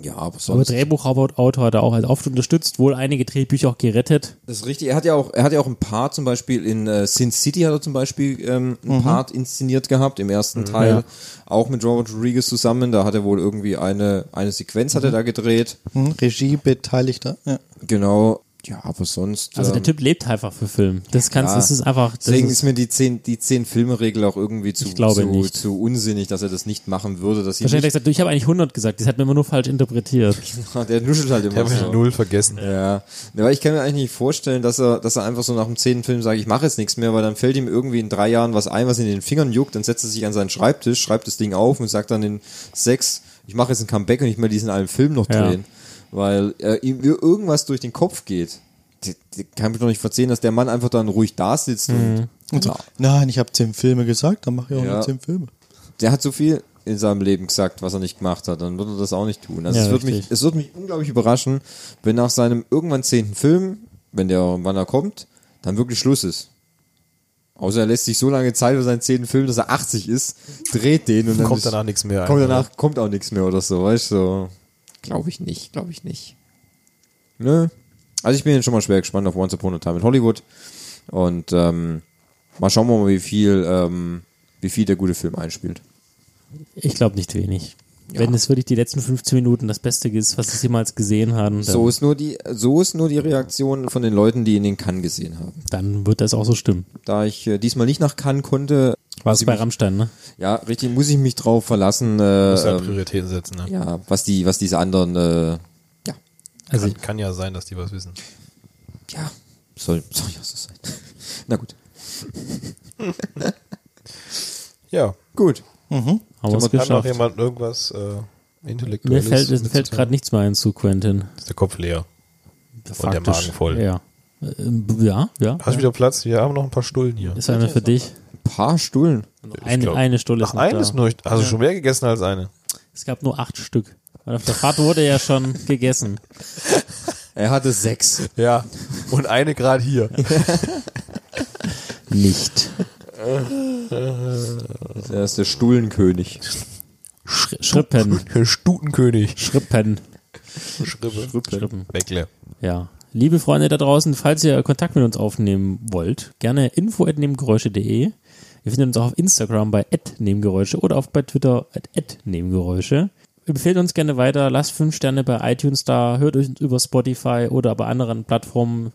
Speaker 1: Ja, aber
Speaker 4: Aber
Speaker 1: sonst.
Speaker 4: Drehbuchautor hat er auch als oft unterstützt, wohl einige Drehbücher auch gerettet.
Speaker 1: Das ist richtig. Er hat ja auch, er hat ja auch ein Part zum Beispiel in äh, Sin City hat er zum Beispiel ähm, ein
Speaker 4: Mhm.
Speaker 1: Part inszeniert gehabt im ersten Teil,
Speaker 4: Ja.
Speaker 1: auch mit Robert Rodriguez zusammen. Da hat er wohl irgendwie eine eine Sequenz
Speaker 4: Mhm.
Speaker 1: hat er da gedreht.
Speaker 5: Hm, Regiebeteiligter. Ja.
Speaker 1: Genau. Ja, aber sonst.
Speaker 4: Also der Typ lebt einfach für Film. Das kannst, das ist einfach. Das
Speaker 1: Deswegen
Speaker 4: ist,
Speaker 1: ist mir die zehn die zehn Filme Regel auch irgendwie zu
Speaker 4: glaube
Speaker 1: zu,
Speaker 4: nicht.
Speaker 1: zu unsinnig, dass er das nicht machen würde, dass sie
Speaker 4: wahrscheinlich hat er
Speaker 1: nicht,
Speaker 4: gesagt, du, ich habe eigentlich 100 gesagt, das hat mir immer nur falsch interpretiert.
Speaker 1: <laughs> der nuschelt halt
Speaker 3: Ich
Speaker 1: immer
Speaker 3: habe
Speaker 1: so.
Speaker 3: null vergessen.
Speaker 1: Ja, Ja, weil ich kann mir eigentlich nicht vorstellen, dass er, dass er einfach so nach dem zehnten Film sagt, ich mache jetzt nichts mehr, weil dann fällt ihm irgendwie in drei Jahren was ein, was in den Fingern juckt, dann setzt er sich an seinen Schreibtisch, schreibt das Ding auf und sagt dann in sechs, ich mache jetzt ein Comeback und ich will diesen einen Film noch
Speaker 4: Ja.
Speaker 1: drehen, weil äh, ihm irgendwas durch den Kopf geht. Die- die Kann ich doch nicht verstehen, dass der Mann einfach dann ruhig da sitzt
Speaker 4: Mhm.
Speaker 1: und,
Speaker 5: Und so, nein, ich habe zehn Filme gesagt, dann mache ich auch
Speaker 1: Ja.
Speaker 5: noch zehn Filme.
Speaker 1: der hat so viel in seinem Leben gesagt, was er nicht gemacht hat, dann würde er das auch nicht tun. Also
Speaker 4: Ja,
Speaker 1: es, wird mich,
Speaker 4: richtig.
Speaker 1: es wird mich unglaublich überraschen, wenn nach seinem irgendwann zehnten Film, wenn der wann er kommt, dann wirklich Schluss ist. Außer er lässt sich so lange Zeit für seinen zehnten Film, dass er 80 ist, dreht den und dann
Speaker 3: Kommt
Speaker 1: ist,
Speaker 3: danach nichts mehr ein,
Speaker 1: Kommt danach kommt auch nichts mehr oder so, weißt du? So. Glaube ich nicht, glaube ich nicht. Ne? Also ich bin jetzt schon mal schwer gespannt auf Once Upon a Time in Hollywood und ähm, mal schauen wir mal, wie viel, ähm, wie viel der gute Film einspielt.
Speaker 4: Ich glaube nicht wenig. Wenn es wirklich die letzten 15 Minuten das Beste ist, was sie jemals gesehen haben, dann,
Speaker 1: So ist nur die, so ist nur die Reaktion von den Leuten, die ihn in Cannes gesehen haben.
Speaker 4: dann wird das auch so stimmen.
Speaker 1: Da ich äh, diesmal nicht nach Cannes konnte,
Speaker 4: War es
Speaker 1: muss ich
Speaker 4: bei
Speaker 1: mich-
Speaker 4: Rammstein, ne?
Speaker 1: Ja, richtig, muss ich mich drauf verlassen. Äh,
Speaker 3: Muss ja
Speaker 1: ähm,
Speaker 3: Prioritäten setzen. Ne?
Speaker 1: ja, was die, was diese anderen äh,
Speaker 3: Also kann, kann ja sein, dass die was wissen.
Speaker 1: Ja, soll, soll ja so sein. <laughs> Na gut.
Speaker 3: Ja.
Speaker 1: Gut.
Speaker 5: Mhm.
Speaker 4: Haben wir's
Speaker 3: Hat noch
Speaker 4: geschafft.
Speaker 3: jemand irgendwas äh, intellektuelles?
Speaker 4: Mir fällt, mir fällt
Speaker 3: mitzuteilen?
Speaker 4: gerade nichts mehr ein zu Quentin.
Speaker 3: Ist der Kopf leer. Und Oh, der Magen voll.
Speaker 4: Ja. Ähm, Ja, ja.
Speaker 3: Hast du wieder Platz? Wir haben noch ein paar Stullen hier.
Speaker 4: Ist eine für dich.
Speaker 1: Ein paar Stullen?
Speaker 4: Eine,
Speaker 3: glaub-
Speaker 4: eine Stulle ist
Speaker 3: Ach,
Speaker 4: noch
Speaker 3: eine
Speaker 4: da.
Speaker 3: ist nur. Hast du schon mehr gegessen als eine?
Speaker 4: Es gab nur acht Stück. Weil auf der Fahrt wurde ja schon gegessen.
Speaker 1: Er hatte sechs.
Speaker 3: Ja. Und eine gerade
Speaker 4: <laughs>
Speaker 3: hier.
Speaker 4: Nicht.
Speaker 1: Er ist der Stullenkönig.
Speaker 4: Schrippen.
Speaker 3: Stutenkönig.
Speaker 4: Schrippen.
Speaker 3: Schrippe.
Speaker 4: Schrippen.
Speaker 3: Weckle.
Speaker 4: Ja. Liebe Freunde da draußen, falls ihr Kontakt mit uns aufnehmen wollt, gerne info.nebengeräusche.de. Ihr findet uns auch auf Instagram bei nebengeräusche oder auch bei Twitter at nebengeräusche. Empfehlt uns gerne weiter, lasst 5 Sterne bei iTunes da, hört euch über Spotify oder bei anderen Plattformen.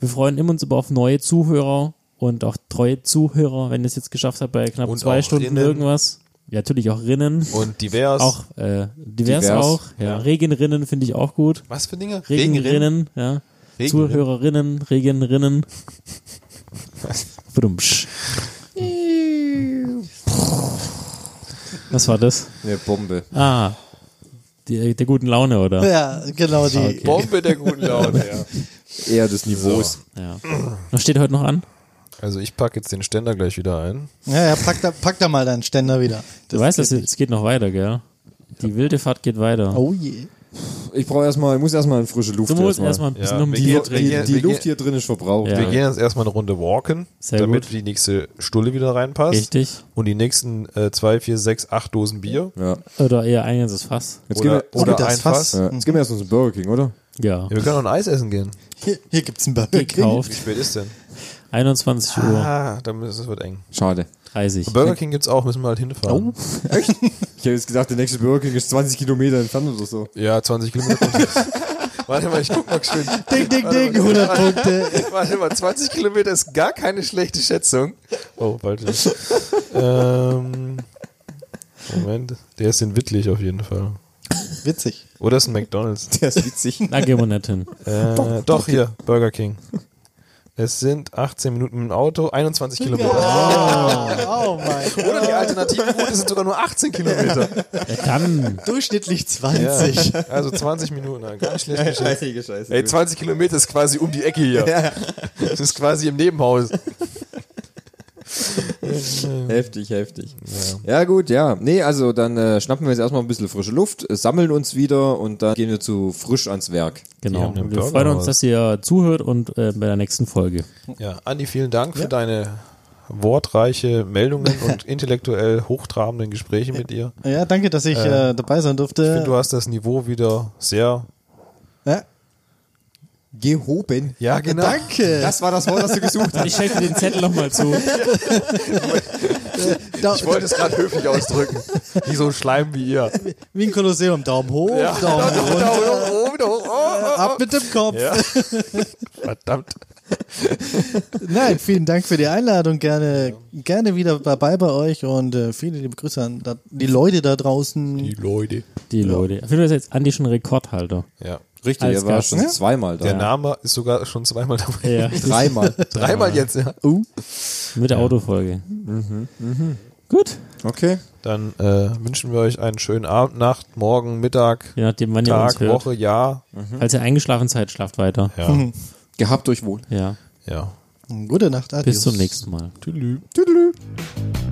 Speaker 4: Wir freuen immer uns über auf neue Zuhörer und auch treue Zuhörer, wenn ihr es jetzt geschafft habt, bei knapp
Speaker 3: Und
Speaker 4: zwei
Speaker 3: auch
Speaker 4: Stunden
Speaker 3: Rinnen.
Speaker 4: irgendwas. Ja, natürlich auch Rinnen.
Speaker 3: Und divers.
Speaker 4: Auch äh, divers,
Speaker 3: Divers.
Speaker 4: auch. Ja. Regenrinnen finde ich auch gut.
Speaker 3: Was für Dinge?
Speaker 4: Regenrinnen, ja.
Speaker 3: Regenrinnen.
Speaker 4: Zuhörerinnen, Regenrinnen. Brumsch. Was war das?
Speaker 1: Eine Bombe.
Speaker 4: Ah, die, äh, der guten Laune, oder?
Speaker 5: Ja, genau die.
Speaker 4: Ah, okay.
Speaker 3: Bombe der
Speaker 4: <laughs>
Speaker 3: guten Laune, ja.
Speaker 1: Eher des Niveaus.
Speaker 4: Ja. Was steht heute noch an?
Speaker 3: Also ich packe jetzt den Ständer gleich wieder ein.
Speaker 5: Ja, ja, pack da, pack da mal deinen Ständer wieder.
Speaker 4: Du weißt, dass es geht noch weiter, gell? Die wilde Fahrt geht weiter.
Speaker 5: Oh je.
Speaker 1: Ich brauche erstmal, ich muss erstmal in frische Luft.
Speaker 4: Du musst erstmal ein bisschen um die hier
Speaker 1: die,
Speaker 4: drehen.
Speaker 1: die Luft hier drin ist verbraucht.
Speaker 4: Ja.
Speaker 3: Wir gehen jetzt erstmal eine Runde walken,
Speaker 4: Sehr
Speaker 3: damit
Speaker 4: gut.
Speaker 3: die nächste Stulle wieder reinpasst.
Speaker 4: Richtig.
Speaker 3: Und die nächsten äh, zwei, vier, sechs, acht Dosen Bier.
Speaker 1: Ja.
Speaker 4: Oder eher ein ganzes Fass.
Speaker 1: Jetzt
Speaker 3: Oder-
Speaker 1: gehen wir,
Speaker 3: oder
Speaker 1: jetzt
Speaker 3: ein Fass.
Speaker 1: Ja. Jetzt gehen wir erst uns einen Burger King, oder?
Speaker 4: Ja.
Speaker 3: Ja, wir können auch ein Eis essen gehen.
Speaker 5: Hier, hier gibt's einen Burger King.
Speaker 3: Wie
Speaker 4: Gekauft.
Speaker 3: spät ist denn?
Speaker 4: 21 Uhr.
Speaker 3: Ah, dann ist es wird eng.
Speaker 1: <laughs> Schade.
Speaker 4: 30.
Speaker 3: Ah. Burger King gibt's auch, müssen wir halt hinfahren.
Speaker 1: Oh. Ich hätte jetzt gedacht, der nächste Burger King ist 20 Kilometer entfernt oder so.
Speaker 3: Ja, 20 Kilometer.
Speaker 1: <laughs>
Speaker 3: Warte mal, ich guck mal schön.
Speaker 5: Ding, ding, ding, 100 Punkte.
Speaker 3: Warte mal, 20 Kilometer ist gar keine schlechte Schätzung. Oh, bald nicht. ähm, Moment, der ist in Wittlich auf jeden Fall.
Speaker 5: Witzig.
Speaker 3: Oder ist ein McDonalds?
Speaker 1: Der ist witzig.
Speaker 4: Da gehen wir nicht hin.
Speaker 3: Äh, doch, hier, Burger King. Es sind 18 Minuten mit dem Auto, 21 Kilometer.
Speaker 5: Oh mein
Speaker 3: <laughs>
Speaker 5: Gott.
Speaker 3: Oder die alternative Route sind sogar nur 18 Kilometer.
Speaker 4: Ja, dann.
Speaker 5: Durchschnittlich
Speaker 3: Ja,
Speaker 5: 20.
Speaker 3: also 20 Minuten, ja, gar nicht schlecht geschätzt.
Speaker 1: Scheiße.
Speaker 3: Ey, 20 Kilometer ist quasi um die Ecke hier. Das ist quasi im Nebenhaus.
Speaker 1: Heftig, heftig. Ja. gut, ja. Nee, also dann äh, schnappen wir jetzt erstmal ein bisschen frische Luft, äh, sammeln uns wieder und dann gehen wir zu frisch ans Werk.
Speaker 4: Genau.
Speaker 3: haben den
Speaker 4: Wir
Speaker 3: Burger
Speaker 4: freuen uns,
Speaker 3: raus.
Speaker 4: dass ihr zuhört und äh, bei der nächsten Folge.
Speaker 3: Ja, Andi, vielen Dank für deine wortreiche Meldungen und intellektuell hochtrabenden Gespräche mit dir.
Speaker 5: Ja, danke, dass ich äh, dabei sein
Speaker 3: Ich finde, du
Speaker 5: durfte.
Speaker 3: hast das Niveau wieder sehr.
Speaker 5: Ja,
Speaker 1: Gehoben.
Speaker 3: Ja, genau.
Speaker 5: danke.
Speaker 1: Das war das Wort, das du gesucht hast.
Speaker 4: Ich schalte den Zettel nochmal zu.
Speaker 5: Da,
Speaker 3: Ich wollte es gerade höflich ausdrücken. Nicht so ein Schleim wie ihr.
Speaker 5: wie ein Kolosseum. Daumen hoch, Daumen runter, ab mit dem Kopf.
Speaker 3: Ja. Verdammt.
Speaker 5: Nein, vielen Dank für die Einladung. Gerne, gerne wieder dabei bei euch und äh, viele liebe Grüße an da, die Leute da draußen.
Speaker 3: Die Leute.
Speaker 4: Die Leute. Auf jeden Fall ist jetzt Andi schon Rekordhalter.
Speaker 3: Ja.
Speaker 1: Richtig,
Speaker 4: Alles
Speaker 1: er war
Speaker 4: Gas,
Speaker 1: schon
Speaker 4: ne?
Speaker 1: zweimal da.
Speaker 3: Der Name ist sogar schon zweimal dabei. <laughs>
Speaker 4: Ja.
Speaker 1: Genau. Dreimal.
Speaker 3: Dreimal jetzt, ja.
Speaker 4: Mit der Autofolge.
Speaker 3: Mhm,
Speaker 4: Gut.
Speaker 1: Okay.
Speaker 3: Dann äh, wünschen wir euch einen schönen Abend, Nacht, Morgen, Mittag,
Speaker 4: Je nachdem, wann ihr uns
Speaker 3: Tag,
Speaker 4: hört.
Speaker 3: Woche, Jahr.
Speaker 4: Falls ihr eingeschlafen seid, schlaft weiter.
Speaker 3: Ja.
Speaker 1: Gehabt euch wohl.
Speaker 4: Ja.
Speaker 3: ja.
Speaker 5: Gute Nacht, adios.
Speaker 4: Bis zum nächsten Mal.
Speaker 3: Tschüss.